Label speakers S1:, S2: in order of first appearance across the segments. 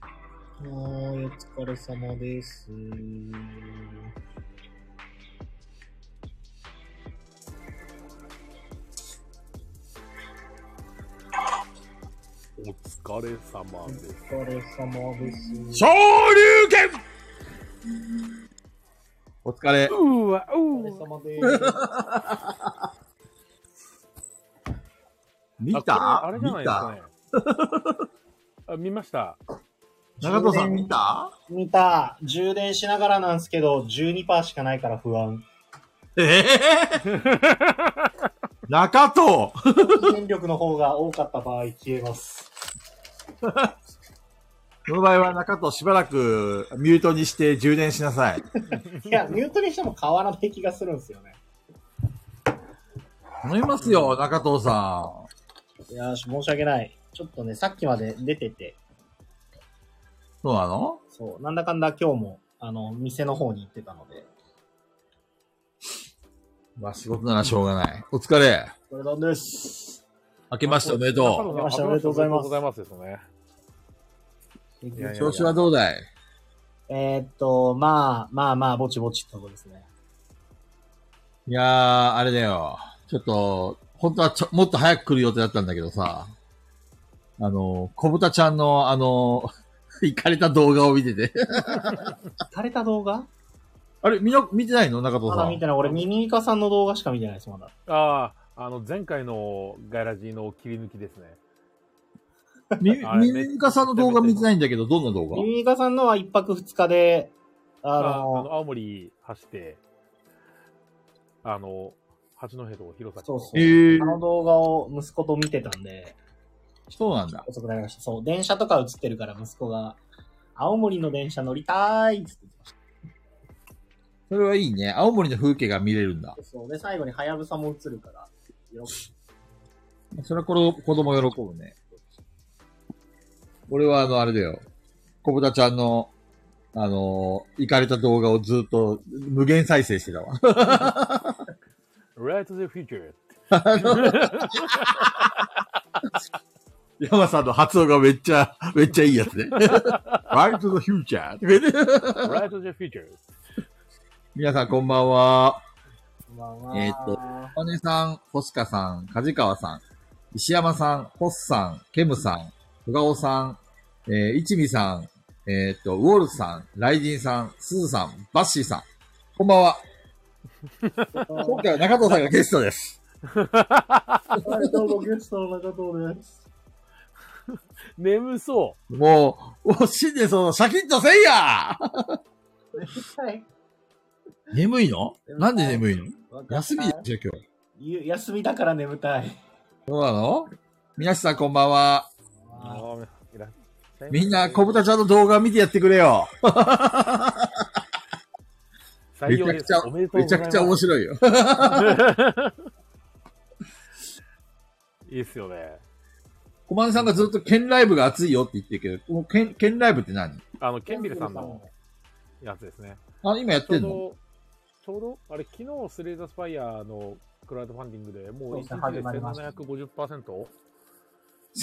S1: はーい、お疲れ様です。
S2: お疲れ様
S1: お
S2: です。
S1: 疲れ様です。
S2: 昇竜拳
S3: お疲れ。
S4: うわ、
S1: お疲れ
S4: うわ。
S1: 様です。
S3: 見
S2: あこれ
S3: た
S2: あれじゃ
S3: 見
S2: ないですか
S3: た
S2: ね。 あ見ました。
S3: 長藤さん見た
S1: 見た。充電しながらなんですけど、12%しかないから不安。
S3: え え中藤
S1: 電力の方が多かった場合消えます。
S3: この場合は中藤しばらくミュートにして充電しなさい。
S1: いや、ミュートにしても変わらない気がするんですよね。
S3: 頼みますよ、中藤さん。
S1: いやーし、申し訳ない。ちょっとね、さっきまで出てて、
S3: そうなの
S1: そう、なんだかんだ今日も、あの、店の方に行ってたので、
S3: まあ仕事ならしょうがない。お疲れ。
S1: これなんです。
S3: 明けましておめで
S2: 中野さ
S3: と
S2: ん
S1: 明けましておめでとうござい
S2: 明けましておめでとうございますですね。
S1: え
S2: や
S3: う。
S2: い
S3: 調子はどうだい
S1: ーっと、まあ、まあまあ、ぼちぼちってとこですね。
S3: いやー、あれだよ。ちょっと、本当はちょもっと早く来る予定だったんだけどさ、あの、小豚ちゃんのあの、 行かれた動画を見てて。
S1: 疲れた動画
S3: あれ、みの、見てないの中藤
S1: ま
S3: さ
S1: だ見
S3: ん
S1: て。ない。俺、ミミイカさんの動画しか見てないです、まだ。
S2: ああ、あの、前回のガイラジの切り抜きですね。
S3: み、
S2: あれ
S3: みみかさんの動画見てないんだけど、どんな動画
S1: ミミイカさんのは一泊二日で、あ
S2: あ
S1: の、
S2: あの青森走って、あの、八戸と弘前
S1: そ
S2: と。
S1: うそう
S3: えー
S1: あの動画を息子と見てたんで、
S3: そうなんだ。
S1: 遅くなりました。そう、電車とか映ってるから息子が、青森の電車乗りたーいっつって言ってまし
S3: それはいいね。青森の風景が見れるんだ。
S1: た。そう、で、最後にハヤブサも映るから、よ
S3: それはこの子供喜ぶね。俺はあの、あれだよ。小豚ちゃんの、あのー、行かれた動画をずっと無限再生してたわ。
S2: Right to the future.
S3: 山さんの発音がめっちゃ、めっちゃいいや つね。Right to the future.
S2: Right to the future.
S3: 皆さんこんばんは。
S1: こんばんは。
S3: えーっとお姉さん、星香さん、梶川さん、石山さん、ホッさん、ケムさん、小顔さん、えー、一味さん、えーっと、ウォルさん、ライジンさん、スズさん、バッシーさん。こんばんは。今回は中藤さんがゲストです。
S1: はい、どうもゲストの中藤です。
S2: 眠そ
S3: もう、おしんでその、シャキッとせいや
S1: はい。
S3: 眠いのなんで眠いの
S1: わかった
S3: 休みでしょ、今日。
S1: ゆ休みだから眠たい。
S3: そうなの皆さんこんばんは。
S2: う。あーいらっしゃいませ
S3: みんな、小豚ちゃんの動画見てやってくれよ。
S2: 採
S3: めち
S2: 用
S3: ゃ
S2: で
S3: く
S2: す
S3: ちゃ
S2: おめで、とう
S3: め
S2: ご
S3: ち
S2: ざい
S3: ゃ
S2: ます
S3: くちゃ面白いよ。
S2: いいっすよね。
S3: 小松さんがずっと剣ライブが熱いよって言ってるけど、この剣、剣ライブって何
S2: あの、ケンビルさんのやつですね。
S3: あ、今やっ
S2: ちょ
S3: て
S2: うん
S3: の
S2: ど、ちょうど、あれ、昨日スレイザースパイアのクラウドファンディングでもう
S1: そうです
S2: 1
S1: ね
S2: 日
S1: 始
S2: で
S1: まりました
S2: 1750%?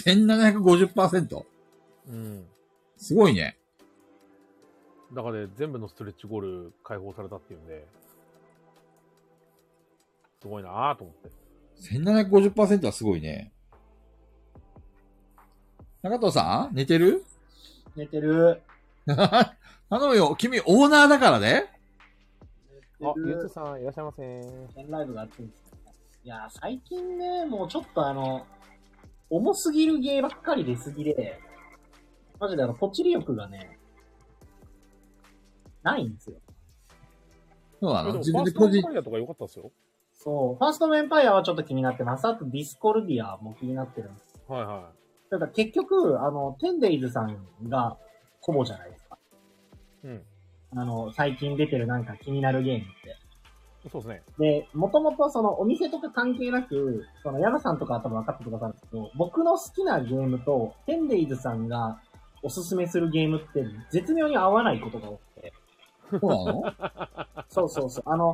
S3: ?1750%?
S2: うん。
S3: すごいね。
S2: だからね全部のストレッチゴール解放されたっていうんで、すごいなぁと思って。
S3: 1750%はすごいね。中藤さん寝てる
S1: 寝てる。
S3: 頼むよ。君オーナーだからね。
S2: あ、
S1: 寝て
S2: ゆう
S1: る
S2: つさんいらっしゃいませー。
S1: ペンライブがあってんですねいやー、最近ね、もうちょっとあの、重すぎる芸ばっかり出すぎで、マジであの、ポチリ力がね、ないんですよ。
S3: そうな
S2: で
S3: の
S2: も
S3: 自
S2: ファー
S3: 分で
S2: スト
S3: 個
S2: フ
S3: 人
S2: ァ、イアとか良かったっすよ。
S1: そう、ファーストメンパイアはちょっと気になってます。あとディスコルディアも気になってるんです。
S2: はいは
S1: ただ結局、あの、テンデイズさんがコボじゃないですか。
S2: い。うん。
S1: あの、最近出てるなんか気になるゲームって。
S2: そうですね。
S1: で、もともとそのお店とか関係なく、そのヤマさんとかは多分分かってくださるんですけど、僕の好きなゲームと、テンデイズさんがおすすめするゲームって絶妙に合わないことが 多くて。
S3: そうなの
S1: そうそうそう。あの、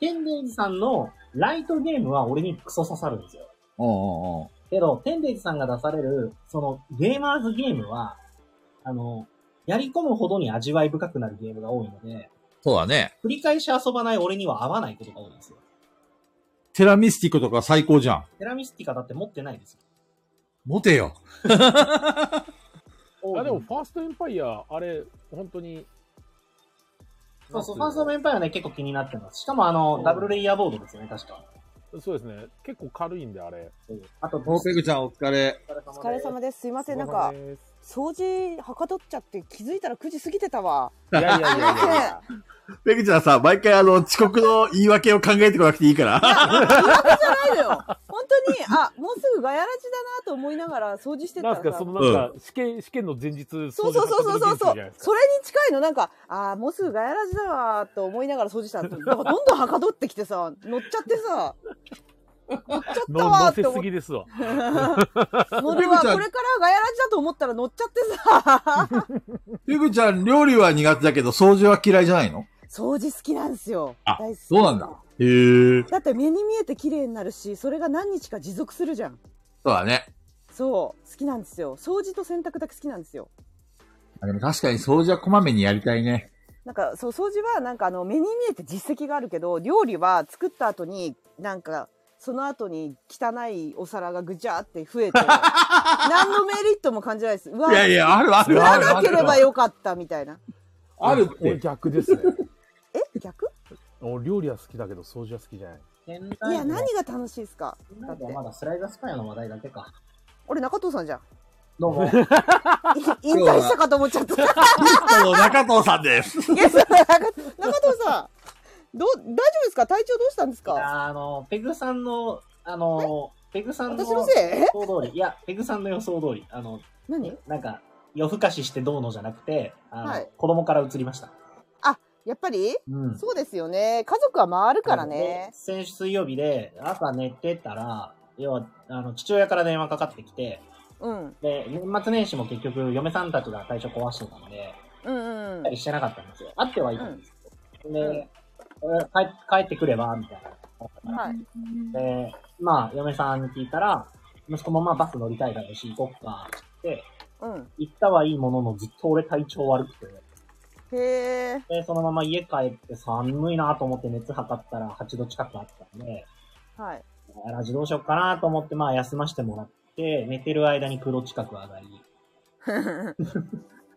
S1: テンデイズさんのライトゲームは俺にクソ刺さるんですよ。
S3: うんうんうん。
S1: けど、テンデイズさんが出される、そのゲーマーズゲームは、あの、やり込むほどに味わい深くなるゲームが多いので、
S5: そうだね。
S1: 繰り返し遊ばない俺には合わないことが多いんですよ。
S5: テラミスティコとか最高じゃん。
S1: テラミスティカだって持ってないです
S5: モテよ。
S1: よ。
S2: あでも、ファーストエンパイア、あれ、本当に。
S1: そうそう、ファ
S2: な
S1: ー
S2: ん
S1: ス
S2: てい
S1: トメンパイアね、結構気になってます。しかもあの、ダブルレイヤーボードですよね、確か。
S2: うそうですね。結構軽いんで、あれ。
S1: あと、
S5: もうペグちゃんお疲れ。
S1: お
S6: お疲れ様です。すいません、なん
S2: お
S6: か
S2: 疲れ様です
S6: 掃除はかどっちゃって気づいたら9時過ぎてたわ。
S2: いやいやいやいやいや。
S3: ペグちゃんさ、毎回あの、遅刻の言い訳を考えてこなくていいから。
S6: ないのよ。本当に、あ、もうすぐガヤラジだなと思いながら掃除してた
S2: なん
S6: ら
S2: す
S6: さ。
S2: か、そのなんか、試験、試験の前日、
S6: そうそうそうそうそうそ
S2: 掃除
S6: う。それ
S2: や
S6: に
S2: ってる現地じゃ
S6: 近いの、なんか、あーもうすぐガヤラジだわーと思いながら掃除したら、なんかどんどんはかどってきてさ、乗っちゃってさ、乗っちゃったわー
S2: ない
S6: っ
S2: ですか。の、乗せ
S6: て思
S2: す
S6: って。
S2: ぎですわ。
S6: 乗るわ、これからガヤラジだと思ったら乗っちゃってさ、
S3: ペグちゃん、料理は苦手だけど、掃除は嫌いじゃないの
S6: 掃除好きなんですよ。
S5: あ
S6: 大好き。
S5: そうなんだ。
S3: へえ。
S6: だって目に見えて綺麗になるし、それが何日か持続するじゃん。
S3: そうだね。
S6: そう、好きなんですよ。掃除と洗濯だけ好きなんですよ。
S5: あでも確かに掃除はこまめにやりたいね。
S6: なんか、そう、掃除はなんかあの、目に見えて実績があるけど、料理は作った後に、なんか、その後に汚いお皿がぐちゃーって増えて、何のメリットも感じないです。うわ、
S3: いやいや、あるあ
S6: 作
S3: るあ
S6: ら
S3: る。
S6: なければよかったみたいな。
S5: あるっ
S2: 俺
S5: て。
S2: 逆ですね。
S6: え逆
S2: 俺料理は好きだけど、掃除は好きじゃない。
S6: い
S1: い
S6: や、何が楽しいですかだって。
S1: まだスライダースパイアの話題だけか。
S6: 俺、中藤さんじゃん。
S1: どうも。
S6: い引退したかと思っちゃった。
S3: あの中藤さんです。
S6: ゲストの中中藤さん。どう、大丈夫ですか体調どうしたんですか
S1: あの、ペグさんの、あの、ペグさんの
S6: 私
S1: 予
S6: のせいえ
S1: 想通り、いや、ペグさんの予想通り、あの、
S6: 何
S1: なんか、夜更かししてどうのじゃなくて、あの
S6: はい
S1: 子供から移りました。
S6: やっぱり
S1: うん
S6: そうですよね。家族は回るからね
S1: で。先週水曜日で、朝寝てたら、要は、あの、父親から電話かかってきて、
S6: うん。
S1: で、年末年始も結局、嫁さんたちが体調壊してたんで、
S6: うんうんうん
S1: た。りしてなかったんですよ。会ってはいたんですけど。
S6: うん
S1: で、え帰帰ってくればみたいな。
S6: はい。
S1: で、まあ、嫁さんに聞いたら、息子もまあバス乗りたいだろうし、行こっか、って、
S6: うん。
S1: 行ったはいいものの、ずっと俺体調悪くて、
S6: へえ。
S1: で、そのまま家帰って寒いなと思って熱測ったら8度近くあったんで、
S6: はい。
S1: ラジどうしようかなと思って、まあ休ませてもらって、寝てる間に黒近く上がり、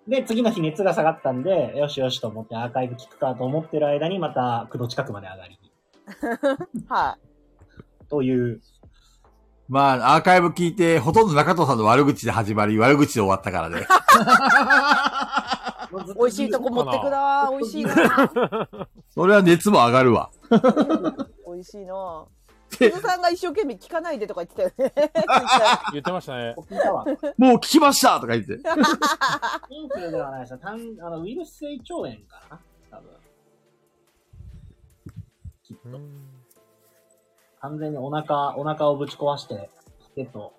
S1: で、次の日熱が下がったんで、よしよしと思ってアーカイブ聞くかと思ってる間に、また9度近くまで上がり、
S6: は
S1: という、
S3: まあ、アーカイブ聞いて、ほとんど中藤さんの悪口で始まり、悪口で終わったから ね。
S6: い。 美味しいとこ持ってくな。美味しいな。
S3: それは熱も上がるわ。
S6: 美味しいな。
S3: で
S6: 鈴さんが一生懸命聞かないでとか言って たよね。
S2: 言ってましたね。
S1: 聞いたわ。
S3: もう聞きましたとか言って。
S1: インフルではないですね。単あのウイルス性胃腸炎かな多分。
S2: うん
S1: 完全にお腹、お腹をぶち壊して、えっと、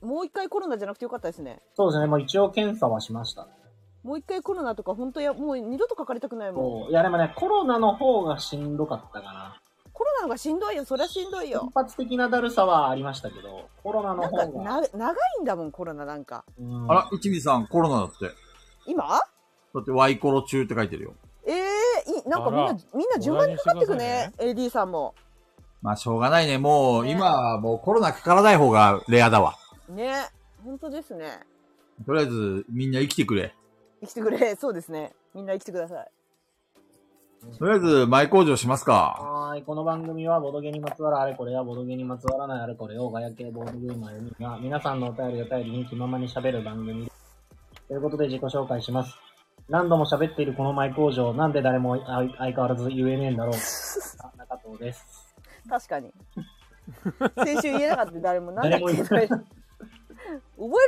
S6: もう一回コロナじゃなくてよかったですね。
S1: そうですね。もう一応検査はしました。
S6: もう一回コロナとか本当や、もう二度とかかりたくないもん。
S1: もう、いやでもね、コロナの方がしんどかったかな。
S6: コロナのがしんどいよ。そりゃしんどい
S1: 一
S6: よ。
S1: 発的なだるさはありましたけど、コロナの
S6: なん
S1: 方
S6: か
S1: が。
S6: な、長いんだもん、コロナなんか。
S1: うん
S3: あら、一味さんコロナだって。
S6: 今
S3: だってワイコロ中って書いてるよ。
S6: ええいなんかみん
S2: あ
S6: な
S2: ら、
S6: みんな順番にかかってくね。AD さんも。
S3: まあ、しょうがないね。もう、
S6: ね
S3: 今はもうコロナかからない方がレアだわ。
S6: ね。本当ですね。
S3: とりあえず、みんな生きてくれ。
S6: 生きてくれ。 そうですね。みんな生きてください。
S3: とりあえず、前工場しますか。
S1: はーい。この番組は、ボドゲにまつわるあれこれや、ボドゲにまつわらないあれこれを、ガヤ系ボードゲーマー4人が、皆さんのお便りを頼りに気ままに喋る番組です。ということで自己紹介します。何度も喋っているこの前工場、なんで誰もあい相変わらず言えねえんだろう。あ中藤です。
S6: 確かに。先週言えなかった誰もなんだ
S1: 誰
S6: っ
S1: も
S6: け
S1: 言え
S6: 覚
S1: な
S6: え
S1: い。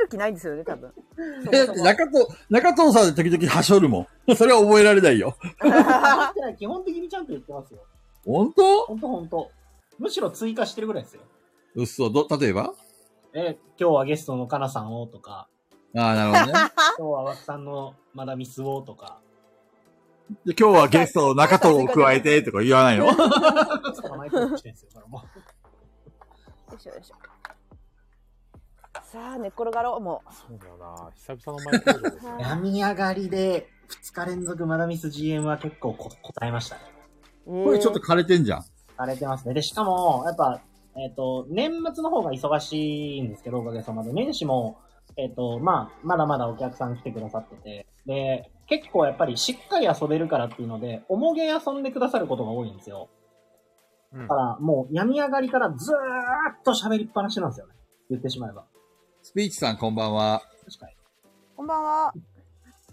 S6: る気ないんですよね、多分。そも
S3: え、
S6: そも
S3: 中藤、中藤さんで時々はしょるも ん。それは覚えられないよ。
S1: 基本的にちゃんと言ってますよ。
S3: 本当
S1: ほんとほんと。むしろ追加してるぐらいですよ。
S3: 嘘、ど、例えば
S1: え、今日はゲストのかなさんをとか、
S3: ああ、なるほどね。
S1: 今日はわっさんのまだミスをとか、
S3: で今日はゲストの中藤を加えて、とか言わないの
S1: 捕まえてるしてるんですよ、それも。
S6: よいしょよいしょさあ、寝っ転がろう、も
S2: そうだよな。久々の前工場ですね。
S1: 病み上がりで、2日連続マダミス GM は結構こ答えましたね。
S6: う。
S5: これちょっと枯れてんじゃん。
S1: 荒れてますね。で、しかも、やっぱ、えっ、と、年末の方が忙しいんですけど、おかげさまで。年始も、えっ、と、まあ、まだまだお客さん来てくださってて。で、結構やっぱりしっかり遊べるからっていうので、重げ遊んでくださることが多いんですよ。
S2: うん
S1: だから、もう、病み上がりからずーっと喋りっぱなしなんですよね。言ってしまえば。
S5: スピーチさんこんばんは。
S1: 確かに。
S6: こんばんは。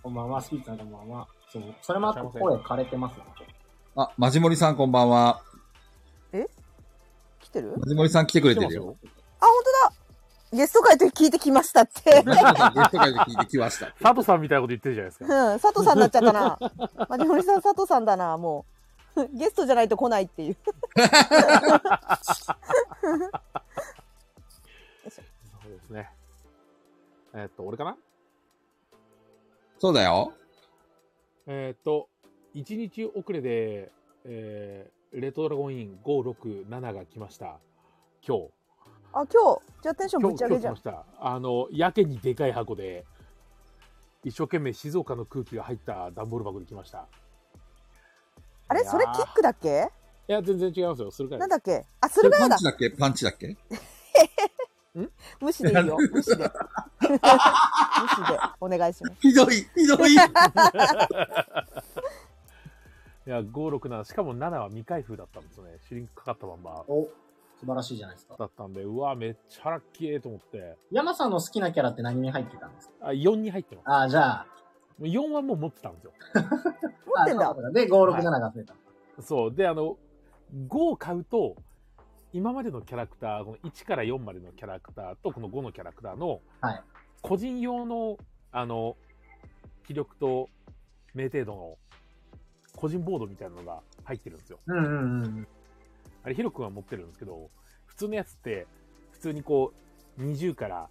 S1: こんばんは、スピーチさんこんばんは。そう。それもあって声枯れてますね、ちょっと
S5: あ、マジモリさんこんばんは。
S6: 来てる
S5: マジモリさん来てくれてる よ。
S6: あ、本当だゲスト会と聞いてきました って。
S5: ゲ スト会で聞いてきました。
S2: 佐藤さんみたいなこと言ってるじゃないです
S6: うん、
S2: か。
S6: 佐藤さんになっちゃったな。マジモリさん佐藤さんだな、もう。 ゲストじゃないと来ないっていう。よ
S2: そ
S6: いしょ
S2: うですね。えーっと、俺かな
S5: そうだよ。
S2: えーっと、1日遅れで、えーレトドラゴンイン567が来ました。今日。
S6: あ、今日、じゃあテンション
S2: 今
S6: ぶ
S2: 日
S6: ち上
S2: 今
S6: げ
S2: 日
S6: じ
S2: 来
S6: ゃ
S2: ま
S6: ん。
S2: した。あの、やけにでかい箱で、一生懸命静岡の空気が入った段ボール箱で来ました。
S6: あれ
S2: いやー
S6: それキックだっけ
S2: いや、全然違いますよ。するか
S6: なん
S2: ら。
S6: だっけあ、駿河
S5: パ
S6: 屋
S5: ン
S6: だ
S5: チ。だっけパンチだっけ
S6: 無視でいいよ。無視で。無視で。お願いします。
S5: ひどい、ひどい。
S2: いや、567、しかも7は未開封だったんですよね。シュリンクかかったまんま。
S1: お、素晴らしいじゃないですか。
S2: だったんで、うわ、めっちゃラッキーと思って。
S1: 山さんの好きなキャラって何に入ってたんですか
S2: あ、4に入ってます。
S1: ああ、じゃあ、
S2: 4はもう持ってたんですよ。
S6: 持ってん
S1: あ
S6: だ
S1: そ。うかで、567が増えた。
S2: そう。で、あの、5を買うと、今までのキャラクター、この1から4までのキャラクターと、この5のキャラクターの
S1: はい、
S2: 個人用の、あの、気力と、名程度の、個人ボードみたいなのが入ってるんですよ。
S1: うんうんうん。
S2: あれ、ヒロ君は持ってるんですけど、普通のやつって、普通にこう、20から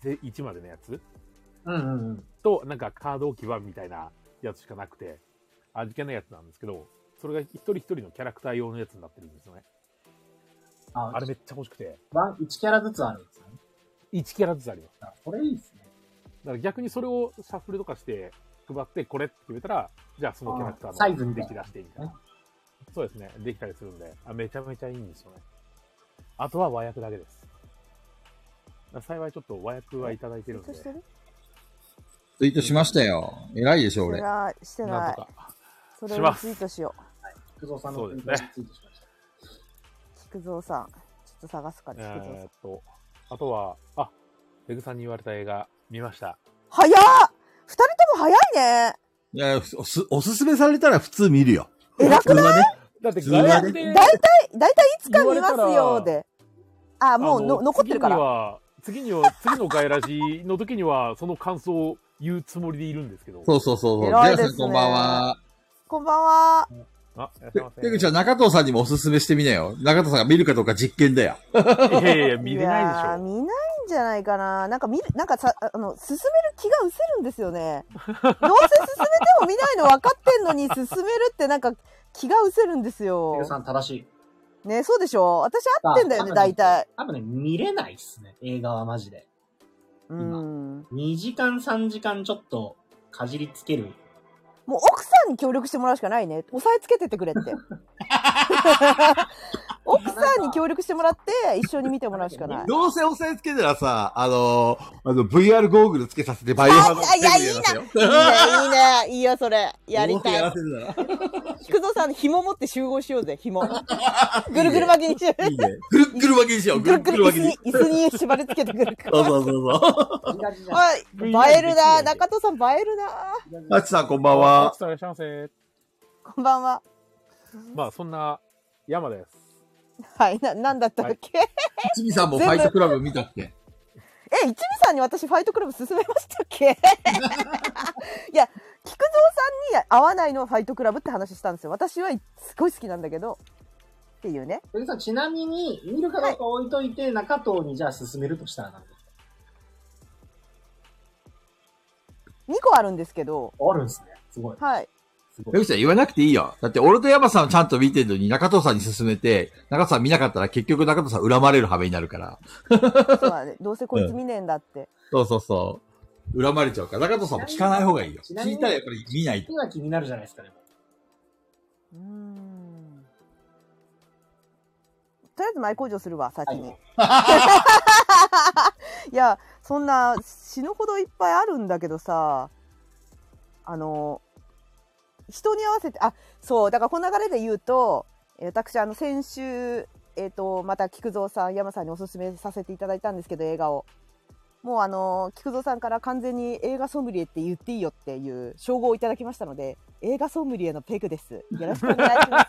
S2: ぜ1までのやつ
S1: うんうんうん。
S2: と、なんかカード置き場みたいなやつしかなくて、味気ないやつなんですけど、それが一人一人のキャラクター用のやつになってるんですよね。
S1: あ
S2: あれめっちゃ欲しくて、
S1: ワン、1キャラずつあるんですね。
S2: 1キャラずつあります。
S1: あこれいいですね。
S2: だから逆にそれをシャッフルとかして配って、これって決めたら、じゃあそのキャラクタ
S1: あーサイ
S2: ー
S1: ズ
S2: の
S1: みた
S2: 出
S1: いな
S2: 来出してみたいな。そうですね。できたりするんで、あめちゃめちゃいいんですよね。あとは和訳だけです。だから幸いちょっと和訳はいただいて
S6: ツイ
S2: る
S6: ー
S2: ん
S6: ト
S2: で、
S6: してる
S5: ツイートしましたよ。偉いでしょ、
S6: して
S5: 俺。
S6: ない。して
S2: な
S6: なんい
S2: と。か。
S6: それ
S2: し
S6: を
S2: ま
S6: ツ
S2: す
S6: イートしよ
S1: 福蔵さんの
S2: そうです
S1: ツイー
S2: ね
S1: トにツイートしました。
S6: う。菊蔵さん。ちょっと探すから、菊蔵
S2: え
S6: さ
S2: ー
S6: ん
S2: っ。と、あとは、あ、ペグさんに言われた映画見ました。
S6: 早っ二人とも早いね。
S3: いや、おす、おすすめされたら普通見るよ。
S6: 偉くない
S3: い
S2: だって
S3: 普通はね
S2: 外役で、
S6: 大体、大体いつか見ますよで。あ、
S2: あの
S6: もうの残ってるから。
S2: 次には、次には、次の外ラジの時には、その感想を言うつもりでいるんですけど。
S5: そうそうそうそう。ジェ
S6: 偉
S5: ラ
S6: いです
S5: さん
S6: ね
S5: こんばんは。
S6: こんばんは。
S2: あ、いらっし
S5: ペ
S2: ゃいませ
S5: ペグちゃん、中藤さんにもおすすめしてみなよ。中藤さんが見るかどうか実験だよ。
S2: いやいやいや、見れないでし
S6: やー
S2: ょ。
S6: 見ないんじゃないかな。なんか見る、なんかさ、ああの、進める気が失せるんですよね。どうせ進めても見ないの分かってんのに、進めるってなんか気が失せるんです
S1: ペグ
S6: よ。
S1: さん正しい。
S6: ね、そうでしょ私合ってんだよね、
S1: あ
S6: 大体。。
S1: 多分ね、見れないっすね。映画はマジで。
S6: う
S1: 今
S6: ん。
S1: 2時間、3時間ちょっと、かじりつける。
S6: もう奥さんに協力してもらうしかないね。押さえつけてってくれ って。奥さんに協力してもらって、一緒に見てもらうしかない。
S3: どうせ押さえつけたらさ、あのーあの、VR ゴーグルつけさせてバイオハザード
S6: いやいや
S3: 全部らせよ
S6: いいね、いいね。いいよ、それ。やり
S3: どうせ
S6: た
S3: や
S6: い
S3: ら。せるなら。
S6: 菊蔵さん、紐持って集合しようぜ、紐。ぐるぐる巻きにしよ
S3: いいね。ぐるっぐる巻きにしよ
S6: う。
S3: う。
S6: ぐ
S3: ぐ
S6: る
S3: るっ
S6: ぐ
S3: ぐ
S6: る
S3: る
S6: 椅
S3: 巻
S6: 子
S3: き
S6: に
S3: に。、
S6: 椅子に縛り付けてく るから。
S3: そうそうそうそう。
S1: ギラギラ
S6: はい。映えるな中戸さん映えるな
S3: あちさんこんばん
S2: あ
S3: は
S2: 奥。さんいらっしゃいませ。
S6: こんばんは。
S2: まあ、そんな、山です。
S6: はい。な、なんだったっけ、
S5: ちみさんもファイトクラブ見たって。
S6: え、一味さんに私ファイトクラブ勧めましたっけ いや、菊蔵さんに合わないのはファイトクラブって話したんですよ。私はすごい好きなんだけど。っていうね。
S1: ペグさん、ちなみに、見るかどうか置いといて、中藤にじゃあ進めるとしたら何ですか
S6: 2個あるんですけど。
S1: あるんすね。すごい。
S6: はい。
S1: すご
S3: よ
S1: い。
S3: くちゃん言わなくていいよ。だって俺と山さんをちゃんと見てるのに中藤さんに勧めて、中藤さん見なかったら結局中藤さん恨まれる羽目になるから。
S6: そうだね。どうせこいつ見ねえんだって。
S3: そうそうそう。恨まれちゃうから。中藤さんも聞かない方がいいよ。
S1: ちなみ
S3: 聞
S1: に
S3: いたらやっぱり見ないと。
S1: 次は気になるじゃないですか、でも。
S6: うーん。とりあえず前工場するわ、先に。、
S1: はい
S6: や、そんな死ぬほどいっぱいあるんだけどさ、あの、人に合わせて、あ、そう、だからこの流れで言うと、えー私、あの、先週、えっ、と、また菊蔵さん、山さんにおすすめさせていただいたんですけど、映画を。もうあの、菊蔵さんから完全に映画ソムリエって言っていいよっていう称号をいただきましたので、映画ソムリエのペグです。よ ろしくお願い します。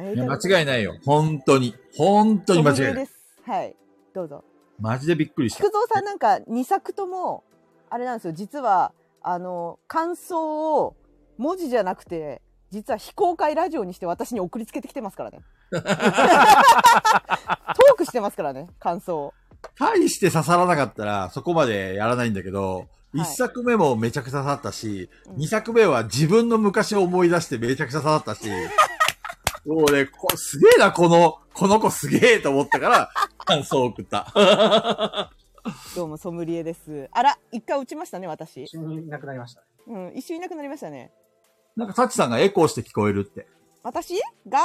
S3: いや間違いないよ。本当に。本当に間違い
S6: ソムリ
S3: な
S6: エ
S3: い。
S6: です。はい。どうぞ。
S3: マジでびっくりした。
S6: 菊蔵さんなんか2作とも、あれなんですよ。実は、あの、感想を文字じゃなくて、実は非公開ラジオにして私に送りつけてきてますからね。トークしてますからね、感想を。
S3: 大して刺さらなかったら、そこまでやらないんだけど、
S6: はい
S3: 一作目もめちゃくちゃ刺さったし、
S6: うん
S3: 二作目は自分の昔を思い出してめちゃくちゃ刺さったし、 もうね、こすげえな、この、この子すげえと思ったから、 感想を送った。
S6: どうもソムリエです。あら、一回落ちましたね、私。
S1: 一緒にいなくなりましたね。
S6: うん、一瞬いなくなりましたね。
S3: なんか、サチさんがエコーして聞こえるって。
S6: 私が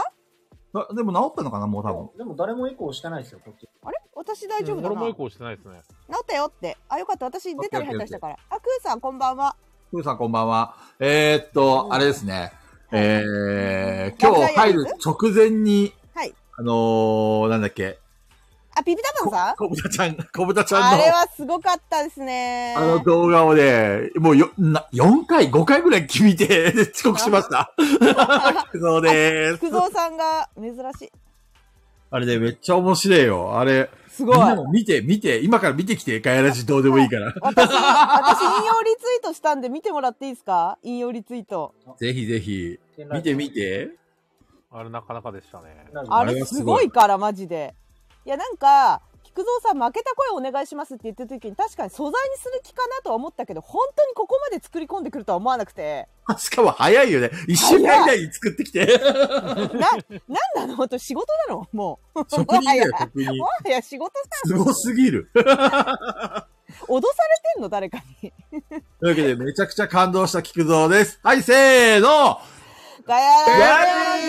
S3: あでも治ったのかな、もう多分。
S1: でも誰もエコーしてないですよ、こっち。
S6: あれ私大丈夫だ
S2: 俺
S6: な。
S2: もエ
S6: 治
S2: コーしてないですね。
S6: ったよって。あ、よかった。私出たり入ったりしたから。あ、クーさんこんばんは。
S3: ふうさんこんばんは。えー、っと、あれですね。えー、今日入る直前に、
S6: はい
S3: あのー、なんだっけ、
S6: あ、ピピタパンさん
S3: こぶたちゃん、こぶたちゃんの。
S6: あれはすごかったですね。
S3: あの動画をね、もうよ、な、4回、5回ぐらい聞いて、 で遅刻しま した。そうでーす。
S6: 福蔵さんが珍しい。
S3: あれね、めっちゃ面白いよ。あれ、
S6: す
S3: み
S6: ご
S3: ん
S6: い。
S3: なも見て、見て、今から見てきて、ガヤラジどうでもいいから。
S6: 私、私引用リツイートしたんで見てもらっていいですか引用リツイート。
S3: ぜひぜひ、見て見て。
S2: あれなかなかでしたね。
S1: なるほど。
S6: あ
S3: あれ
S6: れ
S3: は
S6: す
S3: す
S6: ご
S3: ごい
S6: いから、マジで。いや、なんか、菊蔵さん負けた声お願いしますって言ってた時に確かに素材にする気かなとは思ったけど、本当にここまで作り込んでくるとは思わなくて、
S3: しかも早いよね。一週間以内に作ってきて。
S6: な、なんなの本当仕事なのもう。
S3: 職人だよ、
S6: も
S3: 職人
S6: も。はや仕事
S3: すごすぎる。
S6: 脅されてんの誰かに。
S3: というわけで、めちゃくちゃ感動した菊蔵です。はい、せーの
S6: ガヤ
S3: ガヤ
S6: ラ
S3: ラ
S6: ジ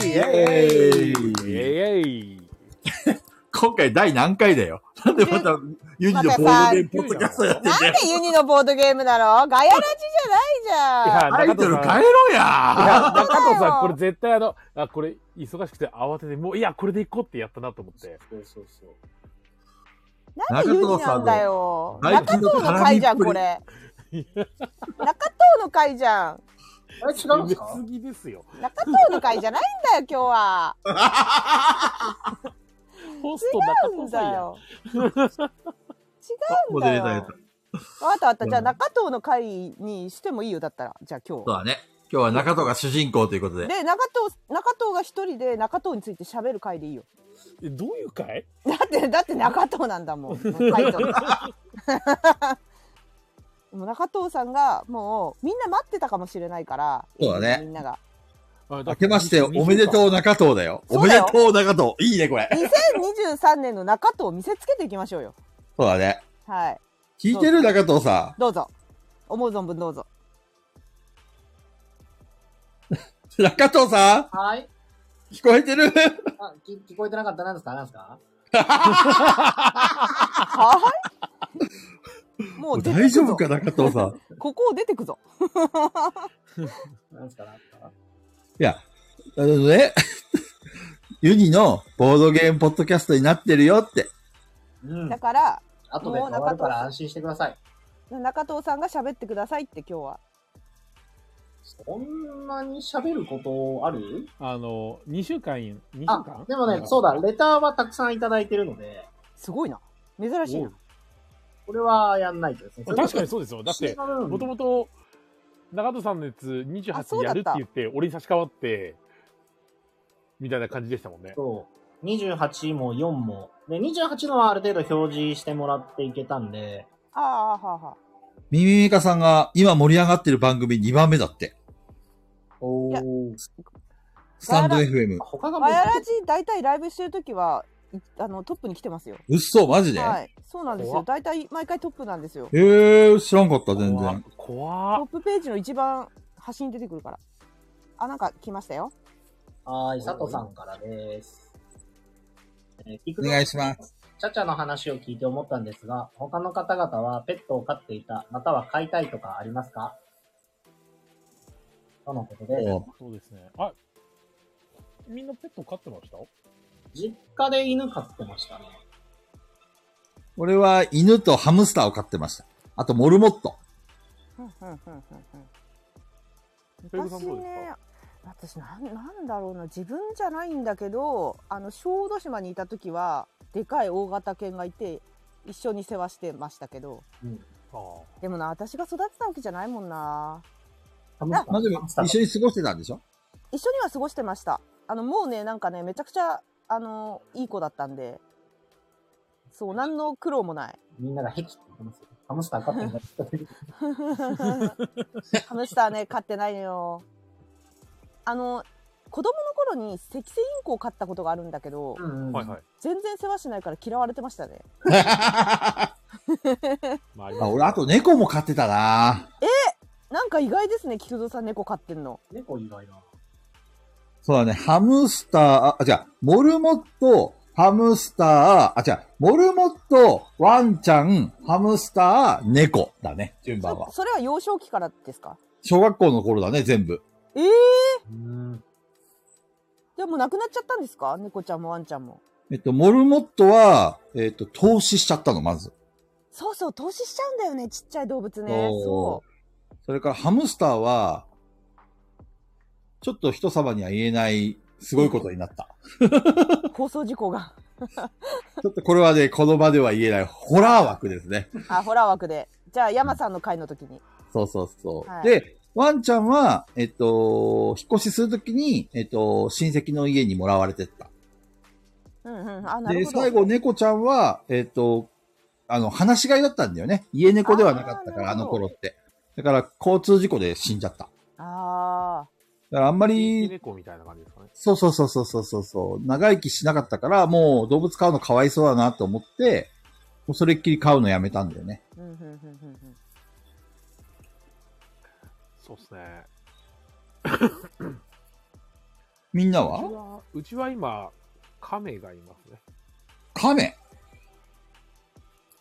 S3: ジイ
S2: イ
S3: ェーイ
S2: ェイイェイ
S3: 今回第何回だよなんでまたユニのボードゲームポッドキャストやってん
S6: なん
S3: だよ
S6: でユニのボードゲームなのガヤラジじゃないいじゃん
S2: や、
S3: タイ
S2: 中
S3: ト
S2: 藤
S3: ル
S2: さん。
S3: 変え
S2: いや
S3: ろや、
S2: 中藤
S6: そうだよ
S2: さん、これ絶対あの、あ、これ、忙しくて慌てて、もう、いや、これで行こうってやったなと思って。
S1: そうそうそう。
S6: なんでユニなんだよ。中
S3: 中
S6: 藤
S3: 藤さんの
S6: の会じゃん、これ。
S2: い
S6: 中藤の会じゃん。
S1: あれ違うんですか
S2: すぎですよ。
S6: 中藤の会じゃないんだよ、今日は。
S2: ホスト
S6: 違
S2: 中
S6: うん
S2: 藤
S6: だ
S2: さんや。
S6: よ。違うんだよ。
S3: あ
S6: わ
S3: もう
S6: かったわかった。じゃあ中藤の会にしてもいいよ、だったら。じゃあ
S3: そう
S6: 今日。
S3: だね。今日は中藤が主人公ということで。
S6: で、中藤、中藤が一人で中藤について喋る会でいいよ。
S2: えどういう会
S6: だって、だって中藤なんだもん。タイト ル。もう中藤さんがもうみんな待ってたかもしれないから。
S3: そうだね
S6: みんなが。
S2: 明
S3: 明けましておめで
S2: う。
S3: とう中藤だよ。
S6: そ
S3: お
S6: う
S3: め
S6: だ
S3: で
S6: よ
S3: とう中藤。いいね、これ。
S6: 2023年の中藤を見せつけていきましょうよ。
S3: そうだね。
S6: はい。
S3: 聞いてる中藤さ
S6: どうぞ。思う存分どうぞ。
S3: ん。中藤さ
S1: はい。
S3: ん聞こえてる
S1: あ、き聞こえてなかった。何ですか何ですか
S6: はい。もう出てく
S3: 大
S6: ぞ
S3: 丈夫か中藤さん。
S6: ここを出てくぞ。
S1: 何ですか何ですか
S3: いや、あのね、ユニのボードゲームポッドキャストになってるよって。
S1: うん
S6: だ。から、
S1: 後で変わるから安心してください。
S6: 中藤さんが喋ってくださいって今日は。
S1: そんなに喋ることある
S2: あの、2週間、2週
S1: あ
S2: 間、
S1: でもね、そうだ、レターはたくさんいただいてるので、
S6: すごいな。珍しいな。
S1: これはやんないとですね。
S2: お確かにそうですよ。だって、もともと、中藤さんのやつ
S6: あそう
S2: 28
S6: だっ
S2: や
S6: た
S2: るって言って、俺に差し替わって、みたいな感じでしたもんね。
S1: そう。28も4も。で、28のはある程度表示してもらっていけたんで、
S6: ああ、はあはあ。
S3: ミミミカさんが今盛り上がってる番組2番目だって。
S1: おー。
S3: スタンド FM。
S1: 他がもう
S6: マヤラジ大体ライブしてるときは、いあの、トップに来てますよ。
S3: うっそ、マジで、
S6: はい。そうなんです
S2: 怖
S6: よ。
S2: っ
S6: 大体毎回トップなんですよ。
S3: えー、知らんかった、全
S2: 怖っ
S3: 然。
S2: 怖
S6: ト
S2: っ
S6: ップページの一番端に出てくるから。あ、なんか来ましたよ。
S1: はーい、佐藤さんからです。えー、聞く
S3: お願いします。
S1: チャチャの話を聞いて思ったんですが、他の方々はペットを飼っていた、または飼いたいとかありますかとのことで、
S3: お
S2: そうですね。あ、みんなペット飼ってました
S1: 実家で犬飼ってましたね。
S3: 俺は犬とハムスターを飼ってました。あと、モルモット。
S6: ふんふんふんふんふ
S2: ペ
S6: ん
S2: グさん
S6: 昔
S2: どうです
S6: ね、私なん、なんだろうな、自分じゃないんだけど、あの、小豆島にいた時は、でかい大型犬がいて、一緒に世話してましたけど、
S2: かああ。
S6: でもな、私が育てたわけじゃないもんな。
S1: ハムスター
S3: まあ、でも
S1: ハムスター
S3: 一緒に過ごしてたんでしょ
S6: 一緒には過ごしてましたあのもうねなんかねめちゃくちゃあのいい子だったんでそう何の苦労もない
S1: みんながヘキって言ってますよ。ハムスター飼ってんだって。
S6: ハ ムスターね飼ってないのよあの子供の頃にセキセイインコを飼ったことがあるんだけど
S1: うんうん。
S2: はいはい。
S6: 全然世話しないから嫌われてましたね
S2: まあ、ありま
S3: あ
S2: す
S3: 俺、あと猫も飼ってたな
S6: なんか意外ですね菊蔵さん猫飼ってんの
S1: 猫以外な。
S3: そうだね、ハムスター、あ、あ違う、モルモット、ハムスター、あ、違う、モルモット、ワンちゃん、ハムスター、猫だね、順番
S6: そ
S3: は。
S6: それは幼少期からですか
S3: 小学校の頃だね、全部。
S6: ええー、
S1: うん。
S6: じゃあもう亡くなっちゃったんですか猫ちゃんもワンちゃんも
S3: えっと、モルモットは、えっと、投資しちゃったの、まず。
S6: そうそう投資しちゃうんだよねちっちゃい動物ね
S3: そ
S6: そう
S3: それからハムスターは、ちょっと人様には言えない、すごいことにな った。
S6: う放送事故が
S3: ちょっとこれはね、この場では言えない、ホラー枠ですね。
S6: あ、ホラー枠で。じゃあ、山さんの回の時に。
S3: そうそうそう。
S6: はい
S3: で、ワンちゃんは、えっと、引っ越しするときに、えっと、親戚の家にもらわれてった。
S6: うんうん。あ、な
S3: で、
S6: るほど。
S3: 最後、猫ちゃんは、えっと、あの、放し飼いだったんだよね。家猫ではなかったから、あ
S6: あーな
S3: の
S6: るほど
S3: 頃って。だから、交通事故で死んじゃった。
S6: あ
S3: だからあんま
S2: 地域
S3: り、
S2: 猫みたいな感じですかね。
S3: そうそうそうそうそうそうそう、長生きしなかったから、もう動物飼うのかわいそうだなと思って、もうそれっきり飼うのやめたんだよね。
S6: あ。うんうんうんうん
S2: そうですね。
S3: みんな
S2: うち
S3: は
S2: は、うちは今、亀がいますね。
S3: 亀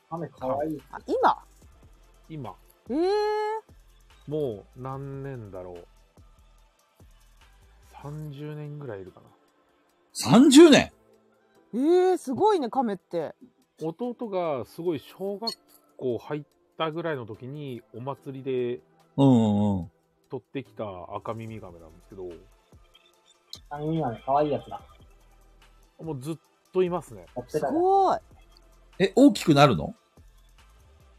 S1: 亀かわいい。
S6: あ、今
S2: 今、
S6: ええ
S2: もう何年だろう。30年ぐらいいるかな。
S3: !30 年
S6: ええすごいね、亀って。
S2: 弟がすごい小学校入ったぐらいの時にお祭りで
S3: うんうんうん。
S2: 取ってきた赤耳亀なんですけど、
S1: あ、今ね、かわいいやつだ。
S2: もうずっといますね。
S1: やって
S6: す
S1: たよ。
S6: ごい。
S3: え、大きくなるの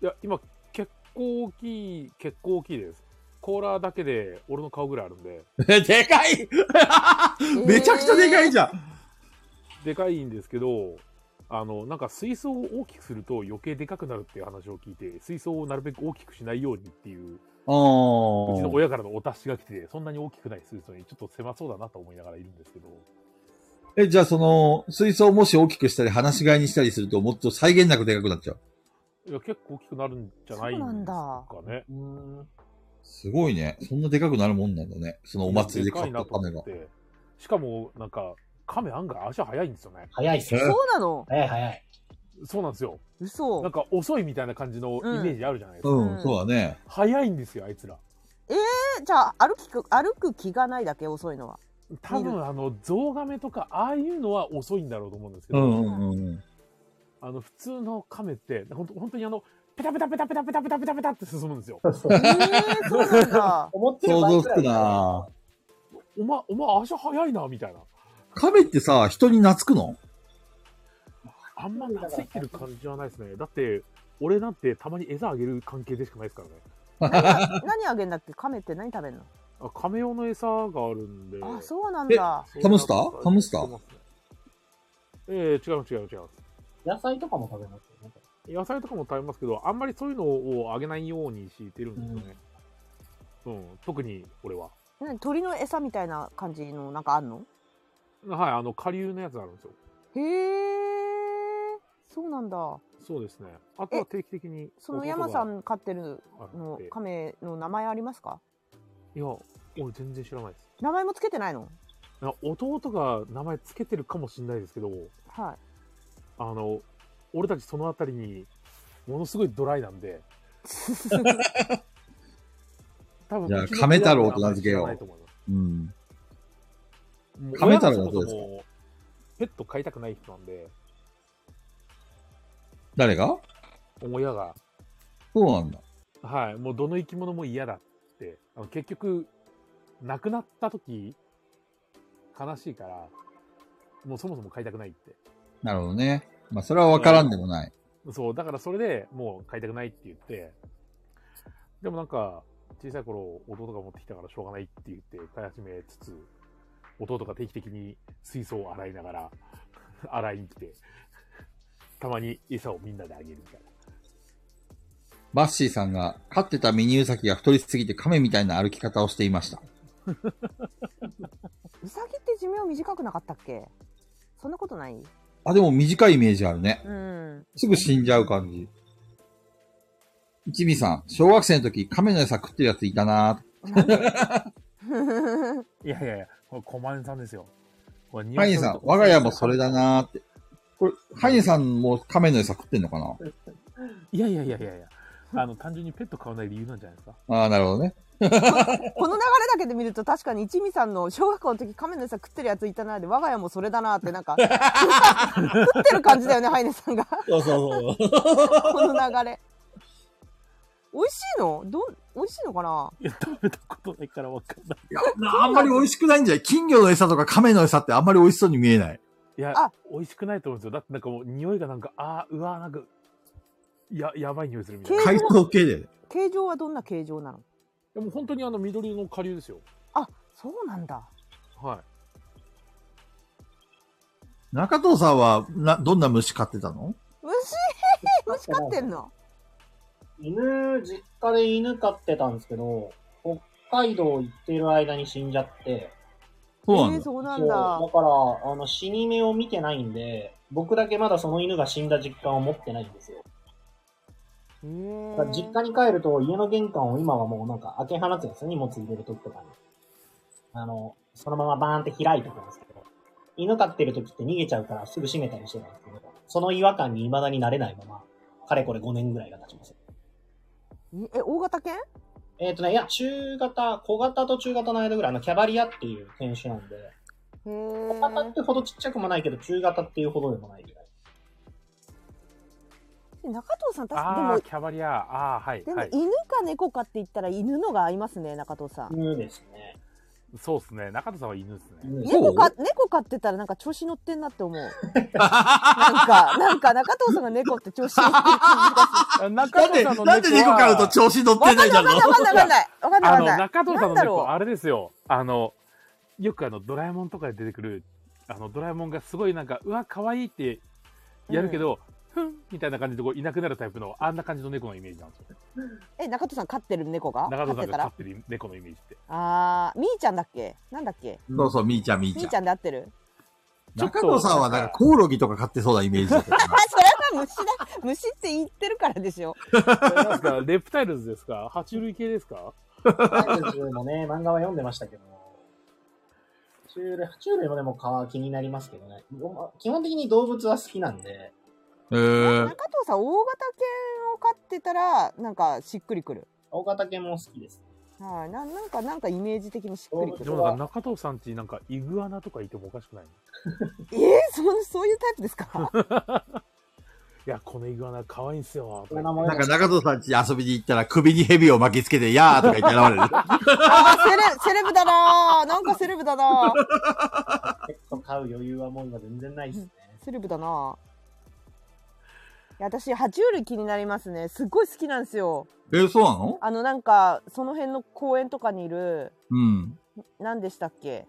S2: いや、今結構大きい、結構大きいです。コーラーだけで俺の顔ぐらいあるんで、
S3: でかい めちゃくちゃでかいじゃん、
S2: でかいんですけど、あの、なんか水槽を大きくすると余計でかくなるっていう話を聞いて、水槽をなるべく大きくしないようにっていう、うちの
S3: ああ。
S2: 親からのお達しが来て、そんなに大きくない水槽にちょっと狭そうだなと思いながらいるんですけど、
S3: え、じゃあその、水槽をもし大きくしたり、放し飼いにしたりすると、もっと際限なくでかくなっちゃう。
S2: いや、結構大きくなるんじゃない
S6: そうなん
S2: んです
S6: だ
S2: かね。
S1: うーん。
S3: すごいね。そんなでかくなるもんなんだね。そのお祭りで買
S2: か
S3: っ
S2: い
S3: た
S2: なと思
S3: 亀が
S2: っ。て。しかも、なんか、亀案外足早いんですよね。
S1: 早いっす
S3: え
S1: よ。
S6: そうなの
S1: 早い早い。
S2: そうなんですよ。
S6: 嘘
S2: なん。か遅いみたいな感じのイメージあるじゃないですか。
S3: う、
S6: うんん
S3: そうだね。
S2: 早いんですよ、あいつら。
S6: えじゃあ、歩きく、歩く気がないだけ遅い のは。
S2: 多分、あの、ゾウガメとか、ああいうのは遅いんだろうと思うんですけ
S3: う
S2: ど、
S3: んうんうん。
S2: あの、普通の亀って、ほんと本当にあの、ペタペタペタペタペタペタペタペタって進むんですよ。
S6: ええそうなんだ。
S1: 思ってる
S3: 想像
S1: 倍
S3: つ
S1: くら
S3: く
S1: いだ
S3: な
S2: お前、お前足早いな、みたいな。
S3: 亀ってさ、人に懐くの
S2: あんま懐いてる感じはないですね。だって、俺なんてたまに餌あげる関係でしかないですからね。
S6: 何何あげんだっけ亀って何食べんの
S2: あ亀用の餌があるんで。
S6: あ、そうなんだ。
S3: ハムスターハムスター
S2: ええ違う違う違う。
S1: 野菜とかも食べますよね。
S2: 野菜とかも食べますけど、あんまりそういうのをあげないようにしてるんですよね。うん、特に俺は。
S6: 何鳥の餌みたいな感じのなんかあんの
S2: はい、あの、下流のやつあるんですよ。
S6: へえそうなんだ
S2: そうですね。あとは定期的に。
S6: その山さ
S2: 弟
S6: ん飼ってる
S2: があ
S6: の
S2: って
S6: 亀の名前ありますか
S2: いや、俺全然知らないです。
S6: 名前もつけてないの
S2: いや弟が名前つけてるかもしれないですけど、
S6: はい
S2: あの、俺たちそのあたりに、ものすごいドライなんで、多分
S5: じゃあ
S2: うちの
S5: 亀太郎
S2: 親は名前
S5: と名付けよう
S2: 知らないと思います
S5: うん。
S2: もう
S5: 亀太郎はどう
S2: 親
S5: で
S2: が
S5: すか
S2: そもそもペット飼いたくない人なんで、
S5: 誰が
S2: 親が、
S5: そうなんだ。
S2: はい、もうどの生き物も嫌だって、あの結局、亡くなった時、悲しいから、もうそもそも飼いたくないって。
S5: なるほどね。まあ、それはわからんでもない。
S2: そう、だからそれでもう買いたくないって言って、でもなんか、小さい頃、弟が持ってきたからしょうがないって言って買い始めつつ、弟が定期的に水槽を洗いながら、 洗いに来て、たまに餌をみんなであげるみたいな。
S5: バッシーさんが飼ってたミニウサギが太りすぎて亀みたいな歩き方をしていました。
S6: ウサギって寿命短くなかったっけそんなことない
S5: あ、でも短いイメージあるね。
S6: うん
S5: すぐ死んじゃう感じ。一味さん、小学生の時亀の餌食ってるやついたな
S2: はいやいやいや、これ、コマネさんですよ。これ
S5: ハイネさん、我が家もそれだ。なーって。これ、ハイネさんも亀の餌食ってんのかない
S2: やいやいやいやいや、あの、単純にペット飼わない理由なんじゃないですか。
S5: ああ、なるほどね。
S6: この流れだけで見ると確かに一味さんの小学校の時亀の餌食ってるやついたなで我が家もそれだなってなんか食ってる感じだよねハイネさんが
S5: そうそうそう。
S6: この流れ美味しいのどう美味しいのかない
S2: や、食べたことないからわかんない。
S3: いや、あんまり美味しくないんじゃない金魚の餌とか亀の餌ってあんまり美味しそうに見えない。
S2: いや
S6: あ、
S2: 美味しくないと思うんですよ。だってなんかもう匂いがなんか、あーうわーなんか、や、やばい匂いするみたいな。い
S6: け
S3: 海藻系だよね。
S6: 形状はどんな形状なの
S2: やもう本当にあの緑の下流ですよ。
S6: あそうなんだ
S2: は
S3: 中藤さんは、な、どんな虫飼ってたの
S6: 虫虫飼ってんの
S1: 犬、実家で犬飼ってたんですけど、北海道行ってる間に死んじゃって、
S3: そうなん
S6: えー
S3: だ。
S6: そう
S1: そ
S6: な
S1: うん
S6: だ
S1: だから、あの、死に目を見てないんで、僕だけまだその犬が死んだ実感を持ってないんですよ。
S6: へ
S1: だから実
S6: ー
S1: 家に帰ると家の玄関を今はもうなんか開け放つんですよ、荷物入れるときとかに。あの、そのままバーンって開いてくんですけど、犬飼ってるときって逃げちゃうからすぐ閉めたりしてたんですけど、その違和感に未だに慣れないまま、かれこれ5年ぐらいが経ちます。
S6: え大型犬
S1: えっ、とね、いや、中型、小型と中型の間ぐらい、あの、キャバリアっていう犬種なんで、
S6: へ
S1: 小型っ
S6: ー
S1: てほどちっちゃくもないけど、中型っていうほどでもないぐらい。
S6: 中藤さん
S2: い。
S6: 確かで
S2: あ
S6: も
S2: ー、キャバリア、あー、はい、
S6: でも
S2: はい。
S6: 犬か猫かって言ったら犬のが合いますね中藤さん
S1: 犬ですね。
S2: そうですね。中田さんは犬ですね。
S1: 犬です
S6: 猫か猫飼ってたらなんか調子乗ってんなって思うなんかなんか中藤さんが猫って調子乗ってる感じがす
S2: 中
S3: なんで、なんで猫飼うと調子乗ってないんだ
S6: る
S3: ろう
S6: わかんないわかんないわかんない
S2: あ
S6: わかん
S2: の、
S6: ない
S2: 中藤さんの
S6: なんだろう
S2: 猫、あれですよ。あの、よくあの、ドラえもんとかで出てくる、あの、ドラえもんがすごいなんか、うわ、可愛いってやるけど、ふんみたいな感じでこういなくなるタイプの、あんな感じの猫のイメージなんですよ。
S6: え中藤さん飼ってる猫が
S2: 中藤
S6: 飼っ
S2: さ
S6: て
S2: んが
S6: た
S2: 飼
S6: ら
S2: ってる猫のイメージって。
S6: あーみーちゃんだっけなんだっけ
S3: そうそう、みーちゃん、みー
S6: み
S3: ち
S6: ー
S3: ゃん
S6: ち。ゃんで合ってる
S2: ちょっと
S3: 中藤さんはなんかコオロギとか飼ってそうなイメージだけどな。
S6: あそれは虫だ虫って言ってるからでしょ
S2: なんですか、 レプタイルズですか爬虫類系ですか
S1: ライブズもね、漫画は読んでましたけど、爬虫類、爬虫類もでもか気になりますけどね。ま基本的に動物は好きなんで、
S5: え
S6: 中
S5: ー
S6: 藤、さん大型犬を飼ってたらなんかしっくりくる
S1: 大型犬も好きです。
S6: はいななんかなんかイメージ的にしっくりく
S2: で
S6: る
S2: もなんか中藤さんちなんかイグアナとかいてもおかしくないの
S6: えー、そそういうタイプですか
S2: いや、このイグアナ可愛いんすよ。と
S1: この
S2: か言
S1: 名
S2: っ
S1: 前
S2: て
S3: なんか中藤さん家遊びに行ったら首に蛇を巻きつけて、やーとか言って現れる。
S6: あーセレセレブだなーなんかセレブだなー
S1: 結構飼う余裕はもう今全然ないですね。
S6: セレブだなーいや私爬虫類気になりますねすっごい好きなんですよ
S5: えー、そうなの
S6: あのなんかその辺の公園とかにいる
S5: うん。
S6: 何でしたっけ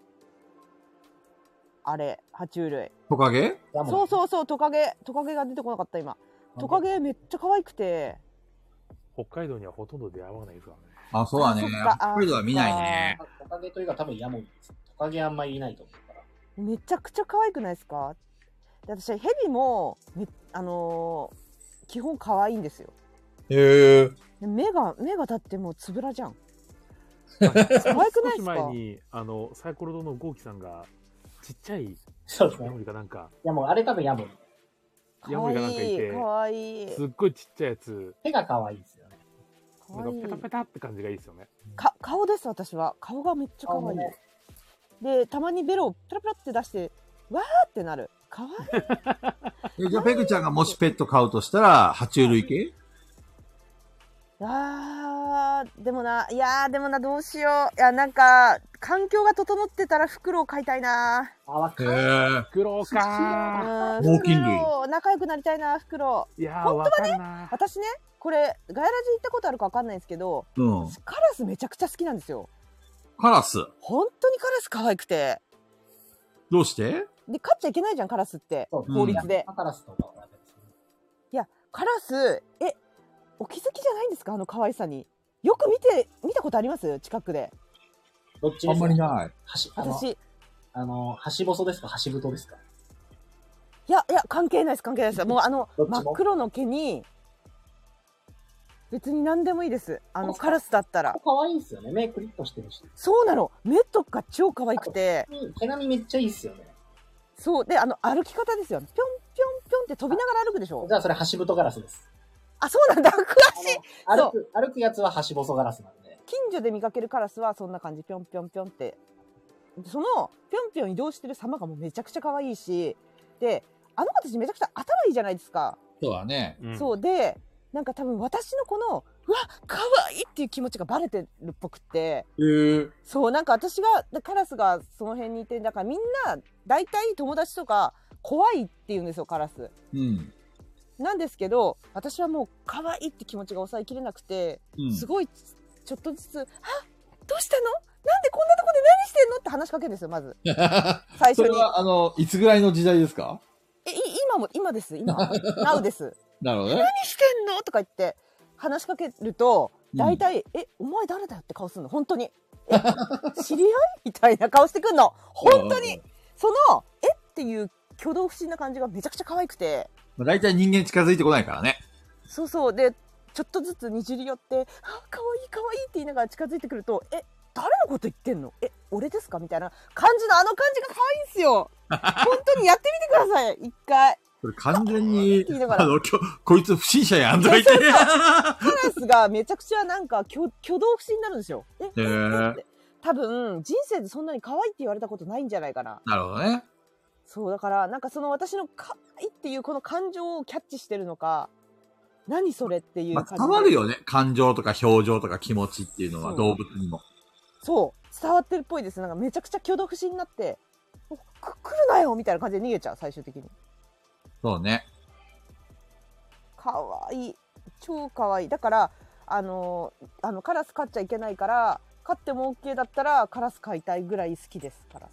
S6: あれ爬虫類
S3: トカゲ
S1: だもん
S6: そうそうそうトカゲトカゲが出てこなかった今トカゲめっちゃ可愛くて。
S2: 北海道にはほとんど出会わない ですからね。
S5: あ、そうだね。
S6: あそっか
S5: 北海道は見ないね。
S1: トカゲというか多分ヤモリです。トカゲあんまりいないと思うから。
S6: めちゃくちゃ可愛くないですかで私ヘビもめあのー基本可愛いんですよ
S3: へえ。
S6: で目が目がだってもうつぶらじゃん
S2: 可
S6: 愛くないですか
S2: 少し前に、あの、サイコロ堂のゴーキさんが、ちっちゃい
S1: そうです
S2: ヤモ
S1: ね。
S2: リかなんか、
S1: いやもうあれ多分ヤモリ。
S2: ヤモリがなんかいて
S6: 可愛い
S2: すっごいちっちゃいやつ、
S1: 手が可愛いですよね。
S6: 可
S2: なんか
S6: 愛い
S2: ペタペタって感じがいいですよね。
S6: か顔です私は顔がめっちゃ可愛い、
S1: ね
S6: でたまにベロをプラプラって出してわーってなる可愛い
S3: えじゃあ、ペグちゃんがもしペット飼うとしたら、爬虫類系
S6: あーでもないやーでもなどうしよういやなんか環境が整ってたら袋を飼いたいな
S1: あ、わか
S5: へ
S1: る。
S5: え。
S2: 黒
S6: う
S2: か
S6: ん
S3: 猛禽類
S6: 袋仲良くなりたいな袋
S2: ーいやー、わかるなー。
S6: 私ねこれガイラジ行ったことあるかわかんないんですけど
S3: うん。
S6: カラスめちゃくちゃ好きなんですよ
S3: カラス。
S6: 本当にカラス可愛くて
S3: どうして
S6: で飼っちゃいけないじゃんカラスって
S1: そう
S3: 法律
S6: で
S1: ヤマカラスとかはダメですね
S6: カラスえお気づきじゃないんですかあの可愛さによく見て見たことあります近くで
S1: どっち
S5: あ
S1: で
S5: ん
S1: す
S5: ま
S1: か
S5: りない。
S1: はしあの、
S6: 私い
S1: あの、はし細ですかはし太ですか
S6: やいや関係ないです関係ないですもうあの
S1: どっちも
S6: 真っ黒の毛に別に何でもいいですあ
S1: そう
S6: の
S1: ですか
S6: カラスだったら
S1: 可愛いですよね。目クリッとしてるし。
S6: そうなの目とか超可愛くて
S1: 毛並みめっちゃいいっすよね。
S6: そうであの歩き方ですよぴょんぴょんぴょんって飛びながら歩くでしょ
S1: じゃあそれはし太ガラスです。
S6: あそうなんだ詳 しい
S1: あの歩
S6: そ
S1: く、歩くやつははし細ガラスなんで。
S6: 近所で見かけるカラスはそんな感じぴょんぴょんぴょんってそのぴょんぴょん移動してる様がもうめちゃくちゃ可愛いしであの子たちめちゃくちゃ頭いいじゃないですか、
S5: そうだね。
S2: うん
S6: そうでなんか多分私のこのうわ可愛いっていう気持ちがバレてるっぽくって
S3: へえ。
S6: そうなんか私がカラスがその辺にいてだからみんな大体友達とか怖いって言うんですよカラス
S5: うん。
S6: なんですけど私はもう可愛いって気持ちが抑えきれなくて
S5: うん
S6: すごいちょっとずつ「あどうしたのなんでこんなとこで何してんの?」って話しかけるんですよ まず最
S5: そ
S6: 初
S5: れ
S6: に
S5: は、あの、いつぐらいの時代ですか
S6: 「えい今も今です今 Now です
S5: なるほどね。
S6: 何してんの?」とか言って話しかけると
S5: うん
S6: 大体「えお前誰だよ」って顔するの本当に「え知り合い?」みたいな顔してくんの本当にその「えっ?」ていう挙動不審な感じがめちゃくちゃ可愛くて。
S3: まあ、大体人間近づいてこないからね。
S6: そうそうでちょっとずつにじり寄って「あ可愛い可愛いって言いながら近づいてくると「え誰のこと言ってんのえ俺ですか?」みたいな感じのあの感じが可愛いんで すよ本当にやってみてください一回
S3: これ完全に
S6: 聞い、ながら
S3: あの、きょこいつ不審者やんといて。
S6: カラスがめちゃくちゃなんか挙挙動不審になるんですよえ
S3: へー
S6: え多分人生でそんなに可愛いって言われたことないんじゃないかな
S3: なるほどね。
S6: そうだからなんかその私の可愛いっていうこの感情をキャッチしてるのか何それっていう
S3: ま
S6: 感
S3: あ
S6: じで
S3: 伝わるよね。感情とか表情とか気持ちっていうのは
S6: そう
S3: 動物にも。
S6: そう伝わってるっぽいですなんかめちゃくちゃ挙動不審になって「おく来るなよ」みたいな感じで逃げちゃう最終的に
S3: そうね。
S6: かわいい超かわいいだからあのーあのカラス飼っちゃいけないから飼っても OK だったらカラス飼いたいぐらい好きですカラス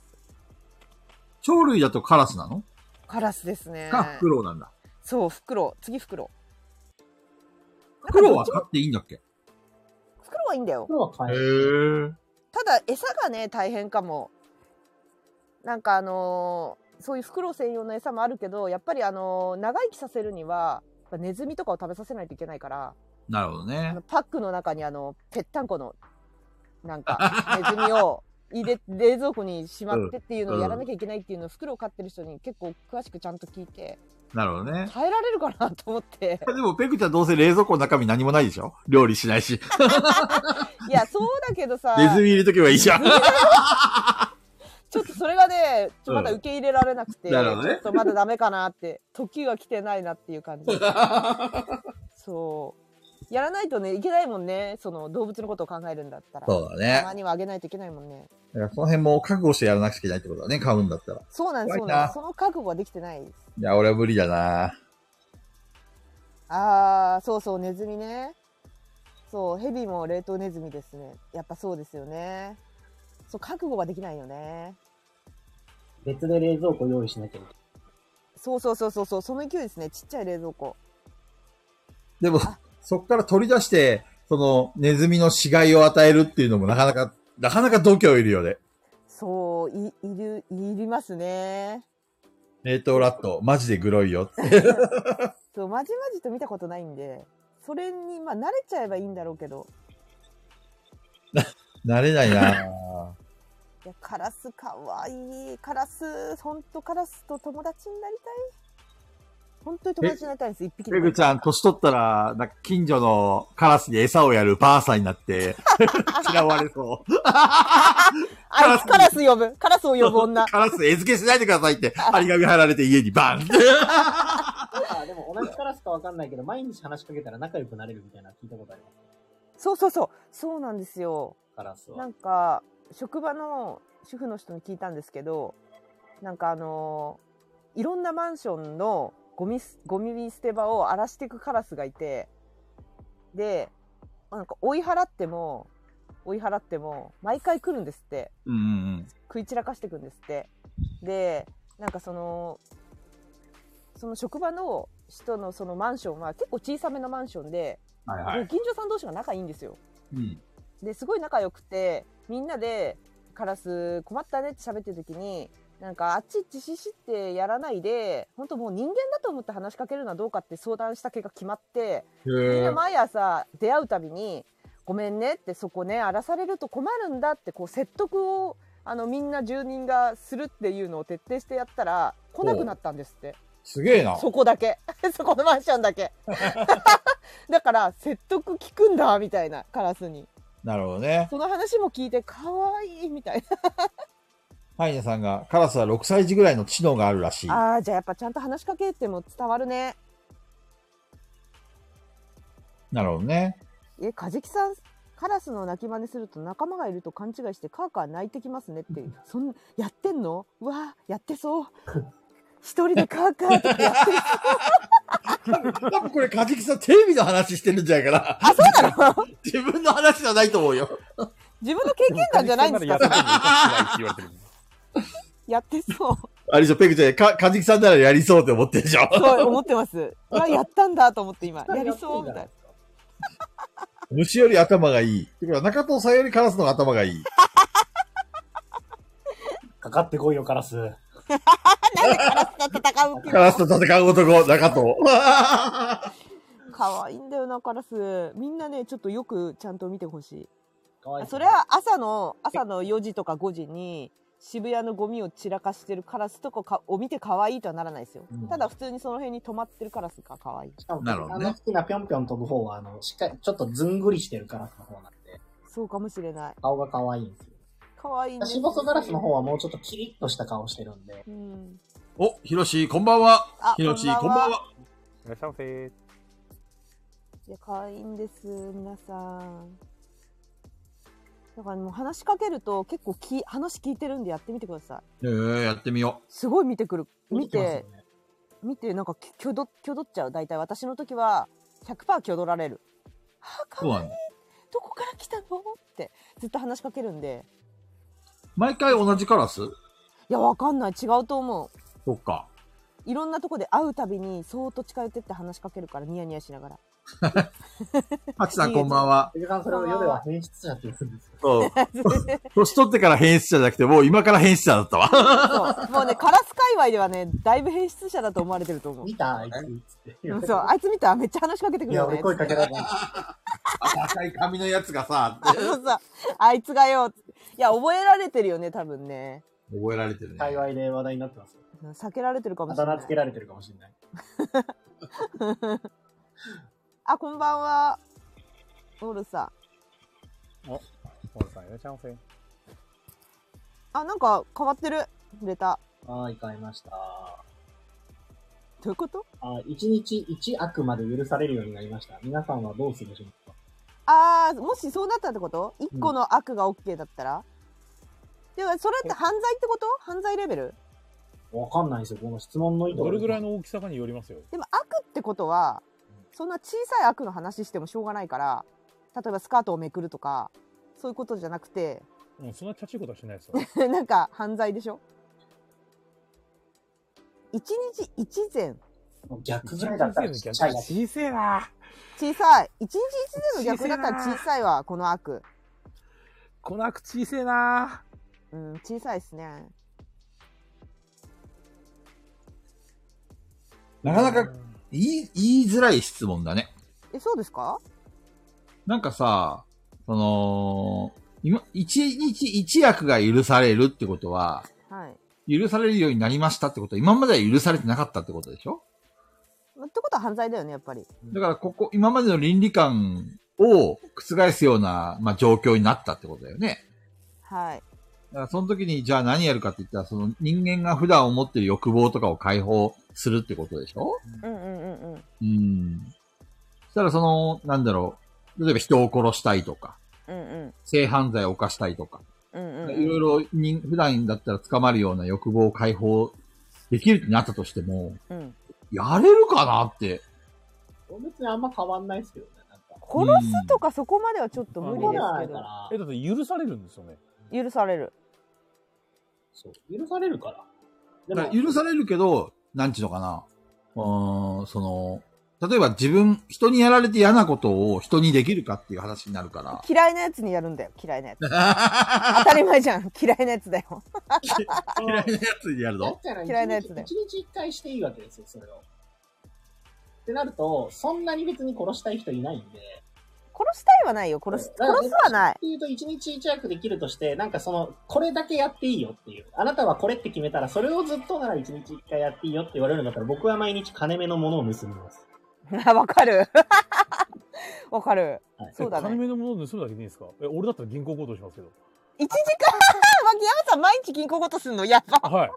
S3: 鳥類だとカラスなの
S6: カラスですね
S3: か、フクロウなんだ。
S6: そうフクロウ次フクロウ
S3: フクロウは
S6: なんかどっちも
S3: 飼っていいんだっけへ
S6: フクロウはいいんだよ
S1: 今日は可愛い。
S3: え。
S6: ただ餌がね大変かもなんかあのーそういうフクロウ専用の餌もあるけどやっぱりあのー長生きさせるにはやっぱネズミとかを食べさせないといけないから
S3: なるほど
S6: あ
S3: ね
S6: の。パックの中にあのぺったんこのな んかネズミを入れ冷蔵庫にしまってっていうのをやらなきゃいけないっていうのをフクロウ飼ってる人に結構詳しくちゃんと聞いて
S3: なるほどね。
S6: 耐えられるかなと思って
S3: でも、ペグちゃんどうせ冷蔵庫の中身何もないでしょ料理しないし。
S6: いやそうだけどさ
S3: ネズミ入れとけばいいじゃん。
S6: ちょっとそれがね、ちょまだ受け入れられなくて、
S3: うんなるほどね
S6: ちょっとまだダメかなって、時が来てないなってい う感じ。そう。やらないとね、いけないもんね。その動物のことを考えるんだったら。
S3: そうだ
S6: た
S3: ね
S6: ま。にはあげないといけないもんね。
S3: だからその辺も覚悟してやらなくちゃいけないってことだね。買うんだったら。
S6: そうなんです、そ
S3: 怖い
S6: う
S3: な
S6: なんです。その覚悟はできてないです。
S3: いや、俺は無理だな。
S6: あー、そうそう、ネズミね。そう、ヘビも冷凍ネズミですね。やっぱそうですよね。そう、覚悟はできないよね。
S1: 別で冷蔵庫用意しなきゃいけない。
S6: そうそうそうそうそう、その勢いですね。ちっちゃい冷蔵庫。
S3: でも、そっから取り出して、その、ネズミの死骸を与えるっていうのもなかなか、なかなか度胸いるよね。
S6: そう、い、いる、いりますね。
S3: 冷凍ラット、マジでグロいよ。
S6: そう、まじまじと見たことないんで、それに、まあ、慣れちゃえばいいんだろうけど、
S3: 慣れない な
S6: いや、カラスかわいい。カラス、ほんとカラスと友達になりたい。本当に友達になりたいんです、一匹で
S3: ペ
S6: も。
S3: グちゃん、年取ったら、なんか近所のカラスに餌をやるばあさんになって、 嫌われそう。
S6: あいつカラス呼ぶ。カラスを呼ぶ女。
S3: カラス餌付けしないでくださいって、張り紙貼られて家にバン
S1: あでも同じカラスかわかんないけど、毎日話しかけたら仲良くなれるみたいな聞いたことあります。
S6: そうそうそう。そうなんですよ。
S1: カラス
S6: な
S1: は。
S6: んか、職場の主婦の人に聞いたんですけど、なんかあのーいろんなマンションのゴミす、ゴミ捨て場を荒らしていくカラスがいて、で、なんか追い払っても、追い払っても、毎回来るんですって。
S3: うんうん
S6: 食い散らかしていくんですって。で、なんかその、その職場の人のそのマンションは結構小さめのマンションで、
S3: うん。はいはい。
S6: もう近所さん同士が仲いいんですよ。
S3: うん。
S6: ですごい仲良くてみんなでカラス困ったねって喋ってる時になんかあっちっちししってやらないで本当もう人間だと思って話しかけるのはどうかって相談した結果決まってみんな毎朝出会うたびに「ごめんね」ってそこね荒らされると困るんだってこう説得をあのみんな住人がするっていうのを徹底してやったら来なくなったんですって
S3: すげえな。
S6: そこだけ そこのマンションだけ だから説得聞くんだみたいなカラスに。
S3: なるほどね。
S6: その話も聞いて、可愛いみたい
S3: ハイネさんが、カラスは6歳児ぐらいの知能があるらしい。
S6: な。 ああー、じゃあやっぱちゃんと話しかけても伝わるね。
S3: なるほどね。
S6: え、カジキさん、カラスの鳴き真似すると仲間がいると勘違いしてカーカー泣いてきますね って。そんやってんのうわーやって そう。一人でカーカーとかやってる。
S3: 多分これ、カジキさんテレビの話してるんじゃないかな。あ、そうなの 自分の話じゃないと思うよ。
S6: 自分の経験談じゃないんです
S2: や
S6: か
S2: っててもおかしくないって言われてる。
S6: やってそう。
S3: あれでしょ、ペグちゃん、かカジキさんならやりそうって思ってるでし ょ。
S6: そう思ってます。うわ、やったんだと思って今。やりそうみたいな。
S3: 虫より頭がいい。てか、中藤さんよりカラスの方が頭がいい。
S1: かかってこいよ、カラス。
S6: なんでカラスと戦う気
S3: カラスと戦う男、中藤。
S6: 可愛いんだよな、カラス。みんなね、ちょっとよくちゃんと見てほしい。
S1: かわいい。
S6: それは朝の朝の4時とか5時に渋谷のゴミを散らかしてるカラスとかかを見て可愛いとはならないですよ、
S1: うん
S6: ただ普通にその辺に止まってるカラスが可愛い
S1: しかも、
S3: なるほど
S1: あ
S3: ね
S1: の好きなぴょんぴょん飛ぶ方は、あの、しっかり、ちょっとずんぐりしてるカラスの方なんで、
S6: そうかもしれない
S1: 顔が可愛いんですよ。
S6: 可愛いね
S1: シボソガラスの方はもうちょっとキリッとした顔してるんで、
S6: うん
S3: お、ヒロシ、こんばんは。
S6: あ
S3: ヒロシ、こ
S6: こ
S3: んば
S6: んば
S3: ん
S6: ん
S3: は。
S2: いらっしゃいませ。
S6: いや可愛いんです皆さんだからもう話しかけると結構き話聞いてるんでやってみてくださ
S3: え
S6: い
S3: ー、やってみよ
S6: すごい見てくる見
S1: ますよ
S6: て
S1: ね。
S6: 見てなんかききょどきょどっちゃう大体私の時は100%きょどられるあ
S3: う。
S6: 可
S3: そう
S6: 愛い
S3: なの。
S6: どこから来たのってずっと話しかけるんで
S3: 毎回同じカラス
S6: いやわかんない違うと思う
S3: そっか。
S6: いろんなとこで会うたびにそーっと近寄ってって話しかけるからニヤニヤしながら
S3: ハチさん、こんばんは。
S1: ペグさん、それを夜は変質者って言うんですよ。
S3: そう。 年取ってから変質者じゃなくて、もう今から変質者だったわ。
S6: そうもうねカラス界隈ではねだいぶ変質者だと思われてると思う
S1: 見たあいつ、つって。
S6: うんそうあいつ見ためっちゃ話しかけてく
S1: い
S6: るよ
S1: や、
S6: ね
S1: 俺声かけられない。
S3: 赤い髪のやつがさ、
S6: あのさあいつがよいや覚えられてるよね多分ね
S3: 覚えられてるね。
S1: 界隈で話題になってますよ。
S6: うん避けられてるかも
S1: あ
S6: しれ
S1: だ
S6: な
S1: 名つけ
S6: い
S1: られてるかもしれない。
S6: あこんばんはオールさん
S2: モールさんいらっしゃいませ。
S6: あなんか変わってるレタ
S1: はーい、買いました。
S6: ーどういうこと
S1: あー、一日一悪まで許されるようになりました。皆さんはどう過ごしますか
S6: ああ、もしそうなったってこと一個の悪が OK だったら、でもそれって犯罪ってこと犯罪レベル
S1: わかんないですよ、この質問の意図。
S2: どれぐらい
S1: の
S2: の大きさかによりますよ。
S6: でも悪ってことは、そんな小さい悪の話してもしょうがないから、例えばスカートをめくるとか、そういうことじゃなくて、
S2: うん、そんなチャチいことはしないですよ。
S6: なんか犯罪でしょ一日一善
S1: 逆ぐらいだったらちっちゃいやつ。
S2: 小せえな。
S6: 小さい。一日一年の逆だったら小さいわ、この悪。
S2: この悪小せえな。
S6: うん、小さいですね。
S3: なかなか言い、言いづらい質問だね。
S6: え、そうですか
S3: なんかさ、その、今、一日一役が許されるってことは、
S6: はい。
S3: 許されるようになりましたってことは、今までは許されてなかったってことでしょ
S6: まってことは犯罪だよね、やっぱり。
S3: だから、ここ、今までの倫理観を覆すような、まあ、状況になったってことだよね。
S6: はい。
S3: だからその時に、じゃあ何やるかって言ったら、その人間が普段思ってる欲望とかを解放するってことでしょ
S6: うんうんうんうん。
S3: うん。そしたら、その、なんだろう、例えば人を殺したいとか、
S6: うんうん。
S3: 性犯罪を犯したいとか、
S6: うんうん、
S3: いろいろ人普段だったら捕まるような欲望を解放できるってなったとしても、
S6: うん。
S3: やれるかなって。
S1: 別にあんま変わんないですけどね。なんか。
S6: 殺すとかそこまではちょっと無理
S1: こ
S6: で
S1: な
S6: す
S1: い
S6: け
S1: か
S6: ど。
S1: ら
S2: え、。だって許されるんですよね。
S6: 許される。
S1: そう。許されるから。
S3: だから許されるけど、なんちゅうのかな。うーん、その、例えば自分、人にやられて嫌なことを人にできるかっていう話になるから。
S6: 嫌いなやつにやるんだよ、嫌いなやつ。当たり前じゃん、嫌いなやつだよ。
S3: 嫌いなやつにやる
S1: だ
S3: の
S1: ったら
S6: 嫌いなやつだよ
S1: 一日一回していいわけですよ、それを。ってなると、そんなに別に殺したい人いないんで。
S6: 殺したいはないよ、殺す、殺すはない
S1: っ。ていうと、一日一役できるとして、なんかその、これだけやっていいよっていう。あなたはこれって決めたら、それをずっとなら一日一回やっていいよって言われるんだったら、僕は毎日金目のものを盗みます。
S6: あわかる。 わかる。
S1: はい
S6: そうだ
S2: 金
S6: ね。
S2: 目のものを盗むだけでいいんですかえ、俺だったら銀行強盗しますけど。
S6: 一時間、 脇山さん毎日銀行ごとすんの、やば、
S2: はい。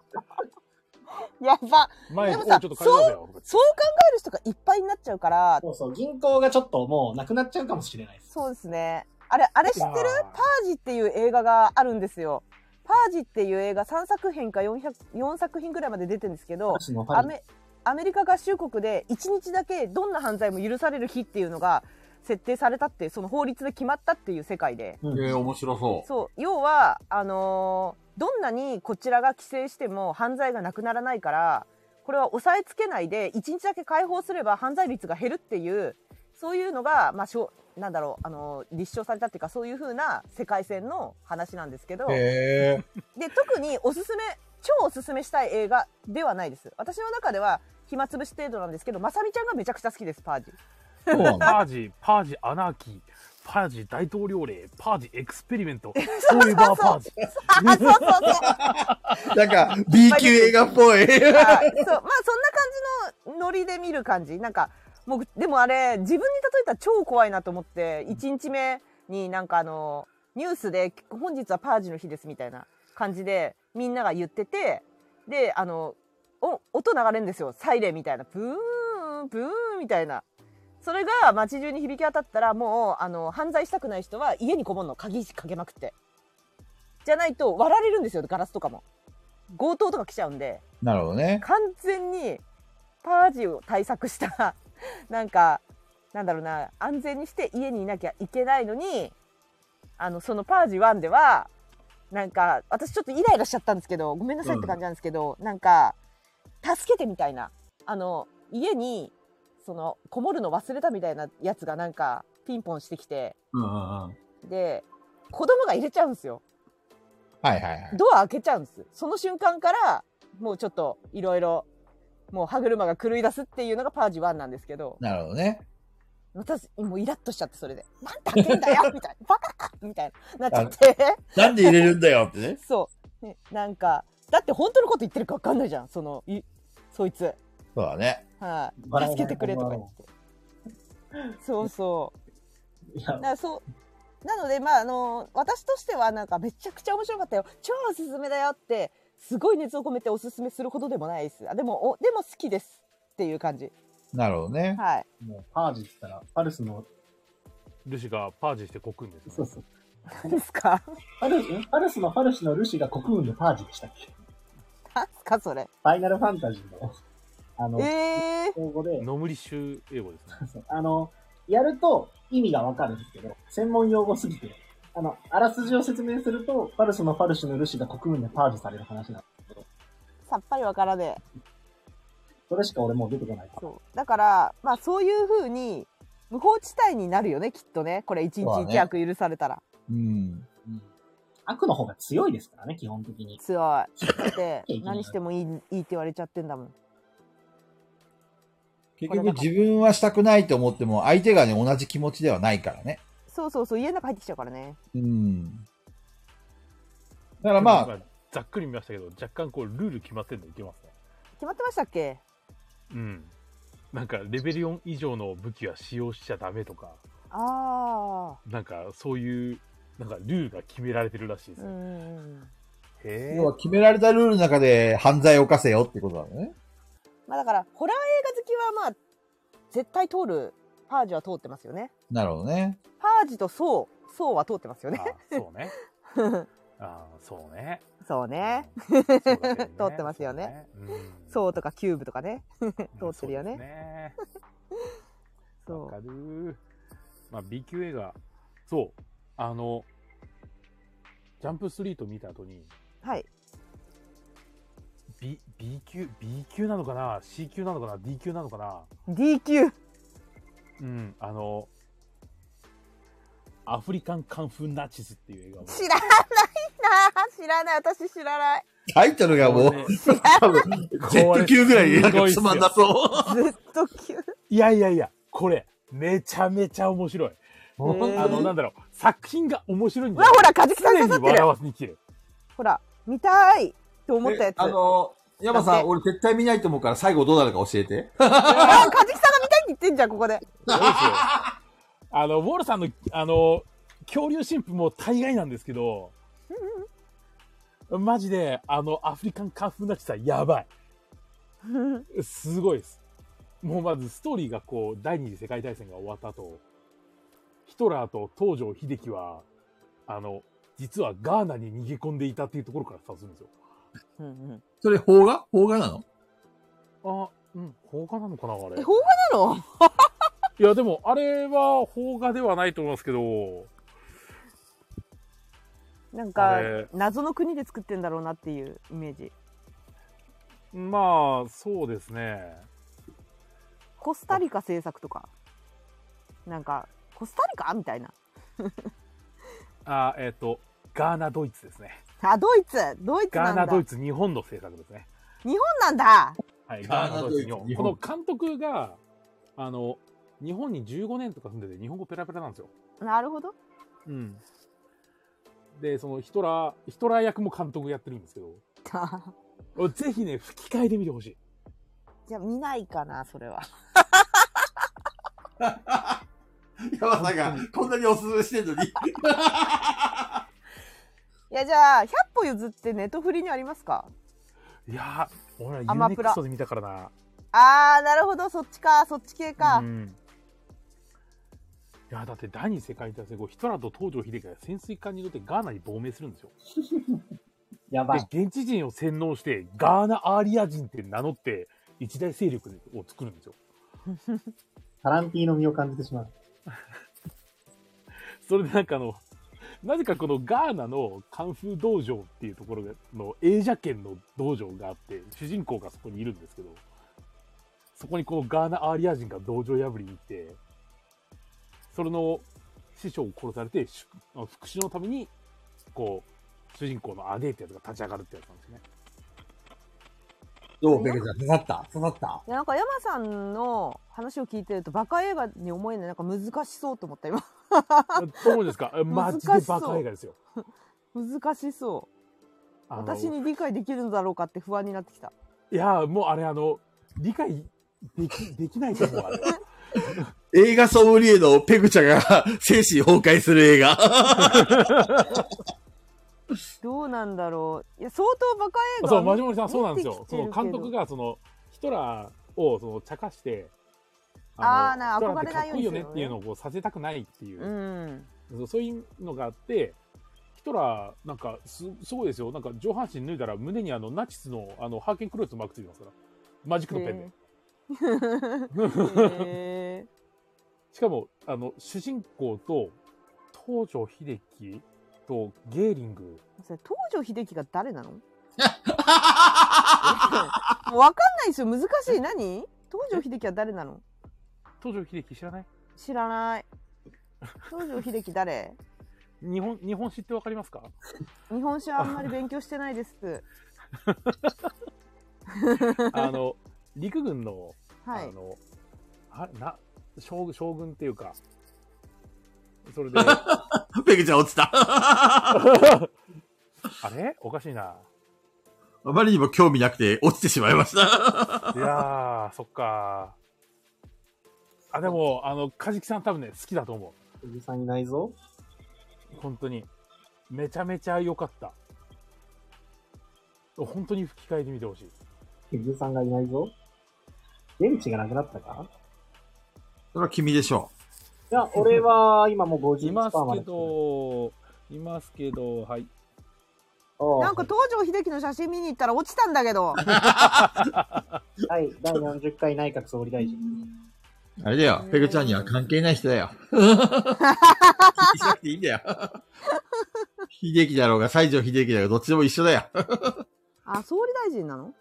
S6: やば。
S2: 前
S6: で
S2: お
S6: も
S2: いちょ
S6: さ
S2: っと金出せよ。
S6: そう考える人がいっぱいになっちゃうから、
S1: そうそう、銀行がちょっともうなくなっちゃうかもしれないです。
S6: そうですね。あれ、あれ知ってるパージっていう映画があるんですよ。パージっていう映画3作品か 400, 4作品ぐらいまで出てるんですけど、
S1: 私のファ
S6: ア
S1: ン
S6: メアメリカ合衆国で1日だけどんな犯罪も許される日っていうのが設定されたってその法律で決まったっていう世界で
S1: う
S3: え
S1: ん
S3: ー、面白そう。
S6: そう要はあのーどんなにこちらが規制しても犯罪がなくならないからこれは抑えつけないで1日だけ解放すれば犯罪率が減るっていうそういうのが、まあ、しょなんだろう、あのー立証されたっていうかそういう風な世界線の話なんですけど。
S3: へえ。
S6: で特におすすめ超おすすめしたい映画ではないです私の中では暇つぶし程度なんですけどまさみちゃんがめちゃくちゃ好きですパージ
S3: そうなん
S2: パ
S3: だ。
S2: ージ、パージアナーキー、パージ大統領令、パージエクスペリメント、フ
S6: そう
S2: ォーエバーパージ。
S6: あそうそうそう
S3: なんか、B 級映画っぽい。
S6: あそうまあそんな感じのノリで見る感じなんかもうでもあれ自分に例えたら超怖いなと思って1日目になんかあのニュースで「本日はパージの日です」みたいな感じでみんなが言っててであのお音流れるんですよサイレンみたいなブーンブーンみたいなそれが街中に響き当たったらもうあの犯罪したくない人は家にこもんの鍵かけまくってじゃないと割られるんですよガラスとかも強盗とか来ちゃうんで。
S3: なるほどね。
S6: 完全にパージを対策した なんかなんだろうな安全にして家にいなきゃいけないのにあのそのパージ1ではなんか私ちょっとイライラしちゃったんですけどごめんなさいって感じなんですけど、なんか助けてみたいなあの家にそのこもるの忘れたみたいなやつがなんかピンポンしてきて
S3: うんうんうん。はい
S6: で子供が入れちゃうんですよ。
S3: はいはい。
S6: ドア開けちゃうんです。その瞬間から、もうちょっといろいろ、もう歯車が狂い出すっていうのがパージ1なんですけど、
S3: なるほどね。
S6: 私、もうイラッとしちゃって、それで。なんて開けんだよみたいな。バカかみたいな。なっちゃって。。
S3: なんで入れるんだよってね
S6: そう、ね。なんか、だって本当のこと言ってるかわかんないじゃん。その、い、そいつ。はい、
S3: そうだね。
S6: 助けてくれとか言って。そうそう。
S1: いや
S6: だからそうなのでまああの私としてはなんかめちゃくちゃ面白かったよ超おすすめだよってすごい熱を込めておすすめするほどでもないですあでもおでも好きですっていう感じ
S3: なるほどね。
S6: はい
S1: もうパージって言ったら、パルスの、
S2: ルシがパージしてコクんです
S1: そ
S2: よ
S1: う
S2: ね。
S1: そう。
S6: 何ですか
S1: パルス、んパルスのパルスのルシが国運でパージでしたっけ
S6: 何すかそれ
S1: ファイナルファンタジーの、あの、
S6: えー、
S1: 英語で、
S2: ノムリッシュ英語ですね。
S1: そうあの、やると意味がわかるんですけど、専門用語すぎて、あの、あらすじを説明すると、パルスのパルシュのルシが国民でパージされる話なんですけど、
S6: さっぱりわからね
S1: それしか俺もう出てこない。
S6: そうだからまあそういうふうに無法地帯になるよねきっとねこれ
S5: そ
S6: 一
S5: う
S6: 日
S5: だね
S6: 一悪許されたら、
S5: うん。
S1: うん悪の方が強いですからね、基本的に。
S6: 強いだって
S1: いやいい
S6: 何してもいいいいって言われちゃってんだもん
S5: 結局自分はしたくないと思っても、相手がね、同じ気持ちではないからね。
S6: そうそうそう家の中入ってきちゃうからね
S5: うん。だからまあ、
S2: あ、ざっくり見ましたけど、若干こう、ルール決まってんのいけますね。
S6: 決まってましたっけ
S2: うん。なんか、レベル4以上の武器は使用しちゃダメとか、
S6: あ
S2: なんか、そういう、なんか、ルールが決められてるらしいです
S6: あう
S2: よ。
S6: ん
S2: へ
S5: 要は決められたルールの中で犯罪を犯せよってことだよね。
S6: まあだからホラー映画好きはまあ絶対通るパージは通ってますよね
S5: なるほどね。
S6: パージとソウソウは通ってますよね
S2: あそうね。ああ、そうね。
S6: そうね
S2: うん。そうだけどね
S6: 通ってますよね。
S2: う
S6: ソウとかキューブとかね
S2: ねう
S6: 通
S2: ん
S6: ってるよね
S2: そうですねわ
S6: そ
S2: か
S6: う
S2: るーまあ、B 級映画、そう、あの、ジャンプストリート見た後に、
S6: はい
S2: B, B 級、B 級なのかな ?C 級なのかな ?D 級なのかな
S6: D 級
S2: うん、あの、アフリカンカンフーナチスっていう映画を。
S6: 知らないな知らない私知らない
S5: タイトルがもう、多分、
S2: これ
S3: Z 級ぐらいな
S2: す
S3: ん
S2: ごい
S3: か
S2: っす
S3: つ
S2: よ
S3: まんなそう。
S6: ずっと級
S2: いやいやいや、これ、めちゃめちゃ面白い。
S6: ー
S2: あの、なんだろう、作品が面白いん
S6: う
S2: じゃ
S6: わ
S2: ない
S6: ほらカジキさん刺
S2: 常
S6: さっ
S2: に
S6: てる
S2: 笑わせに来てる。
S6: ほら見たいと思ったやつ
S3: あの、山
S6: だっ
S3: さ
S6: て
S3: ん、俺絶対見ないと思うから最後どうなるか教えて。
S6: あカジキさんが見たいって言ってんじゃんここ で
S2: そうですよあの、ウォルさんの、あの、恐竜神父も大概なんですけど、マジで、あの、アフリカンカンフーナチさんやばい。すごいです。もうまずストーリーがこう、第二次世界大戦が終わった後、ヒトラーと東條英機は、あの、実はガーナに逃げ込んでいたっていうところからスタートするんですよ。
S6: うんうん
S3: それ、邦画邦画なの
S2: あ、うん、邦画なのかな、あ
S6: え
S2: れ。
S6: 邦画なの
S2: いや、でも、あれは邦画ではないと思いますけど、
S6: なん
S2: あ
S6: か
S2: れ
S6: 謎の国で作ってんだろうなっていうイメージ
S2: まあ、そうですね。
S6: コスタリカ制作とかなんかコスタリカみたいな
S2: あえっ、と、ガーナドイツですね。
S6: あドイツドイツ
S2: ガ
S6: な
S2: ー
S6: んだ
S2: ナドイツ日本の制作ですね。
S6: 日本なんだ
S2: はい、ガ
S3: ガー
S2: ー
S3: ナ
S2: ナ
S3: ド
S2: ド
S3: イ
S2: イツ
S3: ツ
S2: 日本。
S3: 日
S2: こ
S3: 本
S2: の監督が、あの、日本に15年とか住んでて日本語ペラペラなんですよ。
S6: なるほど
S2: うん。で、そのヒトラー、ヒトラー役も監督やってるんですけど、ぜひね、吹き替えで見てほしい。
S6: じゃあ見ないかなそれは
S3: 山さんがこんなにおすすめしてんの に。
S6: いやじゃあ100歩譲ってネットフリにありますか
S2: いやー、俺
S6: ア
S2: は
S6: マ
S2: ユーネ
S6: プ
S2: ク
S6: ラ
S2: ストで見たからな。
S6: あーなるほどそっちかそっち系か、
S2: うんいやだって第二次世界大戦後ヒトラーと東條英機が潜水艦に乗ってガーナに亡命するんですよ。
S1: やばい。
S2: で現地人を洗脳してガーナアーリア人って名乗って一大勢力を作るんですよ。
S1: タランティーノ味を感じてしまう。
S2: それでなんかあのなぜかこのガーナのカンフー道場っていうところの英邪圏の道場があって主人公がそこにいるんですけどそこにこのガーナアーリア人が道場破りに行ってそれの師匠を殺されてし復讐のためにこう主人公のアネーってやつが立ち上がるってやつなんですね。
S5: どうペグちゃん、刺さった刺さった
S6: いやなんか山さんの話を聞いてるとバカ映画に思えないなんか難しそうと思った今
S2: どうですかマジでバカ映画ですよ。
S6: 難しそう
S2: あの
S6: 私に理解できるのだろうかって不安になってきた
S2: いやーもうあれあの理解できできないと思うあれ
S3: 映画ソムリエのペグちゃんが 精神崩壊する映画。
S6: どうなんだろういや相当バカ映画
S2: そう
S6: を
S2: マジモリさんそうなんですよ
S6: 見てき
S2: そ
S6: てる
S2: の
S6: けど
S2: 監督がそのヒトラーをその茶化して
S6: あーな
S2: ヒトラーって
S6: 憧れ
S2: か
S6: な
S2: っ
S6: いよう
S2: こい
S6: に
S2: い
S6: す
S2: よ
S6: る
S2: ね
S6: よね
S2: っていうのをこうさせたくないっていうう、
S6: ん
S2: そうそういうのがあってヒトラーなんかすすごいですよなんか上半身脱いだら胸にあのナチスのあのハーケンクロイツマークついてますからマジックのペンで、
S6: へー
S2: しかもあの主人公と東條英機とゲーリング
S6: それ東條英機が誰なのもうわかんないですよ。難しい。何東條英機は誰なの
S2: 東條英機知らない
S6: 知らない。東條英機誰
S2: 日本、日本史ってわかり ますか
S6: 日本史はあんまり勉強してないです。
S2: あの、陸軍の、
S6: は
S2: あ
S6: い。
S2: の、あれ、な、将軍、将軍っていうか、そ れで、
S3: ペグちゃん落ちた。あ
S2: あれおかしいな。
S3: まりにも興味なくて落ちてしまいまし
S2: い
S3: た。
S2: やー、そっかあ、でも、あの、カジキさん多分ね、好きだと思
S1: おじさんいないぞ。
S2: う。本当に。めちゃめちゃ良かった。本当に吹き替えで見てほしい。
S1: おじさんがいないぞ。電池がなくなったか
S3: それは君でしょ
S1: いや、俺は今もう
S2: い
S1: 50%
S2: ます
S1: まで
S2: け。ど、いますけど、はい。
S1: おう
S6: なんか東條英機の写真見に行ったら落ちたんだけ ど。
S1: はい、第40回内閣総理大臣。
S5: あれだよ
S6: うん、
S5: ペグちゃんには関係ない人 だよ。
S3: う。気にしなくていいんだよ。秀樹だろうが、西条秀樹だろうが、どっちでも一緒だよ。
S6: あ、総理大臣なの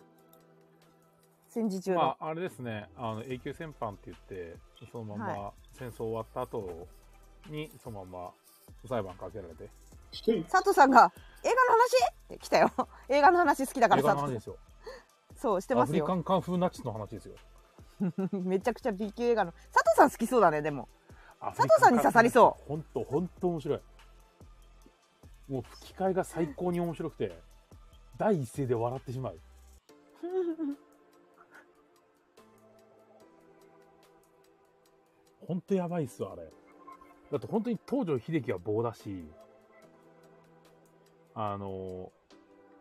S6: 戦時中の。
S2: まあ、あれですね、あの永久戦犯って言って、そのまま
S6: は
S2: 戦争終わった後に、そのまま裁判かけられて、
S6: 佐藤さんが、映画の話って来たよ。映画の話好きだから
S2: 映画の
S6: 佐
S2: 話で
S6: 藤
S2: すよ。
S6: そう、して
S2: ア
S6: ま
S2: フ
S6: す
S2: リ
S6: よ
S2: カ。ンカンフーナチスの話ですよ。
S6: めちゃくちゃ B 級映画の。佐藤さん好きそうだね、で も。
S2: 佐。
S6: 佐藤さんに刺さりそう
S2: 本当本当面白い。もう吹き替えが最高に面白くて、第一声で笑ってしまう。本当やばいっすわ、あれ。だって本当に東條英機は棒だし、あの、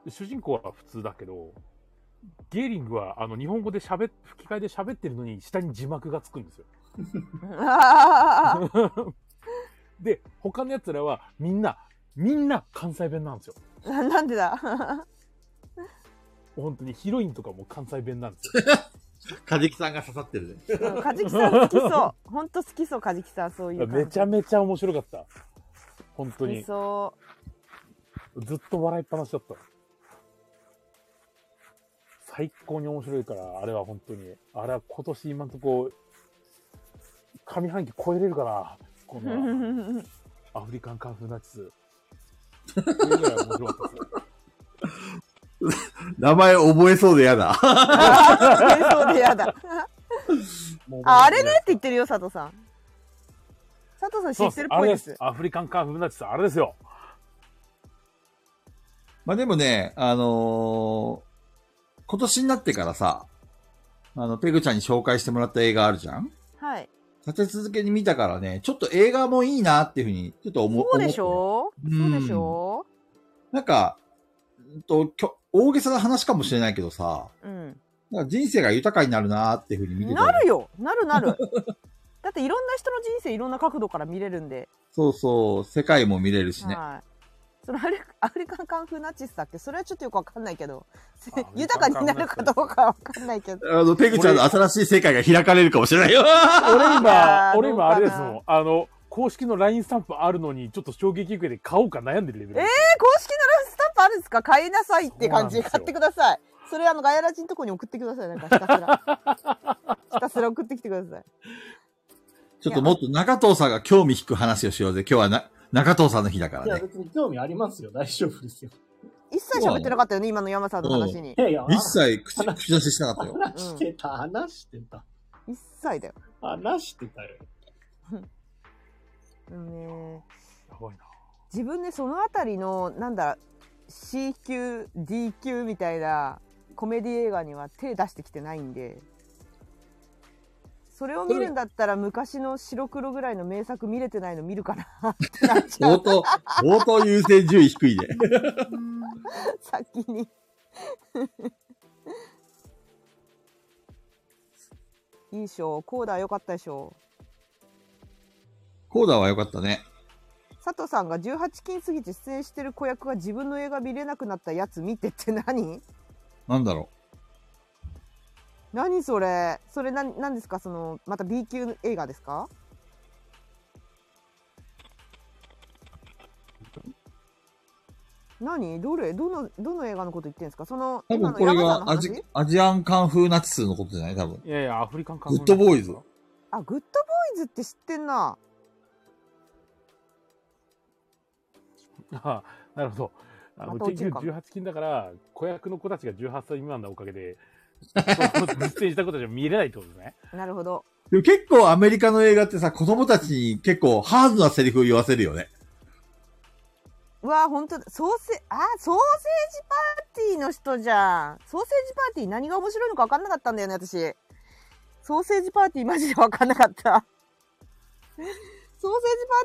S2: 主人公は普通だけど、ゲーリングはあの日本語で喋っ吹き替えで喋ってるのに下に字幕がつくんですよ。
S6: あー
S2: で、他の奴らはみんな、みんな関西弁なんですよ。
S6: ななんでだ
S2: 本当にヒロインとかも関西弁なんですよ。
S3: カジキさんが刺さってるね。
S6: うんカジキさん好きそう。ほんと好きそう、カジキさん、そういう感じ。
S2: めちゃめちゃ面白かった。本当
S6: 好き
S2: に。
S6: そ
S2: ずっと笑いっぱなしだった。最高に面白いから、あれは本当に。あれは今年今んとこ、上半期超えれるかな。こ
S6: う。
S2: のアフリカンカンフーナチス。っていうぐらい面白かったですよ。
S3: 名前覚えそうでやだ。
S6: あーそう でやだ。
S1: もう
S6: ああれねって言ってるよ、佐藤さん。佐藤さん知
S2: そう
S6: ってるっ
S2: あ
S6: ぽい
S2: れ
S6: で。
S2: ですす。アフリカンカンフーナチス、あれですよ。
S5: まあでもね、あのー今年になってからさ、あの、ペグちゃんに紹介してもらった映画あるじゃん
S6: はい。
S5: 立て続けに見たからね、ちょっと映画もいいなっていうふうに、ちょっと思
S6: そうでしょ
S5: う
S6: うんそうでしょ
S5: なんか、うんときょ大げさな話かもしれないけどさ、
S6: うん。
S5: なんか人生が豊かになるなっていうふうに見てたよ
S6: なるよなるなるだっていろんな人の人生いろんな角度から見れるんで、
S5: そうそう、世界も見れるしね。
S6: はいそのアフリアフリカンカンフーナチスだっけそれはちょっとよくわかんないけどせ
S2: アフリカン
S6: 豊かになるかどうかはわかんな いけど
S3: あの、ペグちゃんの新しい世界が開かれるかもしれない よ。
S2: 俺
S6: いや
S2: 今、
S6: ー
S2: 俺今あれですも
S6: ど
S2: ん。あの、公式の LINE スタンプあるのに、ちょっと衝撃受けて買おうか悩んでるレベルです。
S6: えー公式のラスタンプあるんですか買いなさいっ
S2: そ
S6: て感じ
S2: うなんで
S6: です
S2: よ
S6: 買ってくださいそれあのガヤラジのとこに送ってくださいなんかひたすら ひたすら送ってきてください
S5: ちょっともっと中藤さんが興味引く話をしようぜ。今日はな中藤さんの日だから
S1: いや、
S5: ね。
S1: 別に興味ありますよ。大丈夫ですよ。
S6: 一切喋ってなかったよね今の山さんの話に
S1: い、やいや、
S5: 一切口、口出ししてなかったよ。
S1: 話してた、話してた、
S6: 一切だよ、
S1: 話してたよ。
S6: うんね
S2: やばいな。
S6: 自分ねそのあたりのなんだ C 級 D 級みたいなコメディ映画には手出してきてないんでそれを見るんだったら昔の白黒ぐらいの名作見れてないの見るかな ってなっちゃ
S5: 相
S6: う
S5: 当、
S3: 相当優先順位低いね。
S6: 先に いいでしょコーダー良かったでしょ
S5: コーダは良かったね。
S6: 佐藤さんが18禁過ぎて出演してる子役が自分の映画見れなくなったやつ見てって何
S5: なんだろ
S6: 何それそれ何何ですかそのまた B 級映画ですか何どれどの、どの映画のこと言ってんですかその、
S5: 多分
S6: 今の
S5: これ
S6: ヤマさんの
S5: がア
S6: 話
S5: ジアジアンカンフーナチスのことじゃない多分。
S2: いやいや、アフリカンカ
S5: グッドボーイ
S2: ズ。
S5: ズ。
S6: あ、グッドボーイズって知ってんな。
S2: ああなるほど。あの
S6: また落
S2: 結
S6: ちるか
S2: 局
S6: も
S2: 18禁だから、子役の子たちが18歳未満なおかげ で、その実践したことじゃ見れないってことですね。
S6: なるほど。
S3: でも結構アメリカの映画ってさ、子供たちに結構ハードなセリフを言わせるよね。
S6: うわあ、本当だソーセ、あ、ソーセージパーティーの人じゃん。ソーセージパーティー何が面白いのか分かんなかったんだよね、私。ソーセージパーティーマジで分かんなかった。ソーセージパ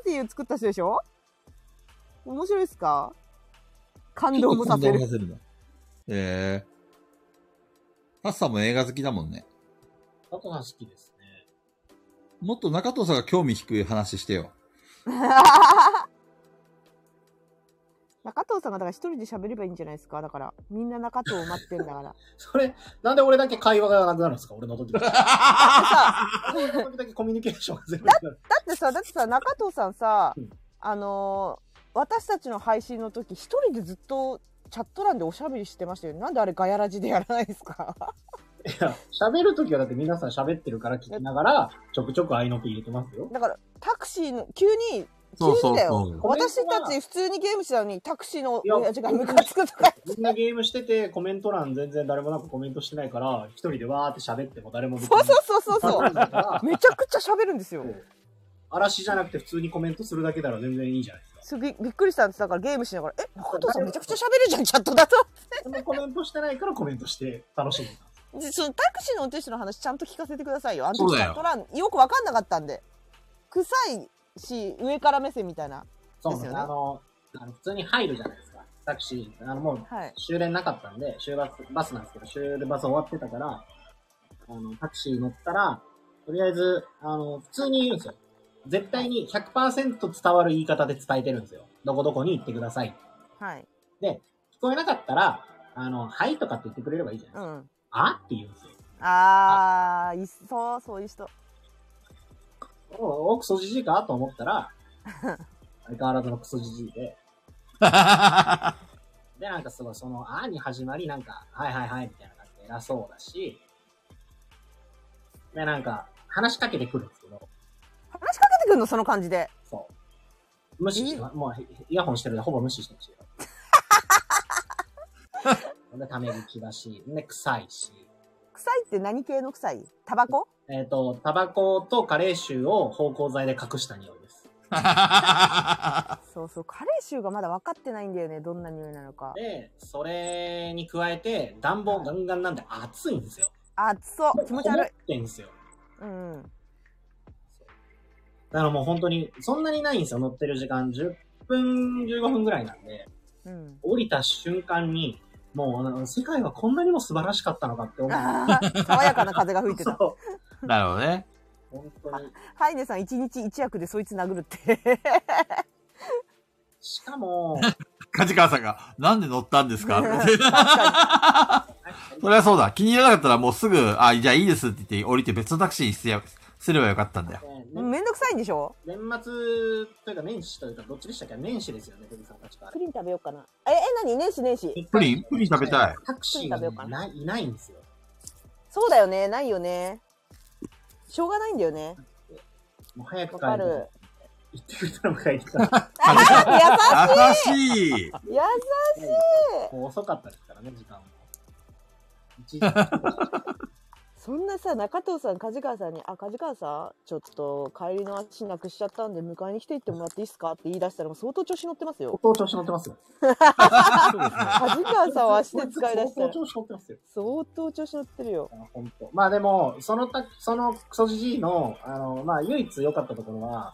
S6: ーティーを作った人でしょ面白いっすか感動もさ
S5: 感
S6: せ
S5: 動
S6: る。
S5: させるんだ。ええー。ハッサンも映画好きだもんね。
S1: あとは好きですね。
S5: もっと中藤さんが興味低い話して よ。
S6: 中藤さんがだから一人で喋ればいいんじゃないですかだから。みんな中藤を待ってんだから。
S1: それ、なんで俺だけ会話がなくなるんですか俺の 時だけ。
S6: さ
S1: 俺の時だけコミュニケーションが全部なくなる。
S6: だってさ、だってさ、中藤さんさ
S1: うん、
S6: あのー私たちの配信の時、一人でずっとチャット欄でおしゃべりしてましたよね。なんであれガヤラジでやらないですか
S1: いや、喋る時はだって皆さん喋ってるから聞きながら、ちょくちょく合いの手入れてますよ。
S6: だから、タクシーの、急に、急にだよ。
S1: そう
S6: 私たち普通にゲームしてたのに、タクシーの
S1: いや
S6: 親父がムカつくとか。
S1: みんなゲームしてて、コメント欄全然誰もなんかコメントしてないから、一人でわーって喋っても誰も
S6: そうそうそうそう
S1: そ
S6: そう。
S1: う。
S6: めちゃくちゃ喋るんですよ。
S1: 嵐じゃなくて普通にコメントするだけなら全然いいじゃないですか。
S6: すびびっくりしたんです。だからゲームしながら、え、中藤さんめちゃくちゃ喋るじゃん、チャットだと。
S1: そんなコメントしてないからコメントして楽しんでた。
S6: でそのタクシーの運転手の話ちゃんと聞かせてくださいよ。あの
S3: そう
S6: 時
S3: だ
S6: チャ
S3: よ
S6: ット欄よくわかんなかったんで。臭いし、上から目線みたいな。
S1: そうなん
S6: です
S1: です、
S6: よね
S1: あの、あの普通に入るじゃないですか。タクシー、あのもう
S6: はい。
S1: 終電なかったんで、終バス、バスなんですけど、終バス終わってたから、あの、タクシー乗ったら、とりあえず、あの、普通に言うんですよ。絶対に100%伝わる言い方で伝えてるんですよ。どこどこに行ってください。
S6: はい。
S1: 聞こえなかったら、あの、はいとかって言ってくれればいいじゃ
S6: う
S1: ないですか。
S6: ん。
S1: あって言うんですよ。
S6: あー、いっそう、そういう人。
S1: おお、クソじじいかと思ったら、相変わらずのクソじじいで、で、なんかすごい、その、あーに始まり、なんか、はいはいはい、みたいな感じで偉そうだし、で、なんか、話しかけてくるんですけど、
S6: 話しかけてくんのその感じで。
S1: そう。無視して、もう、イヤホンしてるんで、ほぼ無視してましたよ。で、ため口だし、で、臭いし、
S6: 臭いって何系の臭いタバコ
S1: えっ、と、タバコとカレー臭を芳香剤で隠した匂いです。
S6: そうそう。カレー臭がまだ分かってないんだよね。どんな匂いなのか。
S1: で、それに加えて、暖房ガンガンなんで暑いんですよ。
S6: 熱そう。気持ち
S1: こも
S6: 悪い
S1: っ。てんですよ。
S6: うんうん。
S1: だからもう本当に、そんなにないんですよ、乗ってる時間。10分、15分ぐらいなんで、
S6: うん。
S1: 降りた瞬間に、もうあの、世界はこんなにも素晴らしかったのかって思う。
S6: あー爽やかな風が吹いてた。
S1: そう
S3: なるほどね。
S1: 本当に。
S6: ハイネさん一日一役でそいつ殴るって。
S1: しかも、
S3: 梶川さんが、なんで乗ったんですか って
S1: なんか
S3: それはそうだ。気に入らなかったらもうすぐ、あ、じゃあいいですって言って降りて別のタクシーにすればすればよかったんだよ。
S1: ねね
S6: めんどくさいんでしょ
S1: 年末というか年始というか、どっちでしたっけ年始ですよね、デビさんたちから
S6: プ。リン食べようかな。え、え、何年始年始。
S3: プリンプリン食べたい。
S1: タクシーが
S6: プリン食べよう
S1: いな
S6: か
S1: いいないんですよ。
S6: そうだよね。ないよね。しょうがないんだよね。
S1: もう早く帰
S6: わか
S1: る
S6: る。
S1: 行ってくれたら迎えに来たら。
S6: あー
S3: 優しい
S6: 優しい優
S1: もう遅かったですからね、時間も。 一時間
S6: そんなさ、中藤さん、梶川さんに、あ、梶川さん、ちょっと帰りの足なくしちゃったんで、迎えに来ていってもらっていいですかって言い出したら、もう相当調子乗ってますよ。
S1: 相当調子乗ってますよ。
S2: そうですね。
S6: 梶川さんは足で使い出した
S1: 相当、
S6: ら
S1: 調子乗ってますよ。
S6: 相当調子乗ってるよ。
S1: あ本当。まあでも、そのた、そのクソじじいの、あの、まあ唯一良かったところは、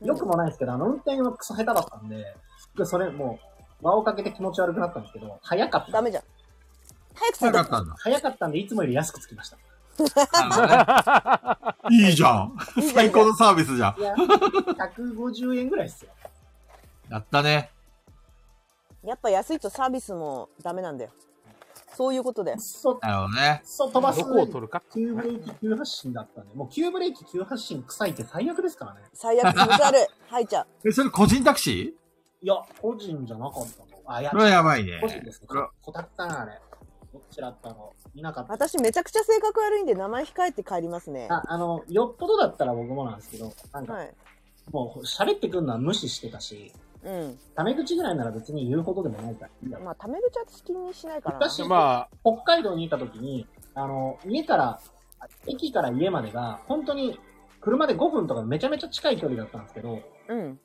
S1: 良くもないですけど、あの運転はクソ下手だったんで、すっごいそれもう、輪をかけて気持ち悪くなったんですけど、早かった。
S6: ダメじゃん。早く着
S3: よ
S6: いて
S3: かったんだ。
S1: 早かったんで、いつもより安くつきました。
S3: いいじゃん。最高のサービスじゃ
S1: い
S3: ん。
S1: や、150円ぐらいっすよ。
S3: やったね。
S6: やっぱ安いとサービスもダメなんだよ。そういうことで
S1: くっ。そ、くっ
S3: なるほどね。
S1: そ飛ばす
S2: どこを取るかってい
S1: 急
S2: う
S1: ブ
S2: ね
S1: レーキ、急発進だったんで、もう急ブレーキ、急発進臭いって最悪ですからね。
S6: 最悪気持ち悪い。はいちゃん。
S3: え、それ個人タクシ
S1: いや、個人じゃなかったな。あ、や
S5: それはやばいね。
S1: 欲しいですね
S3: あら。
S1: こたつさん、あれ。どっちだったの見なかった。
S6: 私めちゃくちゃ性格悪いんで名前控えて帰りますね。
S1: あ、あの、よっぽどだったら僕もなんですけど、なんか、
S6: はい。
S1: もう、喋ってくるのは無視してたし、
S6: うん。
S1: タメ口ぐらいなら別に言うほどでもないから。
S6: まあ、タメ口は気にしないからな。
S1: 私
S2: ま
S1: 北海道にいた時に、あの、家から、あ駅から家までが、本当に、車で5分とかめちゃめちゃ近い距離だったんですけど、
S6: うん。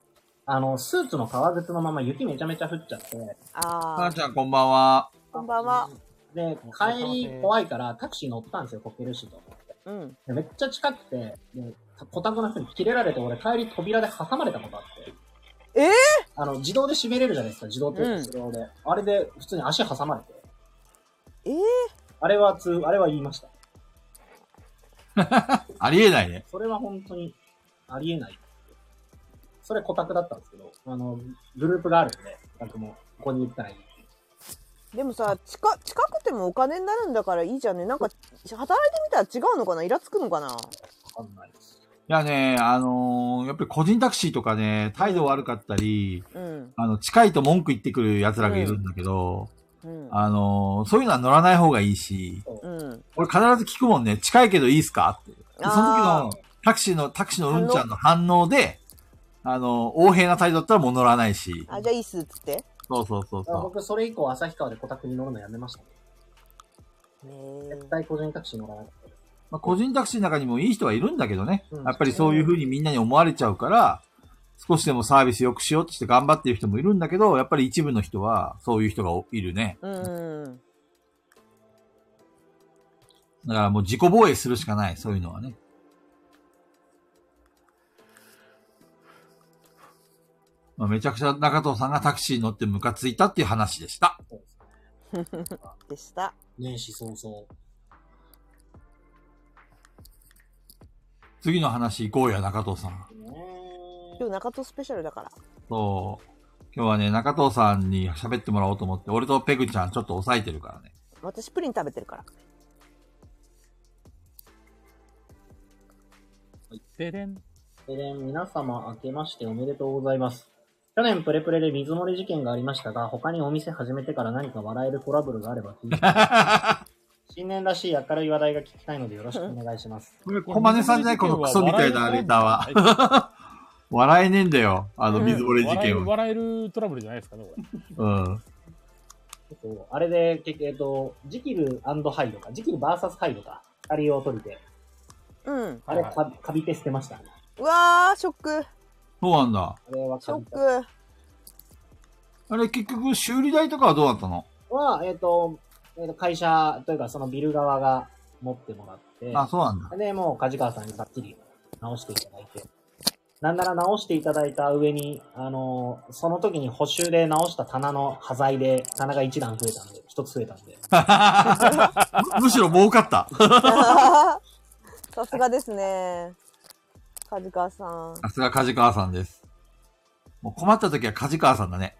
S1: あの、スーツの革靴のまま雪めちゃめちゃ降っちゃって、
S6: あ
S3: さ
S6: あ
S3: ん、ちゃんこんばんは。
S6: こんばんは。。
S1: で、帰り怖いからタクシー乗ったんですよ、こけるしと。
S6: うん。
S1: でめっちゃ近くて、でコタクの人に切れられて、俺帰り扉で挟まれたことあって。
S6: えー
S1: あの、自動で閉めれるじゃないですか、自動というか
S6: うん
S1: 自動で。あれで普通に足挟まれて。
S6: えー
S1: あれは通、あれは言いました。
S3: ありえないね。
S1: それは本当にありえない。それコタクだったんですけど、あの、グループがあるんで、コタクも、ここに行ったらいい。
S6: でもさ、近、近くてもお金になるんだからいいじゃんね。なんか、働いてみたら違うのかなイラつくのかな
S1: わかんないです。
S3: いやね、あのーやっぱり個人タクシーとかね、態度悪かったり、
S6: うん。
S3: あの、近いと文句言ってくる奴らがいるんだけど、
S6: うん。
S3: あのーそういうのは乗らない方がいいし、
S6: うん。
S3: 俺必ず聞くもんね、近いけどいいっすかって。でその
S6: あー
S3: 時の、タクシーの、タクシーのうんちゃんの反応で、あのー、横平な態度だったらもう乗らないし。
S6: あ、じゃあいいっす、つって。
S3: そうそうそう
S1: だから
S3: そ
S1: 僕、それ以降、旭川でコタクに乗るのやめました、
S6: ね
S1: 絶対個人タクシー乗らなかったです。
S3: う。まあ、個人タクシーの中にもいい人はいるんだけどね。
S1: うん
S3: やっぱりそういう風にみんなに思われちゃうから、少しでもサービス良くしようとして頑張ってる人もいるんだけど、やっぱり一部の人はそういう人がいるね。
S6: うん。
S3: だからもう自己防衛するしかない、そういうのはね。まあ、めちゃくちゃ中藤さんがタクシーに乗ってムカついたっていう話でした。
S1: そうです
S6: でした。
S1: 年始早々。
S3: 次の話行こうや、中藤さん。
S6: 今日中戸スペシャルだから。
S3: そう。今日はね、中藤さんに喋ってもらおうと思って、俺とペグちゃんちょっと抑えてるからね。
S6: 私プリン食べてるから。
S2: あ、ででん。
S1: でね、皆様明けましておめでとうございます。去年プレプレで水漏れ事件がありましたが、他にお店始めてから何か笑えるトラブルがあれば聞いてください 新年らしい明るい話題が聞きたいのでよろしくお願いします。
S3: これ、小金さんじゃないこのクソみたいなレターは。笑えねえんだよ。あの、
S6: うん
S3: 水漏れ事
S2: 笑える
S3: 件は。
S2: 笑えるトラブルじゃないですかね、これ。
S3: うん。
S1: そうあれで、結局えっと、ジキルハイドか、ジキル VS ハイドか、二人を取りて、
S6: うん。
S1: あれ、
S2: はいはい
S1: かカビて捨てました、ね。
S6: うわー、ショック。
S3: そうなんだ。
S1: あれは
S6: シ
S1: カ
S6: ョ
S1: ビた
S6: ック。
S3: あれ、結局、修理代とかはどうだったの
S1: は、えっ、と、えっと会社というかそのビル側が持ってもらって、
S3: あ、そうなんだ。
S1: で、もう、梶川さんにバッチリ直していただいて。なんなら直していただいた上に、あのーその時に補修で直した棚の端材で、棚が一段増えたんで、一つ増えたんで。
S3: むむしろ儲かった。
S6: さすがですね。梶川さん。
S3: さすが梶川さんです。もう困った時は梶川さんだね。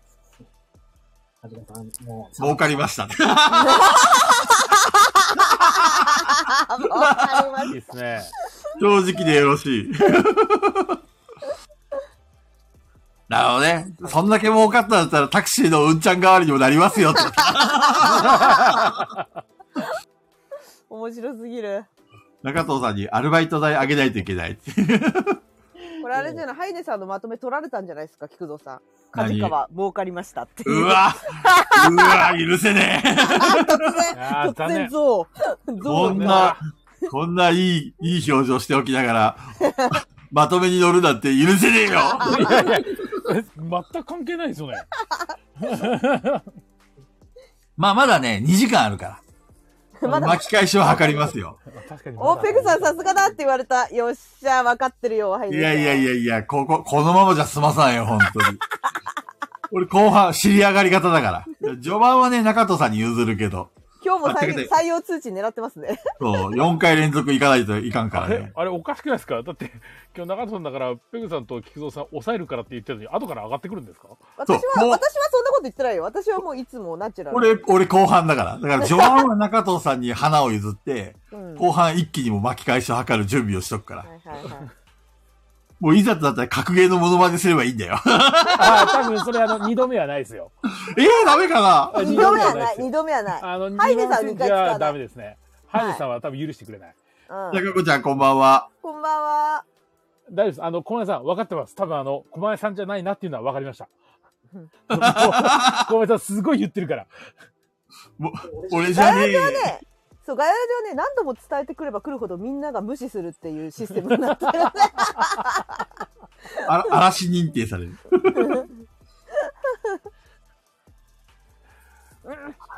S1: 梶川さん、もう、
S3: 儲かりました。
S6: あ、わかりま
S2: いいですね。
S3: 正直でよろしい。 なるほどね。そんだけ儲かったんだったらタクシーのうんちゃん代わりにもなりますよって。
S6: 面白すぎる。
S3: 中藤さんにアルバイト代あげないといけない。
S6: これあれじゃない、ハイネさんのまとめ取られたんじゃないですか、菊蔵さん。梶川、儲かりましたって。
S3: うわうわ許せねえ
S2: あー残
S6: 突然
S2: 念。
S6: ゾウ。ゾ
S3: こ
S6: ウ
S3: んな、こんないい、いい表情しておきながら、まとめに乗るなんて許せねえよ
S2: いやいや、え 全く関係ないですよね。
S3: まあまだね、2時間あるか
S6: ま
S3: ら。
S6: だ、
S3: 巻き返しを図りますよ。
S2: 確かに。
S6: お、ペグさんさすがだって言われた。よっしゃ、分かってるよ、ハイ
S3: い
S6: ネ
S3: やいやい
S6: や。
S3: やいや、ここ、このままじゃ済まさないよ、本当に。 俺後半、知り上がり方だから。序盤はね、中藤さんに譲るけど。
S6: 今日も採
S3: あて
S6: 用
S3: か
S6: 採用通知狙ってますね。
S3: そう、4回連続行かないといかんか
S2: あ
S3: ら
S2: れ
S3: ね。
S2: あれおかしくないですかだって今日中田さんだからペグさんと菊蔵さん抑えるからって言ってるのに後から上がってくるんですか
S6: 私
S3: そう
S6: は、私はそ
S3: こ
S6: ん
S3: う
S6: なこと言ってないよ。私はもういつもナチュラル。
S3: 俺、俺後半だから。だから序盤は中藤さんに花を譲って、
S6: うん。
S3: 後半一気にも巻き返しを図る準備をしとくから
S6: は。いはいはい。
S3: もういざとなったら格ゲーのモノマネすればいいんだよ。
S2: ああ、多分それあの、二度目はないですよ。
S3: えー、ダメかな
S6: 二度目はない、
S2: ですよ
S6: 二度目はない。
S2: あの、
S6: ハイネさんは
S2: 二
S6: 二
S2: 度
S6: 回
S2: 目
S6: 使わ
S2: は
S6: ない
S2: ダメですね。ハイネさんは多分許してくれない。
S6: うん
S3: 中子ちゃんこんばんは。
S6: こんばんは。
S2: 大丈夫です。あの、小林さん、分かってます。多分あの、小林さんじゃないなっていうのは分かりました。
S6: う
S2: もう小林さん、すごい言ってるから。
S3: 俺じゃ
S6: ガヤラ
S3: ね
S6: ジ
S3: え
S6: はね、そう、ガヤラジはね、何度も伝えてくれば来るほどみんなが無視するっていうシステムになって る。
S3: あら嵐認定される。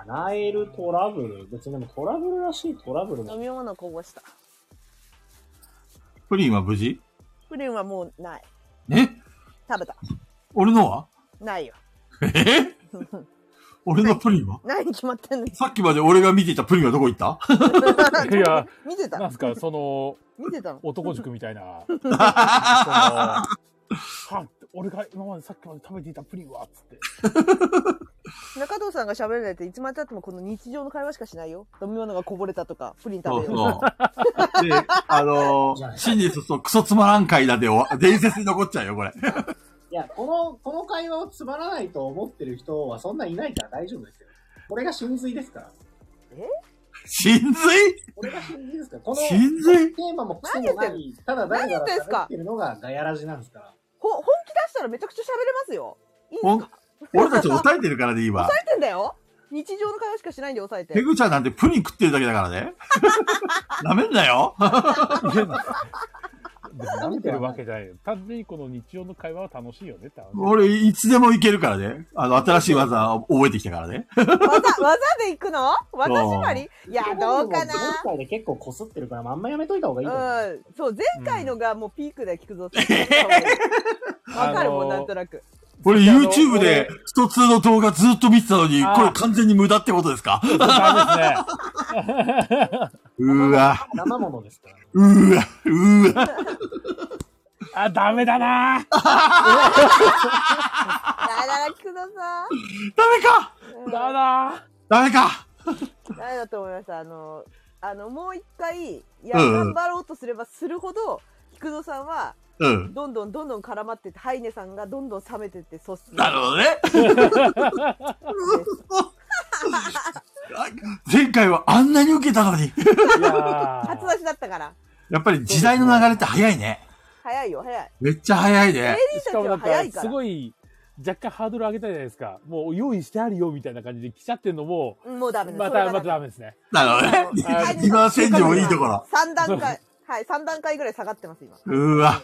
S1: 叶えるトラブル。別にでもトラブルらしいトラブル
S6: 飲
S1: も。
S6: み物こぼした。
S3: プリンは無事
S6: プリンはもうない。
S3: え
S6: 食べた。
S3: 俺のは
S6: ないよ。
S3: え 俺のプリンは
S6: ないに決 まってんの
S3: さっきまで俺が見ていたプリンはどこ行った
S2: いや、
S6: 見て
S2: なん
S6: た
S2: すか、その、
S6: 見てたの
S2: 男塾みたい な。そのは俺が今までさっきまで食べていたプリンはっつって。
S6: 中藤さんが喋れないっていつまで経ってもこの日常の会話しかしないよ。飲み物がこぼれたとか、プリ ン
S3: そ
S6: 食
S3: う
S6: べよう。
S3: そう。で、あのー、真実そう、クソつまらん回だで終わ、伝説に残っちゃうよ、これ。
S1: いや、この、この会話をつまらないと思ってる人はそんないないから大丈夫ですよ。これが真髄ですから。
S3: 真髄
S1: これが真髄ですから。この、テ
S3: 真髄
S1: ーマもクソもな
S6: 何
S1: い、ただ誰
S6: 何
S1: が
S6: 言ってんす
S1: 喋
S6: か
S1: ってるのがガヤラジなんですから。
S6: ほ本気出したらめちゃくちゃ喋れますよ。いい
S3: ほ
S6: んで
S3: ん
S6: すか
S3: 俺たち抑えてるからね、今。
S6: 抑えてんだよ。日常の会話しかしないんで抑 え
S3: ペ
S6: て。
S3: グちゃんなんてプリン食ってるだけだからね。なめんなよ。
S2: でも舐めてるわけじゃないよ。単純にこの日常の会話は楽しいよねって話。
S3: 俺、いつでもいけるからね。あの、新しい技を覚えてきたからね。
S6: 技、技で行くの技縛りいや、どうかな
S1: 前回で結構擦ってるから、あんまやめといた方がいいと思う。
S6: うん。そう、前回のがもうピークで 聞くぞ。わかるもん、
S2: あのー
S6: なんとなく。
S3: 俺、
S2: あの
S3: YouTube で、スト2の動画ずっと見てたのに、
S2: あー
S3: これ完全に無駄ってことですか
S2: ダメですね。
S3: うーわ、
S1: 生物ですから、ね。
S3: うーわ、うーわ。
S2: あ、ダメだな
S6: だら聞くぞさ。
S3: ダメか
S6: うん
S2: だな
S3: ダメか
S6: 誰だと思いましたあのあのもう一回いや
S3: うん
S6: 頑張ろうとすればするほど菊蔵さんは
S3: うん。
S6: どんどんどんどん絡まってってハイネさんがどんどん冷めてって阻止
S3: なるほどね。 前回はあんなに受けたのに。
S2: いや
S6: 初出しだったから
S3: やっぱり時代の流れって早いね。
S6: 早いよ早い
S3: めっちゃ早い
S6: メ
S3: ね。
S6: リー
S2: した
S6: ち
S2: かもな
S6: は
S2: ん
S6: 早い
S2: か、
S6: か
S2: す
S6: ら
S2: ごい、若干ハードル上げたじゃないですか。もう用意してあるよみたいな感じで来ちゃってんのも、
S6: うんもうダメだ
S2: ま
S6: それ
S2: た、
S6: は
S2: また
S6: ダメ
S2: ダメですね。
S3: なる ほどね。
S2: あ
S6: の
S3: 二番戦時もいいところ。
S6: 三段階はい三段階ぐらい下がってます今
S3: うーわ。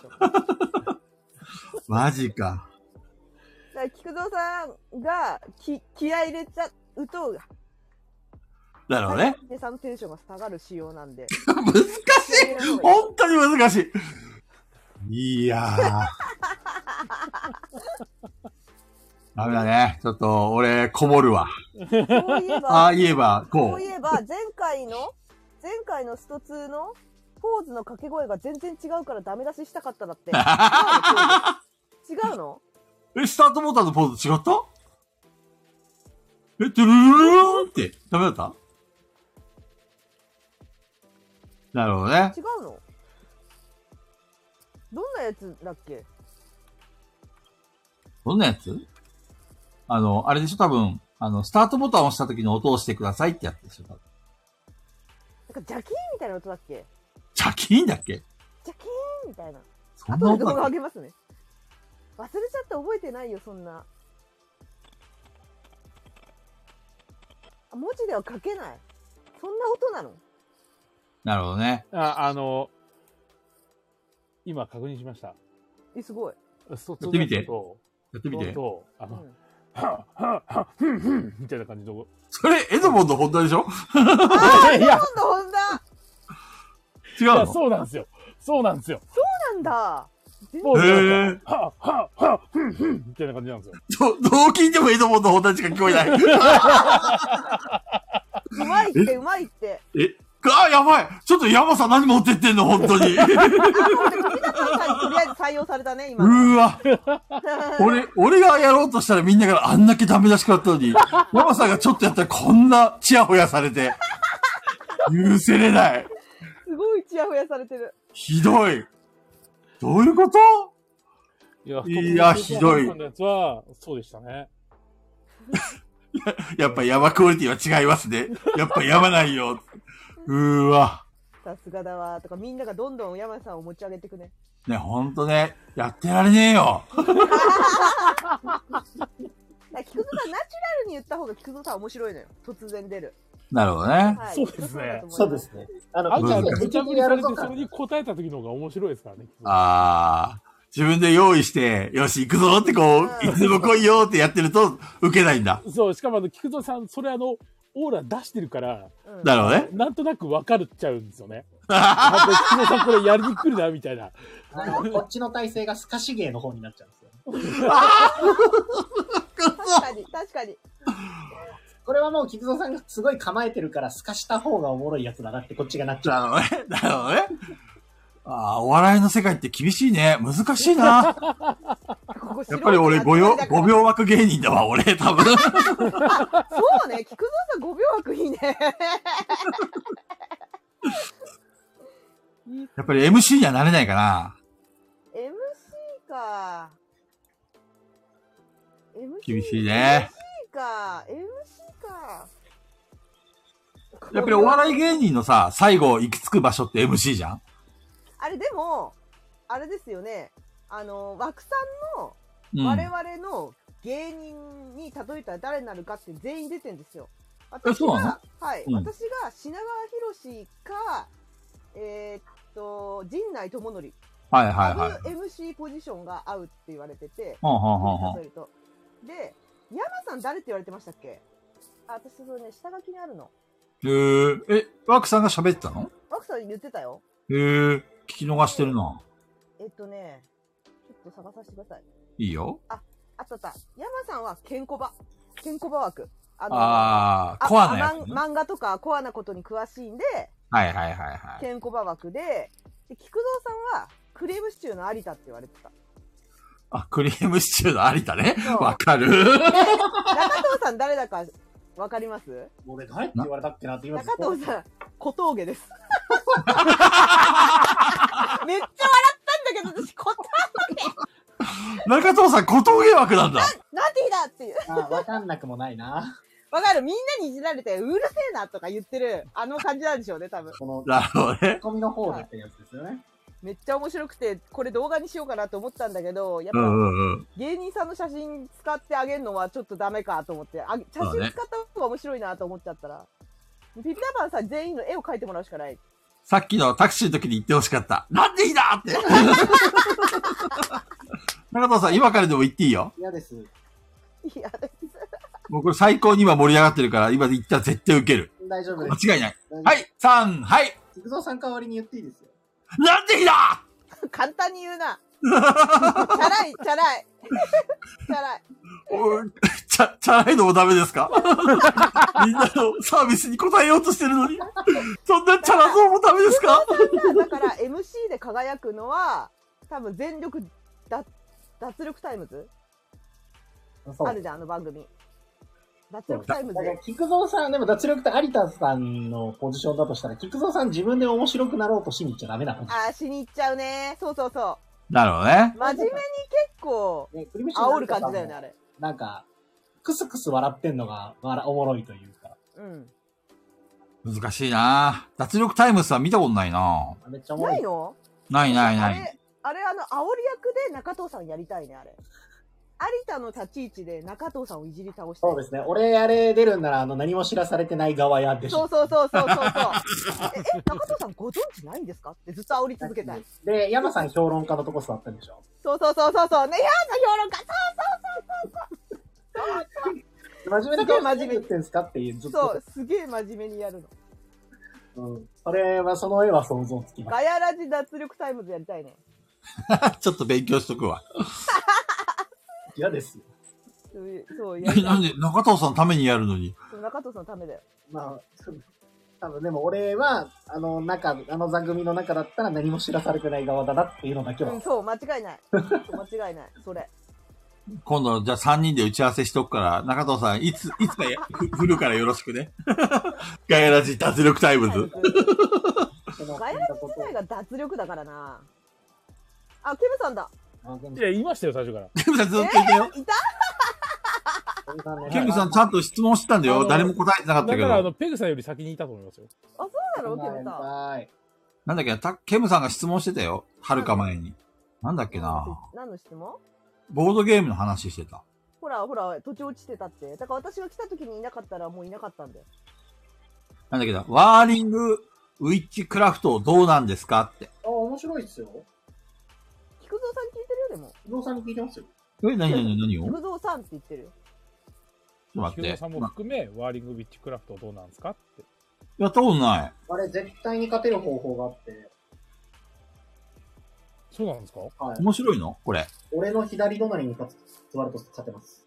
S3: マジか。
S6: だから菊蔵さんがき気合い入れちゃうと
S3: なるほど
S6: ハ
S3: ね。
S6: イネさんのテンションが下がる仕様なんで
S3: 難しい本当に難しいいや ー。ダメだね。ちょっと、俺、こもるわ。
S6: そういえば
S3: ああ言えば、こ
S6: そう
S3: う
S6: い。えば、前回の、前回のスト2の、ポーズの掛け声が全然違うからダメ出ししたかっただ って。違うの
S3: え、スタートボタンのポーズ違ったえ、てるるるるんって、ダメだったなるほどね。
S6: 違うのどんなやつだっけ
S3: どんなやつあの、あれでしょ多分、あの、スタートボタンを押した時の音をしてくださいってやつでしょ多分
S6: なんかジャキーンみたいな音だっけ
S3: ジャキーンだっけ
S6: ジャキーンみたいな。
S3: そんな
S6: 後
S3: 音
S6: で
S3: だ
S6: 動画
S3: っ
S6: 上
S3: け
S6: げますね。忘れちゃって覚えてないよ、そんな。あ文字では書けない。そんな音なの
S3: なるほどね。
S2: あ、あの、今確認しました。
S6: え、すごい。
S2: スト
S3: やってみて
S2: 2と、
S3: やってみて。
S2: と、あ
S6: う
S2: の、
S6: ん
S2: はっはっはふんふんみたいな感じの。
S3: それ、エドモンの本当でしょ
S6: あー、
S2: いや
S6: 今度本田
S3: 違う
S2: いや、
S3: の
S2: そうなんですよ。そうなんですよ。
S6: なんだ。全
S2: もう、
S6: 然
S3: へー
S2: なんかはっはっはふんふんみたいな感じなんですよ。
S3: ど、どう聞いてもエドモンの本題しか聞こえない。
S6: うまいって、うまいって。
S3: え、あ、やばいちょっと山さん何持ってってんの本当に。
S6: あ、ほんと、富永さんにとりあえず採用されたね、
S3: う
S6: 今。
S3: ーわ。俺、俺がやろうとしたらみんなからあんだけダメ出し食らったのに、山さんがちょっとやったらこんなチヤホヤされて、許せれない。
S6: すごいチヤホヤされてる。
S3: ひどい。どういうこと
S2: いや
S3: いやひどい
S2: のやつは、そうでしたね。
S3: やっぱ山クオリティは違いますね。やっぱ山ないよ。うーわ。
S6: さすがだわとかみんながどんどん山さんを持ち上げていくね
S3: ね、ほんとね、やってられねえよ。
S6: だから菊蔵さんナチュラルに言った方が菊蔵さん面白いのよ突然出る、
S3: なるほどね。
S6: はい、
S2: そうですね
S1: そうですね。あの、
S2: あんちゃん、
S3: 難し
S1: ち
S2: 無茶
S1: ゃ
S2: ぶ
S1: ぶり
S2: りさ
S1: や
S2: れ
S1: る
S2: て
S1: ぞ、
S2: それに答えた時の方が面白いですからね。
S3: あー。自分で用意して、よし、行くぞってこう、いつでも来いよってやってると、受けないんだ。
S2: そう、しかもあの、菊蔵さん、それあの、オーラ出してるから、
S6: うん
S3: なるほどね。
S2: なんとなく分かるっちゃうんですよね。あ菊蔵さんこれやりに来るな、みたいな。
S1: あのこっちの体勢がスカシゲーの方になっちゃうんですよ。
S6: 確かに確かに
S1: これはもう、菊蔵さんがすごい構えてるから、透かした方がおもろいやつだなって、こっちがなっちゃう。
S3: なるほどね。なるほどね。あーお笑いの世界って厳しいね。難しいな。
S6: ここ
S3: やっぱり俺5秒、5秒枠芸人だわ、俺、多 分。
S6: そうね菊蔵さん5秒枠いいね
S3: やっぱり MC にはなれないかな。
S6: MC か MC
S3: 厳しいね。
S6: MC か MC か
S3: やっぱりお笑い芸人のさ、最後行き着く場所って MC じゃん
S6: あれでもあれですよねあの枠さんの
S3: うん。
S6: 我々の芸人に例えたら誰になるかって全員出てんですよ。
S3: え
S6: 私
S3: そうなの
S6: が、はい、
S3: うん
S6: 私が品川博士か、えーっと、陣内智則、
S3: はいはいはい。
S6: あの MC ポジションが合うって言われてて、
S3: ほんほんほんほん
S6: 例えると。で、山さん誰って言われてましたっけあ、私そうね、下書きにあるの。
S3: えー、え、ワークさんが喋ってたの
S6: 枠さん言ってたよ。
S3: えー、聞き逃してるな。
S6: えっとね、ちょっと探させてください。
S3: いいよ。
S6: あったあった。山さんはケンコバ。ケンコバ枠。あ
S3: あー、
S6: あ
S3: コアなやつ、ね。
S6: 漫漫画とかコアなことに詳しいんで、
S3: はいはいはいはい。
S6: ケンコバ枠で、で菊蔵さんは、クレームシチューの有田って言われてた。
S3: あ、クリームシチューの有田ね。
S6: そ う
S3: わかる
S6: 中藤さん誰だかわかります
S1: 俺、誰って言われたっけなって今、
S6: 中藤さん、小峠です。めっちゃ笑ったんだけど、私、小峠
S3: 中藤さん、小峠枠なんだ。
S6: なんて日だっていう。
S1: あーわかんなくもないな。
S6: わかるみんなにいじられて、うるせえなとか言ってる、あの感じなんでしょうね、多分。
S1: この、
S3: なるほどね。
S1: ツッコミの方だったやつですよね。
S6: めっちゃ面白くて、これ動画にしようかなと思ったんだけど、や
S3: う
S6: っぱ、
S3: んうんうん。
S6: 芸人さんの写真使ってあげるのはちょっとダメかと思って、あげ写
S3: そ
S6: 真
S3: う
S6: 使
S3: ね
S6: った方が面白いなと思っちゃったら。ピピタパンさん全員の絵を描いてもらうしかない。
S3: さっきのタクシーの時に言ってほしかった。なんでいいなって。 中藤さん、今からでも言っていいよ。
S1: 嫌です。
S6: いや、
S3: もうこれ最高に今盛り上がってるから、今言ったら絶対受ける。
S1: 大丈夫です。
S3: 間違いない。
S1: 大丈夫
S3: は。い、3、はい。
S1: 菊蔵さん代わりに言っていいですよ。
S3: なんでいいな
S6: 簡単に言 うな。チャラい、チャラい。チャラい。
S3: おいチャ、チャラいのもダメですか みんなのサービスに応えようとしてるのに、そんなチャラそうもダメですか
S6: だから MC で輝くのは、多分全力脱脱力タイムズ
S1: そう
S6: あるじゃん、あの番組。脱力タイムズ
S1: だ。から菊蔵さん、でも脱力と有田さんのポジションだとしたら、菊蔵さん自分で面白くなろうとしに行っちゃダメなの。
S6: あー、しに行っちゃうね。そうそうそ
S3: なるほどね
S6: う。。真面目に結構、
S1: ね、クリムシ
S6: 煽る感じだよね、あれ。
S1: なんか、クスクス笑ってんのが、わらおもろいというか。
S6: うん。
S3: 難しいな脱力タイムズは見たことないな
S1: めっちゃおもろ
S6: な
S1: い。
S6: いの
S3: ないない
S6: あ
S3: ない。
S6: れ、あれ、あの、煽り役で中藤さんやりたいね、あれ。有田の立ち位置で中藤さんをいじり倒して。
S1: そうですね。俺、あれ出るんなら、あの、何も知らされてない側やでし
S6: そ
S1: ょ
S6: う。そうそうそうそうそう。え、え中藤さんご存知ないんですかってずっと煽り続けたい。
S1: で、山さん評論家のとこ座ったんでしょ。
S6: そうそうそうそうそう。ね、やだ、評論家
S1: 真面目な顔真面目言ってんすかっていう、ずっ
S6: そ
S1: と
S6: う。、すげえ真面目にやるの。
S1: うん。それは、その 絵は想像つきます。
S6: ガヤラジ脱力タイムズやりたいね。
S3: ちょっと勉強しとくわ。
S1: 嫌ですよ。
S6: そういう、そう、やりた
S3: ないんで中藤さんのためにやるのに。
S6: そう中藤さんのためだよ。
S1: まあ、多分でも俺は、あの中、あの座組の中だったら何も知らされてない側だなっていうのだけは。
S6: うん、そう、間違い ない。そう間違いない。それ。
S3: 今度、じゃあ3人で打ち合わせしとくから、中藤さん、いつ、いつかやふ振るからよろしくね。 ガヤラジ脱力タイムズ。
S1: その
S6: ガヤ
S1: 聞いたこ
S6: 世代が脱力だからな。あ、ケムさんだ。
S1: あでも
S2: いや、言いましたよ、最初から。
S3: ケムさんずっと言ってよ。
S6: いた
S1: そんなね
S3: ケムさんちゃんと質問したんだ
S2: あ
S3: よ。
S2: の
S3: 誰も答えてなかった
S2: だ
S3: け
S2: から、あ
S3: ど。
S2: の、ペグさんより先にいたと思いますよ。
S6: あ、そうだろう、ケムさん。
S1: はい。
S3: なんだっけなたケムさんが質問してたよ。はるか前に。なんだっけな
S6: 何の質問
S3: ボードゲームの話してた。
S6: ほら、ほら、土地落ちてたって。だから私が来た時にいなかったらもういなかったんだよ。
S3: なんだっけなワーリング、ウィッチクラフトどうなんですかって。
S1: あ、面白いっすよ。
S6: 菊蔵さん聞いてるよ、でも。
S1: 不動産に聞いてますよ。
S3: え、何何何をちょっ
S6: 菊蔵さんって言ってるよ。
S3: と待
S2: 菊
S3: って
S2: 蔵さん。も含め、ワーリングウィッチクラフトどうなんですかって。
S3: やったことない。
S1: あれ、絶対に勝てる方法があって、
S2: そうなんですか
S1: はい。
S3: 面白いのこれ。
S1: 俺の左隣に勝つ座ると勝てます。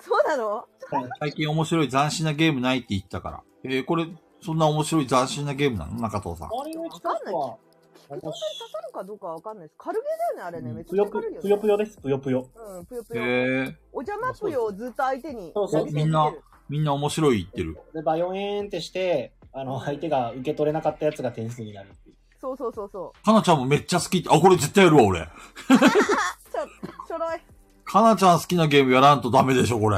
S6: そうなの
S1: はい。
S3: 最近面白い斬新なゲームないって言ったから。えーこれ、そんな面白い斬新なゲームなの中藤さん。
S1: 周りの
S6: わかんない
S1: は、
S6: 菊蔵さんに刺さるかどうかわかんないです。軽ゲーだよね、あれね。め
S1: ぷ
S6: ちゃくち
S1: よ
S6: ゃ軽い
S1: ぷ
S6: よ、
S1: ぷよぷよ
S6: ね。
S1: です、ぷよぷよ。
S6: うん、ぷよぷ
S3: へえ
S6: よ。
S3: ー、
S6: お邪魔ぷよをずっと相手に。
S1: そうそう
S6: 投げ銭してる
S3: みんな面白い言ってる。
S1: で、バヨエーンってして、あの、相手が受け取れなかったやつが点数になるっていう。
S6: そうそうそうそ
S3: かなちゃんもめっちゃ好きって、あ、これ絶対やるわ、俺。
S6: う。ちょ、ちょろい。
S3: かなちゃん好きなゲームやらんとダメでしょ、これ。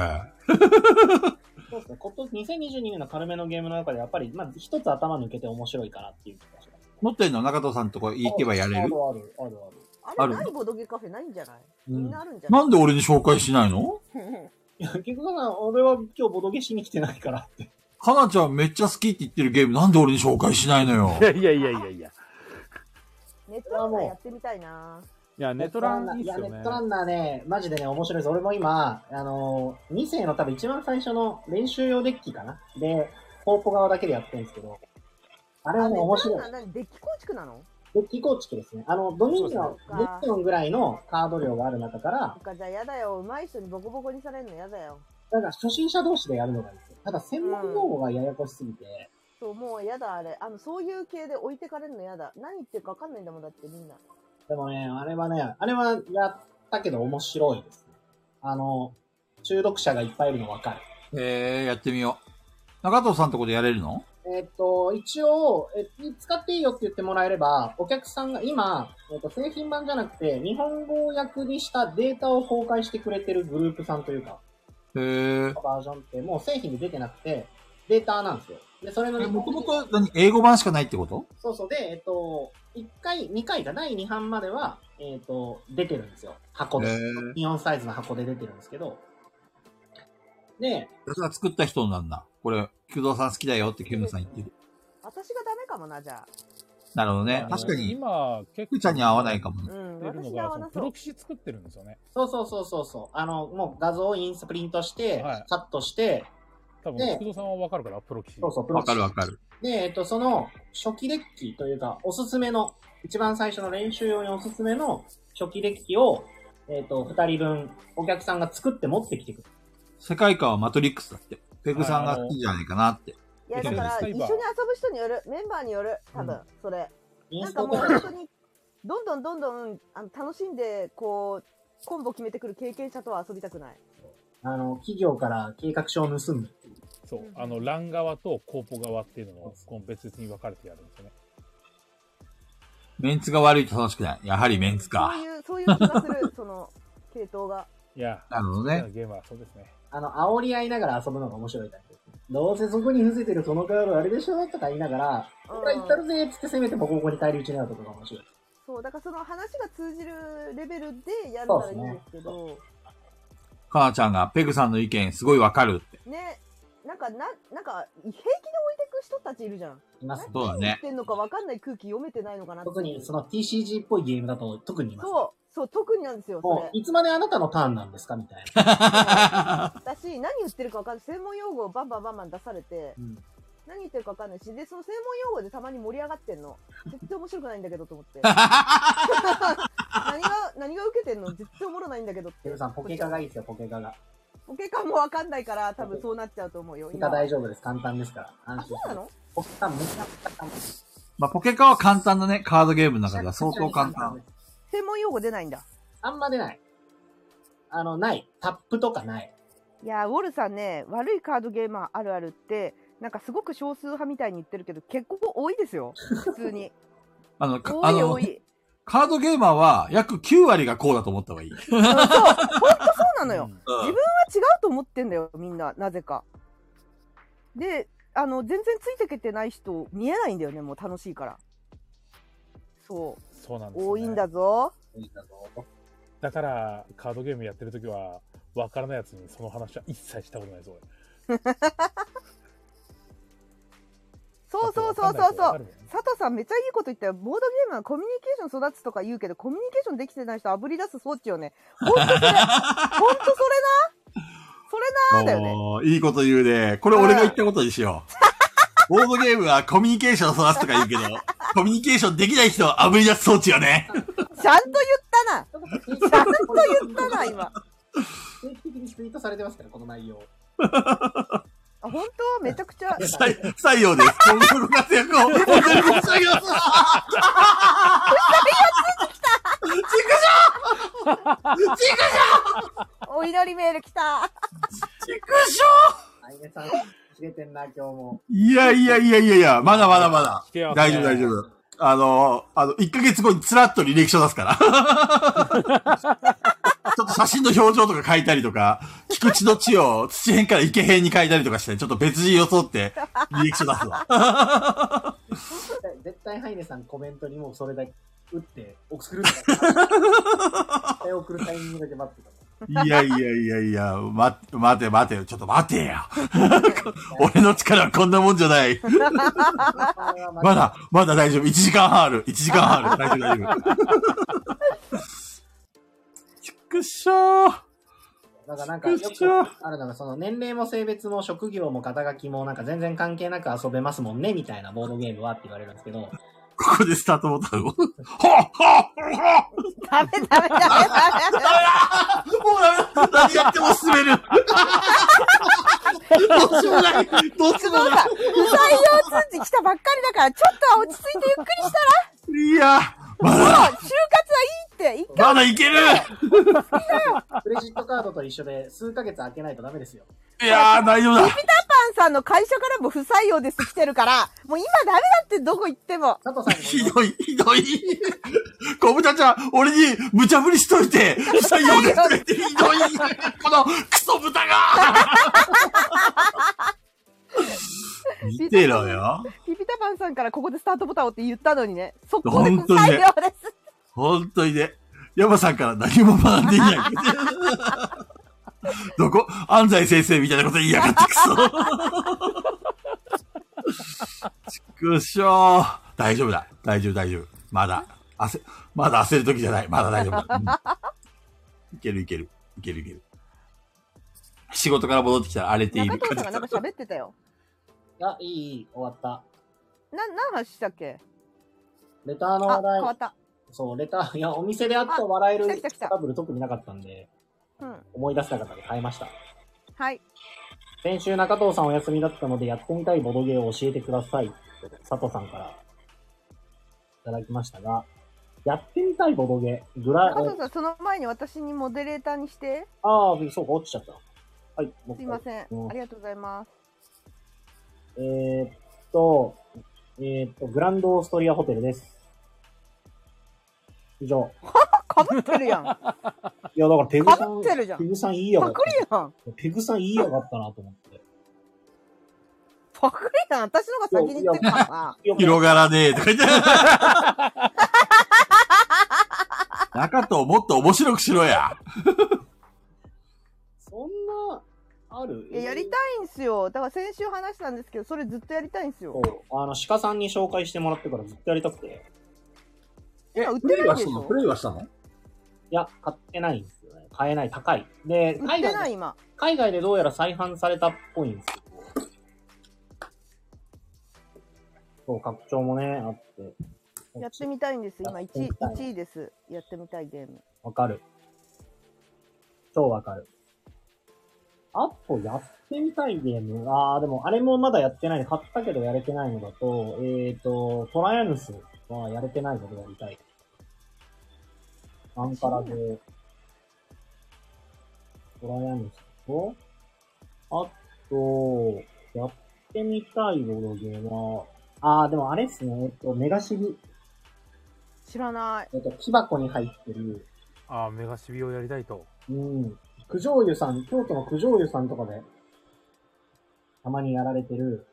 S1: そうですね。今年2022年の軽めのゲームの中で、やっぱり、まあ、一つ頭抜けて面白いかなっていう気がします。
S3: 持ってんの中藤さんとこ行けばやれ
S1: あ
S3: る
S1: るある、あるある。
S6: あ
S3: あ
S6: れ、
S3: る
S6: ないボドゲカフェないんじゃないみんなあるんじゃない
S3: なんで俺に紹介しないの
S1: いや、結局な、俺は今日ボドゲしに来てないからって。
S3: かなちゃんめっちゃ好きって言ってるゲームなんで俺に紹介しないのよ
S2: い。やいやいやいやいや。
S6: ネットランナーやってみたいない
S2: や、ネットランいいっ
S1: いや、
S2: す
S1: ネ
S2: よね
S1: ッ。トランナーね、マジでね、面白いです。俺も今、あのー、2世の多分一番最初の練習用デッキかなで、コーポ側だけでやってるんですけど、あれはね、面白い
S6: ネットラ。ンナー何デッキ構築なの
S1: デッキ構築ですね。あの、ドミニオン、
S6: そうそう
S1: デッキオンぐらいのカード量がある中から
S6: そっ、か、じゃあやだよ。上手い人にボコボコにされるのやだよ。
S1: だから初心者同士でやるのがいいですよ。ただ、専門用語がややこしすぎて、
S6: そう、もうやだ、あれ。あの、そういう系で置いてかれるのやだ。何言ってるかわかんないんだもん、だってみんな。
S1: でもね、あれはね、あれはやったけど面白いですね。あの、中毒者がいっぱいいるのわかる。
S3: えー、やってみよう。中藤さんとこでやれるの
S1: えっと、一応、え使っていいよって言ってもらえれば、お客さんが今、えっと、製品版じゃなくて、日本語訳にしたデータを公開してくれてるグループさんというか、
S3: えー。
S1: バージョンってもう製品で出てなくて、データなんですよ。で、それの
S3: え
S1: 日
S3: も
S1: 本
S3: と
S1: 語
S3: もと何英語版しかないってこと
S1: そうそう。で、えっと、1回、2回が第2版までは、えっと、出てるんですよ。箱で。
S3: ー
S1: 日本サイズの箱で出てるんですけど。で、
S3: 私が作った人なんだ。これ、菊蔵さん好きだよってケムさん言ってる。
S6: 私がダメかもな、じゃあ。
S3: なるほど
S2: あ
S3: ね
S2: の。
S3: 確かに、
S2: 今、結
S3: 菊ちゃんに合わないかも。
S6: うん、
S2: 出る
S6: 私
S2: のが、
S6: が合わ
S2: そ
S6: な
S2: の
S6: そ
S2: プ
S6: う
S2: ロ。キシ作ってるんですよね。
S1: そうそうそうそうそう。あの、もう画像をインスタプリントして、
S2: はい
S1: カットして、
S2: 多分、
S1: ね
S2: 菊蔵さんはわかるから、プロキシ。
S1: そうそう、プロ
S3: わかるわかる。
S1: で、えっと、その、初期デッキというか、おすすめの、一番最初の練習用におすすめの初期デッキを、えっ、と、二人分、お客さんが作って持ってきてくる。
S3: 世界観はマトリックスだって。ペグさんが好きじゃないかなって。
S6: いや、だから、一緒に遊ぶ人による、メンバーによる、多分、それ。
S1: イン
S6: なん
S1: ス
S6: か
S1: ト
S6: もう
S1: と
S6: 本
S1: か、
S6: 当に、どんどんどんどん、あの、楽しんで、こう、コンボ決めてくる経験者とは遊びたくない。
S1: あの、企業から計画書を盗む。
S2: そう
S6: うん
S2: あの、ラン側とコーポ側っていうのを、こう別々に分かれてやるんですよね。
S3: メンツが悪いと楽しくない。やはりメンツか
S6: そう。いう、そういう気がす る、その、系統が。
S2: いや、
S3: なるほ
S2: 好
S3: ど
S2: き
S3: ね
S2: な。ゲームはそうですね。
S1: あの、煽り合いながら遊ぶのが面白いタイプですね。どうせそこに伏せてるそのカードあれでしょとか言いながら、
S6: うん
S1: これ行ったるぜっつって攻めてボコボコに帰り討ちになるところが面白い。
S6: そう、だからその話が通じるレベルでやるならいいんですけ
S1: そ
S6: ど、
S3: かなちゃんがペグさんの意見すごいわかるって。
S6: ね、なんか、な、なんか、平気で置いてく人たちいるじゃん。
S1: いますね。
S3: そうだ
S6: 言っ
S3: ね。
S6: てんのか分かんない空気読めてないのかなって。
S1: 特にその TCG っぽいゲームだと特にいます。
S6: そう、そう、特になんですよ、そ
S1: もう
S6: れ。
S1: いつまであなたのターンなんですかみたいな。
S6: だし、何言ってるか分かんない。専門用語をバンバンバンバン出されて、
S1: うん
S6: 何言ってるか分かんないし、で、その専門用語でたまに盛り上がってんの。絶対面白くないんだけどと思 って。何が、何が受けてんの絶対おもろないんだけどっ
S1: ケ
S6: て
S1: ル。さん、ポケカがいいですよ、ポケカが。
S6: ポケカンも分かんないから、多分そうなっちゃうと思うよ。
S1: ポケカ大丈夫です。簡単ですから。
S6: あ、
S1: 安
S6: そ
S1: 心し
S6: う
S1: て
S6: なの
S1: ポケカめちゃくちゃ簡単です。
S3: まあ、ポケカは簡単だね。カードゲームの中では相当簡単。
S1: です。
S6: 専門用語出ないんだ。
S1: あんま出ない。あの、ない。タップとかない。
S6: いやーウォルさんね悪いカードゲーマーあるあるってなんかすご く少数派みたいに言ってるけど結構多いですよ普通に
S3: あの、か
S6: 多
S3: あ
S6: い
S3: の
S6: 多、い
S3: カードゲーマーは約9割がこうだと思った方がいい。
S6: うんそう、本当そうなのよ。自
S3: う
S6: 分は違うと思ってんだよ、みんな、なぜか。で、あの、全然ついてけてない人、見えないんだよね、もう楽しいから。そ
S2: そうなん
S6: う、
S2: です、ね。
S6: 多いんだぞ。
S2: だから、カードゲームやってるときは、わからないやつにその話は一切したことないです、俺。
S6: そうそうそうそう
S2: だ
S6: そ。
S2: ってわかんないう人わかるもんね
S6: 佐藤さんめっちゃいいこと言ったよ。ボードゲームはコミュニケーション育つとか言うけど、コミュニケーションできてない人あぶり出す装置よね。ほんとそれ、ほんとそれなそれなんだよね
S3: おーいいこと言うね。これ俺が言ったことにしよう。ボ ードゲームはコミュニケーションを育つとか言うけど、コミュニケーションできない人を炙り出す装置よ ね。
S6: なちゃんと言ったな
S1: ち
S6: ちゃんと言ったな、今。
S1: 定期的にツイートされてますから、この内容。
S6: あ、本当めちゃくちゃ。
S3: 採不採用です。今後のご活躍を本当に申し上げます。
S6: お祈りメール来た。
S3: ちくし
S1: あいねさん、切れてんな、今日も。
S3: ょいやいやいやいやいや、まだまだまだ
S2: 来。てますね
S3: 大丈夫大丈夫。あの、あの、1ヶ月後につらっと履歴書出すから。 ちょっと写真の表情とか変えたりとか、菊池の地を土辺から池辺に変えたりとかして、ちょっと別人装って履歴書出すわ。
S1: 絶対絶対ハイネさんコメントにもうそれだけ打って送る んだから。絶対送るタイミングだけ待ってた
S3: いやいやいやいや、ま、待て待てよ、ちょっと待てよ。 俺の力はこんなもんじゃない。
S1: から。ま
S3: まだ、まだ大丈夫。1時間半ある。1時間半ある。大丈夫大丈夫。 ちくしょー。
S1: だからなんかよくあるのが、その年齢も性別も職業も肩書きもなんか全然関係なく遊べますもんね、みたいなボードゲームはって言われるんですけ ど、
S3: ここでスタートボタンを。ほっほっほっ
S6: ダメダメダメダメ。
S3: もうダメだ何やっても進めるどっちもないどっちも
S6: そ
S3: な
S6: うだ。不採用通知来たばっかりだから、ちょっとは落ち着いてゆっくりした
S3: いいやま
S6: ら、
S3: だ
S6: 就活はいいって、一回
S3: まだいける
S1: クレジットカードと一緒で数ヶ月開けないとダメ ですよ。
S3: いやー大丈夫だ
S6: パンさんの会社からも不採用です来てるから、もう今ダメだってどこ行っても。
S1: 佐藤さんにも
S3: ひどい、ひどい。小豚ちゃん、俺に無茶ぶりしといて、不採用ですとか言って、ひどい。このクソ豚が見てろよ。
S6: ピピタパンさんからここでスタートボタンをって言ったのにね、速攻で
S3: 本
S6: 不
S3: 当に
S6: 採
S3: ね
S6: 用です。
S3: 本当にね。山さんから何も学んでい ない。どこ安西先生みたいなこと言いやがってくそ。ちくしょう。大丈夫だ。大丈夫、大丈夫。まだ、焦、まだ焦る時じゃない。まだ大丈夫だ。うんいけるいける。いけるいける。仕事から戻ってきたら荒れてい
S6: 中
S3: る。
S6: 藤さんがなんか喋ってたよ。
S1: いや、いい、いい、終わった。
S6: な、何話したっけ
S1: レターの
S6: あ、
S1: 話
S6: 変
S1: 題
S6: わっ、た。
S1: そう、レター、いや、お店であった笑え
S6: あ来た
S1: る
S6: 来た来た
S1: トラブル特になかったんで、
S6: うん。
S1: 思い出した方で買いました。
S6: はい。
S1: 先週中藤さんお休みだったので、やってみたいボドゲを教えてください。佐藤さんから、いただきましたが、やってみたいボドゲ、グラ、
S6: 中藤さん、その前に私にモデレーターにして、
S1: ああ、そうか、落ちちゃった。はい、僕
S6: すいません。
S1: うん
S6: ありがとうございます。
S1: えー、っと、えー、っと、グランドオーストリアホテルです。以上。
S6: あ、被ってるやん。パ
S1: いや、だからペグさ
S6: 被
S1: ん、
S6: ってるじゃん
S1: ペグさん言いやがった
S6: ク。リやん。
S1: ペグさん言いやがったなと思って。
S6: パクリやん。私の方が先に言ってるからな。
S1: よく
S3: 広がらねえとか言 って。中藤もっと面白くしろや。
S1: そんな、ある
S6: いや、やりたいんすよ。だから先週話したんですけど、それずっとやりたいんすよ
S1: そ。うあの、鹿さんに紹介してもらってからずっとやりたくて。
S6: 今売ってないでしょ
S3: レイはしたの
S1: いや、買ってないんですよね。買えない、高い。で、
S6: 売っ
S1: 海
S6: て
S1: 外
S6: ない
S1: で、
S6: 今。
S1: 海外でどうやら再販されたっぽいんですけど。そう、拡張もね、あって。
S6: やってみたいんです。今1
S1: やってみたい
S6: 位、1位です。やってみたいゲーム。
S1: わかる。超わかる。あと、やってみたいゲーム。あー、でも、あれもまだやってない。買ったけどやれてないのだと、えーと、トライアヌスはやれてないのでやりたい。アンカラで、トライアヌスと、あと、やってみたいボードゲームは、あー、でもあれっすね。えっと、メガシギ。
S6: 知らない。
S1: えっと、木箱に入ってる、
S2: ああ、メガシビをやりたいと。
S1: うん、九条湯さん、京都の九条湯さんとかで、たまにやられてる、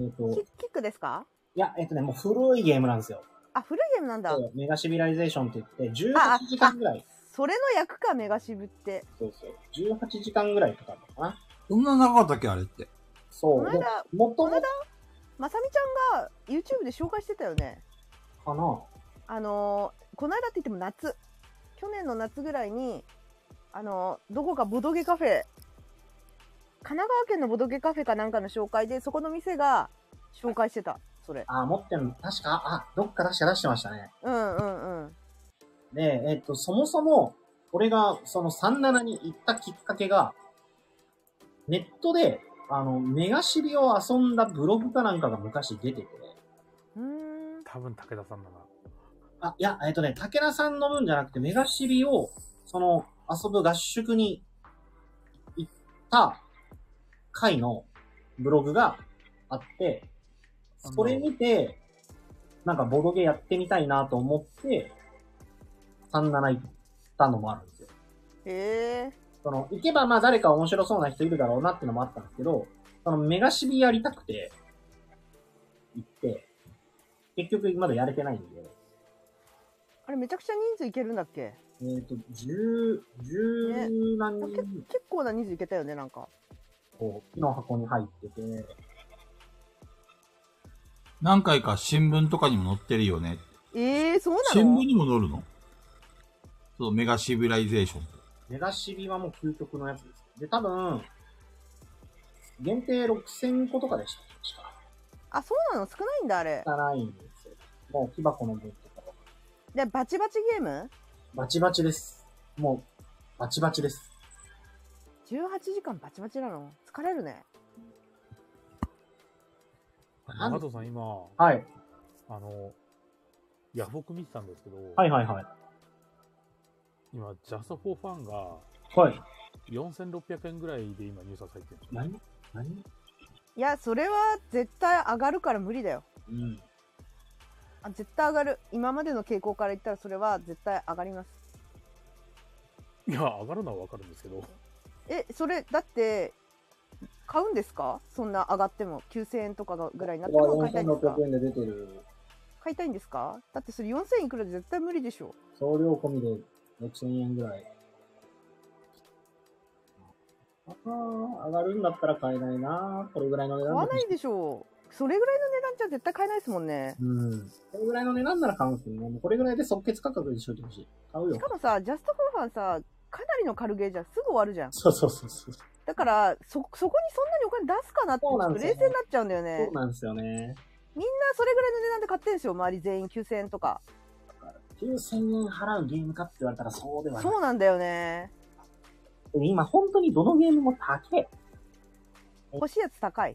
S1: えっ、
S6: キ
S1: と、
S6: キックですか
S1: いや、えっ、とね、もう古いゲームなんですよ。
S6: あ、古いゲームなんだ。
S1: メガシビライゼーションって言って、
S6: ああ
S1: 18時間ぐらい、
S6: それの役か、メガシブって。
S1: そうそう、18時間ぐらいかかるのかな。
S3: そんな長かったっけあれって。
S1: そ
S6: こ
S1: う、
S6: の
S1: で
S6: 間、
S1: もと
S6: こ
S1: も
S6: の間、まさみちゃんが YouTube で紹介してたよね。
S1: かな。
S6: あのーこの間って言っても夏。去年の夏ぐらいに、あのーどこかボドゲカフェ、神奈川県のボドゲカフェかなんかの紹介で、そこの店が紹介してた。それ。
S1: あ、持ってるの、確か、あ、どっか確か出してましたね。
S6: うんうんうん。
S1: で、えっと、そもそも、俺がその37に行ったきっかけが、ネットで、あの、メガシビを遊んだブログかなんかが昔出てて、
S6: うーん。
S2: 多分武田さんだな。
S1: あ、いや、えっとね、武田さんの分じゃなくて、メガシビを、その、遊ぶ合宿に行った回のブログがあって、それ見て、なんかボドゲやってみたいなと思って、37行ったのもあるんですよ。
S6: へえ。
S1: その、行けばまあ誰か面白そうな人いるだろうなってのもあったんですけど、そのメガシビやりたくて、行って、結局まだやれてないんで、
S6: あれめちゃくちゃ人数いけるんだっけ
S1: えっ、と、十、十何
S6: ね
S1: 人、
S6: 結構な人数いけたよね、なんか。
S1: こう、木の箱に入ってて、
S3: 何回か新聞とかにも載ってるよね。
S6: ええそうな
S3: 新聞
S6: の
S3: にも載るのそう、メガシビライゼーション。
S1: メガシビはもう究極のやつです。で、多分、限定6000個とかでした。しか
S6: あ、そうなの少ないんだ、あれ。
S1: 行かないんですよ。もう木箱の分とかは、
S6: で、バチバチゲーム
S1: バチバチです。もう、バチバチです。
S6: ?18 時間バチバチなの疲れるね。
S1: なん
S2: 加藤さん、今、
S1: はい。
S2: あの、ヤフオク見てたんですけど、
S1: はいはいはい。
S2: 今、ジャストフォーファンが
S1: はい。
S2: 4600円ぐらいで今入札入ってるんですよ。
S1: 何何
S6: いや、それは絶対上がるから無理だよ。
S1: うん。
S6: あ絶対上がる今までの傾向から言ったらそれは絶対上がります
S2: いや、上がるのはわかるんですけど、。
S6: えそれだって買うんですかそんな上がっても9000円とかがぐらいになっても買いたいんですか
S1: 4600円で出てる、
S6: 買いたいんですかだってそれ4000いくらで絶対無理でしょ
S1: 送料込みで6000円ぐらい。あー上がるんだったら買えないなこれぐらいの値
S6: 買
S1: 段
S6: わないでしょそれぐらいの値段じゃ絶対買えないですもんね
S1: うん。これぐらいの値段なら買うんですけどね。もうこれぐらいで即決価格でしといてほしい。買うよ
S6: し。かもさジャストフォーファンさかなりの軽ゲーじゃんすぐ終わるじゃん
S1: そうそうそうそう。
S6: だからそそこにそんなにお金出すかなってち
S1: そう
S6: ょ
S1: な
S6: っ
S1: んで
S6: と
S1: す
S6: 冷
S1: よね
S6: 静になっちゃうんだよね
S1: そうなんですよね。
S6: みんなそれぐらいの値段で買ってるんですよ周り全員9000円とか
S1: 9000円払うゲームかって言われたらそうではない
S6: そうなんだよね。
S1: 今本当にどのゲームも高い。
S6: 欲しいやつ高い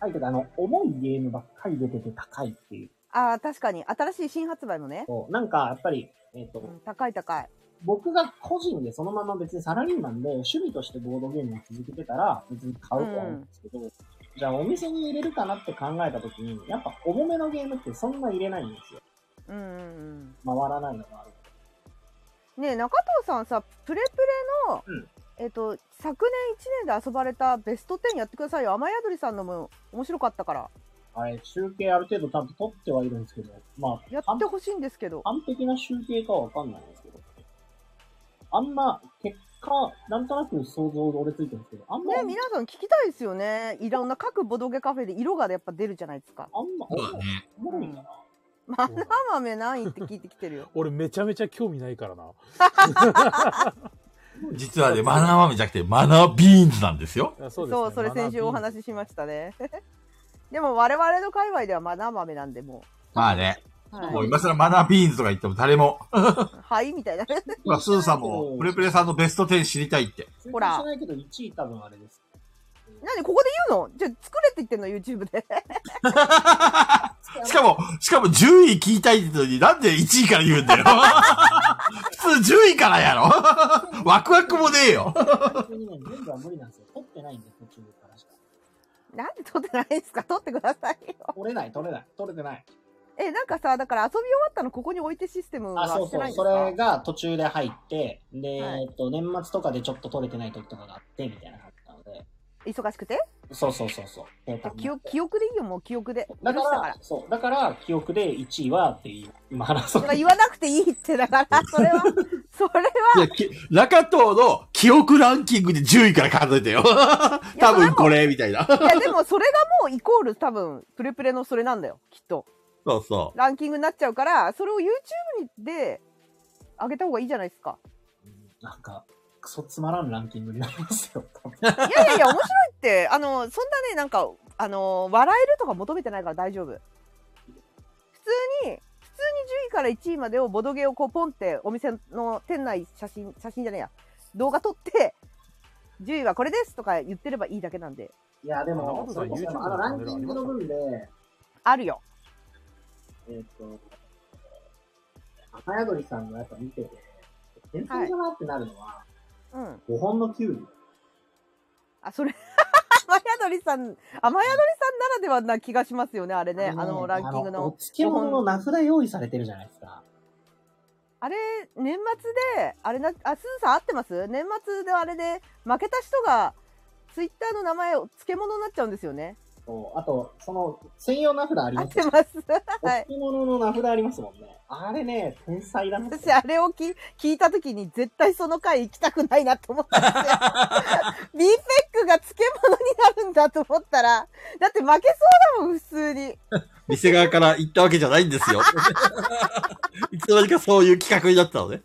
S1: 高いけど、あの、重いゲームばっかり出てて高いっていう。
S6: ああ、確かに。新しい新発売もね。
S1: そうなんか、やっぱり、えっ、と、
S6: うん高い高い。
S1: 僕が個人でそのまま別にサラリーマンで趣味としてボードゲームを続けてたら別に買うとは思うんですけど、じゃあお店に入れるかなって考えた時に、やっぱ重めのゲームってそんな入れないんですよ。
S6: うんうん
S1: 回らないのがある。
S6: うん。ねえ、中藤さんさ、プレプレの、
S1: うん
S6: えっと、昨年1年で遊ばれたベスト10やってくださいよ。雨宿りさんのも面白かったから。
S1: あれ、集計ある程度ちゃんと取ってはいるんですけど、ま
S6: や
S1: あ、
S6: っ
S1: 完
S6: てほしいんですけど。
S1: 完璧な集計かはわかんないんですけど、あんま、結果、なんとなく想像が俺ついてるんですけど、あんま、
S6: ねえ皆さん聞きたいですよね。いろんな各ボドゲカフェで色がやっぱ出るじゃないですか。
S1: あんま、
S5: そうだね。
S1: おもろいかな。
S6: まあ、生豆何位って聞いてきてるよ
S2: 俺めちゃめちゃ興味ないからな。
S3: 実はね、マナー豆じゃなくて、マナービーンズなんですよ。
S2: あ そ
S6: そうう,、
S2: ですね。
S6: それ先週お話ししましたね。 でも我々の界隈ではまあ生豆なんでも
S3: まあね、
S6: う。
S3: も
S6: は
S3: う
S6: い。
S3: 今更マナービーンズとか言っても誰も、
S6: はいみたいな。
S3: ほら、スーさんも、プレプレさんのベスト10知りたいって。
S1: 集計
S6: ほら
S1: してないけど、1位多分あれです。
S6: なんでここで言うのじゃあ作れって言ってんの YouTube で。
S3: しかも、しかも10位聞いたいってのに、なんで1位から言うん だよ。普通10位からやろ。ワクワクもねえよ。
S1: 12年全部は無理なんですよ。取ってないんで、途中からしか。
S6: なんで撮ってないんですか撮ってくださいよ。
S1: 取れない、取れない、取れてない。
S6: え、なんかさ、だから遊び終わったのここに置いてシステムは
S1: あ、そう
S6: して
S1: そ
S6: な
S1: う。
S6: いんです
S1: そ
S6: か
S1: れが途中で入って、で、
S6: はい
S1: えっと、年末とかでちょっと取れてない時とかがあって、みたいな感じなので。
S6: 忙しくて
S1: そうそうそうそう。えっと
S6: 記憶記憶でいいよ、もう記憶で。
S1: だか
S6: 許した
S1: ら、そう。だから、記憶で1位はっていう、今話そう
S6: だ。から言わなくていいって、だから、それは、それは、
S3: いや、き中東の記憶ランキングで10位から数えてよ。多分これ、みたいな。
S6: いや、でもそれがもうイコール多分、プレプレのそれなんだよ、きっと。
S3: そうそう。
S6: ランキングになっちゃうから、それを YouTube にで上げた方がいいじゃないですか。
S1: なんか、クソつまらんランキングになります よ。
S6: いやいやいや、面白いって、あの、そんなね、なんか、あの、笑えるとか求めてないから大丈夫。普通に、普通に10位から1位までをボドゲをこうポンってお店の店内写真、写真じゃねえや、動画撮って、10位はこれですとか言ってればいいだけなんで、
S1: いや、でも、
S2: 中
S1: それ
S2: 田
S1: こ
S2: さん
S1: そ
S2: YouTube
S1: あのランキングの分で、
S6: あるよ。
S1: えっ、と、赤宿りさんがやっぱ見てて、天才だなってなるのは、
S6: うん。
S1: 5本の9位。
S6: あ、それ、 雨宿りさん、雨宿りさんならではな気がしますよね、あれね、あのランキング
S1: あお
S6: の。
S1: 漬物の名札用意されてるじゃないですか。
S6: あれ、年末で、あれな、あ、すずさん合ってます年末であれで、負けた人が、ツイッターの名前を漬物になっちゃうんですよね。
S1: そうあと、その、専用名札あり
S6: 合
S1: ま
S6: っ
S1: すよ
S6: てます。
S1: お
S6: はい。
S1: 漬物の名札ありますもんね。あれね、天才だなって
S6: 私、あれをき聞いたときに、絶対その回行きたくないなと思 ったんですよ。ビーペックが漬物になるんだと思ったら、だって負けそうだもん、普通に。
S3: 店側から行ったわけじゃないんですよ。いつの間にかそういう企画になったのね。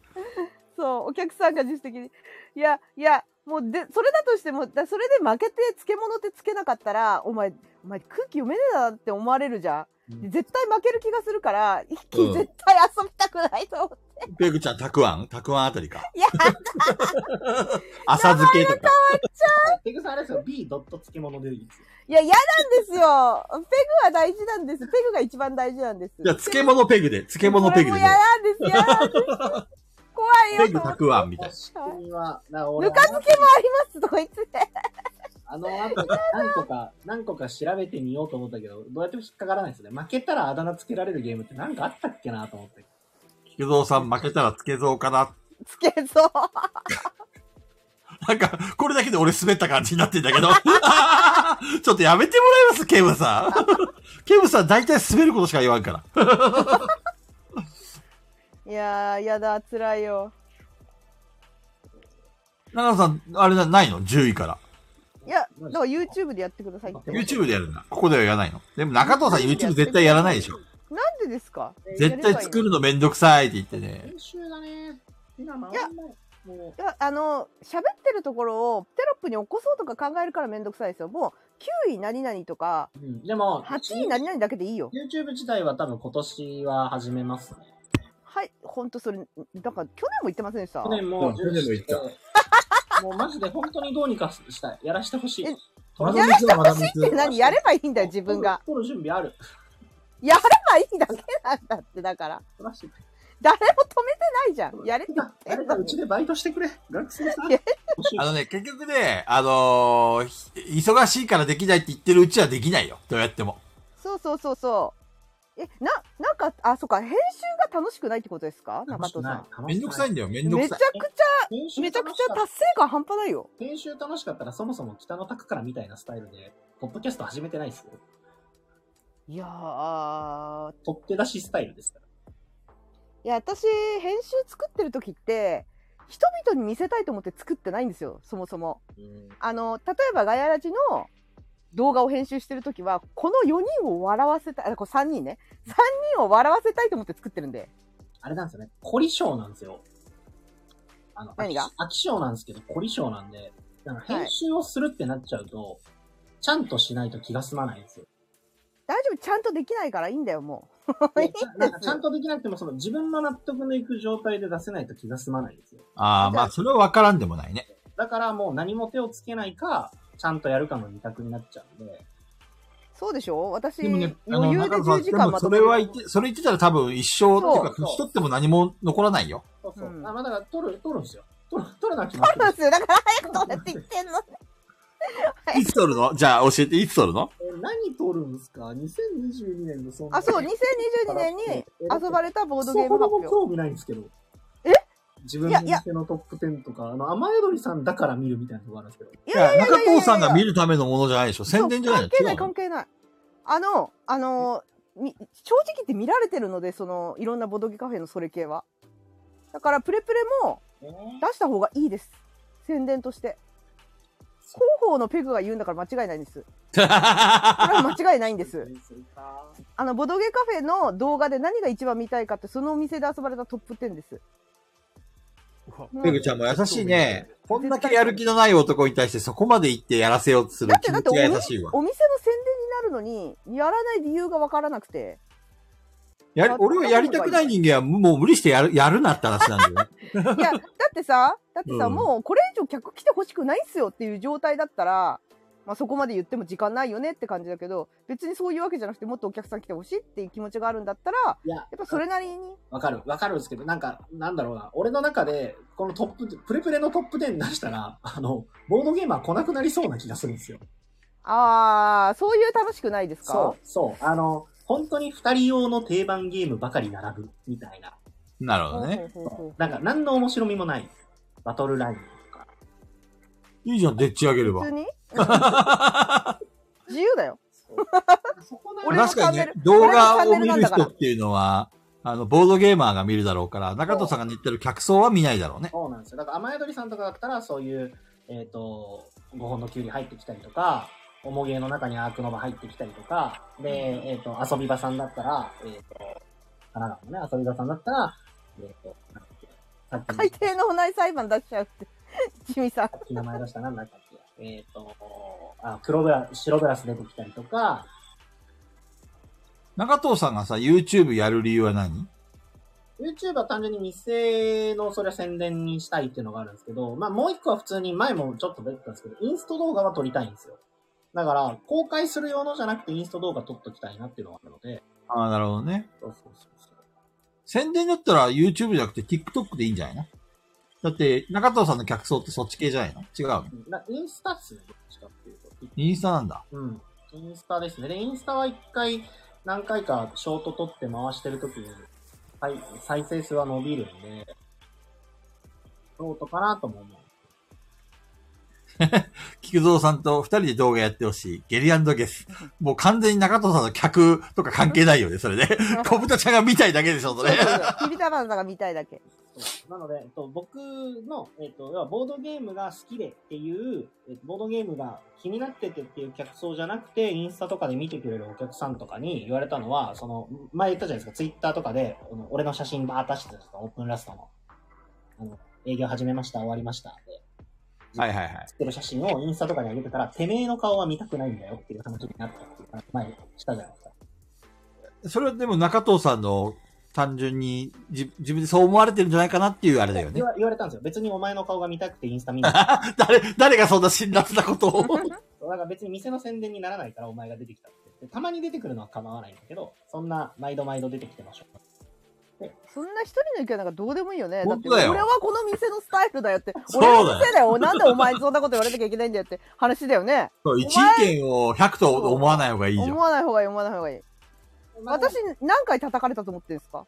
S6: そう、お客さんが自主的に。いや、いや、もうで、それだとしても、だそれで負けて漬物ってつけなかったら、お前、お前空気読めねえなって思われるじゃん。で絶対負ける気がするから、一気
S3: うん
S6: に絶対遊びたくないと思って。
S3: ペグちゃん、たくあんたくあんあたりか。
S6: いや、
S3: 浅漬けとか。
S1: ペグさんあれですよ、B. 漬物でいいですよ。
S6: いや、嫌なんですよ。ペグは大事なんです。ペグが一番大事なんです。
S3: じゃあ、漬物ペグで、漬物ペグ
S6: それも
S3: で。
S6: 嫌なんです、嫌なんです。怖いよ
S3: ペグ
S6: と思
S3: た
S6: って。
S3: くあんみたいな。
S1: 私には、な
S6: ぬか漬けもありますとか言ってて。
S1: あの後、何個か、何個か調べてみようと思ったけど、どうやっても引っかからないですね。負けたらあだ名つけられるゲームって何かあったっけなと思って。
S3: 菊蔵さん負けたらつけ蔵かな。
S6: つけそう。
S3: なんか、これだけで俺滑った感じになってんだけど。 ちょっとやめてもらえますケムさん。ケムさん大体滑ることしか言わんから。
S6: いやー、嫌だ、辛いよ。
S3: 長野さん、あれなないの ?10 位から。
S6: いや、だから YouTube でやってくださいって。なん
S3: YouTube でやるんだ。ここではやらないの。でも中藤さん YouTube 絶対やらないでしょ。
S6: でですか
S3: 絶対作るのめんどくさいって言ってね。
S1: 練習だね。手が回んない。も
S6: いや、あの、喋ってるところをテロップに起こそうとか考えるからめんどくさいですよ。もう、9位何々とか、
S1: う、うん、でも、
S6: 8位何々だけでいいよ。
S1: YouTube 自体は多分今年は始めますね。
S6: はい、ほんとそれ、だから去年も言ってませんでした
S1: 去。年も、
S3: 去年も言っ
S1: もうマジで本当にどうにかしたい。やらしてほしい
S6: え。
S1: 虎
S6: や
S1: の
S6: ら
S1: 道
S6: して
S1: はまだ
S6: ほしいって何やればいいんだよ、自分が。
S1: 取る準備ある。
S6: やればいいだけなんだって、だから。
S1: 取らしてく
S6: 誰も止めてないじゃん。やれって
S1: れ
S6: 言って
S1: 誰
S6: ん
S1: か
S6: の
S1: う
S6: に
S1: ちでバイトしてくれ。学生さん。
S6: いや
S1: 欲しい
S3: あのね、結局ね、あのーひ忙しいからできないって言ってるうちはできないよ。どうやっても。
S6: そうそうそうそう。え、な、なんか、あ、そっか、編集が楽しくないってことですか中
S1: 楽しく
S6: 藤さ。
S1: なんい
S3: めんどくさいんだよ、めんどく
S6: めち
S3: さ
S6: ゃ
S3: い
S6: く。ち
S1: 編
S6: ゃ、
S1: 集
S6: めちゃくち
S1: 楽し
S6: ゃ
S1: かっ
S6: 達成感半端ないよ。
S1: た編集楽しかったらそもそも北の拓からみたいなスタイルで、ポッドキャスト始めてないですよ。
S6: いやー、
S1: 取って出しスタイルですから。
S6: いや、私、編集作ってる時って、人々に見せたいと思って作ってないんですよ、そもそも。あの、例えばガヤラジの動画を編集してる時は、この4人を笑わせたい、あ、これ3人ね。3人を笑わせたいと思って作ってるんで。
S1: あれなんですよね。凝り性なんですよ。あの、
S6: 何が
S1: 飽き飽き性なんですけど、凝り性なんで、なんか
S6: はい
S1: 編集をするってなっちゃうと、ちゃんとしないと気が済まないんですよ。
S6: 大丈夫、ちゃんとできないからいいんだよ、もう。いい
S1: で
S6: ん
S1: な
S6: で
S1: んかち
S6: す
S1: ゃんとできなくても、その自分の納得のいく状態で出せないと気が済まないんですよ。
S3: ああ、まあ、それはわからんでもないね。
S1: だからもう何も手をつけないか、ちゃんとやるかの二択になっちゃうんで、
S6: そうでしょ私、
S3: でもね、あの
S6: 余裕で
S3: 中野さ
S6: 10
S3: ん
S6: 時
S3: で
S6: 間
S3: も
S6: ま
S3: そ
S6: と
S3: れは言っ
S6: める
S3: て、それ言ってたら多分一生っていうか、
S1: そう
S3: 年取っても何も残らないよ。
S1: そうそう。
S6: うん
S1: あまあだから取る、取るんですよ。取る、取るのは決まって
S6: そうなん
S1: る。
S6: ですよ。だから早くどうやって言ってんの
S3: いつ撮るのじゃあ教えて、いつ撮るの
S1: え何撮るんですか ?2022 年のそんな
S6: あ、そう、2022年に遊ばれたボードゲーム
S1: そこ
S6: 発
S1: も
S6: 表。
S1: 興味ないんですけど。
S6: え
S1: 自分
S6: い
S1: の
S6: やいや
S1: 店のトップ10とか、あの、雨宿りさんだから見るみたいなのがあるんですけど。
S6: いやいやいやいやいやい
S3: 中
S6: や
S3: 藤さんが見るためのものじゃないでしょ宣伝じゃないの
S6: そう関
S3: 違
S6: 係ない
S3: うの
S6: 関係ない。あの、あの、み正直言って見られてるので、その、いろんなボドゲカフェのそれ系は。だから、プレプレも出した方がいいです。宣伝として。広報のペグが言うんだから間違いないんです。これ は間違いないんです。あの、ボドゲカフェの動画で何が一番見たいかって、そのお店で遊ばれたトップ10です。うん
S3: ペグちゃんも優しいね。こんだけやる気のない男に対してそこまで言ってやらせようとする
S6: だっ
S3: 気
S6: てだ
S3: 持
S6: っ
S3: ち
S6: て
S3: が
S6: お店
S3: 優
S6: の
S3: しいわ。
S6: お店の宣伝になるのに、やらない理由がわからなくて。
S3: やり俺はやりたくない人間はもう無理してやる、やるなって話なんだよね。
S6: いや、だってさ、だってさ、
S3: うん
S6: もうこれ以上客来てほしくないっすよっていう状態だったら、まあそこまで言っても時間ないよねって感じだけど、別にそういうわけじゃなくてもっとお客さん来てほしいっていう気持ちがあるんだったら、や
S1: いや、
S6: っぱそれなりに、
S1: わかる、わかるんですけど、なんか、なんだろうな、俺の中で、このトップ、プレプレのトップ10出したら、あの、ボードゲーマー来なくなりそうな気がするんですよ。
S6: あー、そういう楽しくないですか
S1: そう、そう、あの、本当に二人用の定番ゲームばかり並ぶ、みたいな。
S3: なる
S6: う
S3: ほどね。
S6: んうんうんうん
S1: なんか、何の面白みもない。バトルラインとか。
S3: いいじゃん、でっち上げれば
S6: 普通。 に自由だよ。
S1: そこだ
S6: 俺の
S3: 確かに
S6: チャン
S3: ね
S6: ネ、ル
S3: 動画を
S6: 俺のチャンネル
S3: 見
S6: なん
S3: る
S6: だから
S3: 人っていうのは、あの、ボードゲーマーが見るだろうから、中藤さんが言ってる客層は見ないだろうね。
S1: そうなんですよ。だから、雨宿りさんとかだったら、そういう、えっ、と、5本の球に入ってきたりとか、おもげの中にアークノバ入ってきたりとか、で、えっ、と、遊び場さんだったら、えっ、と、神奈川のね、遊び場さんだったら、えっ、と、なんだっけさっきの
S6: 海底の保内裁判出しちゃうって。 ジミさん
S1: さ。っき名前出したなんだったっけえっ、と、あ、黒グラ、白グラス出てきたりとか、
S3: 中藤さんがさ、YouTube やる理由は何
S1: YouTube は単純に店のそれは宣伝にしたいっていうのがあるんですけど、まあもう一個は普通に前もちょっと出てたんですけど、インスト動画は撮りたいんですよ。だから、公開する用のじゃなくてインスト動画撮っときたいなっていうのがあるので。
S3: ああ、なるほどね。
S1: そうそうそうそう。
S3: 宣伝だったら YouTube じゃなくて TikTok でいいんじゃないのだって、中藤さんの客層ってそっち系じゃないの違うの
S1: なインスタっすね、どっちかっていうと。
S3: インスタなんだ。
S1: うん。インスタですね。で、インスタは一回、何回かショート撮って回してるときに、はい、再生数は伸びるんで、ショートかなとも思う。
S3: 菊蔵さんと二人で動画やってほしい。ゲリアンドゲス。もう完全に中藤さんの客とか関係ないよね、それね。 小豚ちゃんが見たいだけでしょ、そ
S6: そう
S3: れ
S6: そ。うそうビビタバンさんが見たいだけ。
S1: そうなので、えっと、僕の、えっと、要はボードゲームが好きでっていう、えっとボードゲームが気になっててっていう客層じゃなくて、インスタとかで見てくれるお客さんとかに言われたのは、その、前言ったじゃないですか、ツイッターとかで、あの俺の写真バーッと出してたんですか、オープンラストの。あの、営業始めました、終わりました。で、
S3: はいはいはい。
S1: 写ってる写真をインスタとかに上げてたら、てめえの顔は見たくないんだよっていう話になったっていう話前したじゃないですか。
S3: それはでも中藤さんの単純にじ自分でそう思われてるんじゃないかなっていうあれだよね
S1: 言。わ言われたんですよ。別にお前の顔が見たくてインスタ見ない。
S3: 誰、誰が そんな辛辣なことを。
S1: そうだから別に店の宣伝にならないからお前が出てきたって。でたまに出てくるのは構わないんだけど、そんな毎度毎度出てきてましょう。
S6: そんな一人の意見なんかどうでもいいよね。だっ
S3: 本
S6: て、
S3: 当だ
S6: 俺
S3: よ
S6: はこの店のスタイルだよって。
S3: そうだよ
S6: 俺の店だよ。なんでお前にそんなこと言われなきゃいけないんだよって話だよね。
S3: そう一意見を100と思わない方がいいじゃ
S6: 思
S3: ん。
S6: わない方がいい、思わない方がいい。私、何回叩かれたと思ってるんですか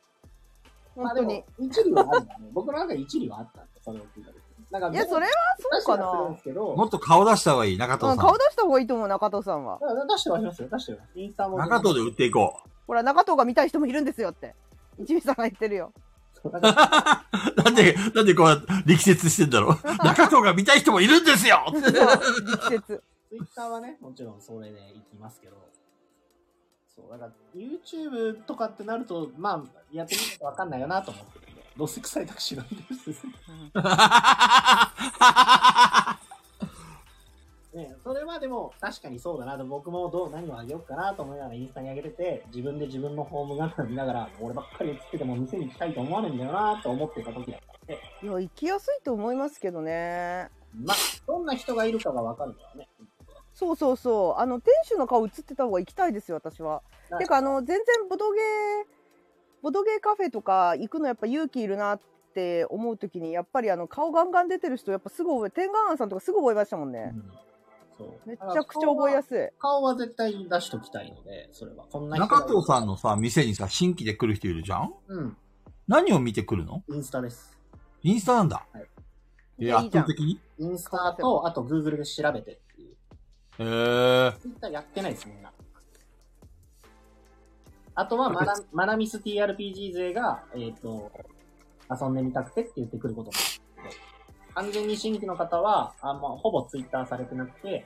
S1: ま
S6: 本
S1: あ
S6: 当
S1: で
S6: に
S1: も。、一理はあるんだね。 僕の中で一理はあったんで、それを聞いた時に。なんか
S6: いや、それは
S1: 出し
S6: そ
S1: て
S6: うか
S1: はするんで
S6: な
S1: すけど、
S3: もっと顔出した方がいい、中藤。
S6: う
S3: さ
S6: ん、
S3: ん。
S6: 顔出した方がいいと思う、中藤さんは。
S1: だから出してはありますよ。出しては。インスタも。
S3: 中藤で売っていこ
S6: ほら、中藤が見たい人もいるんですよって。一味さんが言ってるよ。
S1: そうだから
S3: う。なんで、なんでこう、力説してんだ ろう。中藤が見たい人もいるんです よ
S6: そう、力説。
S1: ツイッターはね、もちろんそれでいきますけど、そう、だから YouTube とかってなると、まあ、やってみないとわかんないよなと思ってるんで、どうせ臭いタクシーなんです。ね、それはでも確かにそうだなと僕もどう何をあげようかなと思いながらインスタに上げてて自分で自分のホーム画面見ながら俺ばっかり映ってても店に行きたいと思わないんだよなと思ってた時だったんで
S6: いや、行きやすいと思いますけどね。
S1: まあどんな人がいるかがわかるからね
S6: そうそうそう。あの、店主の顔映ってた方が行きたいですよ、私は。てか、あの、全然ボドゲー、ボドゲーカフェとか行くのやっぱ勇気いるなって思うときに、やっぱりあの、顔ガンガン出てる人、やっぱすぐ覚え、天眼庵さんとかすぐ覚えましたもんね。
S1: うんそう。
S6: めちゃくちゃ覚えやすい。
S1: 顔は絶対出しときたいので、それは。こんな人が
S3: 中藤さんのさ、店にさ、新規で来る人いるじゃん
S1: うん。
S3: 何を見てくるの
S1: インスタです。
S3: インスタなんだ。
S1: はい
S3: え
S6: い
S3: ー
S6: やい
S3: 圧
S6: いじゃん
S3: 倒的に
S1: インスタと、あと Google で調べてっていう。
S3: えー、
S1: ツイッターやってないです、みんな。あとはマナ、マナミス TRPG 勢が、えっ、と、遊んでみたくてって言ってくることもあって完全に新規の方は、あまあ、ほぼツイッターされてなくて、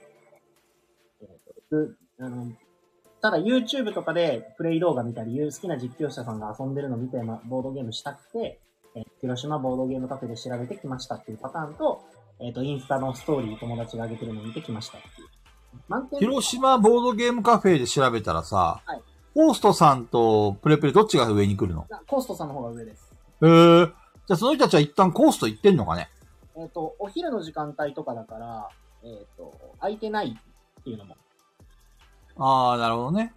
S1: えーとうあのただ YouTube とかでプレイ動画見たり、好きな実況者さんが遊んでるの見て、ま、ボードゲームしたくて、えー広島ボードゲームカフェで調べてきましたっていうパターンと、えっ、と、インスタのストーリー友達が上げてるの見てきましたっていう。満点
S3: 広島ボードゲームカフェで調べたらさ、
S1: はい
S3: ホーストさんとプレプレどっちが上に来るの
S1: あコーストさんの方が上です。
S3: えー、じゃあその人たちは一旦コースト行ってんのかね
S1: えっ、と、お昼の時間帯とかだから、えっ、と、空いてないっていうのも。
S3: ああ、なるほどね。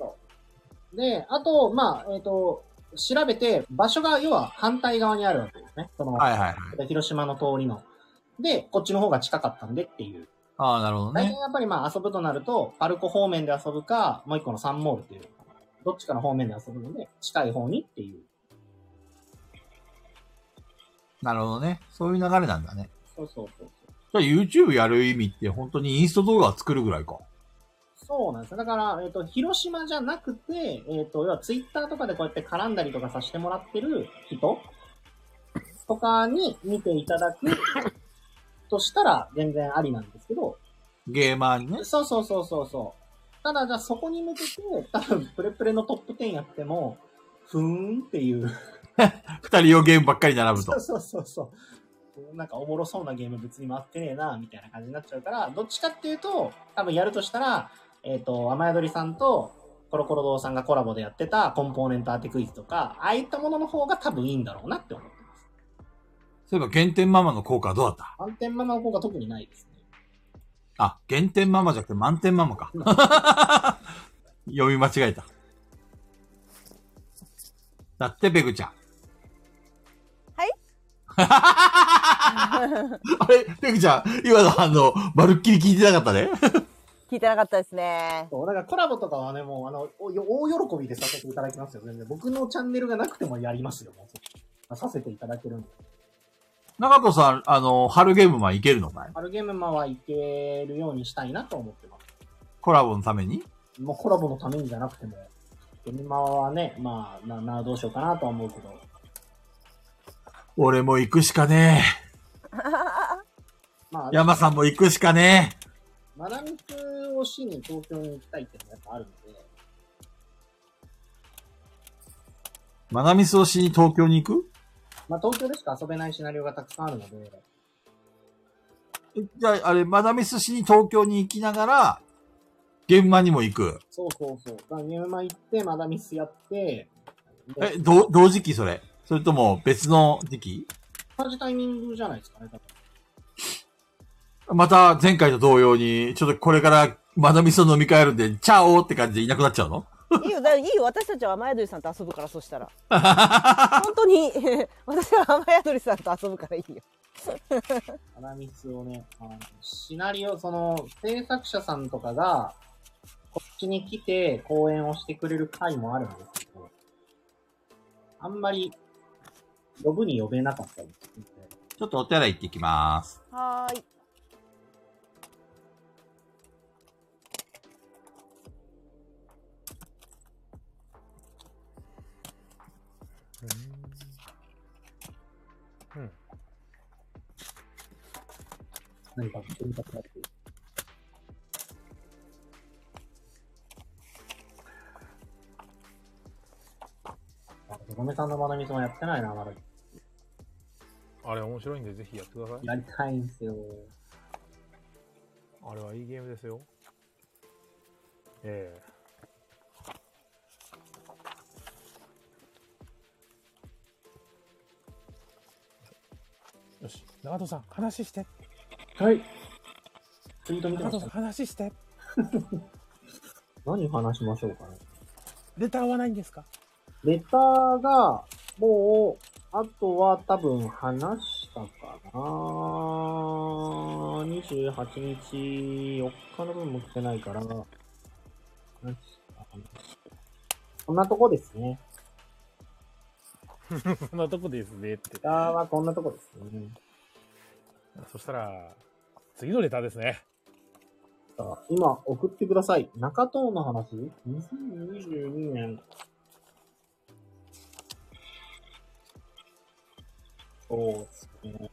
S1: で、あと、まあ、えっ、と、調べて、場所が要は反対側にあるわけですね。その、
S3: はいはいはい。
S1: 広島の通りの。で、こっちの方が近かったんでっていう。
S3: ああ、なるほど
S1: 大体
S3: ね。
S1: やっぱりまあ遊ぶとなると、パルコ方面で遊ぶか、もう一個のサンモールっていう。どっちかの方面で遊ぶので、近い方にっていう。
S3: なるほどね。そういう流れなんだね。
S1: そうそうそうそう。
S3: じゃあ YouTube やる意味って本当にインスト動画を作るぐらいか。
S1: そうなんですよ。だから、えっ、と、広島じゃなくて、えっ、と、要はツイッターとかでこうやって絡んだりとかさせてもらってる人とかに見ていただくとしたら全然ありなんですけど、
S3: ゲーマーにね。
S1: そうそうそうそうそう。ただ、じゃあそこに向けて、多分、プレプレのトップ10やっても、ふーんっていう。
S3: 二人用ゲームばっかり並ぶと
S1: そう。そうそうそう。なんかおもろそうなゲーム別に回ってねえな、みたいな感じになっちゃうから、どっちかっていうと、多分やるとしたら、えっ、と、雨宿りさんとコロコロ堂さんがコラボでやってたコンポーネント当てクイズとか、ああいったものの方が多分いいんだろうなって思ってます。
S3: そういえば、原点ママの効果はどうだった
S1: 満点ママの方が特にないですね。
S3: あ、原点ママじゃなくて満点ママか。読み間違えた。だって、ペグちゃん。
S6: はい
S3: あれ、ペグちゃん、今のあの、まるっきり聞いてなかったね。
S6: 聞いてなかったです ね。
S1: そう、だからコラボとかはね、もうあの、お大喜びでさせていただきますよ、全然。僕のチャンネルがなくてもやりますよ、もう。させていただけるんで。
S3: 中戸さん、あの、春ゲームマンいけるのかい
S1: あるゲームマンはいけるようにしたいなと思ってます。
S3: コラボのために
S1: もうコラボのためにじゃなくても、ゲミマはね、まあ、な、な、どうしようかなとは思うけど、
S3: 俺も行くしかね
S1: ま
S3: え。
S1: あ、
S3: 山さんも行くしかねえ。
S1: マナミスをしに東京に行きたいっていうのもやっぱあるんで、
S3: マナミスをしに東京に行く
S1: まあ東京でしか遊べないシナリオがたくさんあるので、
S3: えじゃあ、あれ、マナミスしに東京に行きながら、現場にも行く。
S1: そうそうそう。まあ、ゲミマ行って、マナミスやって、
S3: え、
S1: で
S3: ど、同時期それそれとも別の時期
S1: 同じタイミングじゃないですかね、多分
S3: また前回と同様に、ちょっとこれからまだみそ飲み会あるんで、チャオって感じでいなくなっちゃうの
S6: いいよ、だいいよ、私たちは雨宿りさんと遊ぶから、そ したら。本当に、 私は雨宿りさんと遊ぶからいいよ。
S1: 花蜜をね、あのシナリオ、その、制作者さんとかが、こっちに来て講演をしてくれる回もあるんですけど、あんまり、呼ぶに呼べなかったりするんで
S3: ちょっとお手洗い行ってきます。
S6: はーい。
S2: うん。
S1: 何か聞いたくなって。あ、ごめさんのまなみもやってないな、まだ。
S2: あれ面白いんで、ぜひやってください。
S1: やりたいんですよ。
S2: あれはいいゲームですよ。ええよし、長藤さん、話して。
S1: はい。ツイート見てま
S2: 長藤
S1: し
S2: さん、
S1: た
S2: 話して。
S1: 何話しましょうかね。
S2: レターはないんですか
S1: レターが、もう、あとは多分話ししたかな28日、4日の分も来てないから、何したかなこんなとこですね。
S2: そんなとこですねって。
S1: ネタはこんなとこですね。
S2: そしたら、次のレターですね。
S1: さあ今送ってください。中藤の話 ?2022 年。そうですね。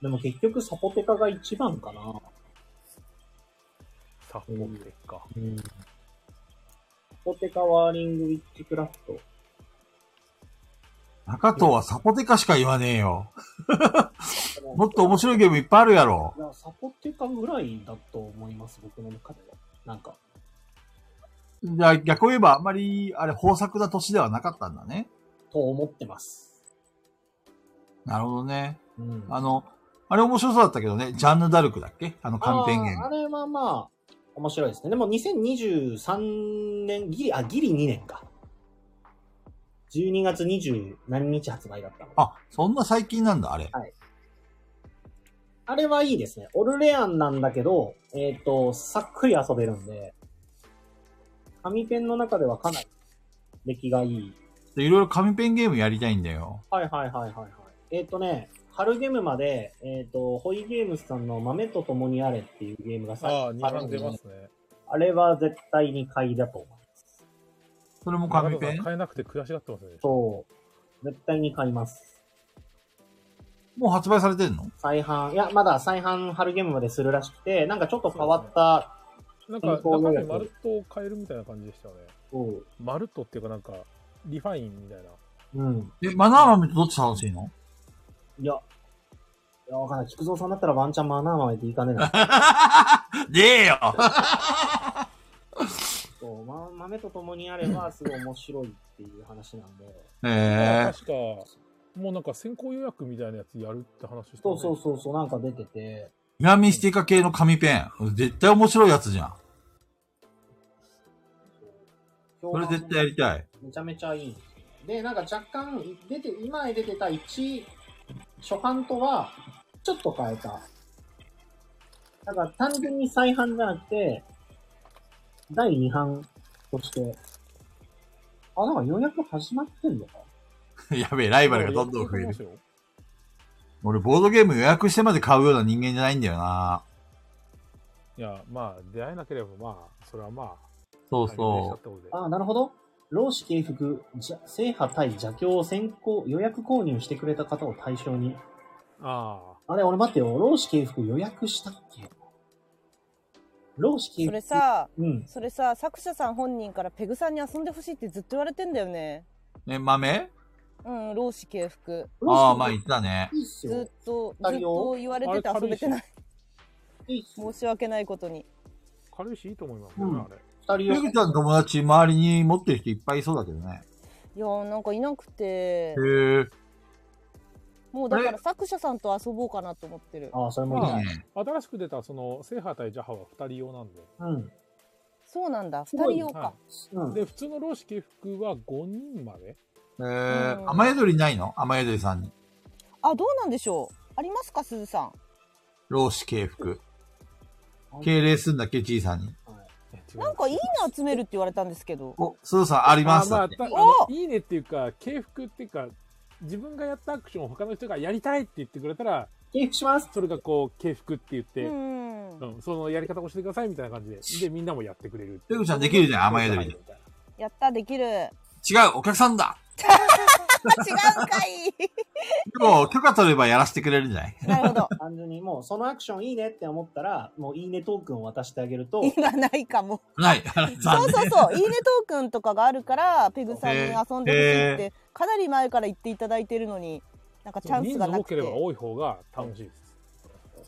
S1: でも結局サポテカが一番かな。
S2: サポテか。
S1: うん。サポテカワーリングウィッチクラフト。
S3: 中藤はサポテカしか言わねえよ。もっと面白いゲームいっぱいあるやろ
S1: い。や、サポテカぐらいだと思います、僕の中では。なんか。
S3: じゃあ逆を言えばあんまり、あれ、豊作な年ではなかったんだね。
S1: と思ってます。
S3: なるほどね。
S1: うん。
S3: あの、あれ面白そうだったけどね。ジャンヌ・ダルクだっけあの
S1: あ
S3: 短編ゲーム
S1: あ。れはまあ、面白いですね。でも2023年、ギリ、あ、ギリ2年か。12月20何日発売だったの。
S3: あ、そんな最近なんだ、あれ。
S1: あれはいいですね。オルレアンなんだけど、えっ、と、さっくり遊べるんで、紙ペンの中ではかなり出来がいい。
S3: でいろいろ紙ペンゲームやりたいんだよ。
S1: はいはいはいはい、はい。えっ、とね、春ゲームまで、えっ、と、ホイゲームズさんの豆と共にあれっていうゲームがさ
S2: ああ、2
S1: る
S2: 番
S1: んで
S2: 出ますね。
S1: あれは絶対に買いだと思います。
S3: それも紙ペン
S2: 買えなくて悔しがってますね。
S1: そう。絶対に買います。
S3: もう発売されてんの
S1: 再販、いや、まだ再販春ゲームまでするらしくて、なんかちょっと変わった、
S2: なんか、
S1: そう
S2: 中身まるっと変えるみたいな感じでしたよね。
S1: そう
S2: まるっとっていうかなんか、リファインみたいな。
S1: うん。
S3: え、マナー豆とどっち楽しいの
S1: いや、いや、わかんない。菊蔵さんだったらワンチャンマナー豆でいいかねえな。
S3: ねえよ
S1: そう、ま、豆と共にあれば、すごい面白いっていう話なんで。
S3: ええ
S2: 確か、もうなんか先行予約みたいなやつやるって話して、ね、
S1: そうそうそう、そうなんか出てて、
S3: ミラミスティカ系の紙ペン。絶対面白いやつじゃん。
S1: 評
S3: それ
S1: 判
S3: 絶対やりたい。
S1: めちゃめちゃいいんですよね。で、なんか若干、出て、今出てた1、初版とは、ちょっと変えた。だから単純に再販じゃなくて、第2版として、あ、なんか予約始まってんのか
S3: やべえ、ライ
S2: う
S3: バルがどんどん増える。
S2: る。
S3: 俺、ボードゲーム予約してまで買うような人間じゃないんだよな。
S2: いや、まあ、出会えなければ、まあ、それはまあ、
S3: そう
S2: 大変でしたっ
S3: そ
S2: てことで。
S1: あ、なるほど。老子敬服、じゃ制覇対邪教を先行、予約購入してくれた方を対象に。
S2: あ
S1: あれ、俺待ってよ。老子敬服予約したっけ老子敬服。
S6: それ、さ
S1: うん。
S6: それさ作者さん本人からペグさんに遊んでほしいってずっと言われてんだよね
S3: う。え、豆
S6: うん老子敬服
S3: ああ、
S1: ま
S3: まあ言ったね。
S1: いいっすよ
S6: ず。っとず
S1: あ
S6: っ
S1: るよ
S6: と言われてて遊べてない
S1: いいっすよ
S6: 申し訳ないことに
S2: あ、軽いしいいと思いますけどね、
S1: うん
S2: あれ。
S1: 二人
S3: ペ
S1: よ
S3: グちゃんの友達、周りに持ってる人いっぱいいそうだけどね。
S6: いやーなんかいなくて
S3: へえ。
S6: もうだから作者さんと遊ぼうかなと思ってる
S1: ああ、それもい
S3: い
S1: い
S3: い
S1: ね。
S3: ね。
S2: 新しく出た、その、制覇対ジャハは2人用なんで。
S1: うん。
S6: そうなんだ
S1: す
S6: 二
S1: ごい
S6: 人用か、
S1: うん。
S2: で、普通の老子系服は5人まで。
S3: えー
S6: うん
S3: 雨宿りないの雨宿りさんに。
S6: あどうなんでしょうありますかすずさん
S3: 老子敬服。
S1: はい
S3: 敬礼すんだっけ、じいさんに。
S2: いや違う
S6: なんかいいの集めるって言われたんですけど
S3: お、すーさんありますだ
S2: あ
S3: って。
S2: まあ、たあの
S6: お
S2: いいねっていうか、敬服っていうか、自分がやったアクションを他の人がやりたいって言ってくれたら、
S1: 敬服します
S2: それがこう、敬服って言っ
S6: う
S2: て、うん
S6: ん
S2: そのやり方を教えてくださいみたいな感じで、で、みんなもやってくれるってい
S3: ペ
S2: う。
S3: グちゃんできるじゃん雨宿りで
S2: みたいな
S6: やったできるあ違
S3: 違う、お客さんだ
S6: うんかい
S3: でも、許可取ればやらせてくれるんじゃない
S6: なるほど
S1: 単純にもう、そのアクションいいねって思ったら、もういいねトークンを渡してあげると、
S6: 今ないかも
S3: ない。 残
S6: そう
S3: 念。
S6: そうそう「いいねトークン」とかがあ るからペグさんに遊んでほしいっ
S3: へ
S6: てかなり前から言っていただいてるのになんかチャンス
S2: 人
S6: が
S2: 数
S6: な
S2: 多
S6: く
S2: け
S6: て
S2: れば多い方が楽しいです。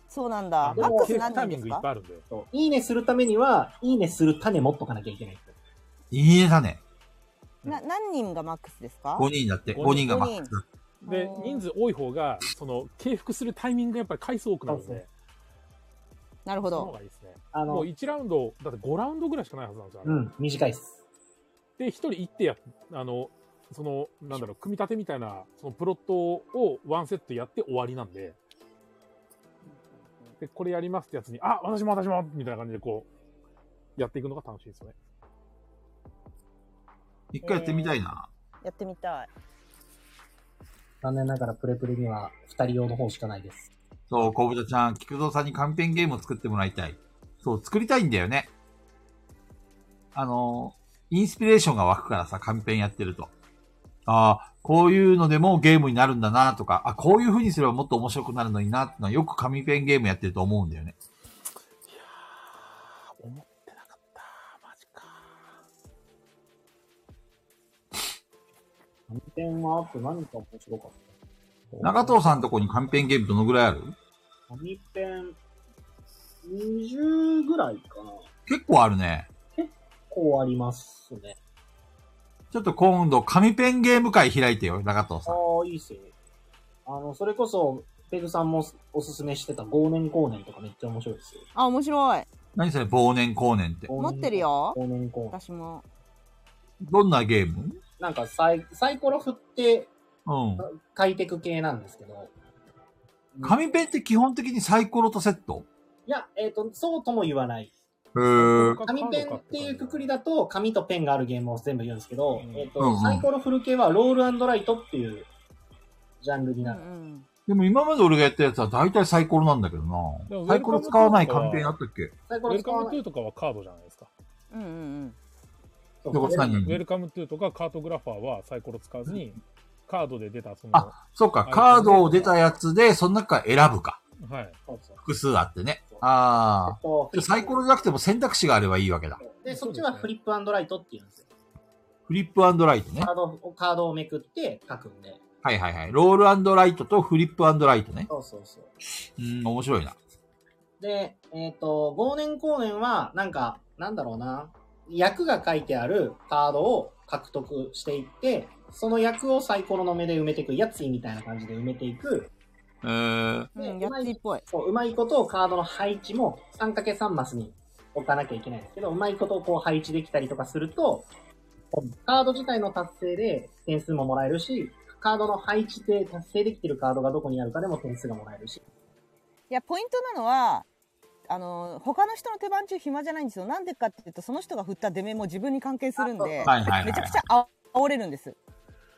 S6: そうなんだ
S2: あ
S6: マ
S2: の
S6: ック
S2: 敬服
S6: ス何
S2: タイ
S6: 人
S2: ミングいっ
S6: ですか
S2: ぱいあるんで。
S1: そういいねするためには、いいねする種持っとかなきゃいけない。
S3: いいねだね。
S6: な何人がマックスですか
S3: 5人だって。
S2: 五
S3: 5
S2: 人
S3: 人がマックスだ。
S2: で
S6: う、ん
S2: 人数多い方が、その、敬服するタイミングがやっぱり回数多くなるん
S1: そう
S2: で、
S6: なるほ
S2: その方
S6: ど
S2: がいいですね。
S1: あ
S2: もう
S1: の、
S2: 1ラウンド、だって5ラウンドぐらいしかないはずなんですよ。あれ
S1: うん、短いっす。
S2: で、1人行ってや、あの、その、なんだろう、組み立てみたいな、そのプロットをワンセットやって終わりなんで、で、これやりますってやつに、あ、私も私もみたいな感じでこう、やっていくのが楽しいですよね。
S3: 一回やってみたいな。
S6: やってみたい。
S1: 残念ながらプレプレには二人用の方しかないです。
S3: そう、小豚ちゃん、菊蔵さんに紙ペンゲームを作ってもらいたい。そう、作りたいんだよね。あの、インスピレーションが湧くからさ、紙ペンやってると。ああ、こういうのでもゲームになるんだなとか、あ、こういう風にすればもっと面白くなるのになってのはよく紙ペンゲームやってると思うんだよね。
S2: 思ってなかった。マジか。
S1: 何点はあって何か面白かった。
S3: 中藤さんとこに紙ペンゲームどのぐらいある
S1: 紙ペン、20ぐらいかな。
S3: 結構あるね。
S1: こうありますね。
S3: ちょっと今度紙ペンゲーム会開いてよ、中藤
S1: あ
S3: さん。
S1: あ、いいっすよね。あの、それこそ、ペグさんもおすすめしてた忘年後年とかめっちゃ面白いですよ。
S6: あ、面白い。
S3: 何それ、忘年後年って。
S1: 忘
S6: 持
S1: 年
S6: ってる。よ。
S1: 忘年後年。
S6: 私も。
S3: どんなゲーム
S1: なんかサイサイコロ振って
S3: うん。
S1: 書いてく系なんですけど。
S3: 紙ペンって基本的にサイコロとセット
S1: いや、えっ、と、そうとも言わない。
S3: へー。
S1: 紙ペンっていうくくりだと、紙とペンがあるゲームを全部言うんですけど、
S2: うん
S1: えっ、と、
S3: うんうん
S1: サイコロ振る系はロールライトっていうジャンルに
S6: うん
S1: な
S6: う
S1: る。
S6: ん。
S3: でも今まで俺がやったやつは大体サイコロなんだけど
S2: でも
S3: な。サイコロ使わない紙ペンあったっけ
S1: サイコ
S2: ウェ
S1: ロ
S2: ル
S1: 使
S2: カム
S1: わ
S2: ト
S1: な
S2: ゥ
S1: い。
S2: ーとかはカードじゃないですか。
S6: うんうんうん。
S1: そう
S3: どこ使う
S2: ウェ
S3: の
S2: ルカムトゥーとかカートグラファーはサイコロ使わずに、カードで出たその、は
S3: あ、そっか、カードを出たやつで、その中から選ぶか。
S2: い。
S1: そうそう
S3: 複数あってね
S1: そう。
S3: あ
S1: えっと
S3: あ。じゃあサイコロじゃなくても選択肢があればいいわけだ。
S1: で、そっちはフリップアンドライトって言うんですよ。
S3: フリップライトね
S1: カ。ードを、カードをめくって書くんで。
S3: はいはいはい。ロールライトとフリップライトね。
S1: そうそうそう。
S3: うん、面白いな。
S1: で、えっ、と、忘年公演は、なんか、なんだろうな。役が書いてあるカードを獲得していって、その役をサイコロの目で埋めていく、やついみたいな感じで埋めていく。
S3: えー、
S6: うん、やっていっぽい。
S1: そう、うまいことをカードの配置も 3×3 マスに置かなきゃいけないんですけど、うまいことをこう配置できたりとかすると、カード自体の達成で点数ももらえるし、カードの配置で達成できてるカードがどこにあるかでも点数がもらえるし。
S6: いや、ポイントなのは、あの、他の人の手番中暇じゃないんですよ。なんでかっていうと、その人が振った出目も自分に関係するんで、
S3: はいはいはい。
S6: めちゃくちゃあ煽れるんです。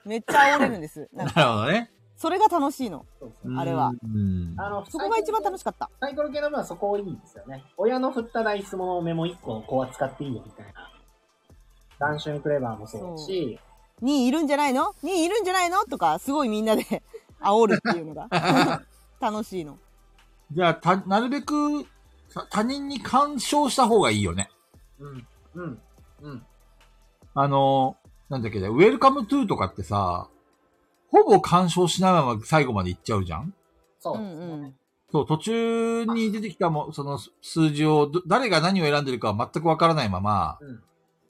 S6: めっちゃ煽れる んです。なんか
S3: なるほどね。
S6: それが楽しいの。
S1: そうそう
S3: うん
S6: あれは。
S3: うん。
S1: あの、
S6: そこが一番楽
S1: しい。
S6: しかった。
S1: サイコロ系の分はそこいいですよね。親の振ったダイスものメモ1個を子は使っていいよみたいな。ダンシュンクレバーもそうだし、
S6: にいるんじゃないのにいるんじゃないのとか、すごいみんなで 煽るっていうのが 楽しいの。
S3: じゃあ、た、なるべく、さ他人に干渉した方がいいよね。
S1: うん、うん、うん。
S3: あの、なんだっけね、ウェルカムトゥーとかってさ、ほぼ干渉しないまま最後まで行っちゃうじゃん
S1: そう
S6: う
S1: です
S6: ん
S1: ね。
S6: うん。
S3: そう、途中に出てきたも、その数字をど、誰が何を選んでるかは全くわからないまま、
S1: うん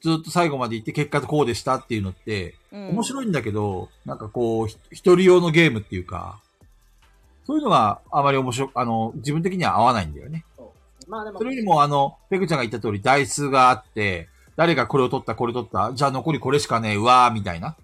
S3: ずっと最後まで行って結果こうでしたっていうのって、
S6: うん、
S3: 面白いんだけど、なんかこう、ひ一人用のゲームっていうか、そういうのはあまり面白く、あの、自分的には合わないんだよね。
S1: そうまあでも、
S3: それよりも、あの、ペグちゃんが言った通り、台数があって、誰がこれを取った、これ取った、じゃあ残りこれしかねえ、うわー、みたいな。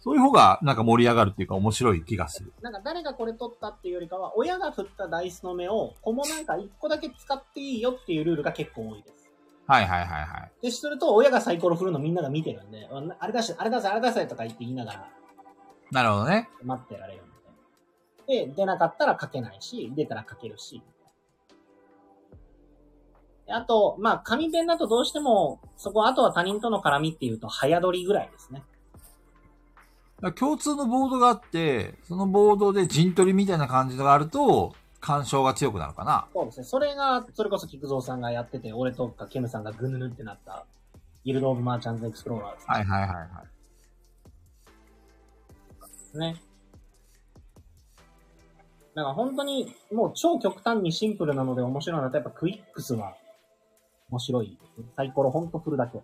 S3: そういう方が、なんか盛り上がるっていうか、面白い気がする。
S1: なんか誰がこれ取ったっていうよりかは、親が振ったダイスの目を、子もなんか1個だけ使っていいよっていうルールが結構多いです。
S3: はいはいはいはい。
S1: で、すると、親がサイコロ振るのみんなが見てるんで、ああれ出して、あれ出せ、あれ出せとか言って言いながら
S3: なるほどね。
S1: 待ってられるんで。で、出なかったら書けないし、出たら書けるし。であと、まあ、紙ペンだとどうしても、そこ、あとは他人との絡みっていうと、早取りぐらいですね。
S3: だから共通のボードがあって、そのボードで陣取りみたいな感じのがあると、干渉が強くなるかな。
S1: そうですね。それが、それこそ菊蔵さんがやってて、俺とかケムさんがぐぬぬってなった、ギルド・オブ・マーチャンズ・エクスプローラーですね。
S3: はいはいはいはい。
S1: ね。だから本当に、もう超極端にシンプルなので面白いのだと、やっぱクイックスは面白いですね。サイコロほんと振るだけ。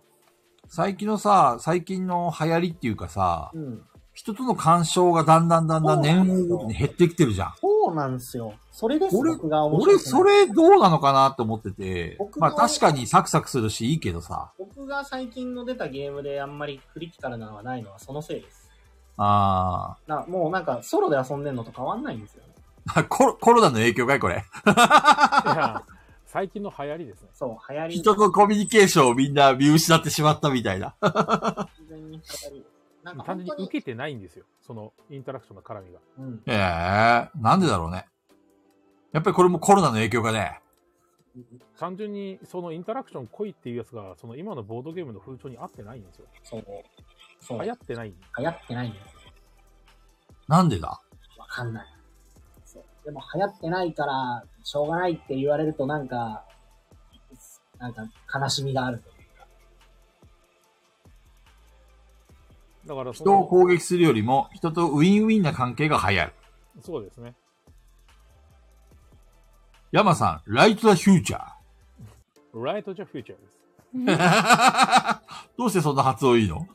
S3: 最近のさ、最近の流行りっていうかさ、
S1: うん。
S3: 人との干渉がだんだんだんだん年齢ごとに減ってきてるじゃん。
S1: そうなんですよ。それです、
S3: 俺
S1: 僕が面白い
S3: 俺、それどうなのかなって思ってて
S1: 僕、も
S3: まあ確かにサクサクするしいいけどさ、
S1: 僕が最近の出たゲームであんまりクリティカルなのはないのはそのせいです。
S3: あ
S1: なもうなんかソロで遊んでんのと変わんないんですよね。
S3: ー コロコロナの影響かいこれ。
S2: いや最近の流行りですね。
S1: そう、流行り。
S3: 人とコミュニケーションをみんな見失ってしまったみたいな。
S1: 完全に語り。なんか
S2: 単
S1: 本
S2: 純
S1: 当
S2: に
S1: に
S2: 受。けてないんですよ。そのインタラクションの絡みが。
S1: うん。
S3: ええなんでだろうね。やっぱりこれもコロナの影響かね。
S2: 単純にそのインタラクション濃いっていうやつが、その今のボードゲームの風潮に合ってないんですよ。
S1: そう。そう。
S2: 流
S1: 流
S2: 行ってない。
S1: 行ってないんですよ。
S3: なんでだ
S1: わかんない。そう。でも流行ってないから、しょうがないって言われるとなんか、なんか悲しみがあるというか。
S2: だからそ
S3: 人を
S2: の、
S3: 攻撃するよりも、人とウィンウィンな関係が流行る。
S2: そうですね。
S3: ヤマさん、ライト・ザ・フューチャー。
S2: ライト・ジャ・フューチャーです。
S3: どうしてそんな発音いいの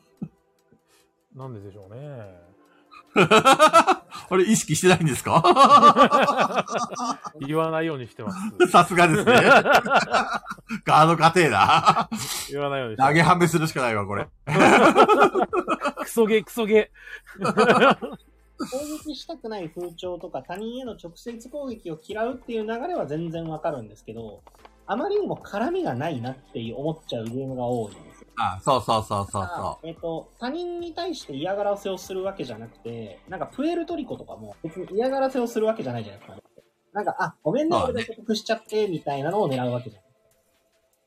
S2: なんででしょうね。
S3: あれ、意識してないんですか
S2: 言わないようにしてます。
S3: さすがですね。 ガード家庭だ。
S2: 言わないようにしてま
S3: 投
S2: す
S3: げはめするしかないわ、これ。
S2: クソゲー、クソゲ
S1: 攻撃したくない風潮とか他人への直接攻撃を嫌うっていう流れは全然わかるんですけど、あまりにも絡みがないなって思っちゃうゲームが多いんですよ。
S3: あそうそうそうそう
S1: あ
S3: そ
S1: えっ、と、他人に対して嫌がらせをするわけじゃなくて、なんかプエルトリコとかも別に嫌がらせをするわけじゃないじゃないですか。なんか、あ、ごめんね、
S3: まあね。
S1: 俺が遅刻しちゃって、みたいなのを狙うわけじゃない。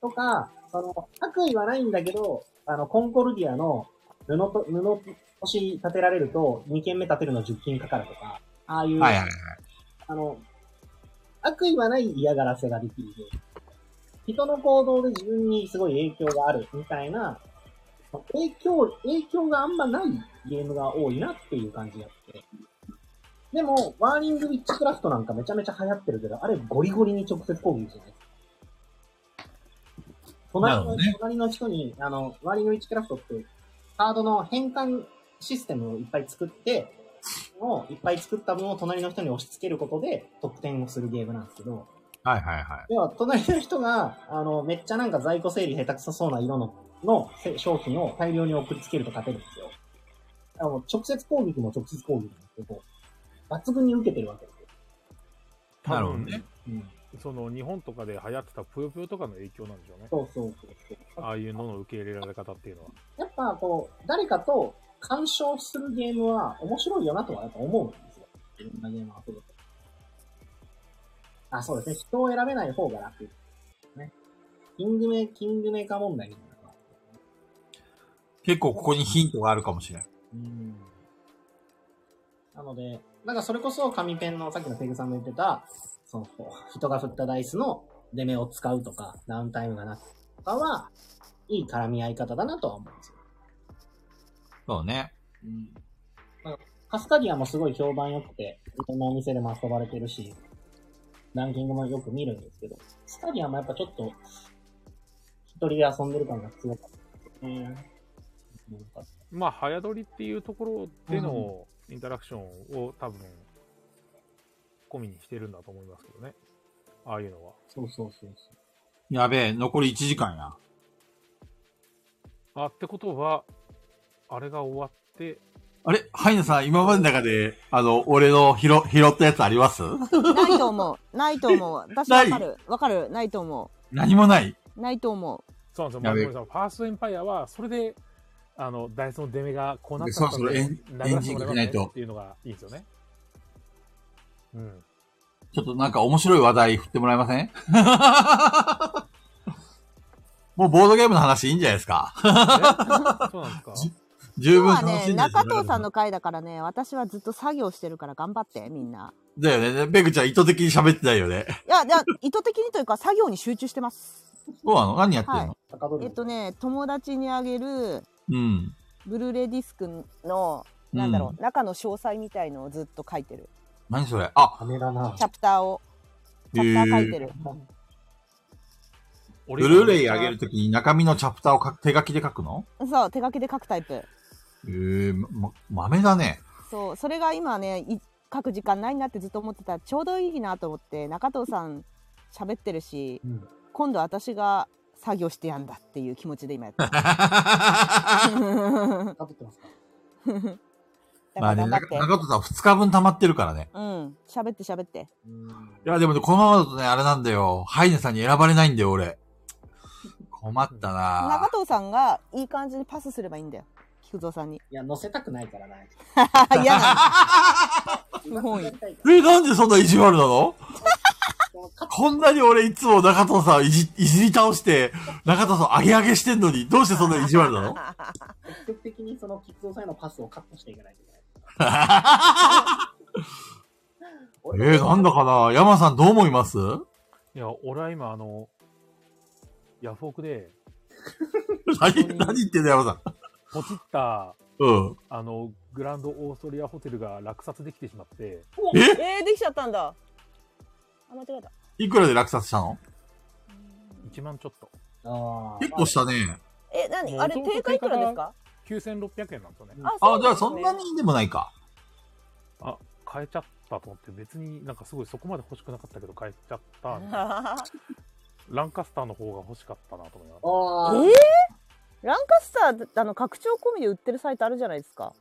S1: とか、その、悪意はないんだけど、あの、コンコルディアの布と、布腰立てられると、2軒目立てるの10金かかるとか、ああいうう、
S3: はいはいはい。
S1: あの、悪意はない嫌がらせができる。人の行動で自分にすごい影響があるみたいな、影響、影響があんまないゲームが多いなっていう感じがあって。でも、ワーニングウィッチクラフトなんかめちゃめちゃ流行ってるけど、あれゴリゴリに直接攻撃じゃない隣
S3: なる
S1: の、
S3: ほどね
S1: 隣の人に、あの、ワーニングウィッチクラフトって、カードの変換システムをいっぱい作って、をいっぱい作った分を隣の人に押し付けることで得点をするゲームなんですけど、
S3: はいはいはい。
S1: 要は隣の人が、あの、めっちゃなんか在庫整理下手くそそうな色の、のせ商品を大量に送りつけると勝てるんですよ。あの、直接攻撃も直接攻撃なんですけど、抜群に受けてるわけですよ。
S2: ー。
S3: なるほどね。
S1: うん。
S2: その日本とかで流行ってたぷよぷよとかの影響なんでしょうね。
S1: そうそうそうそう。
S2: ああいうのの受け入れられ方っていうのは。
S1: やっぱこう、誰かと干渉するゲームは面白いよなとはやっぱ思うんですよ。いろんなゲームはそうです。あ、そうですね。人を選べない方が楽ですね。キングメ、キングメーカー問題みたいなのがあって
S3: 結構ここにヒントがあるかもしれん。
S1: うん。なので、なんかそれこそ紙ペンのさっきのペグさんも言ってた、その、人が振ったダイスの出目を使うとか、ダウンタイムがなくとかは、いい絡み合い方だなとは思うんですよ。
S3: そうね。
S1: うんカスカディアもすごい評判良くて、いろんなお店でも遊ばれてるし、ランキングもよく見るんですけど、カスカディアもやっぱちょっと、一人で遊んでる感が強かったですね。なんか
S2: まあ、早撮りっていうところでのインタラクションを多分、込みにしてるんだと思いますけどね。ああいうのは。
S1: そうそうそうそ。
S3: やべえ、残り1時間や。
S2: あ、ってことは、あれが終わって、
S3: あれハイナさん、今までの中で、あの、俺の拾拾ったやつあります
S6: ないと思う。ないと 思う。私
S3: な
S6: わ
S3: い
S6: かる。わかる。ないと思
S3: 何もない。
S6: う。ないと思
S2: そうなんです
S3: や
S2: よ、
S3: べえ
S2: 森さん、ファーストエンパイアは、それで、あの、ダイソーの出目がこうなった
S3: そろそろエン
S2: 流してもらえ
S3: エンジンか
S2: ま
S3: け
S2: す
S3: な
S2: ね
S3: いと
S2: っていうのがいいんですよね。うん。
S3: ちょっとなんか面白い話題振ってもらえませ んもうボードゲームの話いいんじゃないですか
S2: ね そうなんですか。
S3: 十
S6: う。
S3: 分
S6: 今日は
S3: 楽しん
S6: ね、
S3: でる
S6: 中藤さんの回だからね、私はずっと作業してるから頑張って、みんな。
S3: だよね。ペグちゃん意図的に喋ってないよね。
S6: いや、いや意図的にというか、作業に集中してます。
S3: そうなの何やってんの、
S6: はいう
S1: 高取
S6: え
S1: り
S6: っとね、友達にあげる、
S3: うん。
S6: ブルーレイディスクの、なんだろう、中の詳細みたいのをずっと書いてる。
S3: 何それあ、
S1: ダメだな
S6: チャプターを。
S3: へ
S6: チ
S3: ー
S6: ャプター書いてる。
S2: ブ
S3: ブルーレイあげるときに中身のチャプターを書く手書きで書くの
S6: そう、手書きで書くタイプ。
S3: えー、ま、ま豆だね。
S6: そう、それが今ね、い書く時間ないなってずっと思ってたらちょうどいいなと思って、中藤さん喋ってるし、
S1: うん
S6: 今度私が作業してやんだっていう気持ちで今やっ て
S1: か
S6: る。
S1: ぶってますか
S3: ま
S6: だか
S3: あね、
S6: ら頑張っ
S3: 中
S6: て。
S3: 中戸さん2日分溜まってるからね。
S6: うん、喋って喋って。
S1: うん
S3: いや、でもね、このままだとね、あれなんだよ。ハイネさんに選ばれないんだよ、 俺。困ったな
S6: 中藤さんがいい感じにパスすればいいんだよ。菊蔵 さんに。
S1: いや、乗せたくないからな。
S6: あ嫌なの。不本意。
S3: え、なんでそんな意地悪なの こんなに俺いつも中藤さんをいじ、いじり倒して、中藤さんを上げ上げしてんのに、どうしてそんな意地悪なの
S1: 積極的にそのキッズさんへのパスをカットしていかないといけない。
S3: えー、なんだかな山さんどう思い ます
S2: いや、俺は今、あの、ヤフオクで、
S3: 何、何言ってんだ山さん。
S2: ポチった、
S3: うん。
S2: あの、グランドオーストリアホテルが落札できてしまって、
S3: え
S6: えー、できちゃったんだ。あ、間違えた。
S3: いくらで落札したの
S2: 1万ちょっと。
S1: あー
S3: 結構したね。
S6: え、なに
S2: もう
S6: あれ、
S2: 元々
S6: 定価いくらですか
S2: 9600円なんですよね。
S3: あ、じゃあそ
S6: うんで
S3: な
S6: すね
S3: にでもないか。
S2: あ、買えちゃったと思って、別になんかすごいそこまで欲しくなかったけど買えちゃった。 ランカスターの方が欲しかったなと思いま
S1: あ
S2: す。
S1: ー
S6: えーランカスターあの拡張込みで売ってるサイトあるじゃないですか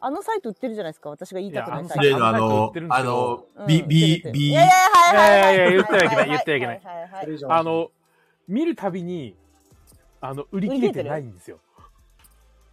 S6: あのサイト売ってるじゃないですか私が言いたくない
S2: いや
S6: サ
S2: あ
S6: イ
S3: 例
S6: ト
S3: のあ
S2: あの
S3: の
S2: 売ってるん、です
S3: あ
S2: けど
S3: の
S6: うん、
S3: B、
S6: 売って
S3: B
S6: る、
S3: B
S6: いやい、やはいはい
S2: い
S6: は
S2: や
S6: い
S2: いや言ってはいけない
S6: は
S2: 言ってはいけない
S6: はは
S1: それ以上
S2: あ、の、見るたびに、あの、売り切れてないんですよ。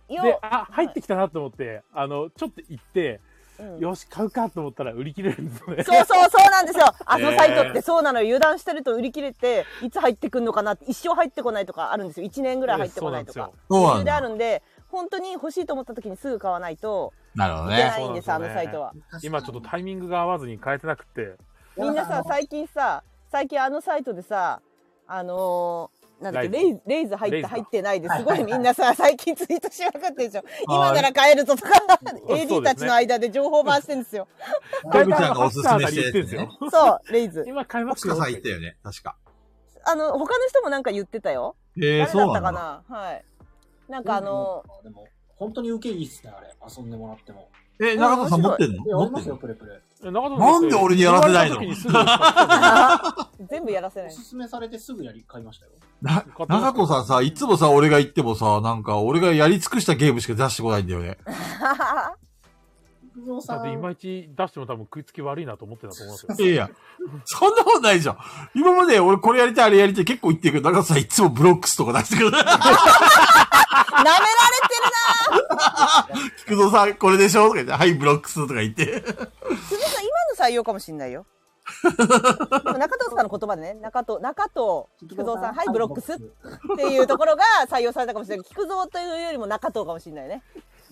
S6: いよ
S2: で、あ、入ってきたなと思って、あの、ちょっと行って、
S6: うん
S2: よし、買うかと思ったら売り切れるんですよね。
S6: そうそうそうなんですよあの
S3: えー
S6: サイトってそうなのよ油断してると売り切れていつ入ってくるのかなって一生入ってこないとかあるんですよ1年ぐらい入ってこないとか
S3: そう
S6: そ
S3: な
S6: れ
S3: ん
S6: であ
S3: だ。
S6: るんで本当に欲しいと思った時にすぐ買わないと
S3: なるほど
S6: いけ
S3: ね。
S6: ないんです、
S2: そう
S6: あ
S2: なんですよね
S6: のサイトは
S2: 今ちょっとタイミングが合わずに変えてなくて、
S6: みんなさ最近さ最近あのサイトでさあのーなんだっけ
S2: ラ
S6: レ
S2: イ
S6: イレイズ入っ
S2: レイ
S6: て
S2: ズか
S6: 入ってないですごいみんなさ最近ツイートしまくってるでしょ
S3: あー
S6: 今なら買えるぞとか
S2: そうですね
S6: AD たちの間で情報回してるんですよ
S3: ペグちゃんがおすすめしてるやつね。
S6: そうレイズ
S2: 今買いま
S3: も
S2: す
S3: し
S2: よ
S3: かさん言ったよね、確か。
S6: あの他の人もなんか言ってたよ
S3: えー、
S6: 誰だ
S3: そ
S6: っ
S3: うな
S6: たか
S3: んだ。
S6: なはいなんかあのー、
S1: でも、本当に受けいいっすね、あれ。遊んでもらっても。
S3: え、中田さん持ってん
S1: いや、
S3: の
S1: あ
S3: 持
S1: り
S3: っ
S1: ま
S3: て
S1: す
S3: ん
S1: よ、
S3: の
S1: プレプレ。
S2: 中野
S3: なんで俺にやらせないの
S2: 言われた時にすぐ 買
S6: 全部やらせな
S1: お
S6: い
S1: すすめされてすぐやり、買いましたよ。
S2: 買
S3: な
S2: ってます
S3: 中藤さんさ、いつもさ、俺が言ってもさ、なんか、俺がやり尽くしたゲームしか出してこないんだよね。
S1: 福蔵
S2: だ
S1: さ
S2: ってい
S1: ん、
S2: まいち出しても多分食いつき悪いなと思ってたと思います
S3: い
S2: よ。
S3: やいや、そんなことないじゃん。今まで俺これやりたい、あれやりたい結構言ってるけど、中藤さんいつもブロックスとか出してくる。
S6: なめられ
S3: 菊蔵さんこれでしょとか言って、はい、ブロックスとか言って。
S6: てるなさん今の採用かもしんないよでも中藤さんの言葉でね中藤中藤菊蔵さんはいブロックスっていうところが採用されたかもしれないけど菊蔵というよりも中藤かもしれないね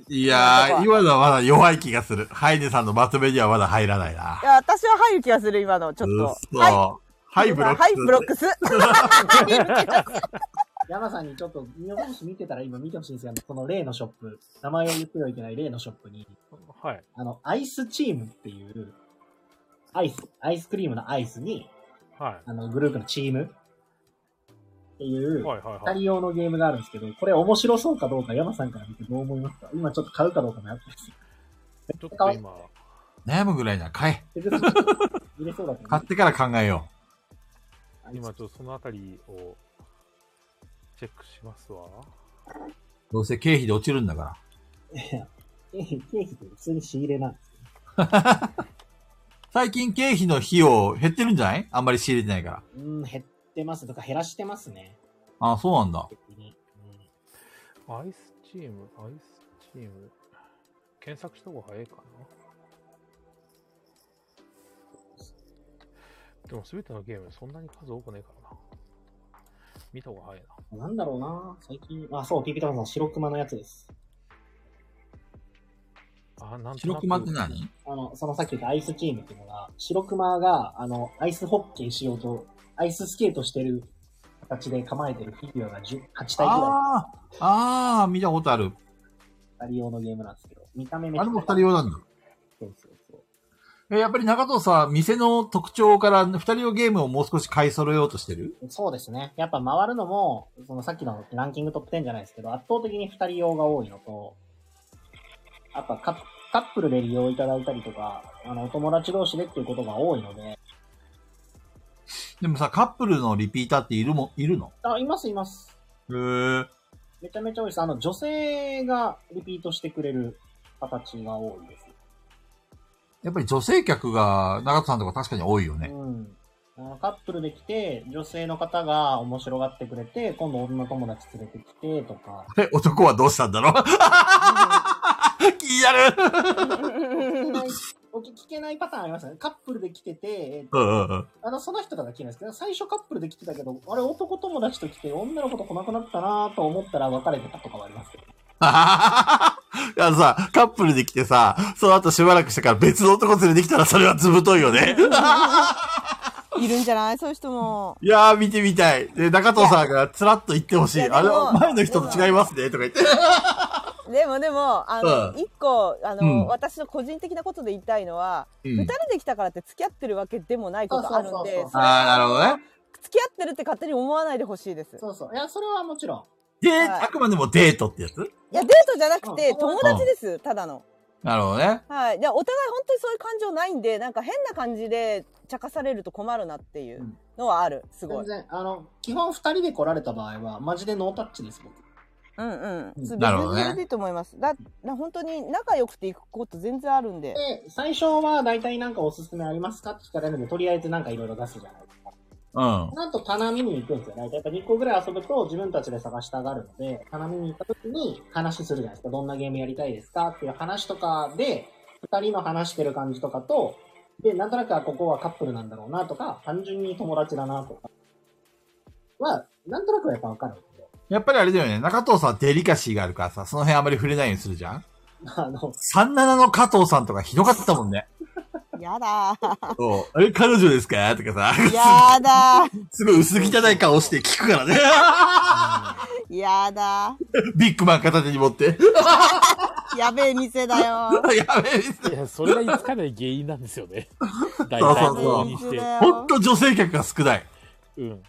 S3: いやー、今のはまだ弱い気がする。ハイネさんのまとめにはまだ入らないな。
S6: いや私は入る気がする今のち
S3: うっ
S6: ょっと
S3: そ。
S6: は
S3: はいい、ブロックス。
S6: はいブロックス入る気がする
S1: 山さんにちょっと、見よし見てたら今見てほしいんですけど、この例のショップ、名前を言ってはいけない例のショップに、
S2: はい。
S1: あの、アイスチームっていう、アイス、アイスクリームのアイスに、
S2: は
S1: あの、グループのチームってい
S2: い。
S1: う、
S2: はいはい
S1: 二
S2: はい。
S1: 人用のゲームがあるんですけど、これ面白そうかどうか、山さんから見てどう思いますか今ちょっと買うかどうか迷ってます。
S2: ちょっと今、
S3: 悩むぐらいなら買え。
S1: 手作りで入れそうだ
S3: 買
S1: と
S3: ってから考えよ
S2: 今ちょっとそのあたりをチェックしますわ。
S3: う。どうせ経費で落ちるんだから。
S1: 経費、経費って普通に仕入れなんですよ。
S3: 最近経費の費用減ってるんじゃないあんまり仕入れてないから。
S1: うん、減ってますとか減らしてますね。
S3: ああ、そうなんだ。
S1: 逆にうん
S2: アイスチーム、アイスチーム。検索した方が早いかな。でも全てのゲームそんなに数多くないからな。見た方が早いな。
S1: なんだろうな最近。あ、そう、ピピタパンさん、白熊のやつです。
S2: あ、なんと
S3: 白
S2: なく
S3: 熊って何
S1: あの、そのさっき言ったアイスチームっていうのが、白熊が、あの、アイスホッケーしようと、アイススケートしてる形で構えてるフィギュアが10 8体くらい
S3: ああ、ああ、見たことある。
S1: あ人用のゲームなんですけど、見た目め
S3: あ
S1: っち
S3: れ
S1: ゃ
S3: も二人用なんだ。
S1: そうそうそう。
S3: えやっぱり中藤さん、店の特徴から二人用ゲームをもう少し買い揃えようとしてる
S1: そうですね。やっぱ回るのも、そのさっきのランキングトップ10じゃないですけど、圧倒的に二人用が多いのと、やっぱカッカップルで利用いただいたりとか、あの、お友達同士でっていうことが多いので、
S3: でもさ、カップルのリピーターっているも、いるの
S1: あ、いますいます。
S3: へえ。
S1: めちゃめちゃ多いです。あの、女性がリピートしてくれる形が多いです。
S3: やっぱり女性客が、長田さんとか確かに多いよね。
S1: うん。あのカップルで来て、女性の方が面白がってくれて、今度女友達連れてきて、と か。
S3: え、男はどうしたんだろう 気になる
S1: 聞けない聞けないパターンありますよね。カップルで来てて、えー
S3: うんうん うん。
S1: あの、その人から聞けないですけど、最初カップルで来てたけど、あれ男友達と来て、女の子と来なくなったなぁと思ったら別れてたとかはありますけど。
S3: あのさ、カップルで来てさ、その後しばらくしてから別の男連れてきたらそれはずぶといよね。
S6: いるんじゃないそういう人も。
S3: いやー、見てみたい。で、中藤さんがつらっと言ってほしい。
S6: いやでも
S3: あれは前の人と違いますね、とか 言って。
S6: でもでも、あの、
S3: うん
S6: 一個、あの、
S3: うん
S6: 私の個人的なことで言いたいのは、
S3: う
S6: 二、
S3: ん
S6: 人で来たからって付き合ってるわけでもないことあるんで、
S1: そうそうそうそう
S6: それは
S3: あー、なるほどね。
S6: 付き合ってるって勝手に思わないでほしいです。
S1: そうそう。いや、それはもちろん。
S3: で、
S6: はい
S3: あくまでもデートってやつ
S6: いや、デートじゃなくて、
S1: うん
S6: 友達です、ただの。
S3: なるほどね。
S6: はい。で、お互い本当にそういう感情ないんで、なんか変な感じで茶化されると困るなっていうのはある。すご
S1: 全
S6: い。
S1: 然、あの、基本二人で来られた場合は、マジでノータッチです、僕。
S6: うんうん。別に
S3: なるほどね
S6: それでいいと思います。だ、な本当に仲良くていくこと全然あるんで。
S1: で、最初は大体なんかおすすめありますかって聞かれるんで、とりあえずなんかいろいろ出すじゃないですか。
S3: うん。
S1: なんと棚見に行くんですよね。やっぱ2個ぐらい遊ぶと自分たちで探したがるので、棚見に行った時に話するじゃないですか。どんなゲームやりたいですかっていう話とかで、二人の話してる感じとかと、で、なんとなくあここはカップルなんだろうなとか、単純に友達だなとか、は、なんとなくやっぱわかるんで。
S3: やっぱりあれだよね。中藤さんはデリカシーがあるからさ、その辺あまり触れないようにするじゃん
S1: あの、
S3: ?37 の加藤さんとかひどかったもんね。
S6: やだー。
S3: そう。あれ彼女ですかとかさ、
S6: やだー。
S3: すごい薄汚い顔して聞くか らね。
S6: やだ
S3: ビッグマン片手に持って。
S6: ー。やべえ店だよ。
S3: やべえです。
S2: いや、それがつかない原因なんですよ ね。大
S3: そう
S2: 体
S3: そう
S2: の
S3: そ
S2: にして。
S3: ほんと女性客が少ない。
S2: うん。本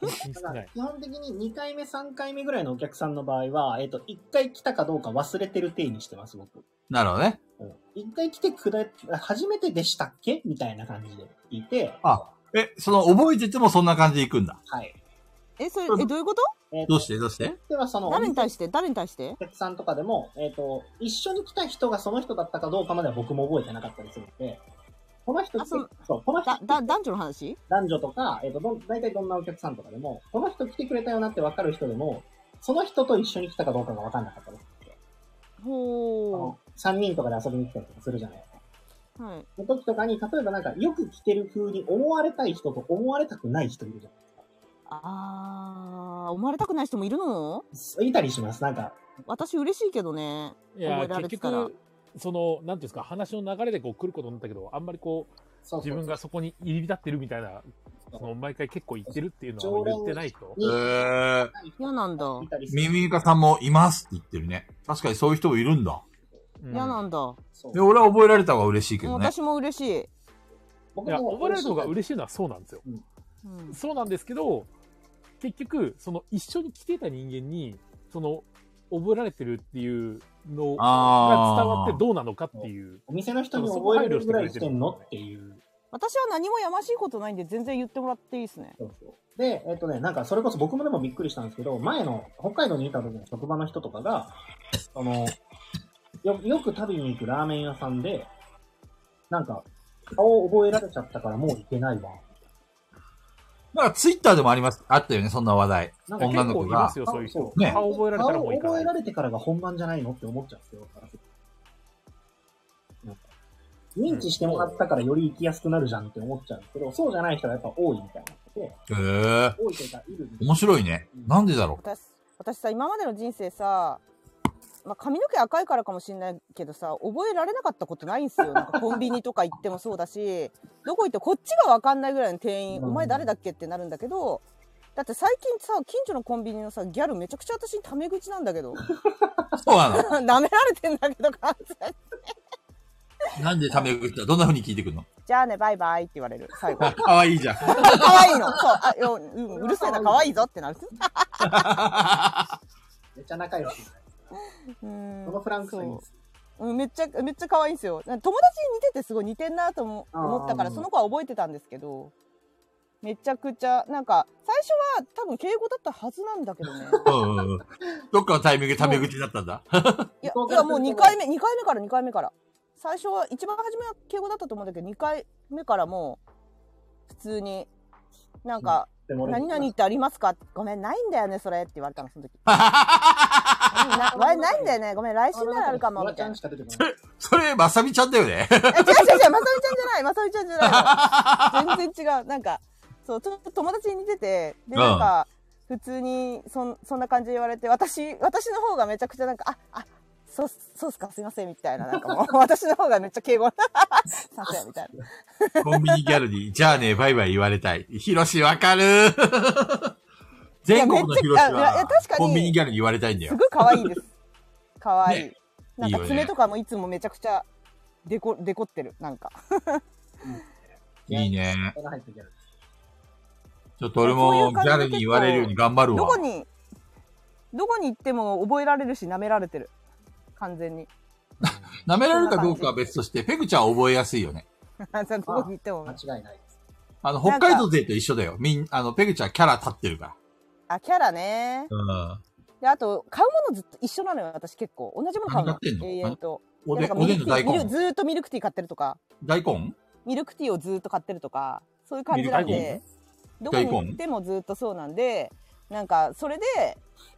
S2: 当に少
S1: だか
S2: な
S1: ら
S2: い。
S1: 基本的に2回目、3回目ぐらいのお客さんの場合は、えっ、と、1回来たかどうか忘れてる体にしてます、僕。
S3: なるほどね。
S1: うん一回来てくれ、初めてでしたっけみたいな感じで聞いて、
S3: あえ、その覚えててもそんな感じで行くんだ。
S1: はい。
S6: え、それ、え、どういうこと
S1: えー
S3: どうしてどうして
S1: ではその、お
S6: 誰に
S1: 客
S6: 対して誰に対して
S1: さんとかでも、えっ、と、一緒に来た人がその人だったかどうかまでは僕も覚えてなかったりするので、この人来
S6: あ
S1: て、
S6: そ
S1: そううこの人
S6: だ、だ、男女の話
S1: 男女とか、えっ、とどん、大体どんなお客さんとかでも、この人来てくれたよなってわかる人でも、その人と一緒に来たかどうかがわかんなかったりして、あ
S6: ほ
S1: の3人とかで遊びに来たりとかするじゃないですか。
S6: ー。はい。
S1: その時とかに、例えばなんか、よく来てる風に思われたい人と思われたくない人いるじゃん。
S6: あー、思われたくない人もいるの
S1: いたりします。なんか、
S6: 私嬉しいけどね。
S2: いや
S6: 覚えら、れて
S2: 結
S6: たら
S2: 局、その、なんていうんですか、話の流れでこう来ることになったけど、あんまりこう、
S1: そうそう
S2: 自分がそこに入り浸ってるみたいな、その、毎回結構言ってるっていうのは言ってないと。
S3: えー、
S6: 嫌なんだ。
S1: いたりする
S3: ミミイカさんもいますって言ってるね。確かにそういう人もいるんだ。
S2: うん
S6: 嫌なんだ。も
S1: そう
S3: で、俺は覚えられた方が嬉しいけ
S6: う
S3: どね。
S6: 私も嬉しい。
S1: 僕
S2: いや、覚えられた方が
S1: しい。
S2: 嬉しいのはそうなんですよ。
S6: うん
S2: そうなんですけど、結局、その一緒に来てた人間に、その、覚えられてるっていうのが
S3: あー
S2: 伝わってどうなのかっていう。
S1: お店の人に覚えるぐらいしてんのっていう。
S6: 私は何もやましいことないんで全然言ってもらっていいですね。
S1: そうそうで、えっとね、なんかそれこそ僕もでもびっくりしたんですけど、前の北海道にいた時の職場の人とかが、その、よよく食べに行くラーメン屋さんで、なんか、顔覚えられちゃったからもう行けないわ。
S3: なんかツイッターでもあります、あったよね、そんな話題。
S1: なんか
S2: 結
S3: 女の
S2: 構
S3: 子
S2: いま
S3: が
S2: す。よ、そういう人。
S3: ね
S2: 顔覚えられたらもういいか
S1: 顔覚え
S2: な
S1: ら
S2: い。
S1: れてからが本番じゃないのって思っちゃうんですよ。なんか認知してもらったからより行きやすくなるじゃんって思っちゃうんですけど、そうじゃない人がやっぱ多いみたいなので、
S3: へえ。
S1: 多いというかいるんで
S3: 面白いね。なんでだろ
S6: 私、私さ、今までの人生さ、まあ、髪の毛赤いからかもしれないけどさ、覚えられなかったことないんすよ。なんかコンビニとか行ってもそうだし、どこ行ってもこっちがわかんないぐらいの店員、
S1: うん
S6: お前誰だっけってなるんだけど、だって最近さ、近所のコンビニのさ、ギャルめちゃくちゃ私にタメ口なんだけど。
S3: う。そうなの。
S6: 舐められてんだけど、完全に
S3: なんでタメ口だどんな風に聞いてくるの
S6: じゃあね、バイバイって言われる、最後。
S3: かわいいじゃん。
S6: 可愛いの。そう、あ、よ、うん、うるせえな、可愛いぞってなる。
S1: めっちゃ仲良し。
S6: うん
S1: このフランクさんいいです。
S6: うんめっちゃ、めっちゃ可愛いんですよ。なんか友達に似ててすごい似てんなとも
S1: あー
S6: 思ったから、その子は覚えてたんですけど、めちゃくちゃ、なんか、最初は多分敬語だったはずなんだ けどね。
S3: うんうんうん。どっかのタイミングでタメ口だったん だ。
S6: いや
S1: 交換、
S6: いやもう
S1: する
S6: 2
S1: とこ
S6: 回目、2回目から2回目から。最初は、一番初めは敬語だったと思うんだけど、2回目からもう、普通に、なんか、
S1: でも俺
S6: 何々ってありますかごめん、ないんだよね、それって言われたの、その時。な、
S1: 俺
S6: わ
S1: の中に
S6: ないんだよね、ごめん、来週ならあるかも、
S1: フワ
S6: み
S1: ちゃ
S6: たい
S1: ん
S6: な。
S1: しか出てこない。
S3: それ、まさみちゃんだよね。
S6: え違う違う違う、まさみちゃんじゃない、まさみちゃんじゃないの。全然違う。なんか、そう、ちょっと友達に似てて、
S3: う
S6: で、
S3: ん
S6: なんか、普通に、そん、そんな感じで言われて、私、私の方がめちゃくちゃなんか、あ、あ、そう、そうっすか、すいません、みたいな、なんかも う、私の方がめっちゃ敬語 な、すいません、みたいな。
S3: コンビニギャルに、じゃあね、バイバイ言われたい。ヒロシわかる全国のヒロシ
S6: いやめっちゃあいやいや
S3: は
S6: 確かに
S3: コンビニギャルに言われたいんだ
S6: す
S3: よ。
S6: ごい可愛いです。可愛い。
S3: ね
S6: なん
S3: いい
S6: か
S3: よね
S6: 爪とかもいつもめちゃくちゃデコ、デコってる、なんか。
S3: いいね。
S1: 入ってるやつ
S3: ちょっと俺もギャルに言われるように頑張る
S6: ど
S3: わ
S6: こ。に、どこに行っても覚えられるし、舐められてる。完全に。
S3: 舐められるかどうかは別として、ペグちゃんは覚えやすいよね。
S6: じゃあどこに行っても。
S1: 間違いないです。
S3: あの、北海道勢と一緒だよ。みん、あの、ペグちゃんキャラ立ってるか
S6: あ、キャラね。
S3: ら。
S6: で、あと、買うものずっと一緒なのよ、私結構。同じもの買う
S3: 何買ってん。
S6: の
S3: の
S6: 永遠と。
S3: うん。おで、
S6: なんか
S3: お
S6: ミ
S3: でん
S6: ル
S3: の
S6: クテ
S3: 大
S6: ィーミル
S3: 根
S6: ずーっとミルクティー買ってるとか、
S3: 大根
S6: ミルクティーをずーっと買ってるとか、そういう感じなんで、どこ
S3: 大根
S6: に行ってもずーっとそうなんで、なんか、それで、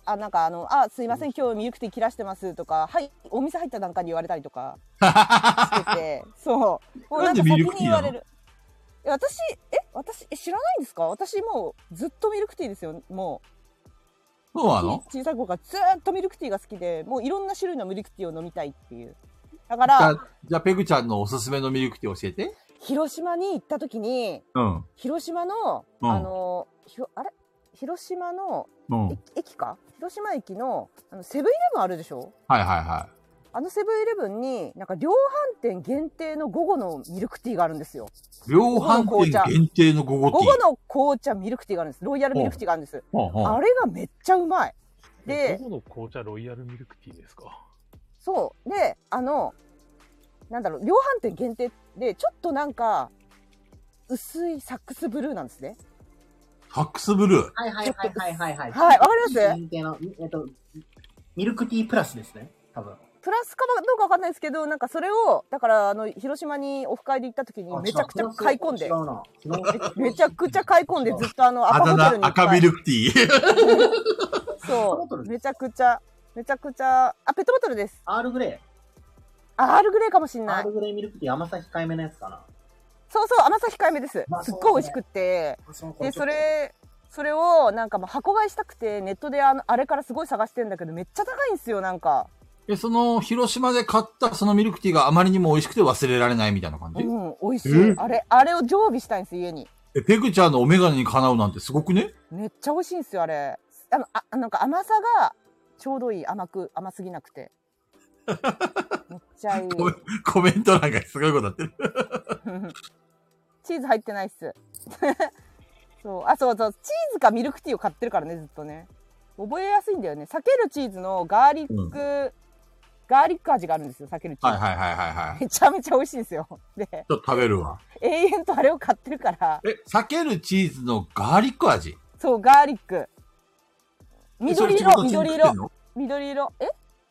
S6: あ、なんかあの、あ、すいません、今日ミルクティー切らしてますとか、はい、お店入った段階に言われたりとかし てて、そう。もう
S3: なんで
S6: か
S3: ミルクティーなの
S6: る。え私、え、私、え知らないんですか私もうずっとミルクティーですよ、もう。
S3: そうなの
S6: 小さい頃からずーっとミルクティーが好きでもういろんな種類のミルクティーを飲みたいっていうだか
S3: じゃ
S6: ら
S3: あ、じゃあペグちゃんのおすすめのミルクティー教えて。
S6: 広島に行った時に
S3: うん。
S6: 広島の、
S3: うん
S6: あのひろあれ広島の
S3: うん。はい
S6: 駅駅か広島駅のあのセブンイレブンあるでしょ
S3: はいは
S6: あのセブンイレブンになんか量販店限定の午後のミルクティーがあるんですよ
S3: い。量販店限定の午後
S6: 午
S3: ティ
S6: 後の紅茶ミルクティーがあるんですロイヤルミルクティーがあるんです
S3: ー。うんうん
S6: あれがめっちゃうまいで
S2: どこの紅茶ロイヤルミルクティーですか
S6: そう。で、あの、なんだろう、量販店限定で、ちょっとなんか、薄いサックスブルーなんですね。
S3: ファックスブルー。
S1: はいはいはいはいはいはい。
S6: はいわかります
S1: 認定の、えっと、ミルクティープラスですね。多分。
S6: プラスかどうかわかんないですけど、なんかそれを、だから、あの、広島にオフ会で行った時にめちゃくちゃ買い込んで
S1: 違、うな。
S6: めちゃくちゃ買い込んで、ずっとあの、
S3: あ
S6: 赤ホ
S3: だ
S6: テルに
S3: 名
S6: 行
S3: 赤ミルクティー。
S1: ホテ
S6: そ
S1: ル
S6: う。めちゃくちゃ、めちゃくちゃ、あ、ペットボトルです。
S1: アールグレ
S6: あアールグレーかもしん
S1: イ。ア
S6: な
S1: ー
S6: い
S1: ル。グレイミルクティー甘さ控えめのやつかな。
S6: そうそう、甘さ控えめです
S1: まあ。
S6: すっごい美味しくって。でそれそれをなんかもう箱買いしたくてネットであのあれからすごい探してんだけどめっちゃ高いんですよなんか、
S3: で、その、広島で買ったそのミルクティーがあまりにも美味しくて忘れられないみたいな感
S6: う
S3: じ、
S6: ん、美味し
S3: え
S6: いあれあれを常備したいんです家に
S3: え、ペグちゃんのお眼鏡にかなうなんてすごくね
S6: めっちゃ美味しいんですよあれあのああなんか甘さがちょうどいい甘く甘すぎな くてめっちゃいい
S3: ごめんコメントなんかすごいことなってる。
S6: チーズ入ってないっす そうあそうそうチーズかミルクティーを買ってるからねずっとね覚えやすいんだよね避けるチーズのガーリック、
S3: うん
S6: ガーリック味があるんですよ避けるチー
S3: は
S6: ズ
S3: いはいはいはいはい。ち
S6: めちゃめちゃ美味しいんですよ。で、
S3: ょっと食べるわ。
S6: 永遠とあれを買ってるから、
S3: え、避けるチーズのガーリック味。
S6: そう、ガーリック。緑色、
S3: それ仕事中に食って
S6: 緑
S3: ん
S6: 色、
S3: の
S6: 緑色。え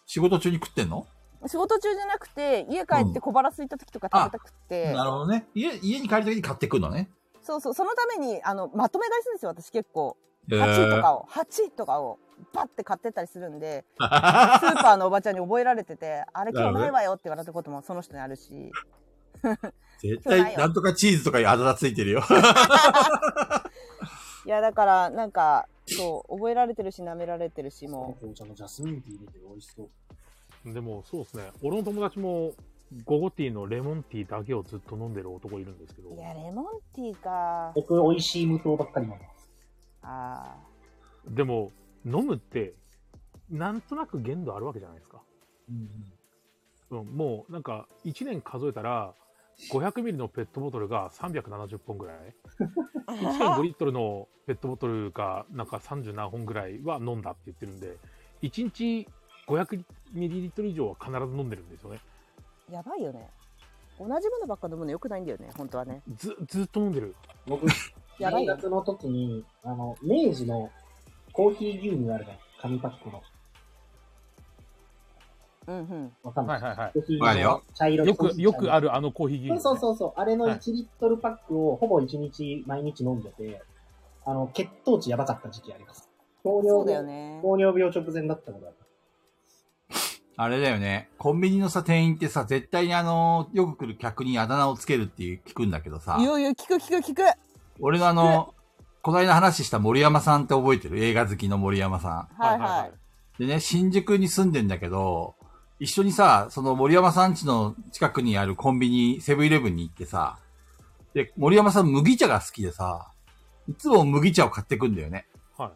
S3: 仕事中に食ってんの
S6: 仕事中じゃなくて、家帰って小腹空いた時とか食べたくて、
S3: なるほどね。家、家に帰るときに買ってくるのね。
S6: そうそう、そのために、あの、まとめ買いするんですよ、私結構。
S3: え
S6: 8とかを、8とかを、バッて買ってったりするん で、スーパーのおばちゃんに覚えられてて、あれ今日ないわよって言われたこともその人にあるし、
S3: 絶
S6: そうだ
S3: 対、
S6: よ
S3: なんとかチーズとかにあだ名ついてるよ。
S6: いや、だから、なんか、そう、覚えられてるし、舐められてるし、もう、
S1: 紅茶のジャスミンティー入れてる美味しそう。
S2: でも、そうですね。俺の友達も、ゴゴティーのレモンティーだけをずっと飲んでる男いるんですけど
S6: い、や、レモンティーか。
S1: 僕、美味しい無糖ばっかり飲んでます。
S6: あ
S2: でも、飲むって、なんとなく限度あるわけじゃないですか。うん、もう、なんか、1年数えたら、500ミリのペットボトルが370本ぐらい。1.5
S6: あ。
S2: リットルのペットボトルがなんか30何本ぐらいは飲んだって言ってるんで、1日500ミリリットル以上は必ず飲んでるんですよね。
S6: やばいよね。同じものばっか飲むのよくないんだよね、本当はね。
S2: ず、ずっと飲んでる。
S1: 僕、
S6: やば
S1: 大
S6: いよ。
S1: 学の時に、あの、明治のコーヒー牛乳あるじゃん。紙パックの。
S6: うんうん。
S1: わかんない。
S2: はいはいはい
S1: コーヒー
S3: わか
S1: 牛
S3: る
S1: 乳の
S3: よ
S1: 茶色い
S2: よく、よくあるあのコーヒー牛
S1: そう
S2: 乳。
S1: そうそうそう。あれの
S2: はい
S1: 1リットルパックをほぼ1日毎日飲んでて、あの、血糖値やばかった時期あります。糖尿
S6: そう
S1: 病
S6: だよね。
S1: 糖尿病直前だった ことある。
S3: あれだよね。コンビニのさ、店員ってさ、絶対にあの、よく来る客にあだ名をつけるっていう聞くんだけどさ
S6: い、よいよ、聞く聞く聞く。
S3: 俺のあの、こないだ話した森山さんって覚えてる映画好きの森山さん。
S6: はいはい。
S3: でね、新宿に住んでんだけど、一緒にさ、その森山さん家の近くにあるコンビニ、セブンイレブンに行ってさ、で、森山さん麦茶が好きでさ、いつも麦茶を買ってくんだよね。
S2: は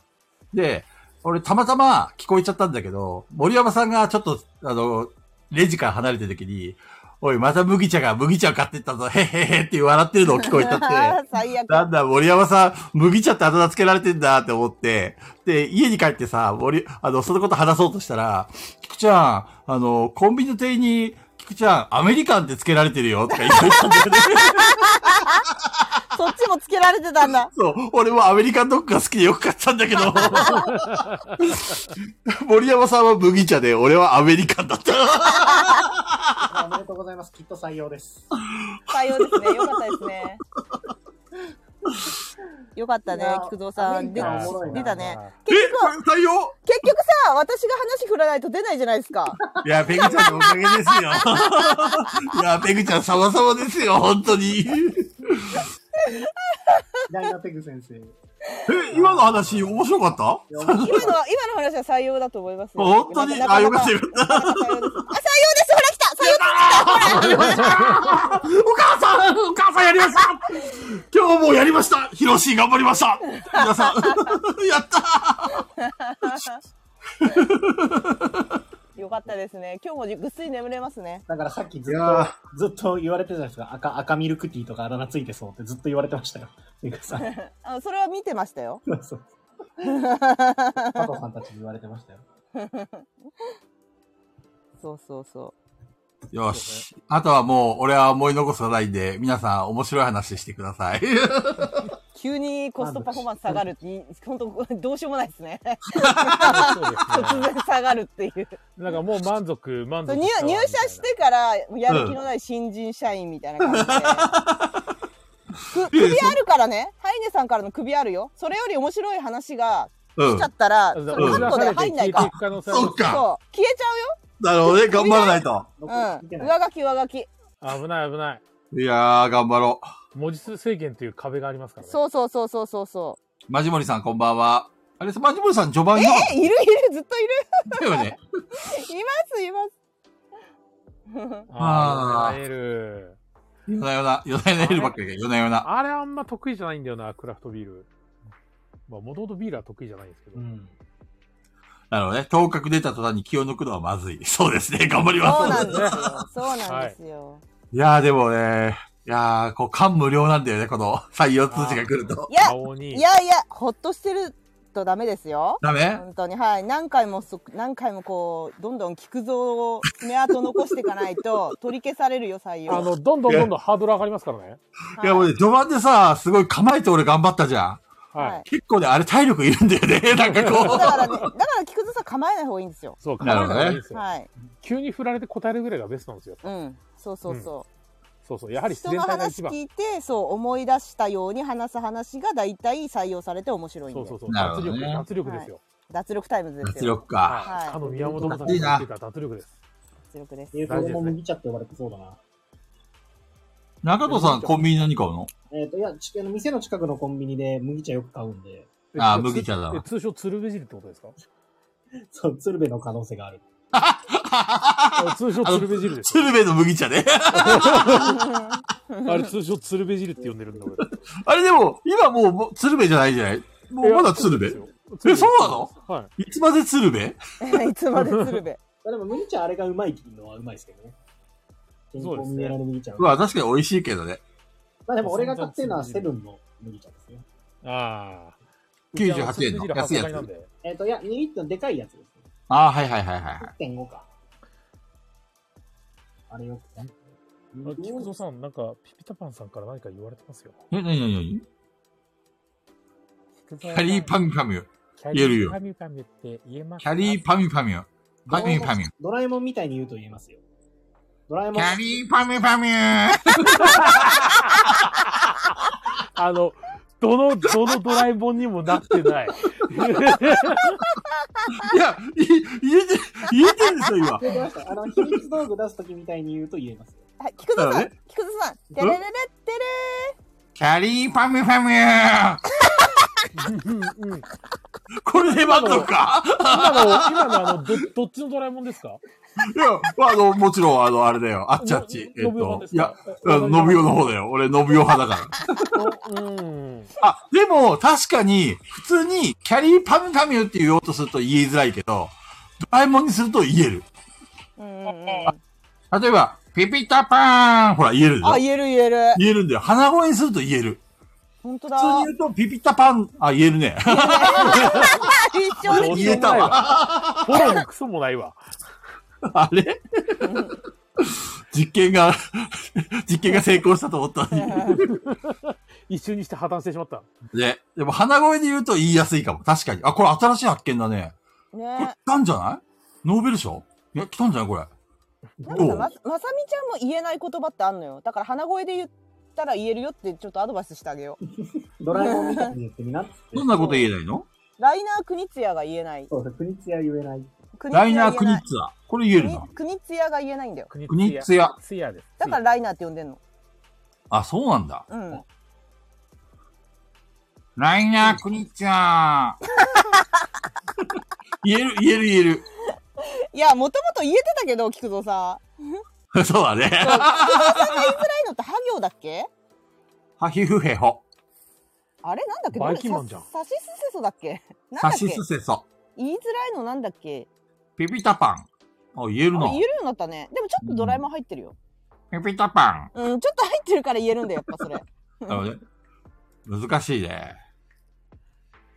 S2: い。
S3: で、俺たまたま聞こえちゃったんだけど、森山さんがちょっと、あの、レジから離れてる時に、おい、また麦茶が麦茶を買ってったぞ、へっへっへって笑ってるのを聞こえちゃって。
S6: 最悪。
S3: なんだ、森山さん、麦茶ってあだ名つけられてんだって思って、で、家に帰ってさ、森、あの、そのこと話そうとしたら、菊ちゃん、あの、コンビニの店員に、菊ちゃん、アメリカンってつけられてるよとか言われたんだよね。
S6: そっちもつけられてたんだ。
S3: そう、 俺もアメリカンドッグが好きでよく買ったんだけど、 森山さんは麦茶で、俺はアメリカンだった。
S1: おめでとうございます。きっと採用です。
S6: 採用ですね。よかったですね。よかったね
S1: いや、
S6: 菊蔵さん。
S1: い
S6: で
S1: やおもろいな
S6: 出たね。
S3: え、これ採用
S6: 結局さ、私が話振らないと出ないじゃないです か。
S3: いや、ペグちゃんのおかげですよ。 いや、ペグちゃん様々ですよ、本当に。
S1: ダイナペグ先 生。
S3: え、今の話面白かった
S6: 今の、今の話は採用だと思いますよ。
S3: 本当に
S6: なな
S3: あ、よかったよかった。
S6: なかなか採用です。あ、採用ですほら来た採用です
S3: お母さんお母さんやりました今日もやりましたヒロシ頑張りました皆さん やった
S6: よかったですね。今日もぐっすり眠れますね。
S1: だからさっきずっ
S3: いやー
S1: と、ずっと言われてたじゃないですか。赤、赤ミルクティーとかあだ名ついてそうってずっと言われてましたよ。メグさん。
S6: あそれは見てましたよ。
S1: そうそう。佐藤さんたちに言われてましたよ。
S6: そうそうそ
S3: よし。あとはもう、俺は思い残すがないんで、皆さん面白い話してください。
S6: う。急にコストパフォーマンス下がるってい、本当どうしようもないですね。
S2: そうです
S6: 突
S2: ね。
S6: 然下がるっていう。
S2: なんかもう満足、満
S6: そ
S2: 足
S6: う
S2: したわ
S6: 入入社してからやる気のない新人社員みたいな感じ で。く首あるからね。ハイネさんからの首あるよ。それより面白い話が
S3: う
S6: 来
S3: ん
S6: ちゃ。ったら、
S2: みた
S6: そ
S2: いな
S6: れ
S2: うん
S6: カットで入んないか
S2: 消え
S6: ら
S2: て。く可能性ある
S3: そっか。
S6: そう。消えちゃうよ。
S3: なるほどね。頑張らないと。
S1: 僕聞いて
S6: う。
S1: なんい。
S6: 上書き上書き。
S2: 危ない危ない。
S3: いやー、頑張ろう。
S2: 文字数制限という壁がありますからね。
S6: そうそうそうそうそうそ
S3: マジモリさん、こんばんは。あれ、マジモリさん、序盤
S6: う。
S3: い
S6: え
S3: なか
S6: え、いるいる。ずっといる。
S3: ったよね。
S6: いますいます。
S2: ああ、
S3: あー
S2: ヨナエル。
S3: 夜な夜な、夜な夜な夜ばっかりが夜な夜な。
S2: あれあんま得意じゃないんだよな、クラフトビール。まあ、もともとビールは得意じゃないんですけど。
S1: うん。
S3: なるほどね。頭角出た途端に気を抜くのはまずい。そうですね。頑張ります。
S6: そうなんですよ。そうなんですよ。
S3: いやーでもね、いやーこう感無量なんだよね、この採用通知が来ると。
S6: いや、
S2: 顔に。
S6: いやいや、ほっとしてるとダメですよ。
S3: ダメ
S6: 本当に、はい。何回もそ、何回もこう、どんどん菊蔵を爪痕残していかないと、取り消されるよ、採用。
S2: あの、どんどんどんどんハードル上がりますからね。
S6: は
S3: い
S6: い
S3: やもうね、序盤でさ、すごい構えて俺頑張ったじゃん。
S2: はい。
S6: はい
S3: 結構ね、あれ体力いるんだよね、 なんか
S6: だ
S3: こ
S6: からね、だから菊蔵さん構えない方がいいんですよ。
S2: そう、考え
S3: な
S2: な
S3: るほどね
S2: がいいんですよ。
S6: はい。
S2: 急に振られて答えるぐらいがベストなんですよ。
S6: うん。そうそうそ
S2: そうそう。や
S6: う。
S2: はり自
S6: 人
S2: 然
S6: の
S2: 体が
S6: 話
S2: 一番。
S6: 聞いて、そう、思い出したように話す話が大体採用されて面白いんで。
S2: そうそうそう。
S3: なるほ
S2: 脱
S3: ど
S2: 力、
S3: ね
S2: 脱力ですよ。
S6: 脱力タイム ズ
S3: う。
S6: です
S3: 脱
S6: よ。
S3: 力か。
S6: はい
S2: はい。かの宮本武蔵が
S3: いい
S2: 言
S3: な
S2: ってた脱力です。
S6: 脱力です。
S1: 英語でも麦茶って呼ばれてそうだな。
S3: 中戸さん、コンビニ何買うの
S1: えっ、と、いや、ちあの店の近くのコンビニで麦茶よく買うんで、
S3: あー
S2: え
S3: 麦茶だわ
S2: え通称鶴瓶汁ってことです か
S1: そう、鶴瓶の可能性がある。
S2: あ通称鶴瓶汁 ですよ。
S3: 鶴瓶の麦茶ね。
S2: あれ通称鶴瓶汁って呼んでるんだ俺。
S3: あれでも、今もうもう鶴瓶じゃないじゃないもうまだ鶴瓶
S2: 瓶
S3: えそうなの
S2: はい
S3: つまで鶴瓶
S6: いつまで鶴瓶。
S1: まあでも麦茶あれがうまいっていうのはうまいですけどね。健
S2: そうで
S1: 康
S2: すね
S1: ミネラル麦茶は。
S3: うわ、確かに美味しいけどね。
S1: まあでも俺が買ってるのはセブンの麦茶ですね。
S2: い。ああ。
S3: 98円の
S2: うちあ
S3: 安いや
S2: 鶴瓶汁箱
S3: つ
S2: 買なんで
S1: えっ、と、いや、2リットルのでかいやつですね。
S3: ああ、はいはいはいはい。
S1: 1.5か。あれよくね。
S2: あ菊蔵さん、なんか、ピピタパンさんから何か言われてますよ。
S3: え、なになになに
S2: 菊
S3: キ
S2: 蔵さ
S3: ャ
S2: ん
S3: リーパミュパミュ。
S2: キャ
S3: 言える
S2: リー
S3: よ
S2: パミュパミュって言えます
S3: キ
S2: か
S3: ャリーパミュパミュ。パミュパミュ。
S1: ドラえもんみたいに言うと言えますよ。ドラえも
S3: キ
S1: ん、
S3: ャリーパミュパミュ。
S2: あの、どの、どのドラえもんにもなって ない。
S3: いや、い言えて、言えてるんですよ、今。
S1: 出てました。あの、秘密道具出すときみたいに言うと言えますよ。
S6: はい、菊田さ
S3: あ
S6: ん
S3: れ、
S6: 菊田さん、てれれれってれ
S3: キャリーパミュパミュ。
S2: うんうん
S3: これで満足か
S2: 今の、今のあの、ど、どっちのドラえもんですか
S3: いや、あの、もちろん、あの、あれだよ。あっちあっち。えっ
S2: ののびおさん
S3: と
S2: で、す
S3: いや
S2: か、
S3: あの、のびおの方だよ。俺、のびお派だから。
S2: うん。
S3: あ、でも、確かに、普通に、キャリーパミュパミュって言おうとすると言いづらいけど、ドラえもんにすると言える。
S6: うんうんうん。
S3: 例えば、ピピタパーンほら、言えるでしょ
S6: あ、言える言える。
S3: 言えるんだよ。鼻声にすると言える。
S6: 本当
S3: 普通
S6: だ
S3: に。言うと、ピピタパン、あ、言えるね。
S6: 一緒で
S3: 言えたわ。
S2: フォローもクソもないわ。
S3: あれ実験が、実験が成功したと思ったのに。
S2: 一瞬にして破綻してしまった。
S3: ね。でも鼻声で言うと言いやすいかも。確かに。あ、これ新しい発見だね。
S6: す
S3: これ
S6: ね
S3: 来。たんじゃないノーベル賞いや、来たんじゃないこれ。
S6: なんか
S3: ど
S6: さ
S3: う
S6: まさまさみちゃんも言えない言葉ってあんのよだから鼻声で言ったら言えるよってちょっとアドバイスしてあげよう
S1: ドラえもんみたいに言ってみ なって。
S3: どんなこと言えないの
S6: ライナー・クニツヤが言えない
S1: そうですね。国津屋言えない。
S6: ク
S3: ライナー・クニッツァ。これ言える
S6: ツヤ
S3: な。
S6: クニツヤが言えないんだよ
S2: ク
S3: クニッツ
S2: ヤ。
S3: ヤ。
S2: ツヤです。
S6: だからライナーって呼んでんの
S3: あ、そうなんだ。
S6: うん
S3: ライナー・クニッツァ。 言える、言える、言える。
S6: いやもともと言えてたけど菊蔵さ
S3: そうだね。
S6: んライナーってハ行だっけ
S3: ハヒフヘホ。
S6: あれなんだっけ
S2: バイ
S6: どれ
S2: キンマンじゃん
S6: さサシスセソだっけなんだ
S3: サ
S6: っけ
S3: シスセソ。
S6: 言いづらいのなんだっけ
S3: ピピタパン。あ、言える
S6: あ
S3: な
S6: 言え。るようになったねでもちょっとドラえもん入ってるよ
S3: ピピタパ
S6: うん、ちょっと入ってるから言えるんだよやっぱそれ
S3: ン。なのね。難しいね。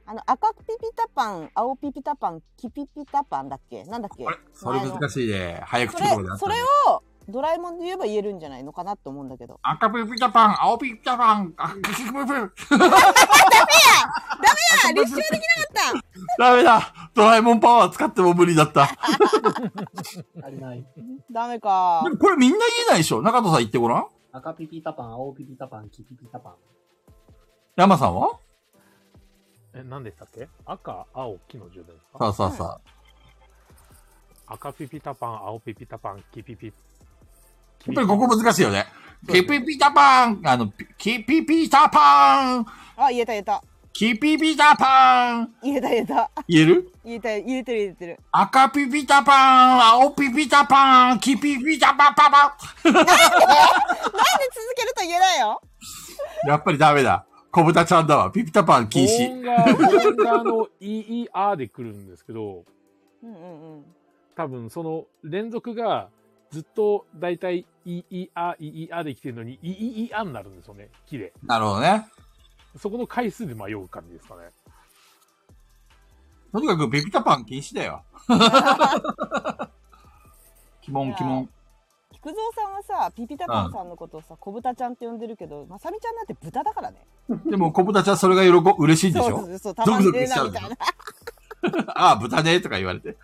S6: あの赤ピピタパン青ピピタパンキピピタパンだっけなんだっけ
S3: あれそれ難しいね。早口
S6: そ
S3: 言
S6: れ
S3: 葉であったね
S6: それをドラえもんで言えば言えるんじゃないのかなと思うんだけど
S3: 赤ピピタパン、青ピピタパン、あ、ピピピピ。
S6: あ立証できなかっ
S3: ダメだドラえもんパワー使っても無理だった。
S1: 足りない。
S6: たダメか
S3: でもこれみんな言えないでしょ中戸さん言ってごらん
S1: 赤ピピタパン、青ピピタパン、キピピタパン。
S3: 山さんは
S2: え、何でしたっけ赤、青、木の順でです
S3: さ
S2: か
S3: あさあさあ。
S2: 赤ピピタパン、青ピピタパン、キピピ。
S3: やっぱりここ難しいよね。
S2: そうで
S3: ピ
S2: すね
S3: ピピタパンあの、ピキピピタパン
S6: あ言えた言えた
S3: キピピタパン
S6: 言えた言えた
S3: 言える
S6: 言えた言えてる言えてる
S3: 赤ピピタパン青ピピタパンキピピタパパパ
S6: なんで続けると言えないよ
S3: やっぱりダメだ。小豚ちゃんだわ。ピピタパン禁
S2: オ
S3: 止。
S2: ンが、オンがあの、EER で来るんですけど、
S6: うんうんうん
S2: 多分その連続がずっとだいたい EER、EER で来てるのに EER になるんですよね、木で。
S3: なるほどね。
S2: そこの回数で迷う感じですかね。
S3: とにかくピピタパン禁止だよ。鬼門鬼門。
S6: 菊蔵さんはさピピタパンさんのことをさ小豚ちゃんって呼んでるけどまさみちゃんなんて豚だからね
S3: でも小豚ちゃんそれが喜ぶ、嬉しいでし
S6: そうそ
S3: ょ
S6: うそうたまんねえ
S3: ゾクゾクしちゃう
S6: なみたい
S3: で
S6: な
S3: ああ、豚ねとか言われて。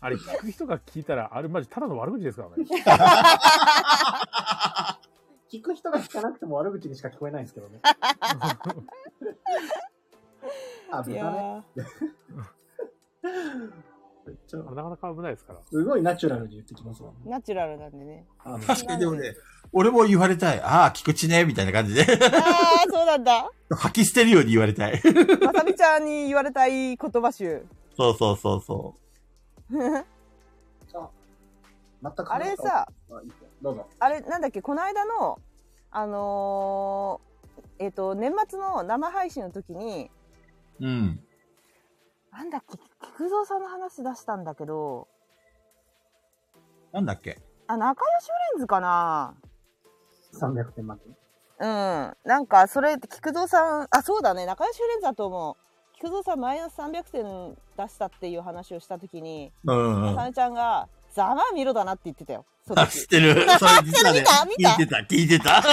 S2: あれ聞く人が聞いたら、あれマジただの悪口ですからね。
S1: 聞く人が聞かなくても悪口にしか聞こえないんですけ どね。あ、
S6: い
S1: 豚
S6: や
S1: ね。
S6: ー
S1: ちょ
S2: あれなかなか危ないですから。
S1: すごいナチュラルに言ってきますわ。
S6: ナチュラルなんでね
S1: あの
S3: 確かにでもね、俺も言われたい。ああ、菊池ね、みたいな感じで。
S6: あーそうなんだ
S3: 吐き捨てるように言われたい。
S6: まさみちゃんに言われたい言葉集
S3: そうそうそうそ
S1: 全く
S6: あれさ
S1: あいいよどうぞ。
S6: あれなんだっけこの間のあのーえっ、と年末の生配信の時に
S3: う。うん。
S6: なんだっけ菊蔵さんの話出したんだけど
S3: なんだっけ
S6: あ仲良しフレンズかな
S1: 300点満点。
S6: うんなんかそれ菊蔵さんあそうだね仲良しフレンズだと思う菊蔵さんマイナス300点出したっていう話をした時に
S3: うんう
S6: さ
S3: ん。
S6: ねちゃんがざまあみろだなって言ってたよ。その
S3: あ
S6: 時
S3: 知 ってる。それ実はね
S6: 見た
S3: 聞いてた、聞いてた。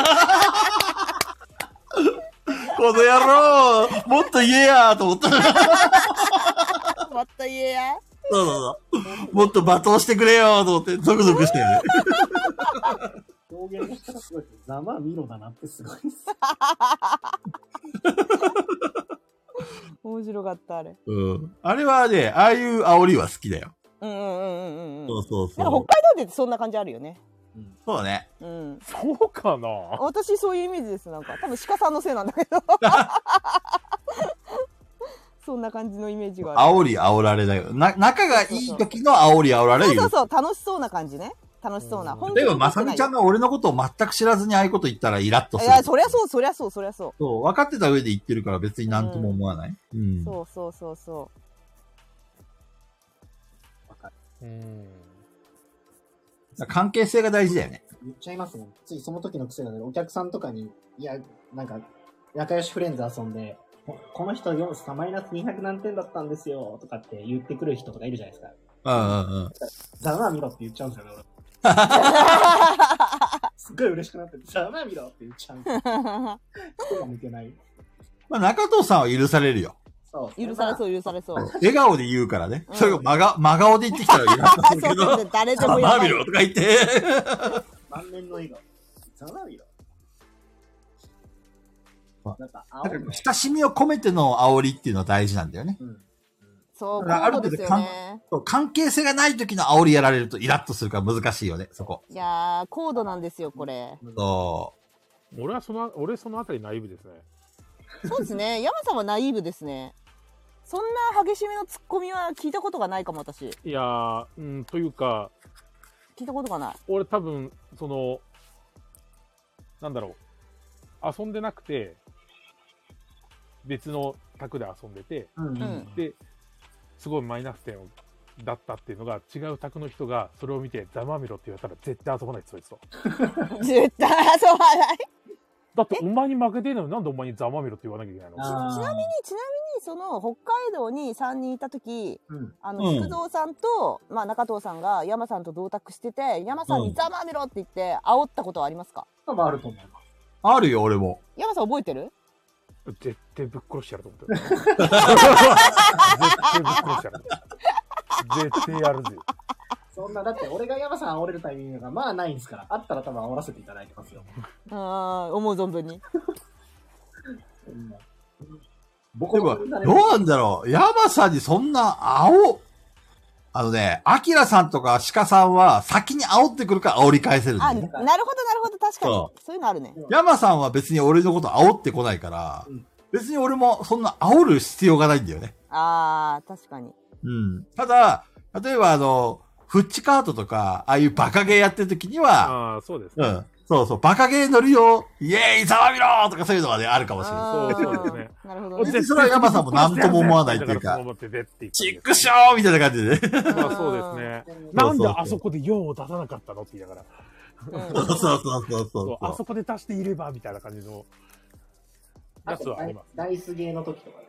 S3: この野郎、もっと言えやと思 った。そう
S6: また言えや。
S3: そうそう。もっと罵倒してくれよと思って、ゾクゾクしてる。
S1: 表現がしたらすごいです。ざまあ見ろだなってすごいです。
S6: 面白かった、あれ。
S3: うん。あれはね、ああいう煽りは好きだよ。
S6: うんうんうんうんう
S3: そ
S6: ん。
S3: うそう
S6: なんか
S3: そう。
S6: 北海道でそんな感じあるよね。
S3: そうね。
S6: うん。
S2: そうかな
S6: 私そういうイメージです、なんか。多分鹿さんのせいなん だけど。そんな感じのイメージがある。
S3: 煽り煽られだよ。な、仲がいい時の煽り煽られ
S6: そう
S3: る
S6: そうそう、楽しそうな感じね。楽しそうな。本当
S3: で
S6: に
S3: も、ま
S6: 怒
S3: さ
S6: ってな
S3: み
S6: い
S3: ちゃんが俺のことを全く知らずにああいうこと言ったらイラッとす
S6: い
S3: る。
S6: や、そりゃそう、そりゃそう、そりゃそう。
S3: そう。分かってた上で言ってるから別になんとも思わない。うん。
S6: そうそうそう そ
S2: うん。
S3: だから関係性が大事だよね。
S1: 言っちゃいますもん。ついその時の癖なので、お客さんとかに、いや、なんか、仲良しフレンズ遊んで、ここの人4、スマイナス200何点だったんですよ、とかって言ってくる人とかいるじゃないですか。
S3: うんうんうん。
S1: ざまあ見ろって言っちゃうんですよね、俺。すっごい嬉しくなって、ざまあ見ろって言っちゃうんですよ。
S6: う。
S1: 人が向けない。
S3: まあ、中藤さんは許されるよ。
S1: そう。
S6: 許され
S1: う。
S6: そう、許されそう。
S3: 笑顔で言うからね。
S6: うん
S3: それが真顔真顔で言ってきたらイラッと
S6: あ
S3: す
S6: そ
S3: るけ
S6: う そう
S3: ど。
S6: そう、誰で
S3: さあ、
S6: もや
S3: マー
S6: ば
S3: ビ
S6: い。
S3: ルとか言って。
S1: 満面の笑顔。ざまあ見ろ。なんか、青
S3: なんか 親しみを込めての煽りっていうのは大事なんだよね。
S1: うん。
S6: そう、
S3: あ
S6: 高
S3: る
S6: 度
S3: 程
S6: で
S3: 度
S6: すよね。
S3: 関係性がない時の煽りやられるとイラッとするから難しいよね、そこ。
S6: いやー、高度なんですよ、これ。
S3: そ
S2: 俺はその、俺そのあたりナイーブですね。
S6: そうですね。山さんはナイーブですね。そんな激しめのツッコミは聞いたことがないかも、私。
S2: いやー、うん、というか、
S6: 聞いたことがない。
S2: 俺多分、その、なんだろう。遊んでなくて、別の卓で遊んでて、
S1: うん。うん
S6: うん
S2: で、すごいマイナス点をだったっていうのが、違う卓の人がそれを見て、ざまあみろって言われたら絶対遊ばないってそいつと。
S6: 絶対遊ばない。
S2: だって、お前に負けてるのになんでお前にざまあみろって言わなきゃいけないの
S1: あー
S6: ちなみに、ちなみに、その、北海道に3人いたとき、
S1: うん。
S6: あ
S3: う
S6: の、
S3: ん
S6: 菊蔵さんと、まあ、中藤さんが山さんと同卓してて、山さ
S3: う
S6: んに
S3: ん
S6: ざまあみろって言って、煽ったことはありますか
S1: 多分あると思います。
S3: う。あるよ、俺も。
S6: 山さん覚えてる
S2: 絶対ぶっ殺してやると思ってる。絶対ぶっ殺してやる。絶対やるぜ。
S1: そんな、だって俺が山さん煽れるタイミングがまあないんですから、あったら多分煽らせていただいてますよ。
S6: うーん、思う存分に。
S1: うん
S3: でも、どうなんだろう。ヤマさんにそんな煽、あのね、アキラさんとか鹿さんは先に煽ってくるから煽り返せるんだ
S6: あ、な
S3: よ
S6: るほ
S3: ね。
S6: ど、なるほど、確かに
S3: そ。
S6: そういうのあるね。
S3: ヤマさんは別に俺のこと煽ってこないから、
S1: うん
S3: 別に俺もそんな煽る必要がないんだよね。
S6: あー、確かに。
S3: うん。ただ、例えばあの、フッチカートとか、ああいうバカゲーやってる時には、
S2: ああ、そうです
S3: う
S2: ね。
S3: ん。そうそう、バカゲー乗るよ、イエーイ、ざわみろーとかそういうのがね、あるかもしれない。
S6: あー
S2: そうですね
S6: なるほどね。
S3: 絶それは山さんも何とも思わないというか
S2: だらそのままって絶対
S3: チ
S2: 言
S3: ッ
S2: って
S3: クショーみたいな感じでね。
S2: まあそうですね。
S1: な
S2: なんであそこで4を出さなかったのって言いながら。
S6: うん
S3: そうそうそうそう
S2: そう
S3: そう
S2: あ。そこで出していればみたいな感じのやつはあります。
S1: ダイスゲーの時とかね。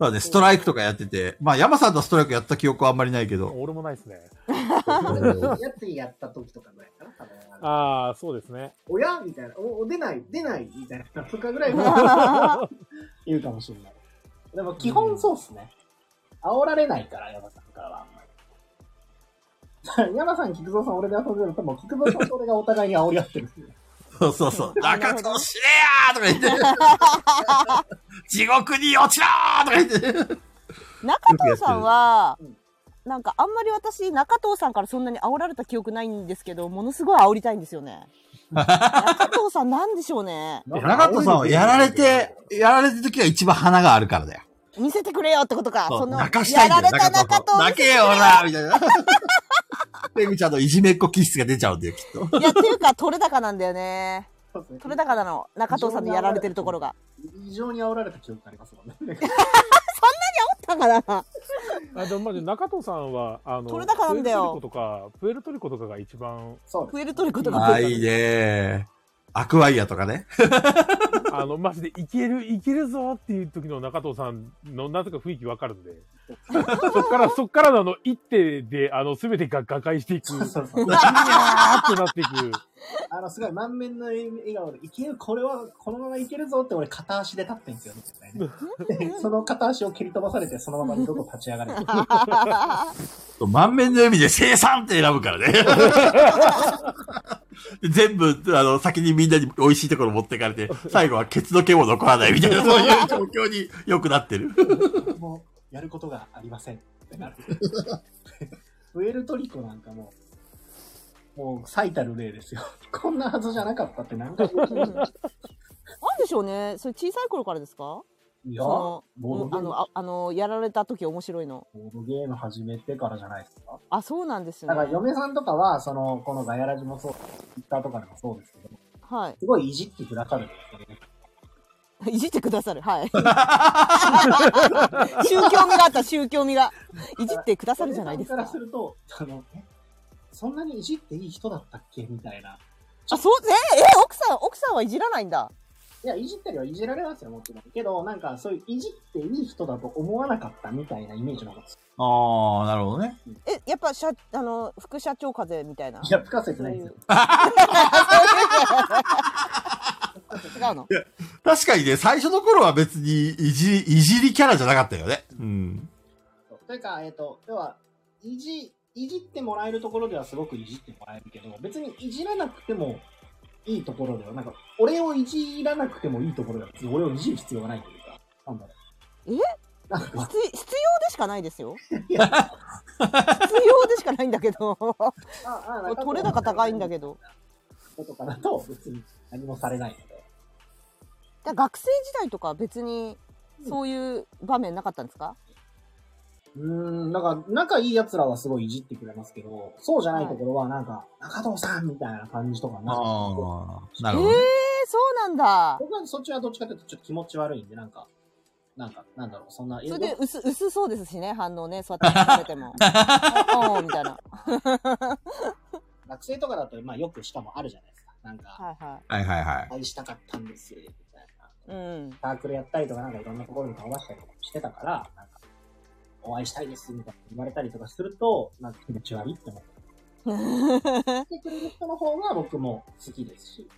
S3: そうね、ストライクとかやってて、まあ、山さんとストライクやった記憶はあんまりないけど、
S2: 俺もないですね。
S1: やつにやった時とかぐらいかな、多分。
S2: ああ、そうですね。
S1: おやみたいな。お、お出ない、出ないみたいな。とかぐらい は言うかもしれない。でも基本そうっすね。煽られないから、山さんからは。山さん、菊蔵さん、俺で遊んでると、もう菊蔵さんと俺がお互いに煽り合ってるんですよ。
S3: そうそうそう、
S6: なる
S3: 中
S6: ほ
S3: 津
S6: ど
S3: の死ねやーとか言って、 地獄に落ちろーとか言って、
S6: 中藤さんは
S1: うん、
S6: なんかあんまり私、中藤さんからそんなに煽られた記憶ないんですけど、ものすごい煽りたいんですよね。中藤さんなんでしょうね。
S3: 中藤さんはやられて、やられてる時が一番花があるからだよ。
S6: 見せてくれよってことか。
S3: そう
S6: の
S3: 泣かしたいんだ
S6: や
S3: よ、
S6: られた中
S3: 中藤
S6: 藤
S3: さん。
S6: さん
S3: 泣けよなーみたいな。 ペグちゃんのいじめっ子気質が出ちゃうんだよ、きっと。
S6: いや、っていうか、取れ高なんだよね。
S1: そうっすね
S6: 取れ高なの。中藤さんのやられてるところが。
S1: 異常に煽られた記憶がありますもんね。
S6: だから、
S2: あでもまあ中藤さんは、あの、
S6: 取れ高なんだ
S2: プ
S6: よ
S2: エルトリコとか、プエルトリコとかが一番、
S1: そうです
S6: 増えるトリコと
S3: あ
S6: か
S3: あ、いいねアクアイアとかね。
S2: あの、マジでいける、いけるぞっていう時の中藤さんのなぜか雰囲気わかるんで、 そっから、そっからのあの、一手で、あの、すべてが瓦解していく、いやー
S1: そう そう。
S2: ってなっていく。
S1: あの、すごい満面の笑顔で、いける、これは、このままいけるぞって俺片足で立ってんですよね絶対ね、その片足を蹴り飛ばされて、そのまま二度と立ち上がれない。
S3: と満面の笑みで生産って選ぶ からね。全部、あの、先にみんなに美味しいところ持ってかれて、最後はケツの毛も残らないみたいな、そういう状況に良くなってる。
S1: もう、やることがありませんってなる。プエルトリコなんかもう、もう最たる例ですよ。 こんなはずじゃなかったって何回も言ってました。
S6: なんでしょうね。それ小さい頃からですか？
S1: いや、
S6: そ
S1: ボ
S6: の
S1: ード
S6: うんあ
S1: ゲーム
S6: のああのやられた時面白いの。
S1: ボードゲーム始めてからじゃないですか。
S6: あ、そうなんです
S1: だ
S6: ね
S1: から。嫁さんとかは、その、このガヤラジもそう、ツイッターとかでもそうですけど、
S6: は
S1: すごいいじってくださるんですよね。
S6: い。いじってくださる。はい。 宗教味があった宗教味がいじってくださるじゃないです
S1: 嫁
S6: か
S1: さんからす。ると、あの、え、そんなにいじっていい人だったっけみたいな。
S6: あ、そうええ奥さん奥さんはいじらないんだ。
S1: いや、いじったりはいじられますよ、もちろん。けど、なんか、そういう、いじっていい人だと思わなかったみたいなイメージの方です。。
S3: ああ、なるほどね。
S6: えやっぱ社あの副社長風邪みたいない
S1: や、吹かせてないんですよ。
S6: 違うの。
S3: 確かにね、最初の頃は別にいじり、いじりキャラじゃなかったよね。うん。
S1: というか、えっ、と、要は、いじ、いじってもらえるところではすごくいじってもらえるけど、別にいじらなくてもいいところでは、なんか、俺をいじらなくてもいいところでは、別に俺をいじる必要がないというか、なんだろう。
S6: え
S1: なん か、
S6: 必必要でしかないですよ。必要でしかないんだけど。
S1: ああ
S6: 取れ高高いんだけど。
S1: とかだと、 別に何もされないので。
S6: だから学生時代とかは別にそういう場面なかったんですか、
S1: うーん、なんか、仲いい奴らはすごいいじってくれますけど、そうじゃないところは、なんか、中藤さんみたいな感じとかな
S3: あ
S1: んか
S3: あ、な
S6: え
S3: る
S6: え
S3: ほどね。
S6: そうなんだ。
S1: 僕はそっちはどっちかというと、ちょっと気持ち悪いんで、なんか、なんか、なんだろう、そんな、
S6: それで薄薄そうですしね、反応ね、そうやって話されて も。おーみたいな。
S1: 学生とかだと、まあ、よくしかもあるじゃないですか。なんか、
S6: はいは
S3: はいはいはい。
S1: 愛したかったんですよ、みたいな。
S6: い。うん。
S1: サークルやったりとか、なんかいろんなところに飛ばしたりとかしてたから、なんか、お会いしたいです、みたいな言われたりとかすると、なんか気持ち悪いって思ってくれる人の方が僕も好きですし、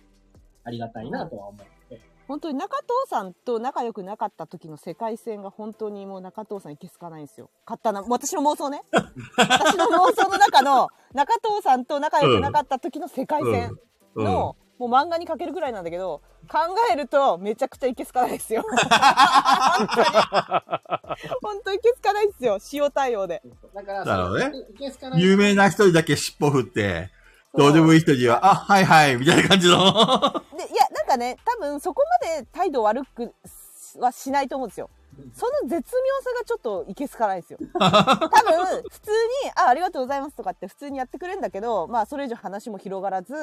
S1: ありがたいなとは思うので。
S6: 本当に中藤さんと仲良くなかった時の世界線が本当にもう中藤さんいけすかないんですよ。勝ったな、私の妄想ね。私の妄想の 中の中藤さんと仲良くなかった時の世界線
S3: うん
S6: の、もう漫画にかけるぐらいなんだけど、考えるとめちゃくちゃいけすかないですよ。 本当にいけすかないですよ。塩対応で。
S1: だから、
S3: なるほどね
S1: そのいけすかない。
S3: 有名な人にだけ尻尾振って、どうでもいい人には、あ、はいはい、みたいな感じの。
S6: でいやなんかね多分そこまで態度悪くはしないと思うんですよその絶妙さがちょっといけすかないんですよ多分普通に「あありがとうございます」とかって普通にやってくれるんだけどまあそれ以上話も広がらず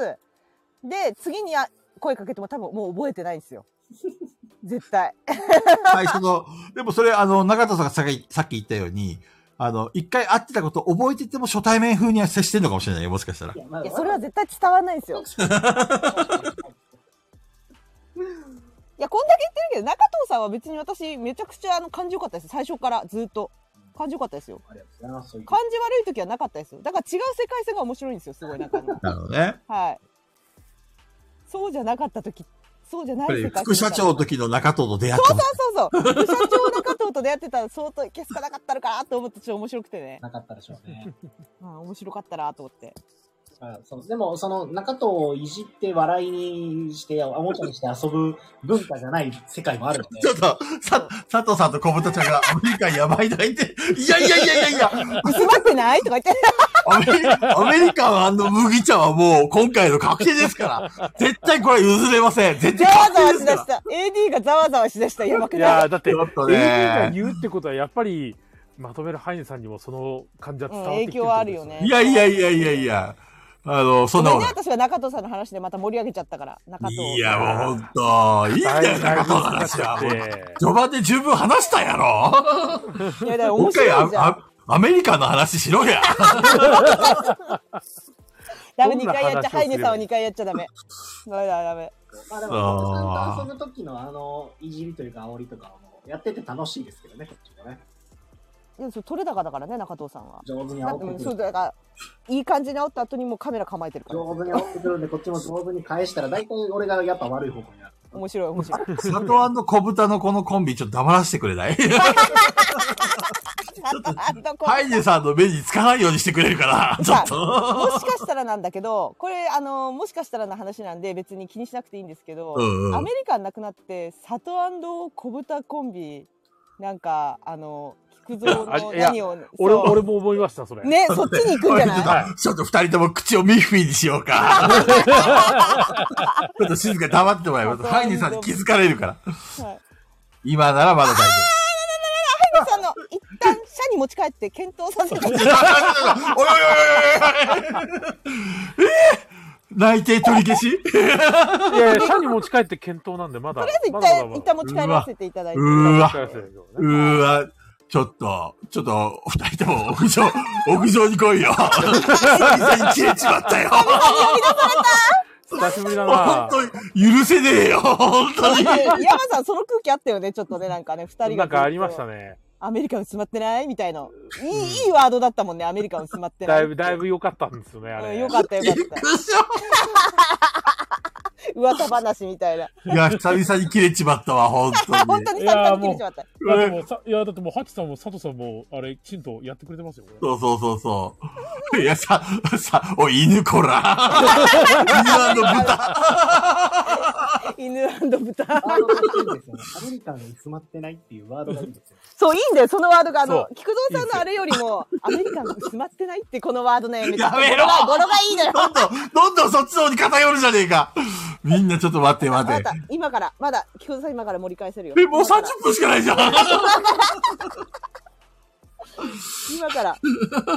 S6: で次にあ声かけても多分もう覚えてないんですよ絶対
S3: 最初の、でもそれ、あの、中田さんがさっきさっき言ったように、あの、一回会ってたこと覚えてても初対面風には接してんのかもしれないよ、もしかしたら
S1: い。や、まあ
S6: いやそれは絶対伝わんないんですよいやこんだけ言ってるけど中藤さんは別に私めちゃくちゃあの感じ良かったです最初からずっと感じ良かったですよ
S1: ありがとうございます。そういう
S6: 感じ悪い時はなかったですよだから違う世界線が面白いんですよすごい中に
S3: なるほどね。
S6: はい。そうじゃなかった時、そうじゃな
S3: やっ
S6: い
S3: ぱ
S6: 世
S3: り
S6: 界
S3: 副
S6: 線
S3: 社長の時の中藤と出会っ
S6: そ
S3: た
S6: うそうそうそう。副社長中藤と出会ってたら相当消すかなかったのかなと思ってちょっと面白くてね。
S1: なかったでしょうね。
S6: うん、面白かったなと思 って。
S1: あそのでも、その中藤をいじって笑いにして、おもちゃにして遊ぶ文化じゃない世界もあるので
S3: ちょ、っと、さ、佐藤さんと小豚ちゃんが、アメリカやばいとか言って、いやいやいやいやいや、
S6: 薄まってないとか言って。
S3: アメリアメリカはあの麦茶はもう今回の確定ですから、絶対これ譲れません。絶
S6: ざ
S3: 対
S6: わ
S3: 確
S6: ざわ
S3: 定で
S6: し
S3: す
S6: だ
S3: か
S6: し
S3: ら。
S6: た。AD がざわざわしだした。やばく
S2: い
S6: な
S2: や
S6: い
S2: ー、だって、
S3: ちょっと
S2: AD が
S3: ね。
S2: 言うってことは、やっぱり、まとめるハイネさんにもその感じは
S6: う
S2: 伝
S6: ん、
S2: わって
S6: 影
S2: きて
S6: 響はあるよ。ね。
S3: いやいやいやいやいや、あの、そ
S6: ご
S3: んな
S6: め
S3: こ
S6: んね、
S3: と
S6: 私が中藤さんの話でまた盛り上げちゃったから。中藤。
S3: いや、もうほんと、いいんだよ、中藤の話は。 もう序盤で十分話したやろ。
S6: いやだから
S3: 今
S6: 面
S3: 回
S6: 白いじゃん。
S3: ア、アアメリカの話しろや。
S6: ダメ、2回やっちゃ、ハイネさん
S2: どんな話をすれば
S6: は
S2: いい
S6: 2回やっちゃダメ。ダメだ、ダメ。
S1: まあでも、
S3: あー
S1: お子さんと遊ぶ時のあの、いじりというか煽りとかはもうやってて楽しいですけどね、こっちもね。
S6: いや、それ取れ高だからね、中藤さんは。
S1: 上手に
S6: だ
S1: 煽
S6: って
S1: っ
S6: も
S1: て
S6: う
S1: く
S6: そ
S1: る
S6: う。だから、いい感じに煽った後にもうカメラ構えてるから。
S1: 上手に煽ってくるんで、こっちも上手に返したら、大体俺がやっぱ悪い方向になる。
S6: 面白い、面白い。
S3: 佐藤小豚のこのコンビ、ちょっと黙らせてくれない
S6: あのこれ
S3: ハイネさんの目につかないようにしてくれるか なちょっと。
S6: もしかしたらなんだけど、これ、あの、もしかしたらの話なんで別に気にしなくていいんですけど、
S3: うんうん
S6: アメリカンなくなって、佐藤小豚コンビ、なんか、あの、菊蔵の
S2: あいや
S6: 何を、
S2: 俺、
S6: そう
S2: 俺も思いました、それ。
S6: ね、そっちに行くんじ ゃない
S2: は
S3: ちょっと二人とも口をミッフィーにしようか。ちょっと静かに黙ってもら います。ハイネさんに気づかれるから。
S6: はい
S3: 今ならまだ大丈
S6: その一旦社に持ち帰って検討させて。
S3: 夫。 おいおいおいおいおい えー内定取り消し
S2: いやいや、社に持ち帰って検討なんで、まだ。
S6: とりあえず一
S2: まだまだ
S6: 旦、
S2: まだ
S6: 一旦持ち帰らせていただいて。
S3: うーわ
S2: 持ち帰らせていただけどね
S3: うーわ、ちょっと、ちょっと、二人とも屋 上、屋上に来いよ。久々に切れちまったよ。
S2: 久しぶりだ
S3: 本
S2: な。
S3: 当に、許せねえよ。本当に。
S6: 山さん、その空気あったよね、ちょっとね、なんかね、二人
S2: な
S6: が。
S2: んかありました。ね。
S6: アメリカ薄まってないみたいな。いい、いいワードだったもんね、アメリカ薄まってない。
S2: だいぶ、だいぶ良かったんですよね、あ
S6: うん
S2: れ。
S6: よかったよかった。
S3: くしょ
S6: 噂話みたいな。
S3: いや、久々に切れちまったわ、本当
S6: 本
S3: に
S6: 当。に
S2: いやー
S6: 簡単に切れちまった。
S2: いや、でもさいやだってもう、ハチさんも佐藤さんも、あれ、きちんとやってくれてますよ。これ
S3: そうそうそうそう。いや、さ、さ、おい、犬こら。犬豚。
S6: 犬豚。
S1: ワードがいいんです よね。アメリカンが薄まってないっていうワードがいいんですよ。
S6: そう、いいんだよ、そのワードが。あの
S2: そ、
S6: 菊蔵さんのあれよりも、アメリカン薄まってないってこのワードね、やめて
S3: やめろ
S6: 語呂がいいのよ。
S3: どんどん、どんどんそっちの方に偏るじゃねえか。みんなちょっと待って
S6: ま
S3: 待て
S6: だ。、今から、まだ、菊蔵さん今から盛り返せるよ。
S3: え、もう30分しかないじゃん。
S6: 今から。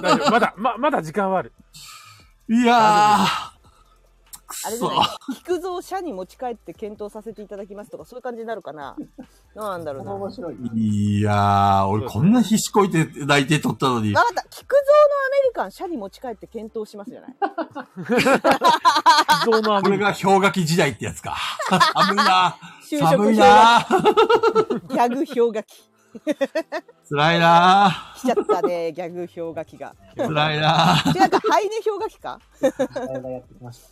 S2: 大丈夫まだ、ま、まだ時間はある。
S3: いやー。く
S6: あれじ
S3: そ
S6: ゃない菊蔵社に持ち帰って検討させていただきますとか、そういう感じになるかな。どうなんだろうな。
S1: 面白い。
S3: いやー、俺こんな必死こいて泣いて取ったのに。
S6: わかった。菊蔵のアメリカン、社に持ち帰って検討しま すじゃない
S2: 秘蔵のア
S3: こ
S2: メ
S3: れ
S2: リカ
S3: が氷河期時代ってやつか。寒いな
S6: 就職
S3: 寒い
S6: 氷
S3: な
S6: 河期。ギャグ氷河期。
S3: 辛いな
S6: 来ちゃったね、ギャグ氷河期が。
S3: 辛いな
S6: 違うか、ハイネ氷河期か
S1: 時代がやってきました。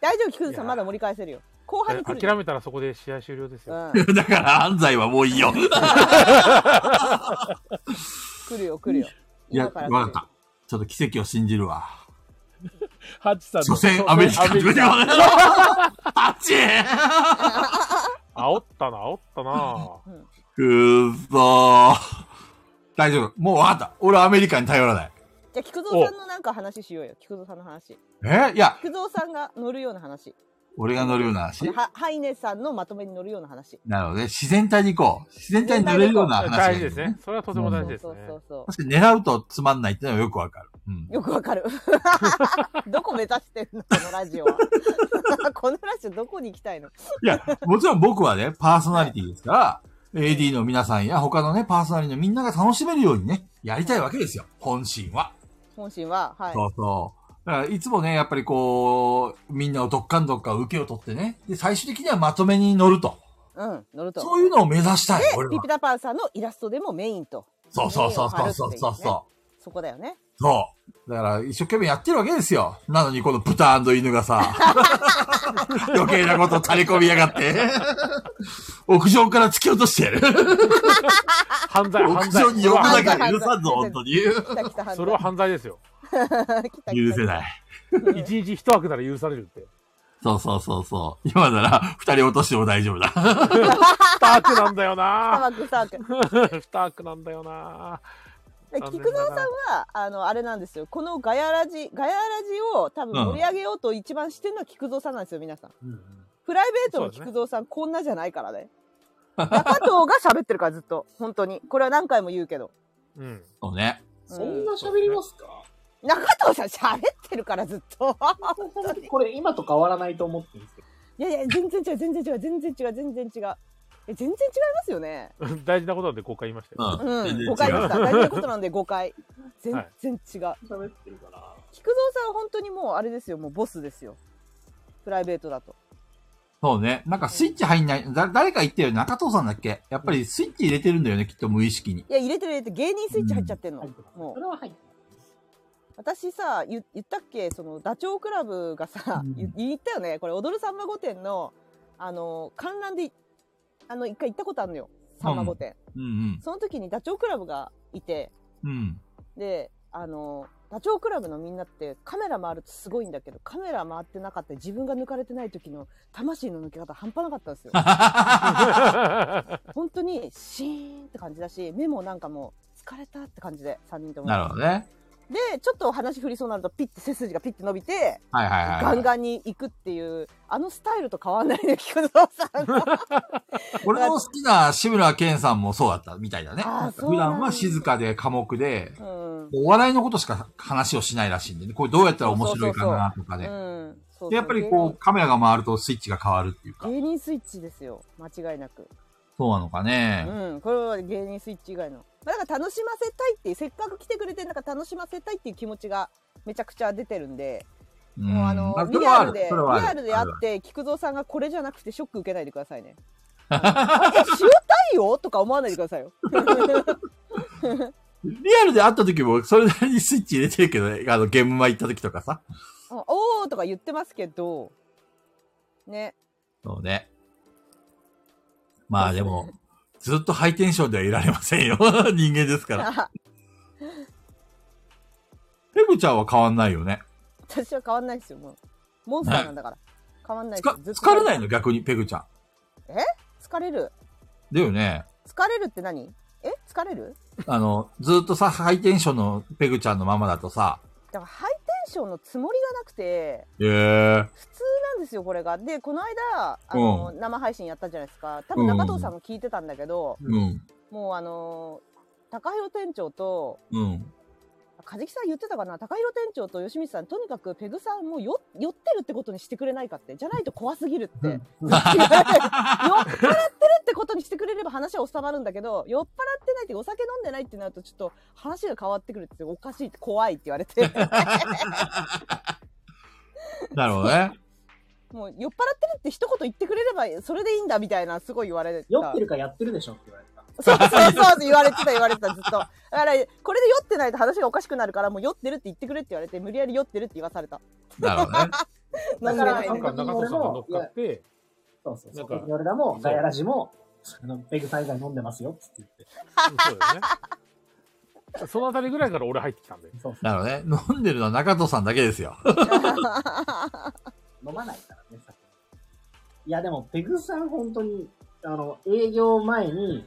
S6: 大丈夫、菊蔵さん、
S2: いや
S6: まだ盛り返せるよ。後半に来るよ。
S2: 諦めたらそこで試合終了です
S6: う
S2: よ。
S6: ん、
S3: だから安西はもういいよ。
S6: 来るよ、来るよ。
S3: いや、
S6: 今ら
S3: わ
S6: 来る
S3: かった。ちょっと奇跡を信じるわ。
S2: ハチさんの
S3: 所詮アメリカンって言われてもらえない。 あっち
S2: 煽ったな、煽ったな。
S3: くーそー。大丈夫。もうわかった。俺はアメリカンに頼らない。
S6: じゃあ、菊蔵さんのなんか話しようよ。菊蔵さんの話。
S3: えいや、
S6: 菊蔵さんが乗るような話。
S3: 俺が乗るような話。
S6: はハイネさんのまとめに乗るような話。
S3: なので、自然体に行こう。自然体に乗れるような話がい
S2: 大
S3: い
S2: 事ですね。。それはとても大事です
S6: そう
S2: ね。
S6: そうそう。
S3: 確かに狙うとつまんないっていうのはよくわかる。うん。
S6: よくわ かる。どこ目指してんのこのラジオは。このラジオどこに行きたいの
S3: いや、もちろん僕はね、パーソナリティですから、AD の皆さんや他のね、パーソナリティのみんなが楽しめるようにね、やりたいわけですよ。本心は。
S6: 本心は、はい。
S3: そうそう。だからいつもね、やっぱりこう、みんなをどっかんどっか受けを取ってね、で、最終的にはまとめに乗ると。
S6: うん、乗ると。
S3: そういうのを目指したい、俺
S6: ピ
S3: は
S6: ピ。タパンさんのイラストでもメインと。
S3: そうそうそうそうそう
S6: 目を張
S3: そ
S6: る
S3: う
S6: っていうね
S3: そ
S6: そこだよね。
S3: う。そう。だから、一生懸命やってるわけですよ。なのに、この豚犬がさ、余計なこと垂れ込みやがって、屋上から突き落としてやる。
S2: 犯罪、
S3: 屋
S2: 犯罪。
S3: 上に呼ぶだけは許さんぞ、
S6: 犯罪
S3: 本当に。
S6: 来た来た、
S2: それは犯罪ですよ。
S6: 反対来た
S3: 許せ
S6: い。
S3: ない。
S2: 一日一枠なら許されるって。
S3: そうそうそうそう。今なら、二人落としても大丈夫だ。
S2: スタークなんだよ
S6: 二
S2: な。
S6: 枠 二枠
S2: スタークなんだよな。
S6: で
S2: 残念
S6: 菊蔵
S2: なが
S6: さ
S2: ら
S6: んは、あの、あれなんですよ。このガヤラジ、ガヤラジを多分盛り上げようと一番してるのは菊蔵さんなんですよ、皆さん。
S1: うんうん
S6: プライベートの菊蔵さん、こんなじゃないからね。中藤が喋ってるからずっと。本当に。これは何回も言うけど。
S2: うん。
S3: そうね。
S1: そんな喋りますか
S6: 中藤さん喋ってるからずっと。
S1: これ今と変わらないと思ってるんですけど。
S6: いやいや、全然違う、全然違う、全然違う、全然違う。え、全然違いますよね。
S2: 大事なことなんで公開言いましたよ。
S3: うん。
S6: うん、
S3: 全然違
S6: 誤解で
S3: う
S6: した。大事なことなんで誤解。全
S2: はい
S6: 然違う。
S1: 喋ってるから。
S6: 菊蔵さん本当にもうあれですよ、もうボスですよ。プライベートだと。
S3: そうね。なんかスイッチ入んない。だ誰か言ったよね。中藤さんだっけやっぱりスイッチ入れてるんだよね。きっと無意識に。
S6: いや、入れてる入れてる芸人スイッチ入っちゃってんの。
S1: 入ってます。
S6: も、
S1: そうれは入って
S6: 私さ、言言ったっけその、ダチョウ倶楽部がさ、
S3: うん
S6: 言言ったよね。これ、踊るさんま御殿の、あの、観覧で、あの、一回行ったことあるのよ。さんま御殿。
S3: うん
S6: その時にダチョウ倶楽部がいて、
S3: うん。 うん。
S6: で、あの、ダチョウ倶楽部のみんなってカメラ回るとすごいんだけど、カメラ回ってなかったり自分が抜かれてない時の魂の抜け方半端なかったんですよ。本当にシーンって感じだし、目もなんかもう疲れたって感じで、3人とも。
S3: なるほどね。
S6: で、ちょっとお話振りそうになるとピッて背筋がピッて伸びて、
S3: はいはいはい。
S6: ガンガンに行くっていう、あのスタイルと変わんないね、菊蔵さ んの。
S3: 俺の好きな志村けんさんもそうだったみたいだね。
S6: あーそう
S3: 普
S6: なんだ
S3: 段は静かで寡黙で、
S6: うん。
S3: お笑いのことしか話をしないらしいんでね。これどうやったら面白いかなとか
S6: う
S3: ね。
S6: ん。そう
S3: で、やっぱりこう、カメラが回るとスイッチが変わるっていうか
S6: 芸。人芸人スイッチですよ。間違いなく。
S3: そうなのかね。
S6: うん、これは芸人スイッチ以外の。まあだから楽しませたいっていう、せっかく来てくれてるんだから楽しませたいっていう気持ちがめちゃくちゃ出てるんで、
S3: うん。
S6: もうあの
S3: ま、そ
S6: リ
S3: れは
S6: ア
S3: あ
S6: ル
S3: る
S6: で、
S3: それはある
S6: リアルであっ
S3: それは
S6: て、菊蔵さんがこれじゃなくてショック受けないでくださ いね。あのえ、塩対応とか思わないでくださいよ。
S3: リアルで会った時も、それなりにスイッチ入れてるけどね。あの、現場行った時とかさ。
S6: あおーとか言ってますけど、ね。
S3: そうね。まあでも、ずっとハイテンションではいられませんよ。 人間ですから。ペグちゃんは変わんないよね。
S6: 私は変わんないですよ、もう。モンスターなんだから。変わんない
S3: つ
S6: で
S3: か
S6: すずっと
S3: 疲れないの逆に、ペグちゃん。
S6: 疲れる。
S3: だよね。
S6: 疲れるって何え疲れる
S3: あの、ずっとさ、ハイテンションのペグちゃんのままだとさ、
S6: だからハイテンションのつもりがなくて、
S3: ええ
S6: 普通なんですよこれがでこの間あの、
S3: う
S6: 生配信やったじゃないですか多分中藤さんも聞いてたんだけど、
S3: うん、
S6: もうあの高弘店長と
S3: うん。
S6: 梶木さん言ってたかな高弘店長と吉光さんとにかくペグさんもよ酔ってるってことにしてくれないかってじゃないと怖すぎるって 酔っ払ってるってことにしてくれれば話は収まるんだけど酔っ払ってないってお酒飲んでないってなるとちょっと話が変わってくるっておかしいって怖いって言われて
S3: なるほどね。
S6: もう酔っ払ってるって一言言ってくれればそれでいいんだみたいなすごい言われた。
S1: 酔ってるかやってるでしょって言われた。
S6: そうそうそう、言われてた言われてた、ずっと。だから、これで酔ってないと話がおかしくなるから、もう酔ってるって言ってくれって言われて、無理やり酔ってるって言わされた。
S3: なるほどね。
S1: だ
S6: 飲
S1: か
S6: め
S1: ら
S6: ない
S2: な
S6: の
S2: ん
S6: に
S2: か中藤さんが乗っかって、
S1: そうそうそう。
S2: なんか
S1: 俺らも、ガヤラジも、あの、ペグさん以外飲んでますよ、つって言って。
S2: そうだよね。 そのあたりぐらいから俺入ってきたんで。
S1: そうそう。
S3: なるほどね。飲んでるのは中藤さんだけですよ。
S1: 飲まないからね、酒。いや、でも、ペグさん本当に、あの、営業前に、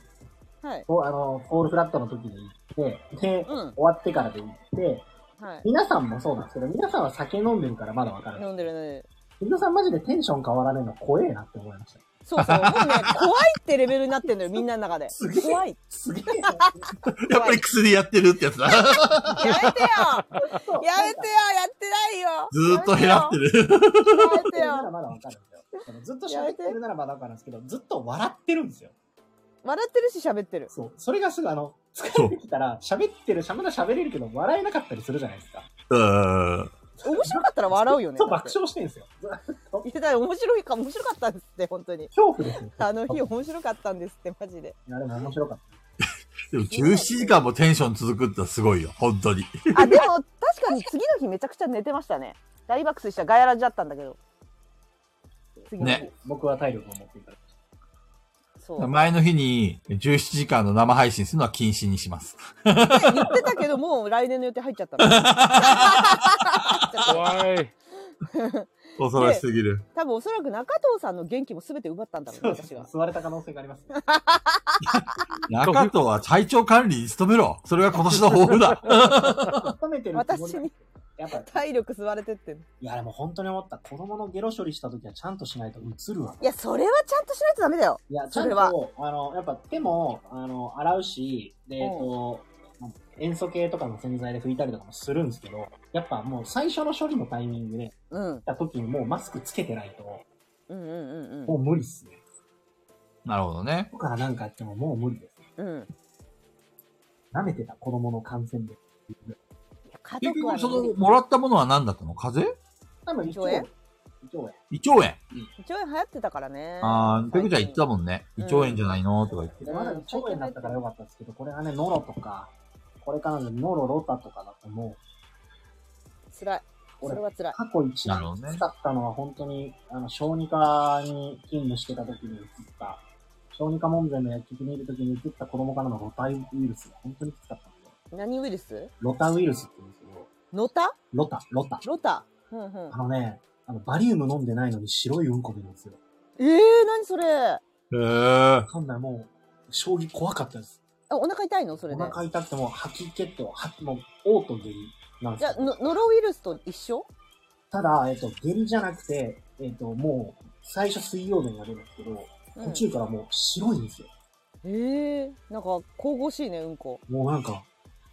S6: はい。
S1: こうあの、ホールフラットの時に行って、で、
S6: うん。
S1: 終わってからで行って、
S6: はい。
S1: 皆さんもそうなんですけど、皆さんは酒飲んでるからまだわかる。
S6: 飲んでるね。
S1: ペグさんマジでテンション変わられるの怖えなって思いま した。
S6: そうそう。もうね、怖いってレベルになってんのよ、みんなの中で。怖い。
S1: すげえ。
S3: やっぱり薬やってるってやつだ。ず
S6: やめてよやめてよやってないよ
S3: ーっと減らってる。
S6: やめて
S1: なら
S6: よ
S1: まだわかるんですよ。そのずっと喋ってるならまだわかるんですけど、ずっと笑ってるんですよ。
S6: 笑ってるし、喋ってる。
S1: そう。それがすぐあの、
S3: そ
S1: 疲れ
S3: う
S1: てきたら、喋ってる、しゃまだ喋れるけど、笑えなかったりするじゃないですか。
S3: うーん。
S6: 面白かったら笑うよね。
S1: そう、爆笑してるんですよ。ずっと
S6: 言ってたら面白いか、面白かったんですって、本当に。
S1: 恐怖ですよ。
S6: あの日面白かったんですって、マジで。
S1: いや、でも面白かった。
S3: でも17時間もテンション続くってのはすごいよ。本当に。
S6: あでも確かに次の日めちゃくちゃ寝てましたね大爆睡したガヤラジだったんだけど次の日、
S3: ね
S1: 僕は体力を持っていただきまし
S6: そうね
S3: 前の日に17時間の生配信するのは禁止にします。
S6: 言ってたけどもう来年の予定入っちゃ ったの
S2: 怖い。
S3: 恐ろしすぎる。
S6: 多分おそらく中藤さんの元気も全て奪ったんだろうね
S1: た。
S6: 私が
S1: 吸われた可能性があり ます。
S3: 中藤は体調管理に努めろ。それが今年の抱負だ。
S1: 温めてるつもり
S6: 私に
S1: やっぱ、い
S6: 体力吸われてってんの
S1: や、でも本当に思った。子供のゲロ処理した時はちゃんとしないと映るわ。
S6: いやそれはちゃんとしないとダメだよ
S1: いや、ちゃ
S6: そ
S1: ん
S6: れは
S1: と、あの、やっぱ手も、あの、洗うし、で、えっと、塩素系とかの洗剤で拭いたりとかもするんですけど、やっぱもう最初の処理のタイミングで、来
S6: うん
S1: た時にもうマスクつけてないと、も
S6: うんうんうん
S1: う無理っすね。
S3: なるほどね。
S1: だからなんかやってももう無理です。
S6: うんうん
S1: 舐めてた子供の感染で。
S6: いや家
S3: 結
S6: 族は
S3: 局、その、
S6: ね、
S3: もらったものは何だったの風邪
S1: 多分、一応。
S6: 一応
S1: 一応
S3: 胃腸炎。
S6: 一応流行ってたからね。
S3: ああ、ペグちゃん言ってたもんね。胃
S6: うん
S3: 腸炎じゃないのとか言って。
S1: でまだ胃腸炎だったからよかったんですけど、これはね、ノロとか、これからのノロロタとかだとも、。
S6: 辛い。それは辛いう
S1: 過去一
S3: なるほど
S1: 年
S3: ね
S1: 使ったのは本当に、あの、小児科に勤務してた時に移った、小児科門前の薬局にいる時に移った子供からのロタウイルスが本当にきつかったんで、
S6: 何ウイルス
S1: ロタウイルスって言うんですけど、
S6: のた
S1: ロタ、ロタ。
S6: ロタ。うんうん
S1: あ。のね、あの、バリウム飲んでないのに白いうんこ出るんですよ。
S6: ええー、何それあ
S3: へえ。
S1: かんだらもう、将棋怖かったです。
S6: お腹痛いのそれ
S1: お
S6: で。
S1: 腹痛くてもう吐き気と、吐きもう、嘔吐下痢なんです
S6: じゃ
S1: よ
S6: あ、のノロウイルスと一緒
S1: ただ、えっと、下痢じゃなくて、えっと、もう、最初水曜日が出るんですけど、
S6: うん
S1: 途中からもう白いんですよ。
S6: ええー、なんか、神々しいね、うんこ。
S1: もうなんか、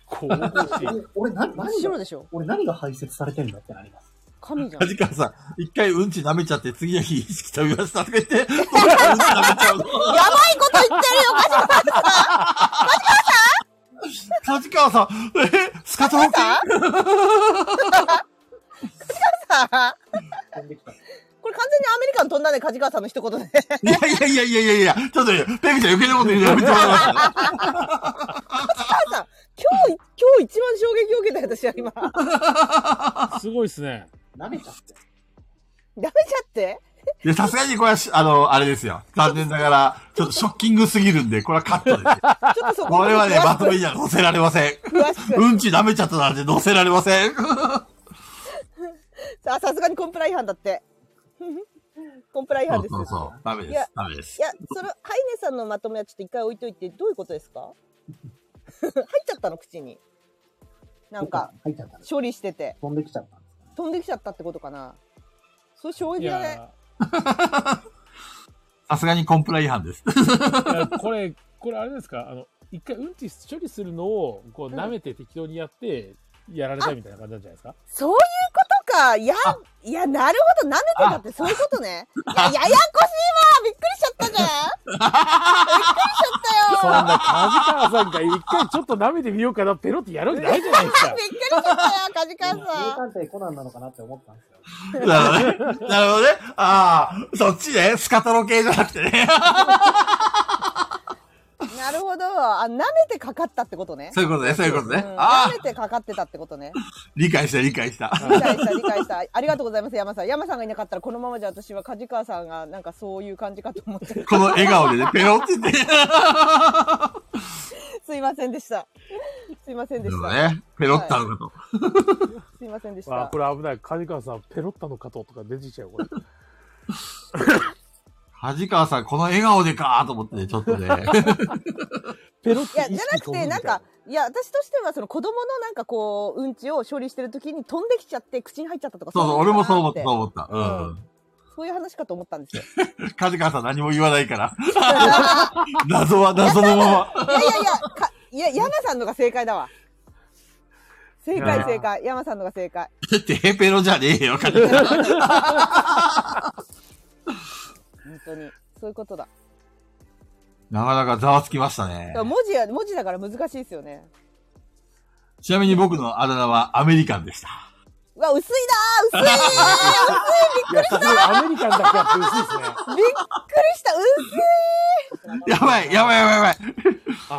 S2: こう、し
S1: 俺、俺何、
S6: 真っ
S1: 何
S6: 白
S1: が、
S6: でしょ
S1: 俺何が排泄されてんだってなります。
S6: 神じ ゃん。
S3: カジカさん、一回うんち舐めちゃって、次の日意識飛びましたとか言って、 どうしてうんち舐めちゃうの
S6: やばいこと言ってるよ、マジ
S3: カジカさん、えスカトロケ
S6: か梶川さん
S1: 飛んできた。
S6: これ完全にアメリカン飛んだね、梶川さんの一言で。
S3: いやいやいやいやいやいや、ちょっと、ペグちゃん余計なこと言うのやめてもらいました。
S6: さん、今日、今日一番衝撃を受けたよ私は今。 ダ
S2: すごいですね。
S1: 舐めちゃって。
S6: メちゃって
S3: いや、さすがにこれはし、あの、あれですよ。残念ながら、ちょっとショッキングすぎるんで、これはカットですよ。
S6: ちょっとそ こ
S3: これは ね、まとめ
S6: 詳し
S3: には載せられません。
S6: く詳しく。
S3: うんち舐めちゃったなんて載せられません。
S6: さあ、さすがにコンプラ違反だって。 コンプラ違
S3: そ
S6: 反
S3: う
S6: です。
S3: そうそう。ダメ
S6: い
S3: で
S6: や
S3: す。ダメです
S6: い。や、その、ハイネさんのまとめはちょっと一回置いといて、どういうことですか 入っちゃったの、口に。なんか、
S1: 入っちゃったんです。
S6: 処理してて、
S1: 飛んできちゃったんですかね。
S6: 飛んできちゃったってことかな。それ衝
S2: い
S6: 撃だね。
S2: や、
S3: さすがにコンプラ違反です。
S2: いやこれ、これあれですかあの、一回うんち処理するのを、こう、舐めて適当にやって、やられたみたいな感じなんじゃないですか
S6: そういうことか。いや、いや、なるほど。舐めてたってそういうことね。いや、ややこしいわ。びっくりしちゃったじゃん。びっくりしちゃっ
S2: そ
S6: た
S2: ん
S6: よ。
S2: な、梶川さんが一回ちょっと舐めてみようかな、ペロってやるわけないじゃ ないですか。
S6: びっくりしちゃったよ、梶
S1: 名
S6: 川さん。
S1: 探偵コナンなのかなって思ったんですよ。
S3: なるほどね。なるほどね。ああ、そっちね。スカトロ系じゃなくてね。
S6: なるほど。あ、舐めてかかったってことね。
S3: そういうことね、そういうことね。
S6: うん
S3: ああ、
S6: 舐めてかかってたってことね。
S3: 理解した、理解した。
S6: 理解した、理解した。ありがとうございます、山さん。山さんがいなかったら、このままじゃ私は梶川さんが、なんかそういう感じかと思 って、
S3: この笑顔でね、ペロって言って。
S6: すいませんでした。すいませんで
S3: で
S6: し
S3: も
S6: た。
S3: ね、ペロったのかと。
S6: すいませんでし
S2: あ
S6: た
S2: ーこ。れ危ない。梶川さん、ペロったのかと、とか出てきちゃう、これ。
S3: 梶川さん、この笑顔でかーと思ってね、ちょっとね。
S2: ペロっ
S6: い
S2: て
S6: や、じゃなくて、なんか、いや、私としては、その子供のなんかこう、うんちを処理してる時に飛んできちゃって、口に入っちゃったとか、
S3: そうそう、
S6: い
S3: 俺も
S6: のか
S3: そう
S6: な
S3: 思ってた、そう思った。うん。
S6: そういう話かと思ったんですよ。
S3: カジカさん何も言わないから。
S6: いやい
S3: 謎は謎のまま。
S6: やいや、かいや、山さんのが正解だわ。正
S2: い
S6: 解
S2: や
S6: 正解。山さんのが正解。
S3: テーペロじゃねえよ、カジカ。
S6: 本当に。そういうことだ。
S3: なかなかざわつきましたね
S6: だから。文字や、文字だから難しいですよね。
S3: ちなみに僕のあだ名はアメリカンでした。
S6: うわ、薄いなー薄い
S2: いや、さすがにアメリカンだけあって薄いですね。
S6: びっくりした薄い
S3: やばい、やばい、やばい、やばい。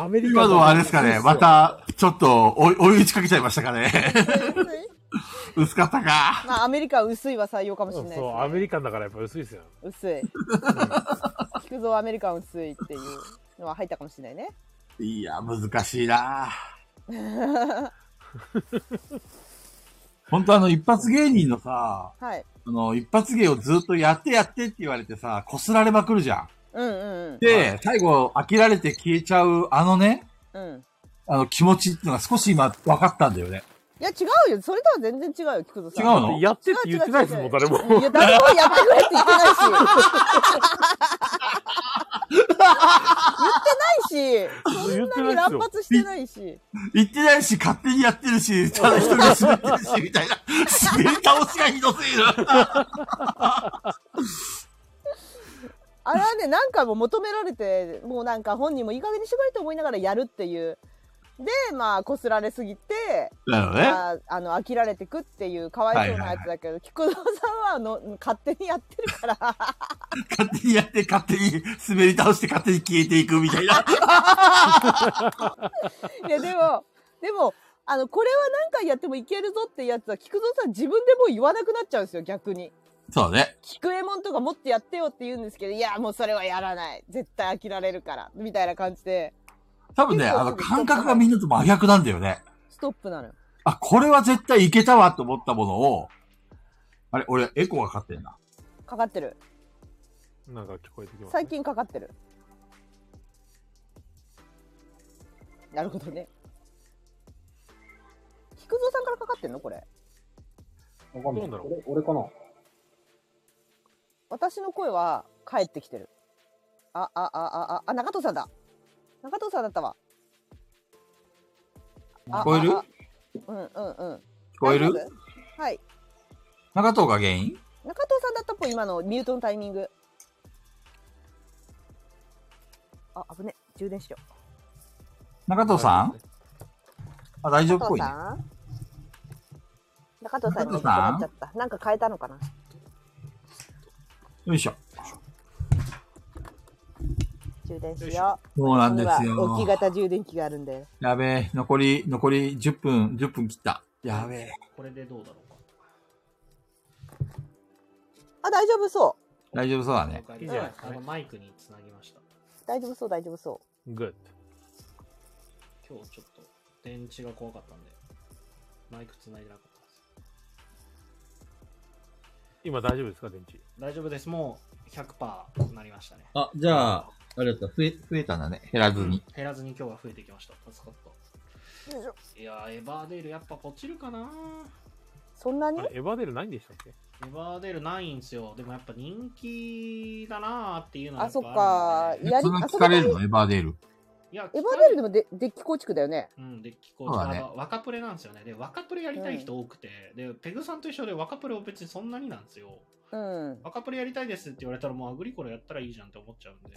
S2: アメリカン
S3: 今のはあれですかね、ま
S2: だけ
S3: た、ちょっと、追い追い打ちかけちゃいましたかね。
S6: 薄い
S3: 薄かったか。
S6: まあ、アメリカは薄いは採用かもし
S2: 薄いですね。
S6: れないです
S2: そう、アメリカンだからやっぱ薄いですよ。
S6: 薄い。聞くぞ、アメリカン薄いっていうのは入ったかもしれないね。
S3: いや、難しい な。本当あの、一発芸人のさ、
S6: はい。
S3: あの、一発芸をずっとやってやってって言われてさ、こすられまくるじゃん。
S6: うんうん
S3: で、最後、飽きられて消えちゃう、あのね、
S6: うん。うん。
S3: あの気持ちっていうのが少し今分かったんだよね。
S6: いや、違うよ。それとは全然違うよ、聞くぞさん。
S3: 違うの
S2: やってって言ってないですもん、誰も。
S6: いや、誰もやってくれって言ってない し。言ってないし、
S2: 言っ
S6: そ
S2: て
S6: ん
S2: な
S6: ない
S2: です
S6: に乱
S2: よ。
S6: 発してないし。
S3: 言ってないし、勝手にやってるし、ただ一人で滑ってるし、みたいな。滑り倒しがひどすぎる。
S6: あれはね、何回も求められて、もうなんか本人もいい加減にしてくれって思いながらやるっていう。で、まあ、こすられすぎて、
S3: なるほどね。
S6: ああの、飽きられてくっていう、かわいそうなやつだけど、菊蔵さんはの、勝手にやってるから、
S3: 勝手に やって、勝手に滑り倒して、勝手に消えていくみたい な。
S6: いや、でも、でも、あの、これは何回やってもいけるぞってやつは、菊蔵さん自分でもう言わなくなっちゃうんですよ、逆に。
S3: そうね。
S6: 菊右衛門とかもっとやってよって言うんですけど、いや、もうそれはやらない。絶対飽きられるから。みたいな感じで、
S3: 多分ね、あの、感覚がみんなと真逆なんだよね。
S6: ストップなのよ。
S3: あ、これは絶対いけたわと思ったものを、あれ、俺、エコーがかかってんな。
S6: かかってる。
S2: なんか聞こえてきます、
S6: 最
S2: ね。
S6: 近かかってる。なるほどね。菊蔵さんからかかってんのこれ。
S7: わかんない
S2: ど
S7: う
S2: なんだろ
S7: 俺俺かな
S6: 私の声は返ってきてる。あ、あ、あ、あ、あ、あ、中藤さんだ。中藤さんだったわ。あ
S3: 聞こえる
S6: ああうんうんうん。聞
S3: 聞こえる
S6: はい。
S3: 中藤が原因
S6: 中藤さんだったっぽい、今のミュートのタイミング。あ、危ね。充電しよう。
S3: 中藤さんあ、大丈夫っぽいね。
S6: 中藤さん中藤さ
S3: 中
S6: んにな
S3: 藤さん
S6: っちゃった。なんか変えたのかな
S3: よいしょ。
S6: 充電し
S2: よいし
S6: よう。
S3: そうなんです
S6: 今は置
S3: よ。
S6: き型充電器があるんで。
S3: やべえ、残り、残り10分、10分切った。やべえ。
S1: これでどうだろう
S6: あ、大丈夫そ
S3: 大丈夫そうだね。
S1: か。
S2: いい
S1: じ
S2: じゃない
S1: ゃ
S2: ですか
S1: あ、
S2: ね
S1: あのマイクにつなぎました。
S6: う。大丈夫そう、大丈夫そう。
S2: グッ
S1: 今日ちょっと電池が怖かったんで、マイクつないでなかったです。
S2: 今大丈夫ですか、電池。
S1: 大丈夫です。もう100%なりましたね。
S3: あ、じゃあ、あれだった、増え、増えたんだね。減らずに。
S1: 減らずに今日は増えてきました。助かった。いやー、エバーデールやっぱポチるかな
S6: そんなに
S2: あれ、エヴァデルないんでしたっけ
S1: エバーデールないんですよ。でもやっぱ人気だなーっていうのは
S6: あ、
S1: やぱ
S6: そっ
S1: るんでね
S6: か。やり、
S3: そんな
S6: あそ
S3: 聞
S6: こ
S3: か
S6: で
S3: れ
S6: エ
S3: るのエヴァーデール。
S1: いや、
S6: ヴァ
S1: 聞か
S6: デ
S1: れ
S6: ルでもデデッキ構築だよね。
S1: うん、で、聞こ
S3: そう
S1: う。
S3: だね
S1: あの若プレなんですよね。で、若プレやりたい人多くて、で、ペグさんと一緒で若プレを別にそんなになんですよ。
S6: うん。
S1: 若プレやりたいですって言われたらもうアグリコラやったらいいじゃんって思っちゃうんで。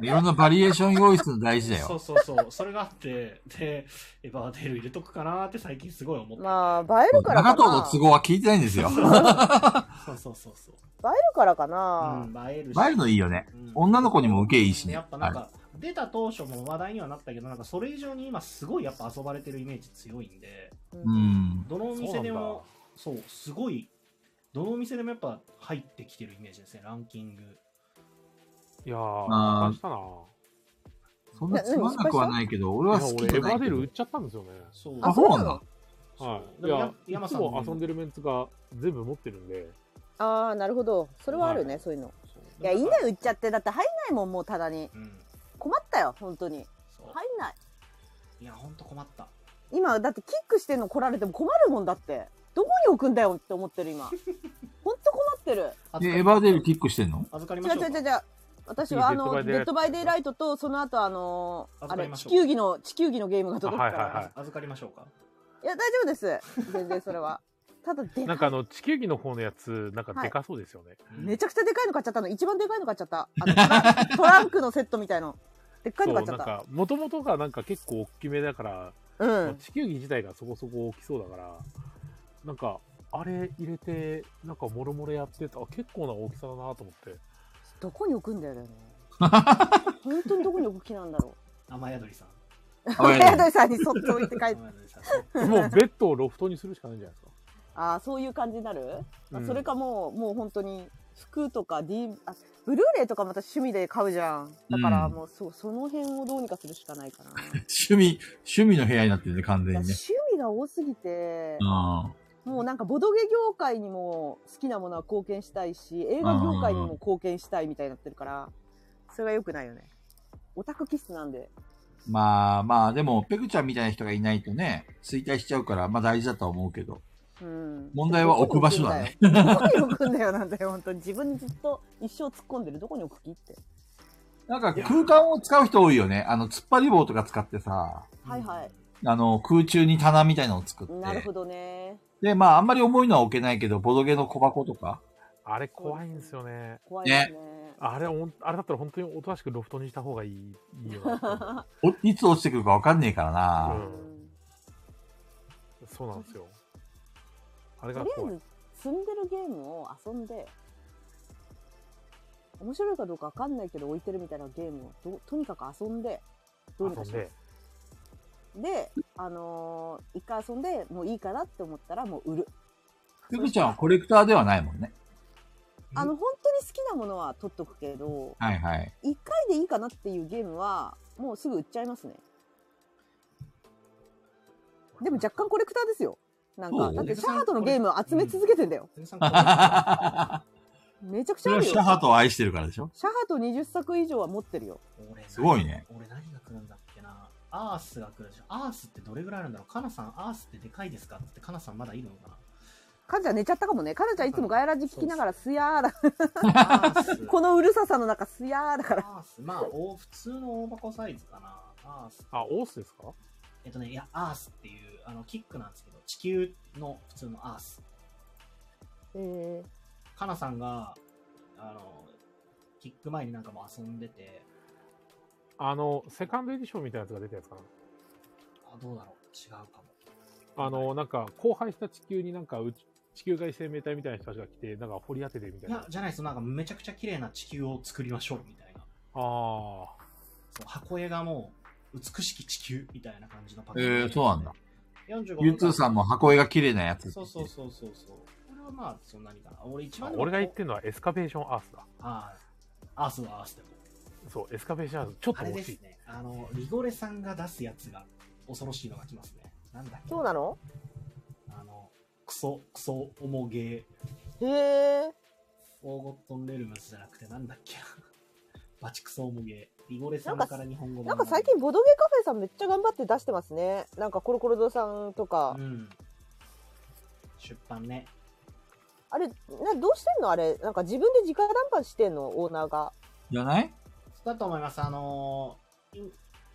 S3: いろんなバリエーション用意するの大事だ
S1: そう
S3: よ。
S1: そうそう。それがあって、で、エヴァーデール入れとくかなーって最近すごい思って。
S6: まあ、映えるから
S3: 長
S6: か
S3: 藤の都
S6: な。
S3: 合は聞いてないんですよ。
S1: そうそうそうそう。
S6: 映えるからか
S1: う
S6: な。
S1: ん、映える
S3: 映えるのいいよね
S1: うん
S3: 女の子にも受けいいしね
S1: やっぱなんか、出た当初も話題にはなったけど、なんかそれ以上に今すごいやっぱ遊ばれてるイメージ強いんで、
S6: うん
S3: うん。
S1: どのお
S2: そう
S1: 店
S2: なん
S1: で
S2: だ。
S1: も、そうすごい、どのお店でもやっぱ入ってきてるイメージですね、ランキング。
S2: いやー、
S3: あ
S2: 失
S3: ー
S2: 敗したな。
S3: そんなつまんなくはないけど、俺はい
S2: や
S3: 好き
S2: 俺、
S3: じ
S2: エ
S3: ゃ
S2: ヴ
S3: ない
S2: ァデ
S3: け
S2: ル
S3: ど
S2: 売っ。ちゃったんですよね。
S1: そう。
S3: あ、そうなんだ。
S1: そ
S2: は
S1: う
S2: い。い
S1: でもや
S2: や、
S1: 山
S2: い
S1: さ
S2: つ
S1: ん
S2: も遊んでるメンツが全部持ってるんで、
S6: ああ、なるほど。それはあるね、
S2: はい
S6: そういうの。
S1: そう
S6: いや、いいね、売っちゃって。だって入んないもん、もうただに。
S1: うん。
S6: 困ったよ、本当に。
S1: そう。
S6: 入んない。
S1: いや、ほんと困った。
S6: 今、だってキックしてんの来られても困るもんだって。どこに置くんだよって思ってる今。ほんと困ってる。
S3: え、
S1: 預か
S3: エヴァーデルキックしてんの
S1: 預かり
S6: 違
S1: ましょ
S6: う違う違う
S1: う
S6: 違
S1: か。
S6: う。私はあの、
S2: いい
S6: デ
S2: デ
S6: ッ
S2: ッ
S6: ド
S2: ド
S6: バ
S2: バ
S6: イ
S2: イ
S6: デ
S2: デ
S6: イ
S2: イ
S6: ラ
S2: ラ
S6: イトと、その後あのあ
S1: 預か
S6: れ、
S1: りまし
S6: 地
S1: ょう
S6: 球儀の、地球儀のゲームが届くから。
S2: あはいはいはい
S1: あ預かりましょうか。
S6: いや、大丈夫です。全然それは。ただ、で
S2: なん
S6: か
S2: か
S6: い
S2: あの、地球儀の方のやつ、なんか
S6: はい
S2: でかそうですよね。
S1: うん
S6: めちゃくちゃでかいの買っちゃったの。一番でかいの買っちゃった。あのトラントランクのセットみたいの。でっかい
S2: そ
S6: の
S2: う、
S6: 買
S2: な
S6: っ
S2: ん
S6: ちゃっ
S2: か、
S6: た。
S2: もともとがなんか結構大きめだから、
S6: う
S2: まあ
S6: ん。
S2: 地球儀自体がそこそこ大きそうだから、なんか、あれ入れて、なんかもろもろやってた、あ結構な大きさだなと思っ て。
S6: どこに置くんだよね。本当にどこに置く気なんだろ
S1: 雨宿りさん。
S6: う。
S3: あい
S6: ヘ
S3: や
S6: ア
S3: い
S6: ド
S3: や
S6: リさんにそっと置いて帰って。
S1: 雨宿りさん。
S2: もうベッドをロフトにするしかないんじゃないですか。
S6: ああ、そういう感じになる、あ
S2: うん
S6: それかもう、もう本当に、服とか、D、あ、ブルーレイとかまた趣味で買うじゃん。だから
S3: うん
S6: もう、そう、その辺をどうにかするしかな いかな。
S3: 趣味、趣味の部屋になってるね、完
S6: いや
S3: 全にね。
S6: 趣味が多すぎて、
S3: うん。
S6: もうなんかボドゲ業界にも好きなものは貢献したいし、映画業界にも貢献したいみたいになってるから、それが良くないよね。オタク気質なんで。
S3: まあまあ、でも、ペグちゃんみたいな人がいないとね、衰退しちゃうから、まあ大事だとは思うけど。
S6: うん。
S3: 問題は置く場所だね
S6: どこに置くんだよ、なんだよ、本当に。自分にずっと一生突っ込んでる。どこに置く気って。
S3: なんか空間を使う人多いよね。あの、突っ張り棒とか使ってさ、
S6: はいはい。
S3: あの、空中に棚みたいなのを作っ
S6: なる
S3: て
S6: ほ。どね。
S3: で、まあ、あんまり重いのは置けないけど、ボドゲの小箱とか、
S2: あれ怖いんですよね。
S6: 怖いですね。
S2: あれ、おんあれだったら本当におとなしくロフトにいた方がいい、いいよな
S3: お いつ落ちてくるかわかんねえから
S2: う
S3: な。
S2: ん そうなんですよ。あれ
S6: と
S2: が
S6: りあえ
S2: 怖い。
S6: ず積んでるゲームを遊んで面白いかどうかわかんないけど置いてるみたいなゲームをどとにかく遊んでどうに
S2: 遊
S6: か
S2: ん
S6: しま
S2: で、
S6: すであのー一回遊んでもういいかなって思ったらもう売る
S3: くぐちゃんはコレクターではないもんね。
S6: あの本当に好きなものは取っとくけど
S3: はいはい。
S6: 一回でいいかなっていうゲームはもうすぐ売っちゃいますねでも若干コレクターですよなん
S3: そ
S6: か
S3: う
S6: だってシャハトのゲームを集め続けてんだよ、
S1: 全然
S6: めちゃくち
S3: そ
S6: ゃ
S3: れ
S6: あ
S3: は
S6: るよ
S3: シャハトを愛してるからでしょ
S6: シャハト20作以上は持ってるよ
S3: すごいね。
S1: 俺何が来るんだっけな。アースが来るでしょ。アースってどれぐらいあるんだろう。カナさん、アースってでかいですかって、カナさんまだいるのか
S6: カナちゃん寝ちゃったかもね。カナちゃんいつもガヤラジ聞きながらすやーだ。
S1: な。アース。
S6: このうるささの中すやーだから。
S1: アース。まあ、お普通の大箱サイズかな。アース。
S2: あ、オースですか
S1: えっとね、いや、アースっていう、あの、キックなんですけど、地球の普通のアース。
S6: え
S1: カナさんが、あの、キック前になんかも遊んでて、
S2: あの、セカンドエディションみたいなやつが出たやつか
S1: あ、どうだろう。違うかも。
S2: な。あの、なんか、荒廃した地球になんか、うち地球外生命体みたいな人たちが来て、なんか掘り当ててみたい
S1: い
S2: な。
S1: や
S2: あ、
S1: じゃないです。なんかめちゃくちゃ綺麗な地球を作りましょう、みたいな。
S2: あ
S1: そう箱絵がもう、美しき地球みたいな感じのパ
S3: えーそうなんだ。
S1: 45
S3: ユーツーさんも箱絵が綺麗なやつ。
S1: そうそうそうそうそう。これはまあ、そんなにかな。俺一
S2: ーあ
S1: 番。
S2: 俺が言ってるのはエスカベーションアースだ。
S1: ああ、アースはアースでも。
S2: そう、エスカベーションアース。ちょっと
S1: あれで
S2: 欲し
S1: す
S2: い。
S1: ね。あの、リゴレさんが出すやつが、恐ろしいのが来ますね。なんだっけ
S6: そうなの
S1: あの、クソ、クソ、重ゲー。
S6: へえ。
S1: オーゴットンレルムズじゃなくて、なんだっけな。バチクソ重ゲー。リゴレさんから日本語版
S6: なんか最近、ボドゲカフェさんめっちゃ頑張って出してますね。なんかコロコロ堂さんとか
S1: う。ん。出版ね。
S6: あれ、などうしてんのあれ。なんか自分で直談判してんのオーナーが。
S3: じゃない
S1: だと思います。あのーい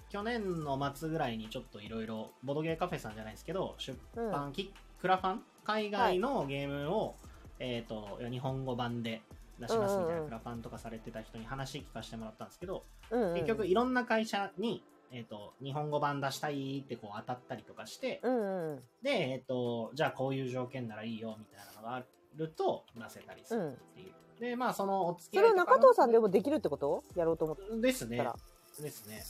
S1: 去年の末ぐらいにちょっといろいろ、ボドゲーカフェさんじゃないですけど、出
S6: うん。
S1: 版、キクラファン海外のゲームを、えっ、と、日本語版で出しますみたい
S6: うんう
S1: な、
S6: んうん
S1: クラファンとかされてた人に話聞かせてもらったんですけど、
S6: うん、
S1: 結局、いろんな会社に、えっ、と、日本語版出したいってこう当たったりとかして、
S6: うんうん。
S1: で、えっ、と、じゃあこういう条件ならいいよみたいなのがあると出せたりするっていう。で、まあそのお付き
S6: そ
S1: 合
S6: れ
S1: いと
S6: は
S1: かの
S6: 中藤さんでもできるってことやろうと思っ
S1: ですね
S6: た。ら。
S1: ですね。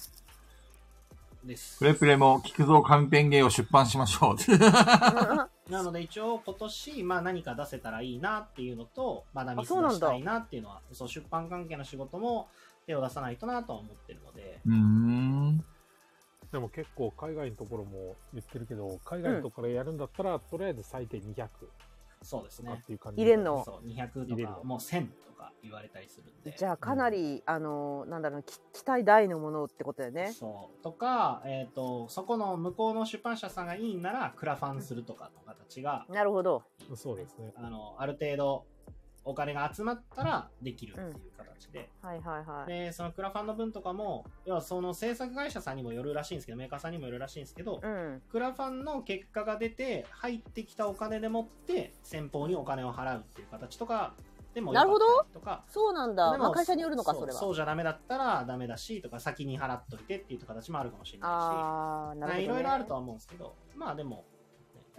S1: です
S3: プ。レプレも菊蔵短編芸を出版しまし ょう。
S1: なので一応今年、まあ何か出せたらいいなっていうのと、まだミス
S6: あそう
S1: 出
S6: なん
S1: し
S6: だ
S1: たいなっていうのは、そう出版関係の仕事も手を出さないとなとは思ってるので、
S3: うーん。
S2: でも結構海外のところも言ってるけど、海外のところやるんだったら、とりあえず最低200
S1: そうです
S2: とかっ
S1: ね。
S2: ていう感じ。
S6: 入れんの
S1: そう、200
S2: 入
S1: と
S2: れる
S1: か、もう1000とか言われたりするんで。
S6: じゃあかなり、あの、なんだろう、き期待大のものってことだよね。
S1: そう。とか、えっ、と、そこの向こうの出版社さんがいいんなら、クラファンするとかの形が、
S6: なるほど。
S2: そうですね。
S1: あの、ある程度、お金が集まったらできるっていう形で、
S6: はいはいはい。
S1: で、そのクラファンの分とかも、要はその制作会社さんにもよるらしいんですけど、メーカーさんにもよるらしいんですけど、
S6: うん。
S1: クラファンの結果が出て、入ってきたお金でもって、先方にお金を払うっていう形とか、でもよかったりとか、
S6: そうなんだ。
S1: でも
S6: まあ、会社によるのか、
S1: う
S6: それは。
S1: そうじゃダメだったらダメだし、とか、先に払っといてっていう形もあるかもしれな
S6: ああ、
S1: いし、まあ
S6: なるほど、ね。
S1: いろいろあるとは思うんですけど、まあでも、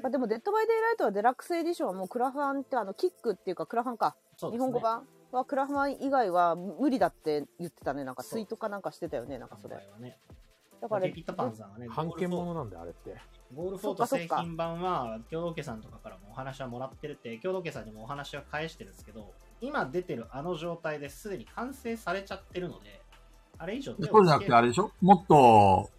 S6: まあ、でも、デッドバイデイライトはデラックスエディションはもうクラファンって、あの、キックっていうか、クラファンか。
S1: そうで
S6: 日
S1: すね。
S6: 本語版はクラファン以外は無理だって言ってたね。なんか、
S1: そ
S6: ツ
S1: う
S6: イートかなんかしてたよね。なんか、そ
S1: 今
S6: れ
S1: 回。はね、
S6: だか
S1: だ
S6: ら、
S1: ピットパンさんはね、
S2: 版権
S1: ゴールフォー
S2: 物なんで、あれって。
S1: ゴールフォート製品版は、共同家さんとかからもお話はもらってるって、共同家さんにもお話は返してるんですけど、今出てるあの状態ですでに完成されちゃってるので、あれ以上手
S3: そう
S1: を
S3: じゃ
S1: つ
S3: な
S1: け
S3: く
S1: る
S3: て、あれでしょもっと、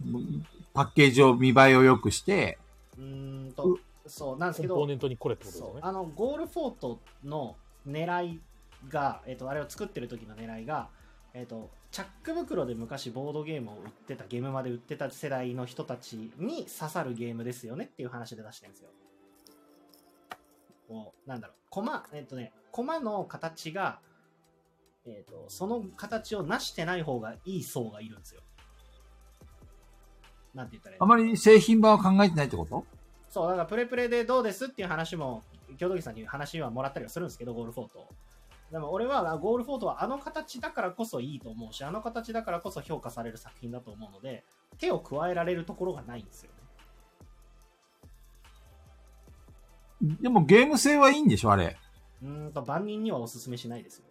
S3: パッケージを見栄えを良くして、
S1: うーんと、そうなんですけ
S2: コンポー
S1: ど、
S2: ネントにこれってことです
S1: そ
S2: よ
S1: う
S2: ね。
S1: あのゴールフォートの狙いが、えっと、あれを作ってる時の狙いが、えっと、チャック袋で昔ボードゲームを売ってた、ゲームまで売ってた世代の人たちに刺さるゲームですよねっていう話で出してるんですよ。こう、なんだろう、コマ、えっとね、コマの形が、えっと、その形をなしてない方がいい層がいるんですよ。なんて言ったらいいの
S3: あまり製品版を考えてないってこと
S1: そう、だからプレプレでどうですっていう話も、京都木さんに話はもらったりはするんですけど、ゴールフォートを。でも俺はゴールフォートはあの形だからこそいいと思うし、あの形だからこそ評価される作品だと思うので、手を加えられるところがないんですよね。
S3: でもゲーム性はいいんでしょあれ。
S1: うーんと、万人にはおすすめしないですよ。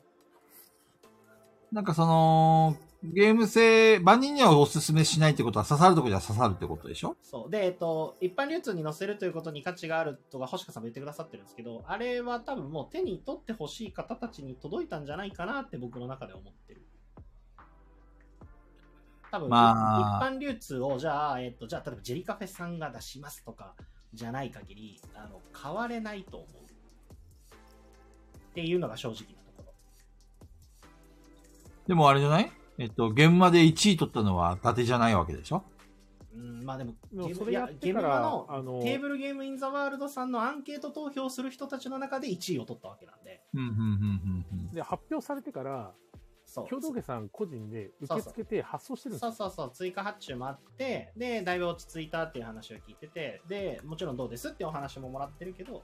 S3: なんかその、ゲーム性、万人にはおすすめしないってことは刺さるとこじゃ刺さるってことでしょ
S1: そう。で、えっと、一般流通に載せるということに価値があるとか、星川さんも言ってくださってるんですけど、あれは多分もう手に取ってほしい方たちに届いたんじゃないかなって僕の中で思ってる。多分、
S3: まあ
S1: 一般流通を、じゃあ、えっと、じゃあ、例えばジェリカフェさんが出しますとか、じゃない限り、あの、変われないと思う。っていうのが正直なところ。
S3: でもあれじゃないえっと、現場で1位取ったのは伊達じゃないわけでしょ
S1: うん、まあでも、
S2: でも
S1: ゲーム
S2: それ
S1: い
S2: や
S1: や
S2: って
S1: ゲー
S2: か
S1: ム
S2: ら、
S1: マの
S2: あの、
S1: テーブルゲームインザワールドさんのアンケート投票する人たちの中で1位を取ったわけなんで、
S3: うん、うん、うん、うん。
S2: で、発表されてから、
S1: そう。
S2: 共同家さん個人で受け付けて発送してるんです
S1: そう
S2: よ。
S1: そうそう、追加発注もあって、で、だいぶ落ち着いたっていう話を聞いてて、で、もちろんどうですってお話ももらってるけど、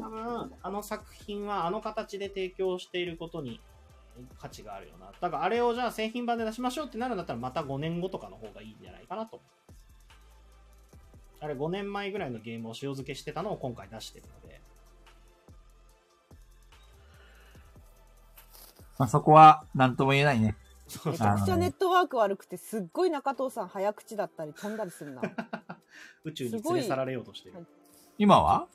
S1: 多分、あの作品はあの形で提供していることに価値があるよな。だからあれをじゃあ製品版で出しましょうってなるんだったらまた5年後とかの方がいいんじゃないかなと。あれ5年前ぐらいのゲームを塩漬けしてたのを今回出してるので。
S3: まあ、そこは、なんとも言えないね。
S1: そう
S6: めち
S1: そう
S6: ゃくちゃネットワーク悪くて、すっごい中藤さん早口だったり飛んだりする な。
S1: 宇宙に連れ去られようとしてる。
S3: 今は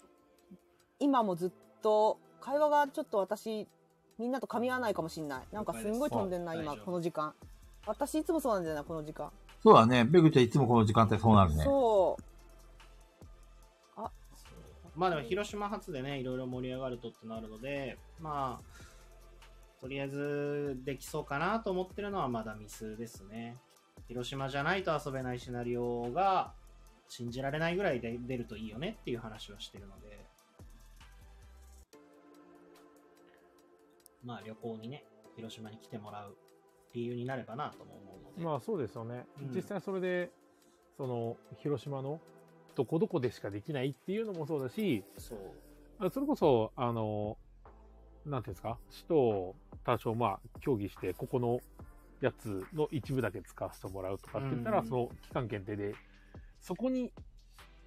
S6: 今もずっと、会話がちょっと私、みんなと噛み合わないかもしんない。なんかすんごい飛んでんな、
S1: 了解です
S6: 今、
S1: そう
S6: この時間。私いつもそうなんだよな、この時間。
S3: そうだね。ベグちゃんいつもこの時間帯そうなるね。
S6: そう。
S1: まあでも広島発でね、いろいろ盛り上がるとってなるので、まあ、とりあえずできそうかなと思ってるのはまだミスですね。広島じゃないと遊べないシナリオが信じられないぐらいで出るといいよねっていう話をしてるので、まあ旅行にね、広島に来てもらう理由になればなとも思うので。
S2: まあそうですよね。
S1: うん
S2: 実際それで、その、広島のどこどこでしかできないっていうのもそうだし、
S1: そう。
S2: それこそ、あの、なんていうんですか、市と多少まあ協議して、ここのやつの一部だけ使わせてもらうとかって言ったら、
S1: うん
S2: その期間限定で、そこに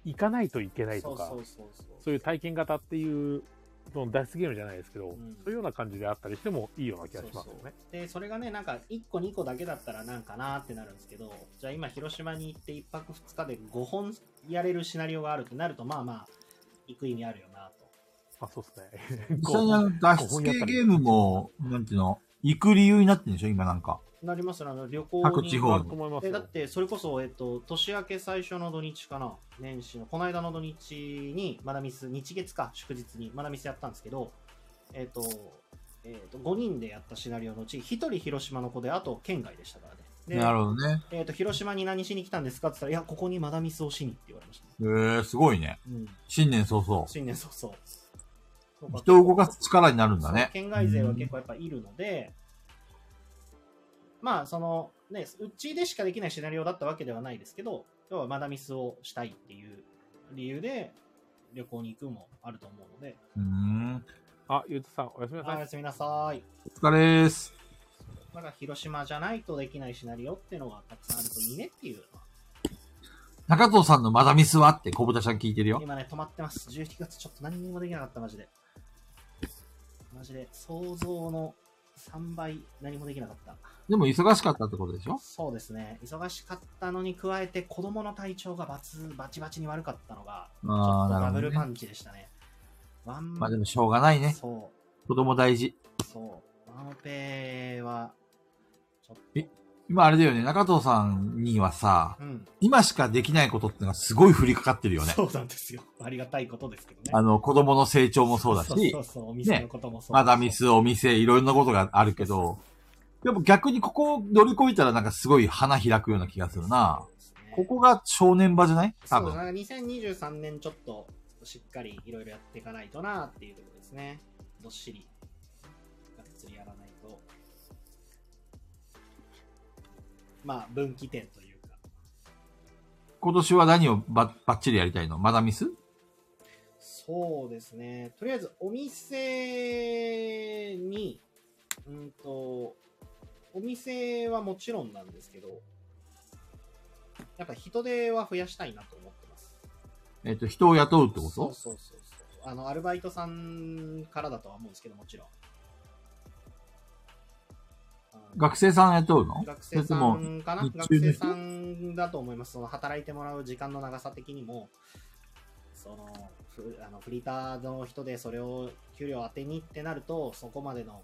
S2: 行かないといけない
S1: そ
S2: と
S1: う
S2: か、
S1: そ
S2: そう
S1: うそうそう。
S2: いう体験型っていう、その脱出ゲームじゃないですけど、
S1: ん
S2: そういうような感じであったりしてもいいような気がしますよね。
S1: そうそうでそれがねなんか1個2個だけだったらなんかなってなるんですけどじゃあ今広島に行って1泊2日で5本やれるシナリオがあるってなるとまあまあ行く意味あるよなと
S2: まあそうですね。
S3: 実際にあの脱出系ゲームも、なんていうの、行く理由になってるんでしょ今なんか。
S1: なりますねあの旅行に
S3: 各地方
S2: なると思います
S1: えだ
S2: よ
S1: っ。てそれこそ、えっと、年明け最初の土日かな年始のこの間の土日にマダミス日月か祝日にマダミスやったんですけどえっと、えっと、5人でやったシナリオのうち1人広島の子であと県外でしたからねで
S3: なるほどね。
S1: えー、と広島に何しに来たんですかって言ったら、いや、ここにマダミスをしにって言われました、
S3: えー、すごいね。
S1: うん、
S3: 新年早々。
S1: 新年早々。
S3: 人を動かす力になるんだ
S1: そう
S3: ね。
S1: 県外勢は結構やっぱいるので、まあ、その、ね、うちでしかできないシナリオだったわけではないですけど、要はマダミスをしたいっていう理由で、旅行に行くもあると思うので、
S3: うん。
S2: あ、ゆうとさん、おやすみな
S1: はい、おや。
S2: さい
S1: すみなさい。
S3: お疲れーす。
S1: まだ広島じゃないとできないシナリオっていうのがたくさんあるといいねっていうのは
S3: 中藤さんのまだミスはって、小豚ちゃん聞いてるよ。
S1: 今ね、止まってます。11月ちょっと何にもできなかった、マジで。マジで、想像の3倍何もできなかった。
S3: でも忙しかったってことでしょ
S1: そうですね。忙しかったのに加えて、子供の体調がバツ、バチバチに悪かったのが、ちょ
S3: あ
S1: っ
S3: ー
S1: と
S3: な
S1: ダ
S3: る
S1: ブ
S3: ほど
S1: ル
S3: ね
S1: パンチでしたね。ワン、
S3: まあでもしょうがないね。
S1: そ
S3: 子供大事。
S1: う、そう。ワンオペは、ちょっと
S3: え、今あれだよね、中藤さんにはさ、
S1: うん、
S3: 今しかできないことってのがすごい降りかかってるよね。
S1: そうなんですよ。ありがたいことですけどね。
S3: あの、子供の成長もそうだし、
S1: そうそうそうお店のこともそう
S3: ま
S1: だし
S3: だミス、お店、いろんなことがあるけど、でも逆にここを乗り越えたらなんかすごい花開くような気がするな。
S1: そうですね
S3: ここが正念場じゃない多
S1: そうだな、
S3: 分。
S1: 2023年ちょっとしっかりいろいろやっていかないとなっていうところですね。どっしり、がっつりやらないと。まあ、分岐点というか。
S3: 今年は何をばばっちりやりたいのまだミス
S1: そうですね。とりあえず、お店に、うんと、お店はもちろんなんですけど、やっぱ人手は増やしたいなと思ってます。
S3: えっと、人を雇うってこ
S1: そ
S3: と
S1: うそうそうそう。あの、アルバイトさんからだとは思うんですけど、もちろん。あの
S3: 学生さん雇うの
S1: 学生さんかな
S3: 日
S1: 学
S3: 中の
S1: 生
S3: 人
S1: さんだと思います。その働いてもらう時間の長さ的にも、そのフあのフリーターの人でそれを給料当てにってなると、そこまでの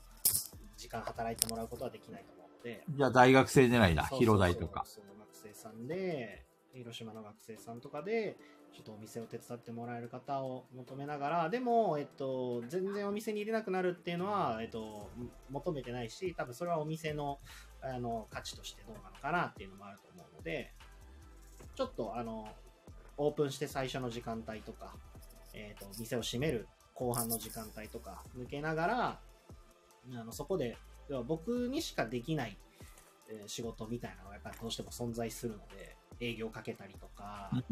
S1: 時間働いてもらうことはできないと思うので、
S3: じゃあ大学生狙いだ。
S1: そうそうそう
S3: 広大とか。。
S1: そう学生さんで、広島の学生さんとかで、ちょっとお店を手伝ってもらえる方を求めながら、でも、えっと、全然お店に入れなくなるっていうのは、えっと、も求めてないし、多分それはお店の、あの、価値としてどうなのかなっていうのもあると思うので、ちょっと、あの、オープンして最初の時間帯とか、えっと、店を閉める後半の時間帯とか、抜けながら、あのそこで、要は僕にしかできないえー仕事みたいなのがやっぱりどうしても存在するので、営業かけたりとか
S3: うん、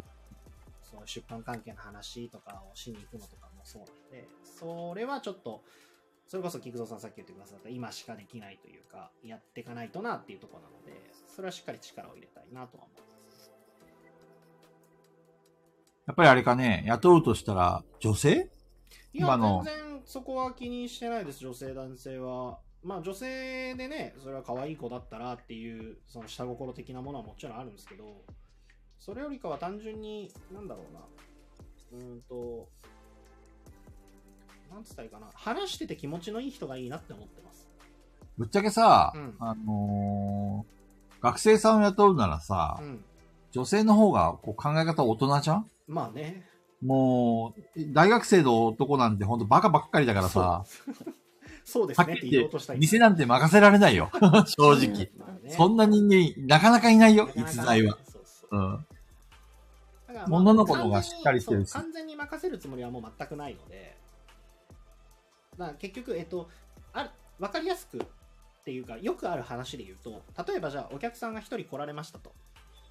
S1: そういう出版関係の話とかをしに行くのとかもそうなので、それはちょっと、それこそ菊蔵さんさっき言ってくださった今しかできないというか、やっていかないとなっていうところなので、それはしっかり力を入れたいなとは思います。
S3: やっぱりあれかね、雇うとしたら女性
S1: いや、
S3: 今の
S1: 全然そこは気にしてないです、女性、男性は。まあ女性でね、それは可愛い子だったらっていう、その下心的なものはもちろんあるんですけど、それよりかは単純に、なんだろうな、うーんと、なんつったらいいかな、話してて気持ちのいい人がいいなって思ってます。
S3: ぶっちゃけさ、
S1: うん
S3: あのー学生さんを雇うならさ、
S1: うん。
S3: 女性の方がこう考え方大人じゃん
S1: まあね。
S3: もう、大学生の男なんてほんとバカばっかりだからさ、
S1: そう です
S3: はっ
S1: ねって
S3: きり
S1: 言お
S3: 言っ
S1: うとした
S3: て、
S1: い。
S3: 店なんて任せられないよ。 正直。
S1: まあね
S3: そんな人間、なかなかいないよ、
S1: なかなか
S3: 逸材は。
S1: そうそう
S3: うん。
S1: だから
S3: 女の子の方がしっかりしてるし
S1: そう完全に任せるつもりはもう全くないので、だから結局、えっと、ある分かりやすくっていうか、よくある話で言うと、例えばじゃあお客さんが1人来られましたと。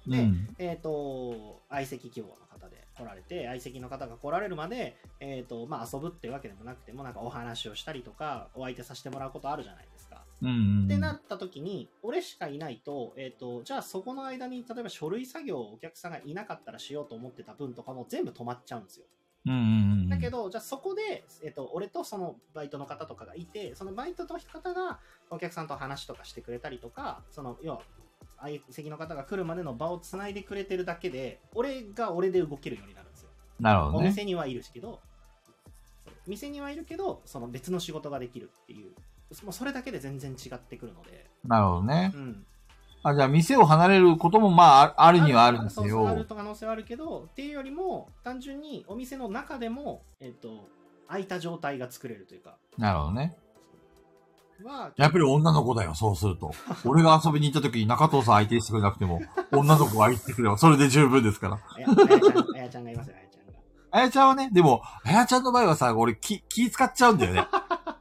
S3: う
S1: で
S3: ん。
S1: えっ、と、相席希望の方で来られて、相席の方が来られるまで、えっ、と、まあ遊ぶってわけでもなくても、なんかお話をしたりとか、お相手させてもらうことあるじゃないですか。
S3: うんうん。
S1: ってなった時に、俺しかいないと、えっ、と、じゃあそこの間に、例えば書類作業をお客さんがいなかったらしようと思ってた分とかも全部止まっちゃうんですよ。
S3: うんうんうん。
S1: だけど、じゃあそこで、えっ、と、俺とそのバイトの方とかがいて、そのバイトの方がお客さんと話とかしてくれたりとか、その、要は、相席の方が来るまでの場をつないでくれてるだけで、俺が俺で動けるようになるんですよ。
S3: なるほど
S1: お
S3: ね。
S1: 店にはいるけど、そう店にはいるけど、その別の仕事ができるっていう、もうそれだけで全然違ってくるので、
S3: なるほどね
S1: う。ん。
S3: あ、じゃあ、店を離れることも、まあ、ああるにはあるんです
S1: そうそうある
S3: よ。
S1: と可能性はあるけど、っていうよりも、単純にお店の中でも、えっ、と、空いた状態が作れるというか、
S3: なるほどね。
S1: は、
S3: やっぱり女の子だよ、そうすると。俺が遊びに行った時に中藤さん相手してくれなくても、女の子が相手してくれば、それで十分ですから。
S1: あやあやちゃん、あやちゃんがいますよ、あやちゃんが。
S3: あやちゃんはね、でも、あやちゃんの場合はさ、俺気、気使っちゃうんだよね。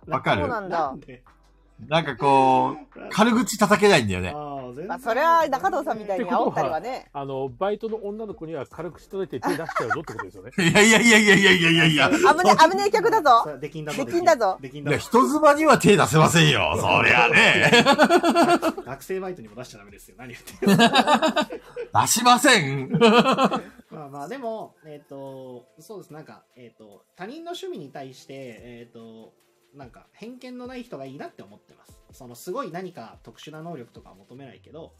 S3: わか
S6: そう
S3: る
S6: なん
S1: な
S6: だ
S1: ん。で
S3: なんかこう、軽口叩けないんだよね。。
S1: ああ、全然
S6: まあ、それは中藤さんみたいに煽ったりはね。
S2: あの、バイトの女の子には軽く叩いて手出しちゃうぞってこ とですよね
S3: いやいやいやいやいやいやいやいや。
S6: 危ねえ、危ねえ客だ
S1: そ
S6: ぞ。
S1: れできんだぞ。
S6: できんだぞ
S1: できん
S3: いや、
S1: だぞ。
S3: 人妻には手出せませんよ。そりゃね。
S1: 学生バイトにも出しちゃダメですよ。何言ってる
S3: 出しません。
S1: まあまあ、でも、えっ、と、そうです。なんか、えっ、と、他人の趣味に対して、えっ、と、なんか、偏見のない人がいいなって思ってます。その、すごい何か特殊な能力とかは求めないけど、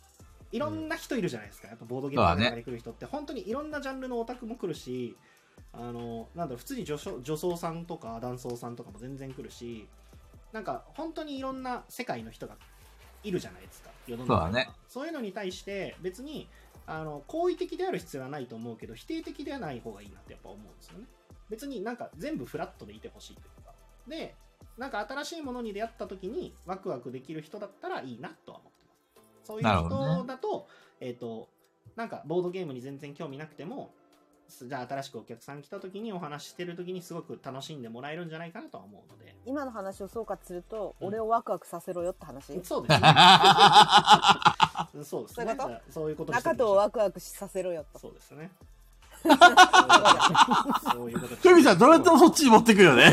S1: いろんな人いるじゃないですか。やっぱボードゲームの中で来る人って、本当にいろんなジャンルのオタクも来るし、あの、なんだろう、普通に女装女装さんとか男装さんとかも全然来るし、なんか、本当にいろんな世界の人がいるじゃないですか。世の中には
S3: そうだね。
S1: そういうのに対して、別に、あの、好意的である必要はないと思うけど、否定的ではない方がいいなってやっぱ思うんですよね。別になんか全部フラットでいてほしいというか。で、なんか新しいものに出会った時にワクワクできる人だったらいいなとは思ってます。そういう
S3: なるほど
S1: 人だと、えっ、と、なんかボードゲームに全然興味なくても、すじゃあ新しくお客さん来た時にお話ししてる時にすごく楽しんでもらえるんじゃないかなとは思うので。
S6: 今の話を総括すると、
S1: うん
S6: 俺をワクワクさせろよって話。
S1: そうです ね。そうです
S6: そうい
S1: ね
S6: うこと。
S1: そういうことにしてみまし
S6: 中藤
S1: ょう
S6: をワクワクさせろよと。
S1: そうですね。そういうこと。
S3: ふみさん、どうやってもそっちに持ってくよね。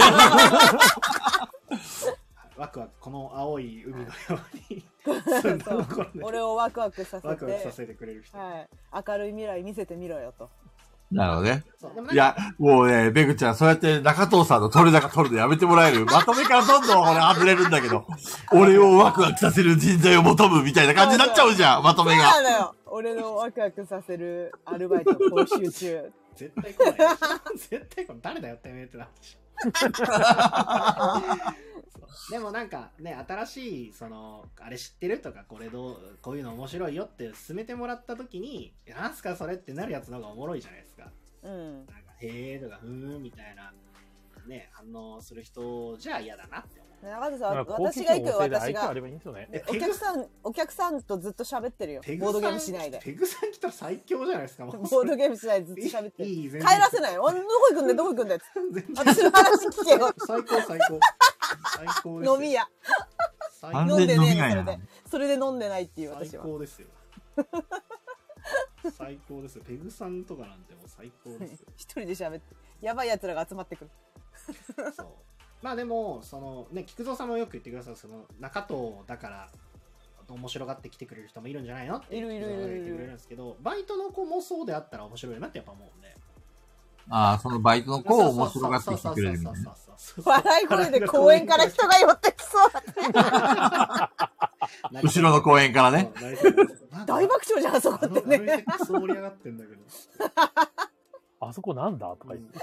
S1: ワクワク、この青い海のように、そんなところで
S6: 俺をワクワクさせ
S1: ワクワクさ
S6: て、
S1: せてくれる人。
S6: はい、明るい未来見せてみろよと。
S3: なるほどね。
S1: そうでもなんか
S3: いや、もうね、ベグちゃん、そうやって中藤さんの取れ高取るのやめてもらえる。まとめからどんどん俺外れるんだけど、俺をワクワクさせる人材を求むみたいな感じになっちゃうじゃん、まと
S6: そう
S3: めが。
S6: なのよ。俺のワクワクさせるアルバイト講習中。
S1: 絶対来ない。 絶対来ない。誰だよ、てめえってなってしまうそうでもなんかね、新しい、その、あれ知ってるとか、これどう、こういうの面白いよって進めてもらった時に、なんすかそれってなるやつの方がおもろいじゃないですか。
S6: うん。
S1: なんか、へえとか、ふーんみたいな、ね、反応する人じゃ嫌だなって思う。
S6: 中田さん、
S2: だから好奇
S6: 私
S2: 心
S6: が
S2: 旺
S6: 行くよ、
S2: 盛で
S6: 私
S2: 相手あ
S6: が
S2: れ。ばいいんですよね。
S6: お客さん、お客さんとずっと喋ってるよ。ボードゲームしないで。
S1: ペグさん来たら最強じゃないですか、もう
S6: ボードゲームしないでずっと喋ってる。
S1: いいいい全
S6: 帰
S1: 然
S6: らせない。おどこ行くんだよ、どこ行くんだよ。つって
S1: 全然
S6: 私の話聞け よ。
S1: 最高、最高。最高ですよ。
S6: 飲み屋。
S1: 最
S3: 完
S1: 高
S3: 全
S6: 飲ん
S3: に
S6: で
S3: 飲
S6: ね
S3: み
S6: え
S3: 会
S6: の、そ
S3: な
S6: れで。それで飲んでないっていう、
S1: 最
S6: 私は。
S1: 高ですよ最高ですよペグさんとかなんてもう最高です よ
S6: 一人で喋って。やばい奴らが集まってくる。
S1: そうまあでもそのね菊蔵さんもよく言ってくださるその中藤だから面白がって来てくれる人もいるんじゃないのって
S6: いるいるいるいる
S1: 菊蔵さんが言ってくれるんですけどバイトの子もそうであったら面白いなってやっぱ思うんで
S8: ああ、そのバイトの子を面白がってきてくれるみたいな。
S6: 笑い声で公園から人が寄ってきそう。
S3: 後ろの公園からね。
S6: 大爆笑じゃん、あそこ
S1: あ
S6: って
S1: の歩い
S6: ね
S1: て。クソ盛り上がってんだけど
S2: あそこなんだとか言って。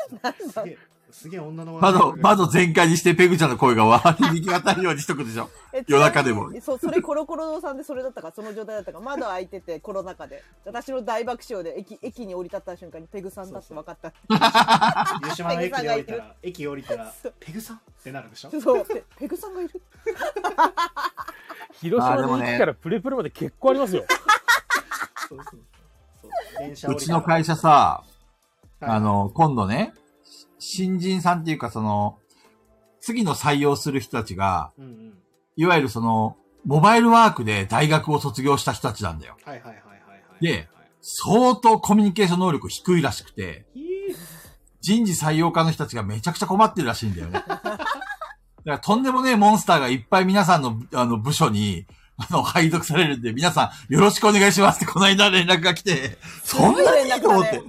S1: すげえすげえ女の笑い
S3: 窓、
S1: 声が
S3: 窓全開にしてペグちゃんの声がわーに行き渡るようにしとくでしょ。
S6: え
S3: 夜中でも。
S6: そう、それコロコロさんでそれだったか、その状態だったか、窓開いてて、コロナ禍で。私の大爆笑で駅、駅に降り立った瞬間にペグさんだって分かった。
S1: 湯島の駅で降りたら、駅降りたら、ペグさんってなるでしょ
S6: そう、 ペペグさんがいる。
S2: 広
S3: あ
S2: 島
S3: ーで
S2: の
S3: もね
S2: 駅からプレプレまで結構あり ますよ。
S1: そうそうそう。電車降
S3: う
S1: りた
S3: ち
S1: ら
S3: の会社、さ、
S1: はい
S3: あ、の、今度ね、新人さんっていうかその、次の採用する人たちが、
S1: うんうん。
S3: いわゆるその、モバイルワークで大学を卒業した人たちなんだよ。
S1: はいはいはいはいはい。
S3: で、相当コミュニケーション能力低いらしくて、
S1: いい
S3: 人事採用課の人たちがめちゃくちゃ困ってるらしいんだよ ね。だからとんでもねえモンスターがいっぱい皆さんの、あの、部署に、あの、配属されるんで、皆さんよろしくお願いしますってこの間連絡が来て、そん
S6: ごい
S3: なにい
S6: 連
S3: い
S6: 絡
S3: と思っ
S6: だ
S3: て
S6: ね。。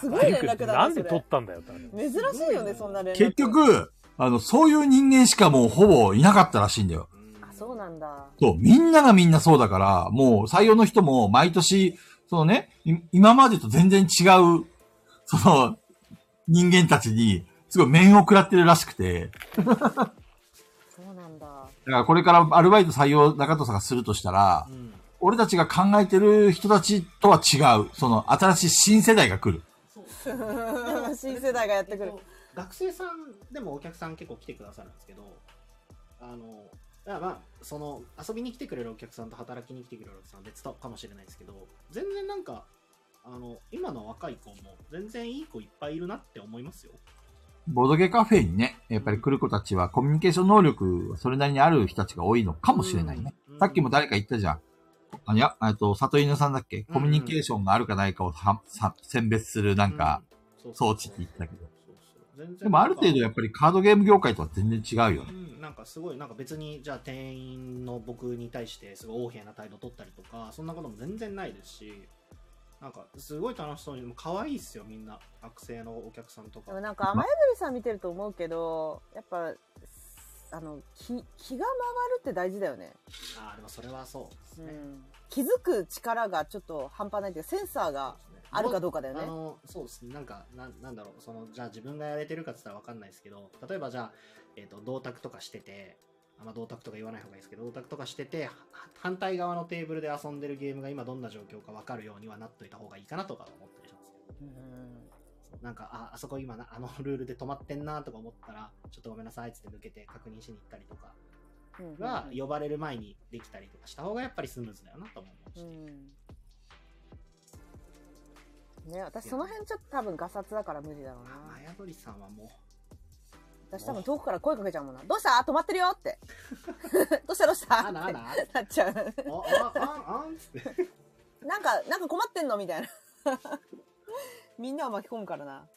S6: すごい連絡
S2: な
S6: だ
S2: ん
S6: ね、
S2: で
S6: そ
S2: 取っ
S6: れ。
S2: たんだよって話。
S6: 珍しいよね、そんな連絡。
S3: 結、局、あの、そういう人間しかもうほぼいなかったらしいんだよ。
S6: あ、そうなんだ。
S3: そう、みんながみんなそうだから、もう採用の人も毎年、そのね、い今までと全然違う、その、人間たちに、すごい面を食らってるらしくて、
S6: そうなん
S3: だ
S6: だ。
S3: からこれからアルバイト採用中藤さんがするとしたら
S1: う、ん。
S3: 俺たちが考えてる人たちとは違う、その新しい新世代が来る。
S6: 新世代がやってくる。
S1: 学生さんでもお客さん結構来てくださるんですけど、あの、だからまあ、その、遊びに来てくれるお客さんと働きに来てくれるお客さんは別とかもしれないですけど、全然なんか、あの、今の若い子も全然いい子いっぱいいるなって思いますよ。
S3: ボードゲカフェにね、やっぱり来る子たちはコミュニケーション能力、それなりにある人たちが多いのかもしれないね。
S1: うん
S3: さっきも誰か言ったじゃん。あいや、えっと、里犬さんだっけコミュニケーションがあるかないかをささ選別するなんか、、
S1: うん
S3: 装置って言ってたけど。
S1: そうそう全然
S3: でもある程度やっぱりカードゲーム業界とは全然違うよ
S1: う
S3: ね。
S1: ん、なんかすごい、なんか別に、じゃあ店員の僕に対して、すごい横柄な態度取ったりとか、そんなことも全然ないですし、なんかすごい楽しそうに、もう可愛いっすよ、みんな。学生のお客さんと
S6: で
S1: か。
S6: もなんか、雨宿りさん見てると思うけど、やっぱ、あの、気、気が回るって大事だよね。
S1: ああ、でもそれはそうです
S6: う
S1: ね。
S6: ん。気づく力がちょっと半端ないっていうか、センサーがあるかどうかだよ
S1: あ
S6: ね。
S1: のそうですね、なんかな、なんだろう、そのじゃあ自分がやれてるかって言ったらわかんないですけど、例えばじゃあ、えっと銅卓とかしてて、あんま銅卓とか言わない方がいいですけど、銅卓とかしてて、は反対側のテーブルで遊んでるゲームが今どんな状況かわかるようにはなっといた方がいいかなとか思ったりしますけど。
S6: うん
S1: なんか、あ、あそこ今な、あのルールで止まってんなとか思ったら、ちょっとごめんなさいっつって抜けて確認しに行ったりとか
S6: うん
S1: が、呼ばれる前にできたりとかした方がやっぱりスムーズだよなと思うし。
S6: うんね、私その辺ちょっと多分ガサツだから無理だろう
S1: あ、
S6: な
S1: まやどりさんはもう、
S6: 私多分遠くから声かけちゃうもんな「どうした止まってるよ」って どうしたどうした
S1: あなあなあ
S6: ってなっちゃう
S1: あ、 あ、あ、あんつって。
S6: なんかなんか困ってんのみたいな みんなを巻き込むからな。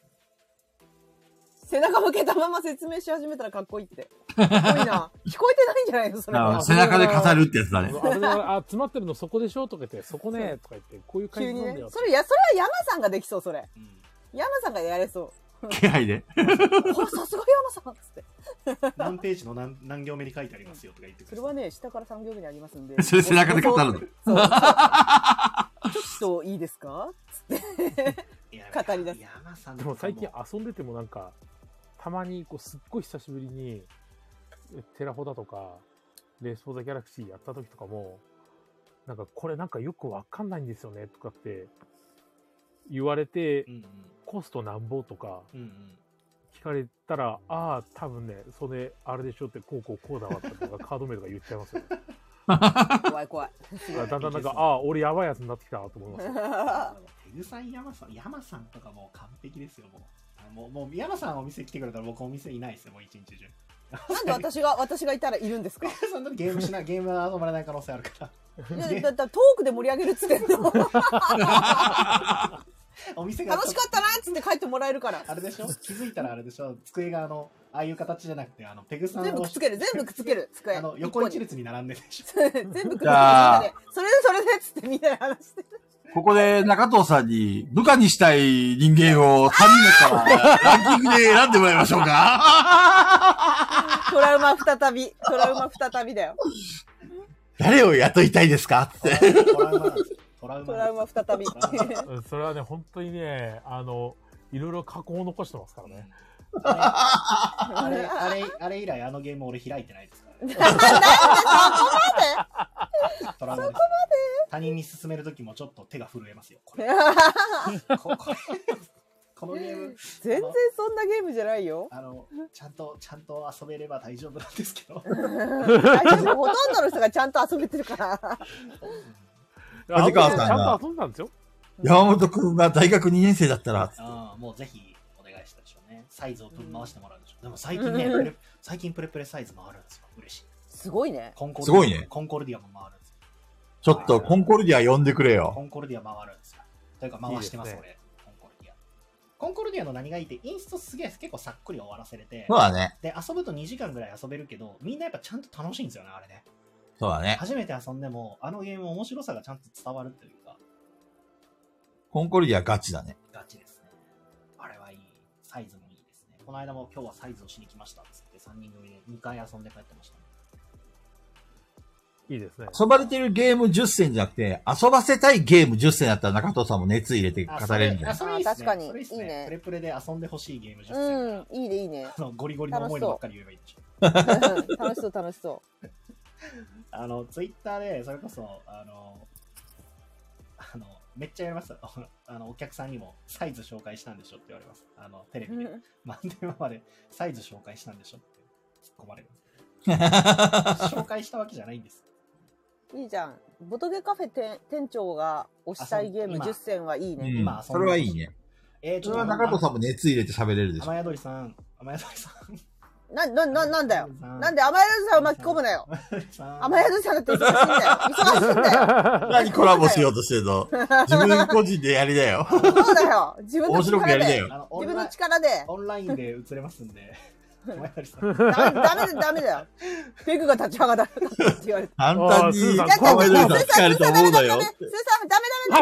S6: 背中向けたまま説明し始めたらかっこいいって。かっこいいな。聞こえてないんじゃないのそれ
S3: なるほ
S6: は
S3: ど。背中で語るってやつだね。
S2: あれだあ、詰まってるのそこでしょとか言って、そこね、とか言って、こういう感
S6: 急
S2: じ
S6: に
S2: なん
S6: ね
S2: だよ。。
S6: それ、いや、それは山さんができそう、それ。
S1: うん
S6: 山さんがやれそう。
S3: 気配で。
S6: おさすが山さんっつって。
S1: 何ページの何何行目に書いてありますよとか言って
S6: そ
S1: く
S6: れ
S1: る。
S6: はね、下から3行目にありますん で。
S3: それ背中で語るの。
S6: そう。 そうちょっといいですか
S1: いや
S6: 語り出す
S1: 山さん
S2: でも最近遊んでてもなんか、たまにこうすっごい久しぶりに、テラホだとか、レース・フォー・ザ・ギャラクシーやった時とかも、なんかこれなんかよくわかんないんですよねとかって言われて
S1: う、ん
S2: コストなんぼとか
S1: うんうんうん
S2: 聞かれたら、ああ、多分ね、それあれでしょって、こうこうこうだわってとか、カード名とか言っちゃいますよ。だ
S6: 怖い怖い。
S2: からだんだんなんか、ああ、俺やばいやつになってきたなと思いますよ。
S1: テグさん山さん山さんとかもう完璧ですよもうあもうもう山さんお店来てくれたら僕お店いないですよもう一日中
S6: なんで私が、私がいたらいる んです か
S1: 山さんのゲームしないゲームは止まらない可能性あるから
S6: いやだだトークで盛り上げるっつってんの楽
S1: お店が
S6: しかったなっつって帰ってもらえるから
S1: あれでしょ気づいたらあれでしょ机があのああいう形じゃなくてあのペグさん
S6: 全部
S1: の
S6: くっつける全部くっつける机
S1: あの横一
S6: 個に
S1: 列に並んでるでしょ
S6: 全部くっつけ
S3: じ
S6: る
S3: ゃあ
S6: それでそれでっつってみんなで話して
S3: ここで中藤さんに部下にしたい人間を3人のからランキングで選んでもらいましょうか
S6: トラウマ再びトラウマ再びだよ
S3: 誰を雇いたいですかって。
S1: トラウマなんですよトラウ
S6: ト
S1: マ
S6: ラウマ再び
S2: うんそれはね、本当にね、あの、いろいろ加工を残してますからね。
S1: あれ あれあれあれ以来あのゲーム俺開いてないですからねトラウマです他人に勧める時もちょっと手が震えますよこ れここれこのゲーム
S6: 全然そんなゲームじゃないよ
S1: あのちゃんとちゃんと遊べれば大丈夫なんですけど
S6: 大丈夫ほとんどの人がちゃんと遊べてるから
S3: 梶川さんが
S2: ちゃんと遊んだんですよ。
S3: 山本くんが大学2年生だったら、
S1: ああもうぜひお願いしたでしょうねサイズをぶん回してもらうでしょう、でも最近ねプレ最近プレプレサイズ回るんですよ嬉しい
S6: すごいね
S1: コンコル
S3: すごいね
S1: コンコルディアも回るんですよ
S3: ちょっとコンコルディア呼んでくれ
S1: コ
S3: よ。
S1: ンコルディア回るんですよというか回してます
S2: いいです
S1: 俺コンコルディアコンコルディアの何がいいってインストすげえ結構さっくり終わらせれて
S3: そうだね。
S1: で遊ぶと2時間ぐらい遊べるけどみんなやっぱちゃんと楽しいんですよねあれね
S3: そうだね。
S1: 初めて遊んでもあのゲーム面白さがちゃんと伝わるというか
S3: コンコルディアガチだね。
S1: ガチですね。あれはいい。サイズもいいですね。この間も今日はサイズをしに来ましたっつって3人組で2回遊んで帰ってましたね、
S2: いいですね。
S3: 遊ばれてるゲーム10選じゃなくて、遊ばせたいゲーム10選だったら中藤さんも熱入れて語
S1: あそ
S3: れるんじゃな
S1: あ
S3: い
S1: それいいっすね。
S6: 確かに
S1: それいいっす
S6: いい
S1: ね。
S6: ね
S1: プレプレで遊んでほしいゲーム10選。
S6: うんいいねいいね
S1: あのゴリゴリの思いのばっかり言えばいいんでしょ。
S6: うん楽しそう楽しそ
S1: あの、ツイッターで、それこそ、あの、あの、めっちゃやりました。あの、お客さんにも、サイズ紹介したんでしょって言われます。あの、テレ
S6: う
S1: ビで。マンデーマまで、サイズ紹介したんでしょって突っ込まれる。 紹介したわけじゃないんです。
S6: いいじゃんボトゲカフェ店店長が推したいゲー
S1: あそ
S6: ム
S1: う今
S6: 10選はいいね、
S3: うん
S1: 今遊んでほしい
S3: それはいいね。
S1: えー、ち
S3: そ
S1: ょっ
S3: れ
S1: と
S3: は中藤さんも熱入れて喋れるでしょ。
S1: 雨宿りさん、雨宿りさん。
S6: な、な、な、なんだよ。なん
S1: で
S6: で甘宿りさんを巻き込むなよ。甘宿さんだって忙しいんだよ。忙しいんだよ。
S3: 何コラボしようとしてるの自分個人でやりだ よ。
S6: そうだよ。自分の
S3: 面白くや
S6: 力
S3: りだ
S6: で。
S3: よ。
S1: あのオ
S6: 自
S1: ン
S6: 分
S1: ライン
S6: の力で。
S1: オンラインで映れますん で。雨宿りさん。
S6: ダメ、ダメだ、ダメだよ。ペグが立ち上がらなかったって言われて。
S3: 簡
S2: あ
S3: 単
S2: ー
S3: に
S2: スーさん
S3: ダメだよ
S6: スー
S3: 疲れたものだよ
S6: ダメ。スーさん、ダ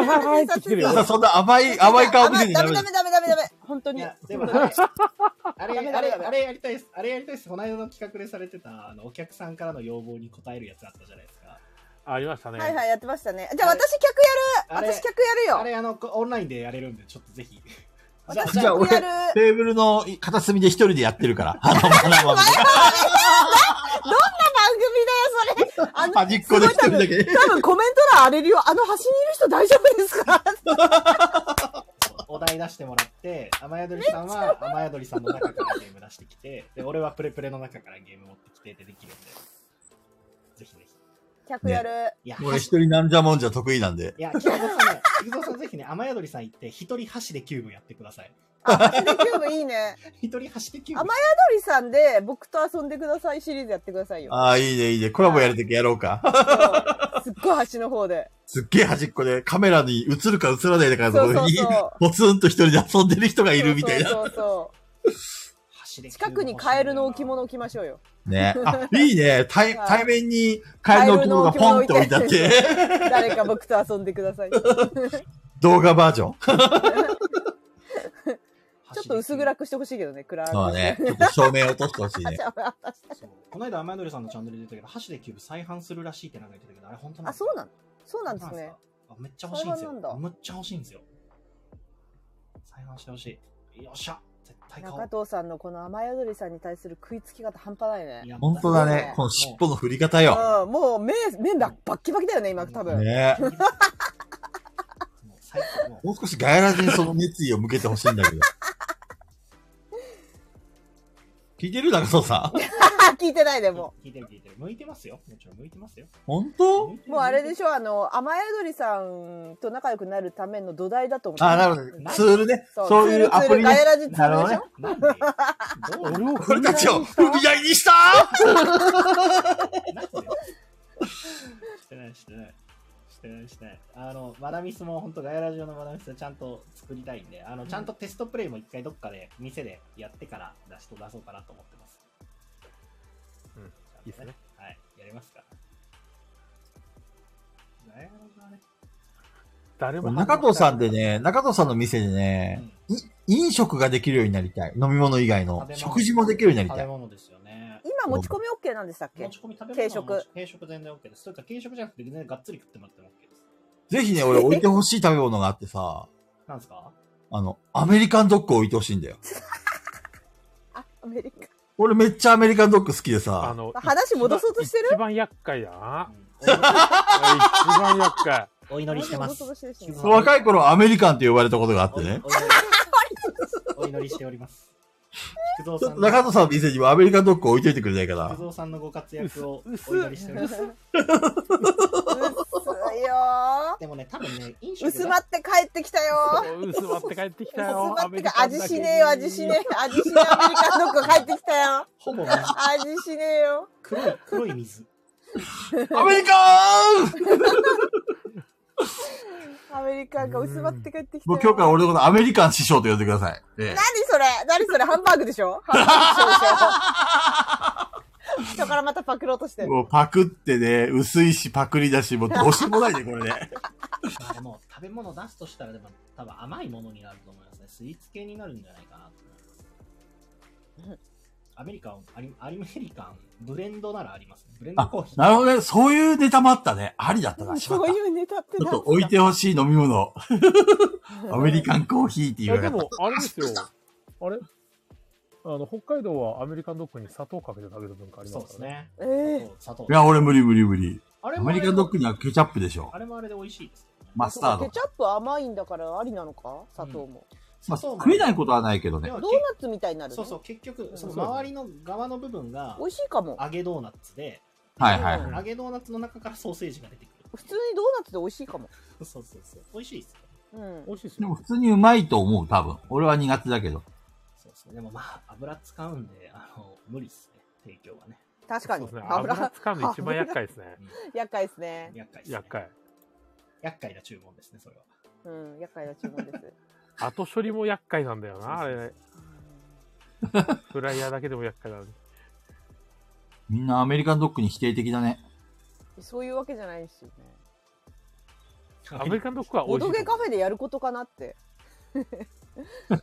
S2: は
S6: メダメダメ。
S2: いはいはい
S6: スーさん
S2: って来てるよ
S3: そん
S6: スーさん
S3: なそんな甘い、甘い顔見せに
S6: ダ
S3: ダ
S6: メ
S3: メだ。
S6: ダメダメダメダメ。本当
S1: い
S6: に。
S1: や、 でもあれ、あれ、あれ、あれやりたいです。あれやりたいです。この間の企画でされてた、あの、お客さんからの要望に応えるやつあったじゃないですか。
S2: ありましたね。
S6: はいはい、やってましたね。じゃあ私客
S1: あ
S6: やる。
S1: れ
S6: 私客や
S1: あ
S6: るよ。
S1: れ、あの、こオンラインでやれるんで、ちょっとぜひ。じゃあ
S3: じ
S6: 私
S3: ゃあ
S6: 客
S3: 俺
S6: やる。
S3: テーブルの片隅で一人でやってる から。あの、花豆
S6: どんな番組だよ、それ。あの
S3: 端っこで一人だけ。
S6: 多分コメント欄荒れるよ。あの端にいる人大丈夫ですか
S1: お題出してもらって、雨宿りさんは雨宿りさんの中からゲーム出してきて、で、俺はプレプレの中からゲーム持ってきて、でできるんで。ぜひぜひ。
S6: 客やる。
S1: いや、
S3: 俺一人なんじゃもんじゃ得意なんで。
S1: いや、菊蔵さんね、菊蔵さんぜひね、雨宿りさん行って、一人箸でキューブやってください。
S6: あ、走りキューブいいね。
S1: 一人走ってき
S6: 甘ひとりさんで僕と遊んでくださいシリーズやってくださいよ。
S3: ああ、いいね、いいね。コラボやるときやろうか。
S6: そうすっごい端の方で。
S3: すっげえ端っこでカメラに映るか映らないかの
S6: そう
S3: と
S6: そ
S3: こ
S6: う
S3: に
S6: そ、
S3: ポツンと一人で遊んでる人が
S6: う。
S3: いるみたいな。
S6: そうそうそう
S1: 走
S6: そう。
S1: れ
S6: 近くにカエルの置物置きましょうよ。
S3: ね。あ、いいね。対、
S6: はい
S3: 対面にカエルの置物がポンって置いてあっ
S6: カエル
S3: て
S6: の、誰か僕と遊んでくだ さい。ちょ
S3: 動画バージョン。
S6: っと薄暗くしてほしいけどね、暗く。
S3: そうね。ちょっと照明落としてほしい
S6: あ
S3: ね。
S6: じゃあ
S1: そうこの間、甘えどりさんのチャンネルで言ったけど、箸でキューブ再販するらしいってなんか言ってたけど、あれ本当な
S6: あ、
S1: んです
S6: そうなのそうなんですね。
S1: かあめっちゃ欲しいんです
S6: 再販なん
S1: よ
S6: だ。
S1: むっちゃ欲しいんですよ。再販してほしい。よっしゃ絶対買お
S6: 中
S1: う。
S6: 藤さんのこの雨宿りさんに対する食いつき方半端ないね。
S1: いや
S3: 本当だね。この尻尾の振り方よ。
S6: うん、もう目、目だ、バッキバキだよね、今、多分。
S3: ね
S1: もう最高もう
S3: もう少しガヤラジにその熱意を向けてほしいんだ けど。聞いてる中藤さん。
S6: 聞いてないでも
S1: 聞いてる聞いてる。向いてますよ。もちろん向いてますよ。
S3: 本当
S6: う。もうあれで
S1: ょ。
S6: しょ、あの、雨宿りさんと仲良くなるための土台だと思う。
S3: あ、なるほど。ツールね。
S6: そう
S3: そういうアプリ
S6: ガヤ
S3: ね。
S6: ラジツールでし
S3: な
S1: な
S3: る
S6: ょ
S1: んでどう
S2: 俺を
S3: 俺たちを踏み台にしたー
S1: なんでしてないしてないしてないしてないあのマダミスも本当ガヤラジオのマダミスはちゃんと作りたいんであのちゃんとテストプレイも一回どっかで店でやってから出しと出そうかなと思ってます
S2: うん
S1: ちゃんと
S2: いいっすね
S1: はいやりますかガヤラジオはね、
S2: 誰も
S3: 中藤さんでね、中藤さんの店でね、い飲食ができるようになりたい。飲み物以外
S1: 食。
S3: の
S1: べ物
S3: 食事もできるようになり
S1: 食
S3: た
S1: べ
S3: い。
S1: 物ですよね
S6: 今、持ち込み OK なんでしたっ
S1: 持
S6: け
S1: ち込み食べ物は
S6: 軽食
S1: 持ち軽食全然 OK ですというか軽食じゃなくて全然がっつり食ってもらっても OK です
S3: ぜひね、俺置いてほしい食べ物があってさ、
S1: なんですか
S3: あの、アメリカンドッグ置いてほしいんだよ。
S6: あ、アメリカ。
S3: 俺めっちゃアメリカンドッグ好きで
S2: あ
S3: さ、
S2: の、
S6: 話戻そうとしてる
S2: 一番厄介だな
S1: う。ん
S2: 一番厄介。
S1: おお祈りしてま
S6: 話
S1: す
S6: 戻そうとしてるし
S1: そう
S3: 若い頃アメリカンって呼ばれたことがあってね。
S1: おお祈りお祈りしております。菊蔵
S3: ち
S1: さ
S3: ょっ
S1: ん
S3: と中
S1: の
S3: 藤さんの店にもアメリカンドッグ置いといてくれないかな
S1: 菊。蔵さんのご活躍を
S2: うっす
S1: お祈りしております。
S6: 薄いよー。
S1: でもね、多分ね、飲食
S6: 薄まって帰ってきたよー。
S2: 薄まって帰ってきた
S6: 薄
S2: よ。
S6: まってか、
S2: アメリカン
S6: 味
S2: だけ
S6: し
S2: に
S6: ねえよ、味しねえ。味しねえ、アメリカンドッグ帰ってきたよ。
S1: ほぼね
S6: 味しねえよ。
S1: 黒い黒い水。
S3: アメリカ ン
S6: アメリカンが薄まって帰ってきた
S3: もう
S6: よ。
S3: 今日から俺のことアメリカン師匠と呼んでください。ええ
S6: 何それ何それハンバーグでし ょハンバーグでしょ人からまたパクろうとしてる。
S3: もうパクってね、薄いしパクリだし、もうどうしようもないね、これね。
S1: まあでも、食べ物出すとしたら、でも、多分甘いものになると思いますね。スイーツ系になるんじゃないかなと思います。アメリカン、アリアメリカン、ブレンドならありますね。ブレンド
S3: あ
S1: コーヒ、ー。
S3: なるほどね。そういうネタもあったね。ありだったな。しまっ
S6: そ
S3: た
S6: う
S3: ち
S6: いうネタって
S3: ょっ
S6: 何
S3: と置いてほしい飲 み物。アメリ
S6: ン。
S3: カンコーヒーって
S2: いや、
S3: 言われ
S2: で
S3: た。
S2: も、あれですよ。あれあの、北海道はアメリカンドッグに砂糖かけて食べる文化あり
S1: そ
S2: ま
S1: う
S2: す
S1: で
S2: か
S1: す
S2: らね。
S1: ね。
S6: ええ
S1: 砂糖
S3: い。や、俺無理無理無理。
S1: あれ
S3: ア
S1: もあれ
S3: メリ
S1: で
S3: カンドッグにはケチャップでしょ
S1: あ。れもあれで美味しいですけどね。
S3: マスタード
S6: ケ。チャップ甘いんだからありなのか砂糖も。
S3: まあ、
S1: 砂糖も
S3: 食えないことはないけどね
S1: で。も
S6: ドーナツみたいになる、ね。
S1: そうそう、結局、
S6: ん
S1: その
S2: そうだね
S1: 周りの側の部分が
S6: 美味しいかも。
S1: 揚げドーナツで、
S3: はいはい。
S2: うん
S1: 揚げドーナツの中からソーセージが出てく
S6: 普通にドーナツで美味しいかも。
S1: る。 そうそうそう。美味しいですよ。
S6: うん
S2: 美。味しいです
S3: でも
S2: よ
S3: 普。通にうまいと思う、多分。俺は苦手だけど。
S1: そうそう。でもまあ、油使うんで、あの、無理っすね。提供はね。
S6: 確
S2: そ
S6: か
S2: うで
S6: に
S2: すね。。油
S6: 油、
S2: つかんで一番厄介ですね。
S6: 厄介ですね。
S1: 厄介っすね。
S2: 厄介。
S1: 厄介な注文ですね、それは。
S6: うん、厄介な注文です。
S2: 後処理も厄介なんだよな、あ
S1: そうそうそう
S2: れ。フライヤーだけでも厄介だのに。
S3: みんなアメリカンドッグに否定的だね。
S6: うんそういうわけじゃないですよね。
S2: アメリカンドッグは美
S6: ボ
S2: 味し
S6: ド
S2: い
S6: ゲ
S2: と思
S6: カ
S2: う。
S6: フェでやることかなって。ボ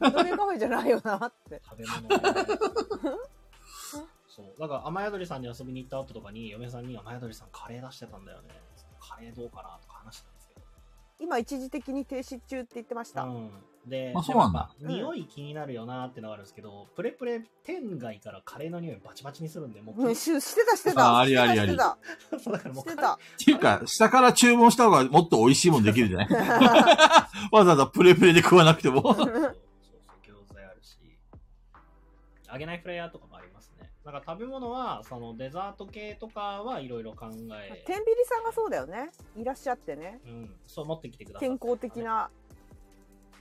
S6: ドゲカフェじゃないよなって。
S1: 食べ物ねそう。だから、雨宿りさんに遊びに行った後とかに、嫁さんに、雨宿りさんカレー出してたんだよね。カレーどうかなとか話したんですけど。
S6: 今一時的に停止中って言ってました。
S1: うん、で、
S3: あそうなんだ
S1: でもやっぱ匂い気になるよなーってのがあるんですけど、プレプレ店外からカレーの匂いバチバチにするんで、もう、
S6: うん、ししてたしてた。
S3: あありありあり
S6: してた
S1: そうだからも
S6: し
S1: う
S6: て
S1: カ
S6: た。
S3: っていうか、下から注文した方がもっと美味しいもんできる じゃないわざわざプレプレで食わなくて
S1: レ
S3: も。
S1: ーそうそうそう、餃子あるし、揚げないフライヤーとかもありますね。だから食べ物は、そのデザート系とかはいろいろ考え、
S6: 天秤さんがそうだよね。いらっしゃってね。
S1: うん、そう持ってきてください、
S6: 健康的。な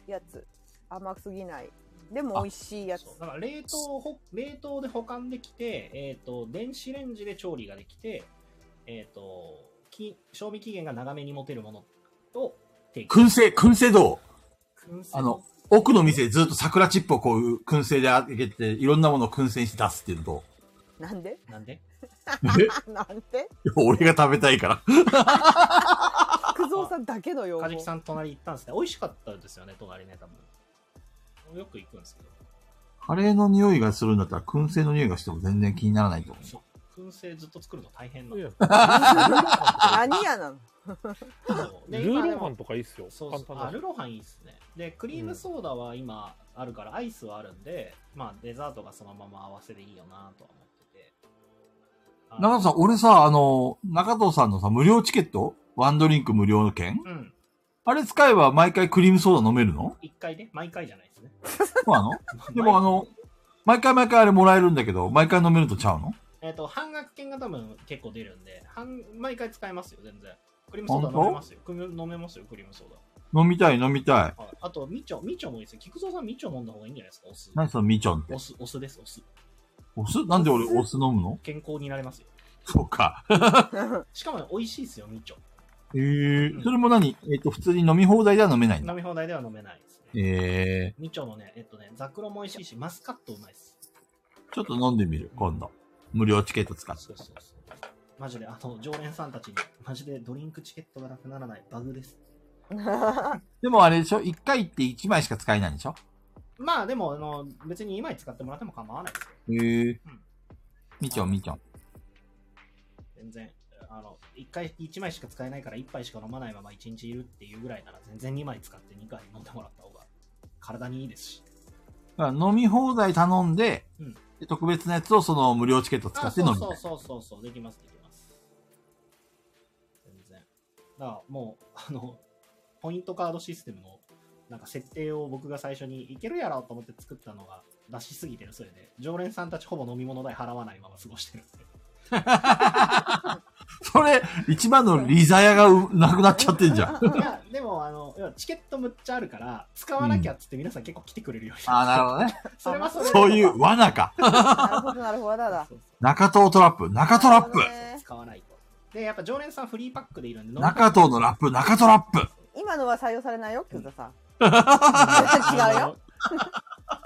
S6: やつ。甘すぎない。
S1: うん
S6: でも美味しいやつ
S1: そうだから冷凍ほ冷凍で保管できて、えー、と電子レンジで調理ができて、えー、とき賞味期限が長めに持てるものを提供
S3: 燻製、燻製どう
S1: 燻製
S3: あの、奥の店ずっと桜チップをこう、燻製であげて、いろんなものを燻製にして出すっていうのと、
S6: なんで
S1: なんで
S6: なんで
S3: いや俺が食べたいから。
S6: 菊蔵さんだけの用
S1: カジキ
S6: 語
S1: さん隣行ったんですね美味しかったですよね隣ね多分よく行くんですけど
S3: カレーの匂いがするんだったら、燻製の匂いがしても全然気にならないと思う。
S1: そう燻製ずっと作るの大変なの
S2: いや
S6: 何や なの
S1: そう
S2: ル
S1: で
S2: ーロ
S1: 今で
S2: ー
S1: も
S2: ハンとかいいっすよ。
S1: そう
S2: 簡
S1: そう
S2: 単
S1: あ
S2: だ
S1: ル
S2: し。
S1: ロハンいいっすねでクリームソーダは今あるからアイスはあるんで、まあデザートがそのまま合わせでいいよなとは思っててあ
S3: 中藤さん、俺さ、あの、中藤さんのさ、無料チケットワンドリンク無料の券
S1: うん
S3: あれ使えば毎回クリームソーダ飲めるの
S1: 一回ね毎回じゃないですね
S3: そう なのでもあの、毎回毎回あれもらえるんだけど、毎回飲めるとちゃうの
S1: えっ、と半額券が多分結構出るんで半毎回使えますよ全然クリームソーダ飲めますよクリーム飲めますよクリームソー
S3: 飲みたい飲みたい。
S1: ダ、はい、あとみちょみちょもいいですね菊蔵さんみちょ飲んだ方がいいんじゃないですかお酢
S3: 何そのみちょんって
S1: お。酢お酢ですお酢
S3: お酢なんで俺お酢飲むの
S1: 健康になれますよ
S3: そうか。
S1: しかも、ね、美味しいですよみちょ
S3: ええそれも何えっ、と、普通に飲み放題では飲めないんだ。
S1: 飲み放題では飲めないですね
S3: ええ
S1: みちょのね、えっとね、ザクロも美味しいし、マスカットうまいっす。
S3: ちょっと飲んでみる、今度。無料チケット使って。
S1: そうそうそう。マジで、あの、常連さんたちに、マジでドリンクチケットがなくならないバグです。
S3: でもあれでしょ ?1 回って1枚しか使えないんでしょ
S1: まあでも、あの、別に今枚使ってもらっても構わないですよ。
S3: ええ
S1: ん
S3: みちょんみちょん。
S1: 全然。あの、1回、1枚しか使えないから1杯しか飲まないまま1日いるっていうぐらいなら、全然2枚使って2回飲んでもらった方が、体にいいですし。
S3: だから飲み放題頼んで、
S1: うん
S3: で特別なやつをその無料チケット使
S1: あ
S3: って
S1: そ
S3: 飲
S1: う
S3: みた
S1: そう
S3: い。
S1: そうそうそうできますできます全然だからもうあのポイントカードシステムのなんか設定を僕が最初にいけるやろと思って作ったのが出しすぎてるせいで常連さんたちほぼ飲み物代払わないまま過ごしてるんで
S3: それ、一番のリザヤがうなくなっちゃってんじゃん。あ
S1: いやでもあの要はチケットむっちゃあるから使わなきゃっつって皆さん結構来てくれるように
S3: あー、
S1: な
S3: なるほどね。
S1: それはそれで
S3: そういう罠か。
S6: なるほどなるほどだだ
S1: そうそう
S3: 中藤トラップ、中トラップ。
S1: 使わないとでやっぱ常連さんフリーパックでいるんで飲みたい
S3: 中藤のラップ、中トラップ。
S6: 今のは採用されないよ菊田さん違うよ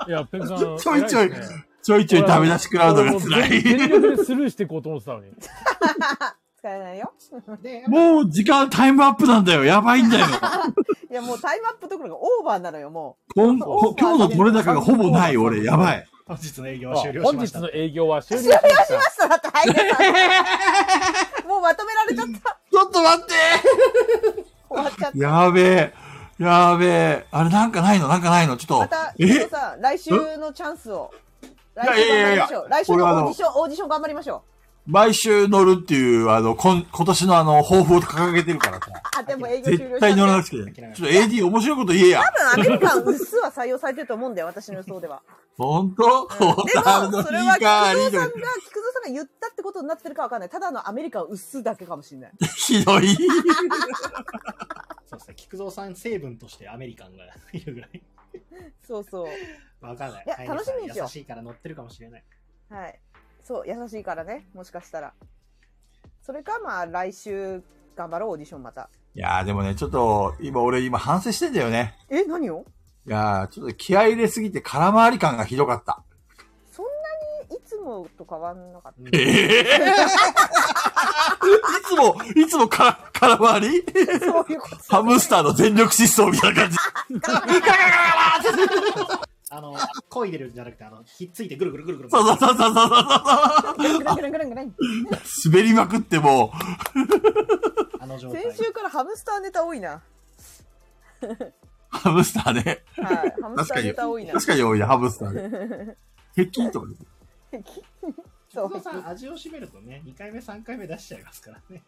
S2: いや、ペンさん。
S3: ちょいちょい
S2: 偉ですね
S3: ちょいちょいダメ出し食らうのが辛
S2: 俺もう全
S3: い。
S2: 全力でスルーしていこうと思ってたのに。
S6: 使えないよ
S1: でやっぱ
S3: もう時間タイムアップなんだよ。やばいんだよ。
S6: いやもうタイムアップどころかオーバーなのよも
S3: こんこ今日の取れ高がほぼない、俺。やばい。
S1: 本日の営業は終了し
S2: 本
S1: まし
S2: 日
S1: た
S2: の営業は終了しま した
S6: う。そうだって入れたもうまとめられちゃった
S3: ちょっと待って
S6: 終わっちゃった
S3: やべえ。やべえ。あれ、なんかないのなんかないのちょっと。
S6: また
S3: え
S6: 菊田さん来週のチャンスを来週頑張りましょう来週のオーディションオーディション頑張りましょ
S3: 毎週乗るっていう、あの、こん今年のあの、抱負を掲げてるからさ。
S6: うあでも営業終了し
S3: 絶
S6: ちゃ
S3: 対
S6: っ
S3: 乗ら
S6: た
S3: なくて。ちょっと AD 面白いこと言えや。
S6: 多分アメリカンうっすは採用されてると思うんだよ私の予想 では
S3: ほんと
S6: でも
S3: ほんとあの、いい
S6: それは菊
S3: か、リー
S6: 蔵さんが
S3: ド
S6: 菊蔵さんが言ったってことになってるかわかんないただのアメリカンうっすだけかもし れない
S3: ひどい。
S1: そうですね、菊蔵さん成分としてアメリカンがいるぐらい。
S6: そうそう
S1: わかんない。
S6: いや
S1: 飼い主
S6: 楽し
S1: さん
S6: みにしよう
S1: 優しいから乗ってるかもしれない。
S6: はい。そう、優しいからね、もしかしたら。それか、まあ、来週、頑張ろう、オーディションまた。
S3: いやーでもね、ちょっと、今俺今反省してんだよね。
S6: え、何を
S3: いやーちょっと気合い入れすぎて空回り感がひどかった。
S6: そんなにいつもと変わんなかっ
S3: ええいつも、いつもから、空回り
S6: た。そういうこと。
S3: ハムスターの全力疾走みたいな感じ。
S1: あの、漕いでるんじゃなくて、あの、ひっついてぐるぐるぐるぐる。
S3: そうそうそうそうそうそう。
S6: ぐらんぐらんぐらんぐらん
S3: 滑りまくっても
S1: あの状態。
S6: 先週からハムスターネタ多いな。
S3: う、ハムスターね。
S6: はい。ハムスターネタ多いな。
S3: 確かに多いね、ハムスターね。壁とかね。
S6: そ
S1: 菊
S6: う
S1: 蔵。さん、味を占めるとね、2回目、3回目出しちゃいますからね。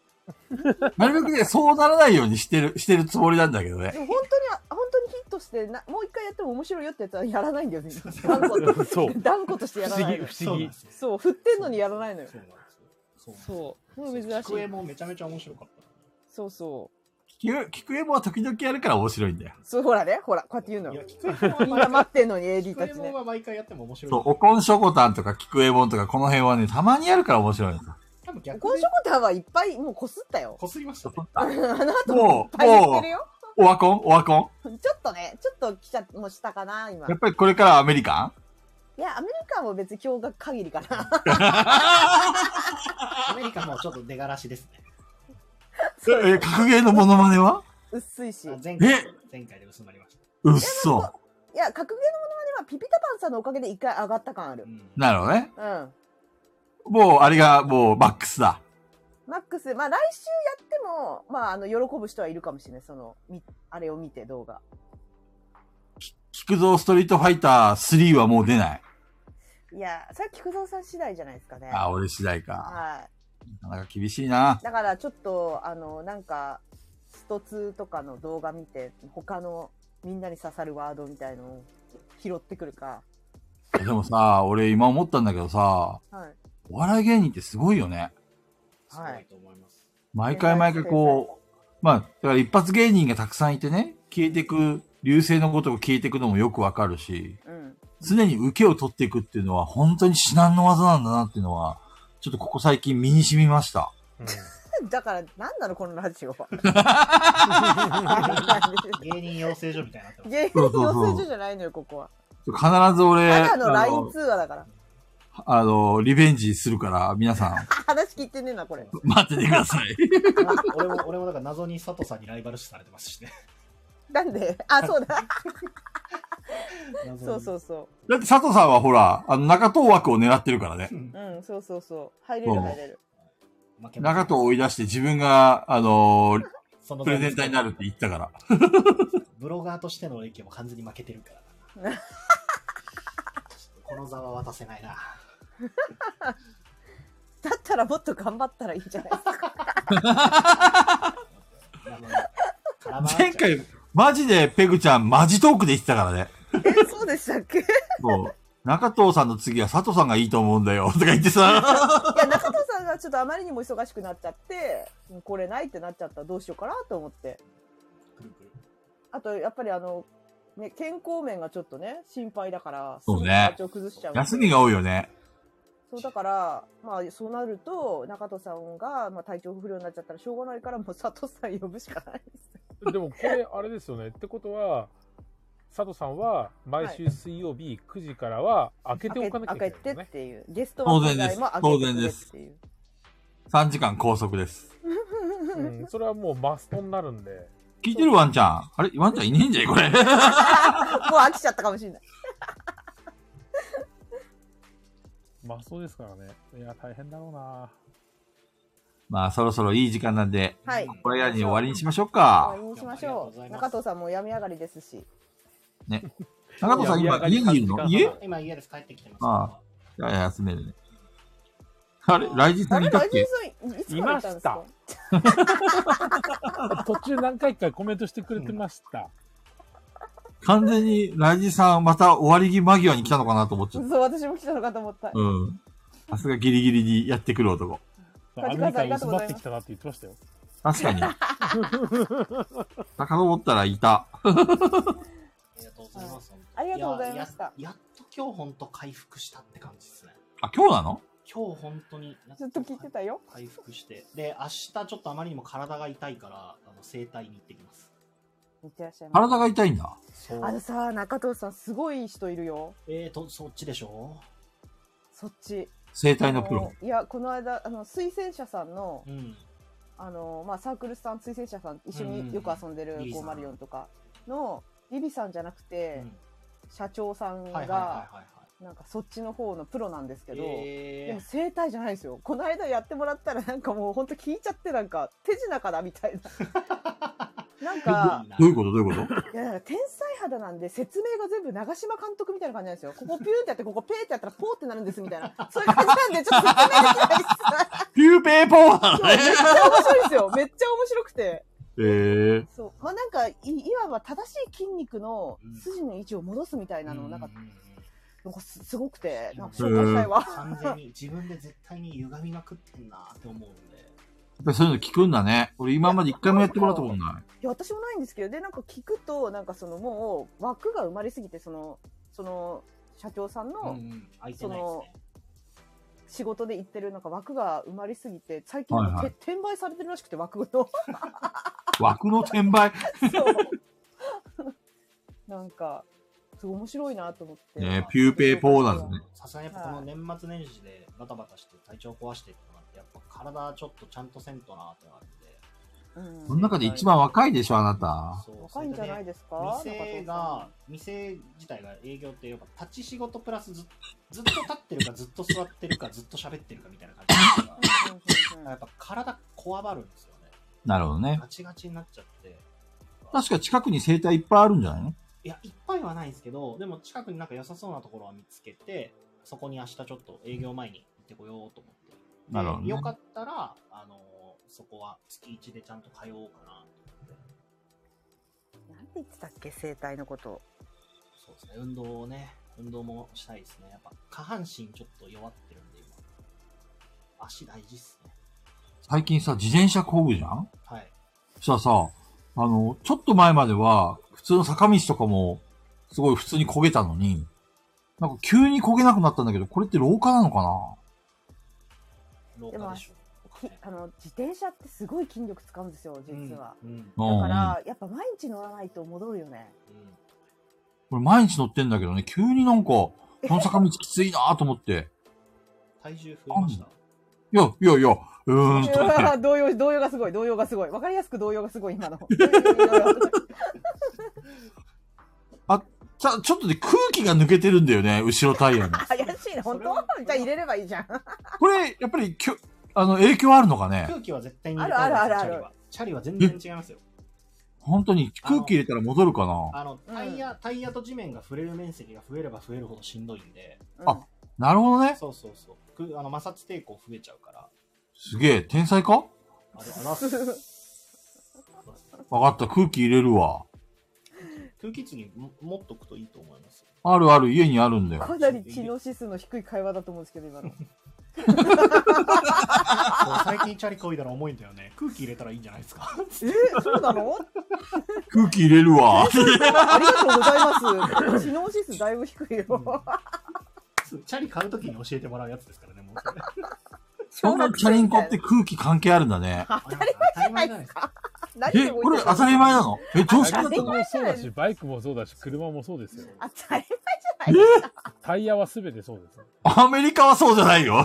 S3: なるべくね、そうならないようにしてる、 してるつもりなんだけどね
S6: で。も本当に、本当にヒットしてな、もう一回やっても面白いよってやつはやらないんだよね。断固と。
S2: そう。
S6: 断固としてやら
S2: 不思
S6: ない
S2: 議、
S6: の。
S2: 不
S1: そうな
S2: 思議。
S1: んですよ
S6: そう、振ってんのにやらないのよ
S1: そ。うなんですよ。そうなんですよ
S6: そう。もう珍し
S1: 机
S6: い。
S1: もめちゃめちゃ面白かっ
S6: そうそ
S3: く、聞くエモは時々やるから面白いんだよ。
S6: そう、ほらね、ほら、こうやって言うの
S9: いや、
S6: よ。
S9: 聞くえもんは
S6: みんな
S9: 毎
S6: 待ってんのに、
S9: 回
S6: AD た
S9: 聞
S6: ち
S9: くえも
S6: ね
S9: ん。は毎回やっても面白い。
S3: そう、おこんしょこたんとか、聞くえもんとか、この辺はね、たまにやるから面白いんだ。
S9: 多分
S6: お
S9: 逆
S6: こん
S9: に
S6: しょこたんはいっぱい、もうこすったよ。
S9: こすりましたね。
S6: あの後も
S3: も
S6: いっ
S3: う、
S6: ぱい言っ
S3: も
S6: てるよ。
S3: う、オワコンオワコン
S6: ちょっとね、ちょっと来ちゃ、もうしたかな、今。
S3: やっぱりこれからアメリカン
S6: いや、アメリカも別に驚愕限りかな。
S9: アメリカもちょっと出がらしですね。
S3: え、え格ゲーのモノマネは
S6: 薄いし。い
S9: あ前回
S3: え、
S9: 前回で薄まりました。
S3: うっそ。
S6: や、格ゲーのものまねはピピタパンさんのおかげで一回上がった感ある
S9: う。ん
S3: なるほどね。
S6: うん。
S3: もう、あれが、もう、マックスだ。
S6: マックス、まあ来週やっても、まああの、喜ぶ人はいるかもしれない。その、みあれを見て動画。
S3: 菊蔵ストリートファイター3はもう出ない。
S6: いや、それは菊蔵さん次第じゃないですかね。
S3: あ、俺次第か。
S6: は
S3: なかなか厳しいな。
S6: い。だからちょっと、あの、なんか、スト2とかの動画見て、他のみんなに刺さるワードみたいのを拾ってくるか。
S3: でもさ、俺今思ったんだけどさ、
S6: はい。
S3: お笑い芸人ってすごいよね。
S9: すごいと思います。
S3: 毎回毎回こう、まあ、だから一発芸人がたくさんいてね、消えてく、流星のことが消えてくのもよくわかるし、
S6: うん。
S3: 常に受けを取っていくっていうのは本当に至難の技なんだなっていうのは、ちょっとここ最近身に染みました。
S2: うん
S6: だから、なんなのこのラジオ は。
S9: 芸人養成所みたいになってます。
S6: 芸人養成所じゃないのよ、ここは。
S3: 必ず俺、
S6: ただ
S3: あ
S6: の LINE
S3: の、
S6: 通話だから。
S3: あのリベンジするから、皆 さん、
S6: 話聞いてねえな、これ。
S3: 待っててください。
S9: 俺も、俺もだから謎に佐藤さんにライバル視されてますしね。
S6: なんであ、そう だ。
S9: 謎
S6: そう
S9: に
S6: そうそ
S3: だって佐藤さんはほら、あの、中東枠を狙ってるからね。
S6: う。うん、そうそうそう。入れる、入れる。
S9: 負けま
S3: 中
S9: せん
S3: 東を追い出して自分が、あのー
S9: その
S3: プレゼンターになるって言ったから。
S9: ブロガーとしての意見も完全に負けてるから なこの座は渡せ ないな
S6: だったらもっと頑張ったらいいんじ ゃないですか。
S3: 前回、マジでペグちゃん、マジトークで言ってたからね。
S6: え、そうでしたっけい
S3: そう。中藤さんの次は佐藤さんがいいと思うんだよ。とか言って さ。
S6: や、中藤さんがちょっとあまりにも忙しくなっちゃって、これないってなっちゃったらどうしようかなと思って。あと、やっぱりあの、ね、健康面がちょっとね、心配だから、
S3: そうね
S6: 体調崩しちゃう。
S3: 休みが多いよね。
S6: そうだから、まあ、そうなると、中戸さんが、まあ、体調不良になっちゃったらしょうがないから、もう佐藤さん呼ぶしかないです。
S2: でもこ れあれですよね。ってことは、佐藤さんは毎週水曜日9時からは開けておかなきゃいけないですよ
S6: 開けてっ
S2: ね。
S6: ていう。ゲストは今回も開けてくれっていう。
S3: 3時間拘束です。
S2: うん、それはもうマストになるんで。
S3: 聞いてるワンちゃん。あれワンちゃんいねえんじゃいこれ。
S6: もう飽きちゃったかもしれない。
S2: まあそうですからね。いや、大変だろう な。
S3: まあ、そろそろいい時間なんで、
S6: はい。
S3: これやに終わりにしましょう
S6: 終わ
S3: か
S6: り。にしまし
S9: どうもありがとうご
S6: ょう
S9: ざい。ます
S6: 中藤さんも病み上がりですし。
S3: 中藤さん、今、家にいるの家
S9: 今家です帰ってきてます
S3: ああ休めるね。あれ、ライジンさ
S6: あ
S3: んい
S6: れ、
S3: たっ
S6: ライジン
S3: け
S6: さん、いつからいたんですか
S2: 途中何回かコメントしてくれてました。
S3: 完全にライジンさんまた終わり間際に来たのかなと思っちゃった。
S6: そう、私も来たのかと思った。
S3: うん。さすがギリギリにやってくる男。
S2: アメリカに薄まってきたなって言ってましたよ。
S3: 確かに。遡ったらいた。
S9: ありがとうございます、
S6: ありがとうございました
S9: ややっと今日本当回復したって感じですね
S3: あ、今日なの
S9: 今日本当にや
S6: ずっと聞いてたよ。
S9: 回復してで明日ちょっとあまりにも体が痛いからあの整体に行ってきます
S6: いってらっしゃいま
S3: 体が痛いんだ。
S9: そう
S6: せ。あのさ、中藤さん、すごい人いるよ。
S9: えーとそっちでしょ
S6: そっち。
S3: 生体のプロ。
S6: あのいや、この間、あの、推薦者さんの
S9: う、ん
S6: あの、まあ、サークルさん、推薦者さん、一緒によく遊んでる
S9: うんリリさん
S6: 504とかの、リビさんじゃなく
S9: う
S6: て、
S9: ん
S6: 社長さん
S9: はいはいは
S6: が、
S9: いはいはい
S6: なんかそっちの方のプロなんですけど、
S9: えー
S6: でも整体じゃないですよ。この間やってもらったらなんかもうほんと聞いちゃってなんか手品かなみたい な。なん か、
S3: どういうことどういうこと
S6: いやだから天才肌なんで説明が全部長嶋監督みたいな感じなんですよ。ここピューってやって、ここペーってやったらポーってなるんですみたいな。そういう感じなんでちょっと説明できないです。
S3: ピューペーポーなの
S6: めっ
S3: ね。
S6: ちゃ面白い ですよ。めっちゃ面白くて。
S3: ええ。
S6: そう。まあなんか、い、いわば正しい筋肉の筋の位置を戻すみたいなの、なんか、なんかすすごくて、なんか紹介したいわ。
S9: 完全に自分で絶対に歪みまくってんなって思うんで
S3: ぱそういうの聞くんだね。俺今まで一回もやってもらったことない。
S6: いや私もないんですけどでなんか聞くとなんかそのもう枠が埋まりすぎてそのその社長さん
S1: うんう
S6: の
S1: ん、空いてないですね。
S6: 仕事で行ってるなんか枠が埋まりすぎて最近なん
S3: は
S6: か
S3: いは
S6: て、転売されてるらしくて枠の そう
S3: 枠の転売。
S6: なんかすごい面白いなと思って、
S3: ねピューペイポーナーズね。
S1: さすがにやっぱこの年末年始でバタバタして体調壊してってのがあって、やっぱ体ちょっとちゃんとせんとなってなるんで。
S6: うん
S3: その中で一番若いでしょ、あなた。
S1: そう
S6: 若いんじゃないですか
S1: それでね店が、店自体が営業ってやっぱ立ち仕事プラスずずっと立ってるかずっと座ってるかずっと喋ってるかみたいな感じだから
S6: 中
S1: やっぱ体こわばるんですよね。
S3: なるほどね。
S1: ガチガチになっちゃって。
S3: 確か近くに生態いっぱいあるんじゃないの
S1: いや、いっぱいはないんですけど、でも近くになんか良さそうなところは見つけて、そこに明日ちょっと営業前に行ってこようと思って。で
S3: なるほどね
S1: よかったら、あのそこは月1でちゃんと通おうかなと思って。
S6: なんて言ってたっけ生態のこと
S1: そうですね、運動をね、運動もしたいですね。やっぱ下半身ちょっと弱ってるんで、今。足大事っすね。
S3: 最近さ、自転車工具じゃん
S1: はい。
S3: そしたらさ、あの、ちょっと前までは、普通の坂道とかも、すごい普通に焦げたのに、なんか急に焦げなくなったんだけど、これって老化なのかな
S1: 廊下でしょ
S6: きあの自転車ってすごい筋力使うんですよ実は、。
S1: うんうん。
S3: うん
S6: だからやっぱ毎日乗らないと戻るよね
S1: うん
S3: これ毎日乗ってんだけどね、急になんか、この坂道きついなぁと思って。
S1: 体重増えました。
S3: いや、いやいや、うーんと 思って。
S6: 動揺動揺がすごい動揺がすごいわかりやすく動揺がすご い今の
S3: ちゃ、ちょっとで空気が抜けてるんだよね、後ろタイヤの。
S6: 怪しいな本当
S1: それは
S6: じゃあ入れればいいじゃん
S3: これ、やっぱり、きょ、あの、影響あるのかね
S1: 空気は絶対に
S6: あるあるあるある
S1: チャリは。チャリは全然違いますよ。
S3: 本当に空気入れたら戻るかな
S1: あの、タイヤ、タイヤと地面が触れる面積が増えれば増えるほどしんどいんで、
S3: あなるほどね。
S1: そうそうそう。くあの摩擦抵抗増えちゃうから。
S3: すげえ、天才か
S1: あれ、あらす
S3: わかった、空気入れるわ。
S1: 空気継ぎも持っとくといいと思います。
S3: あるある、家にあるんだよ。
S6: かなり知能指数の低い会話だと思うんですけど今の
S1: そう最近チャリこいだら重いんだよね。空気入れたらいいんじゃないです か。
S6: えそうなの
S3: 空気入れるわ。
S6: ありがとうございます知能指数だいぶ低いよ
S1: チャリ買うときに教えてもらうやつですからね、もう。
S3: そんなチャリンコって空気関係あるんだね。
S1: 当たり前じゃないですか。
S6: 何
S3: え、
S6: でも
S3: これ当たり前なのえ、常識だ
S2: バ
S3: っ
S2: イ
S3: た
S2: ク
S3: の
S2: もそうだし、バイクもそうだし、車もそうですよ。
S6: 当たり
S2: タイヤは全てそうです。
S3: アメリカはそうじゃないよ。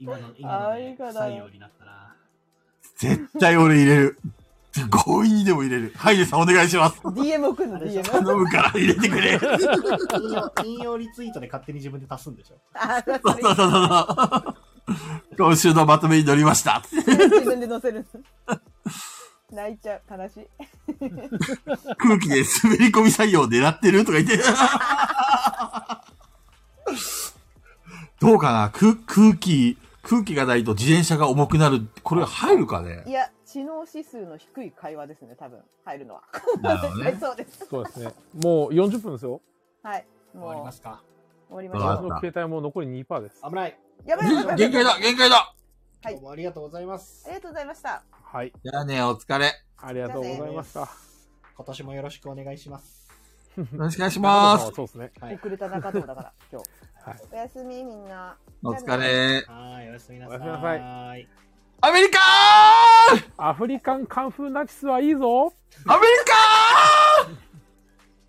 S1: 今の、今の、ね、
S6: あありがたい
S1: 採用になったな。
S3: 絶対俺入れる。強引にでも入れる。ハイデさんお願いします。
S6: 前 DM 送るの
S1: あれでしょ
S6: DM
S3: 頼むから入れてくれ。そう
S1: 引用、引用リツイートで勝手に自分で足すんでしょ。
S6: あ
S3: そうそうそう今週のまとめに乗りました。
S6: 自分で乗せる泣いちゃう悲しい
S3: 空気で滑り込み作業を狙ってるとか言って。 どうかな空空気、空気がないと自転車が重くなる。これ入るかね
S6: いや知能指数の低い会話ですね多分入るのは
S3: なるほど
S6: そうです
S2: そうですね。もう40分ですよ。
S6: はい
S1: 終わりま
S6: も
S1: すか。
S6: う終わりまし
S3: わ
S2: 私
S3: かっ
S6: ょ
S3: た
S2: の携帯も残り2%です。
S1: 危ない。
S6: うやばいやばいやばい
S3: 限界だ限界だ
S6: はい
S1: どうもありがとうございます
S6: あり。がとうございました
S2: はい。
S3: じゃあね、お疲れ。よ
S2: ありがとうございました。
S1: 今年もよろしくお願いします。
S3: ろしくお願いしま
S2: 中
S3: す
S2: 藤。さんはそうですね。
S1: はい。
S6: 遅れた中藤だから今日
S2: はい。
S6: おやすみみんな
S3: お疲れ。
S1: はーい、おやすみなさ
S2: おやすみなさい
S1: ーい。
S3: アメリカー
S2: アフリカンカンフーナチスはいいぞ。
S3: アメリカ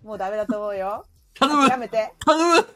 S6: もうダメだと思うよ
S3: ー頼む
S6: やめて
S3: 頼む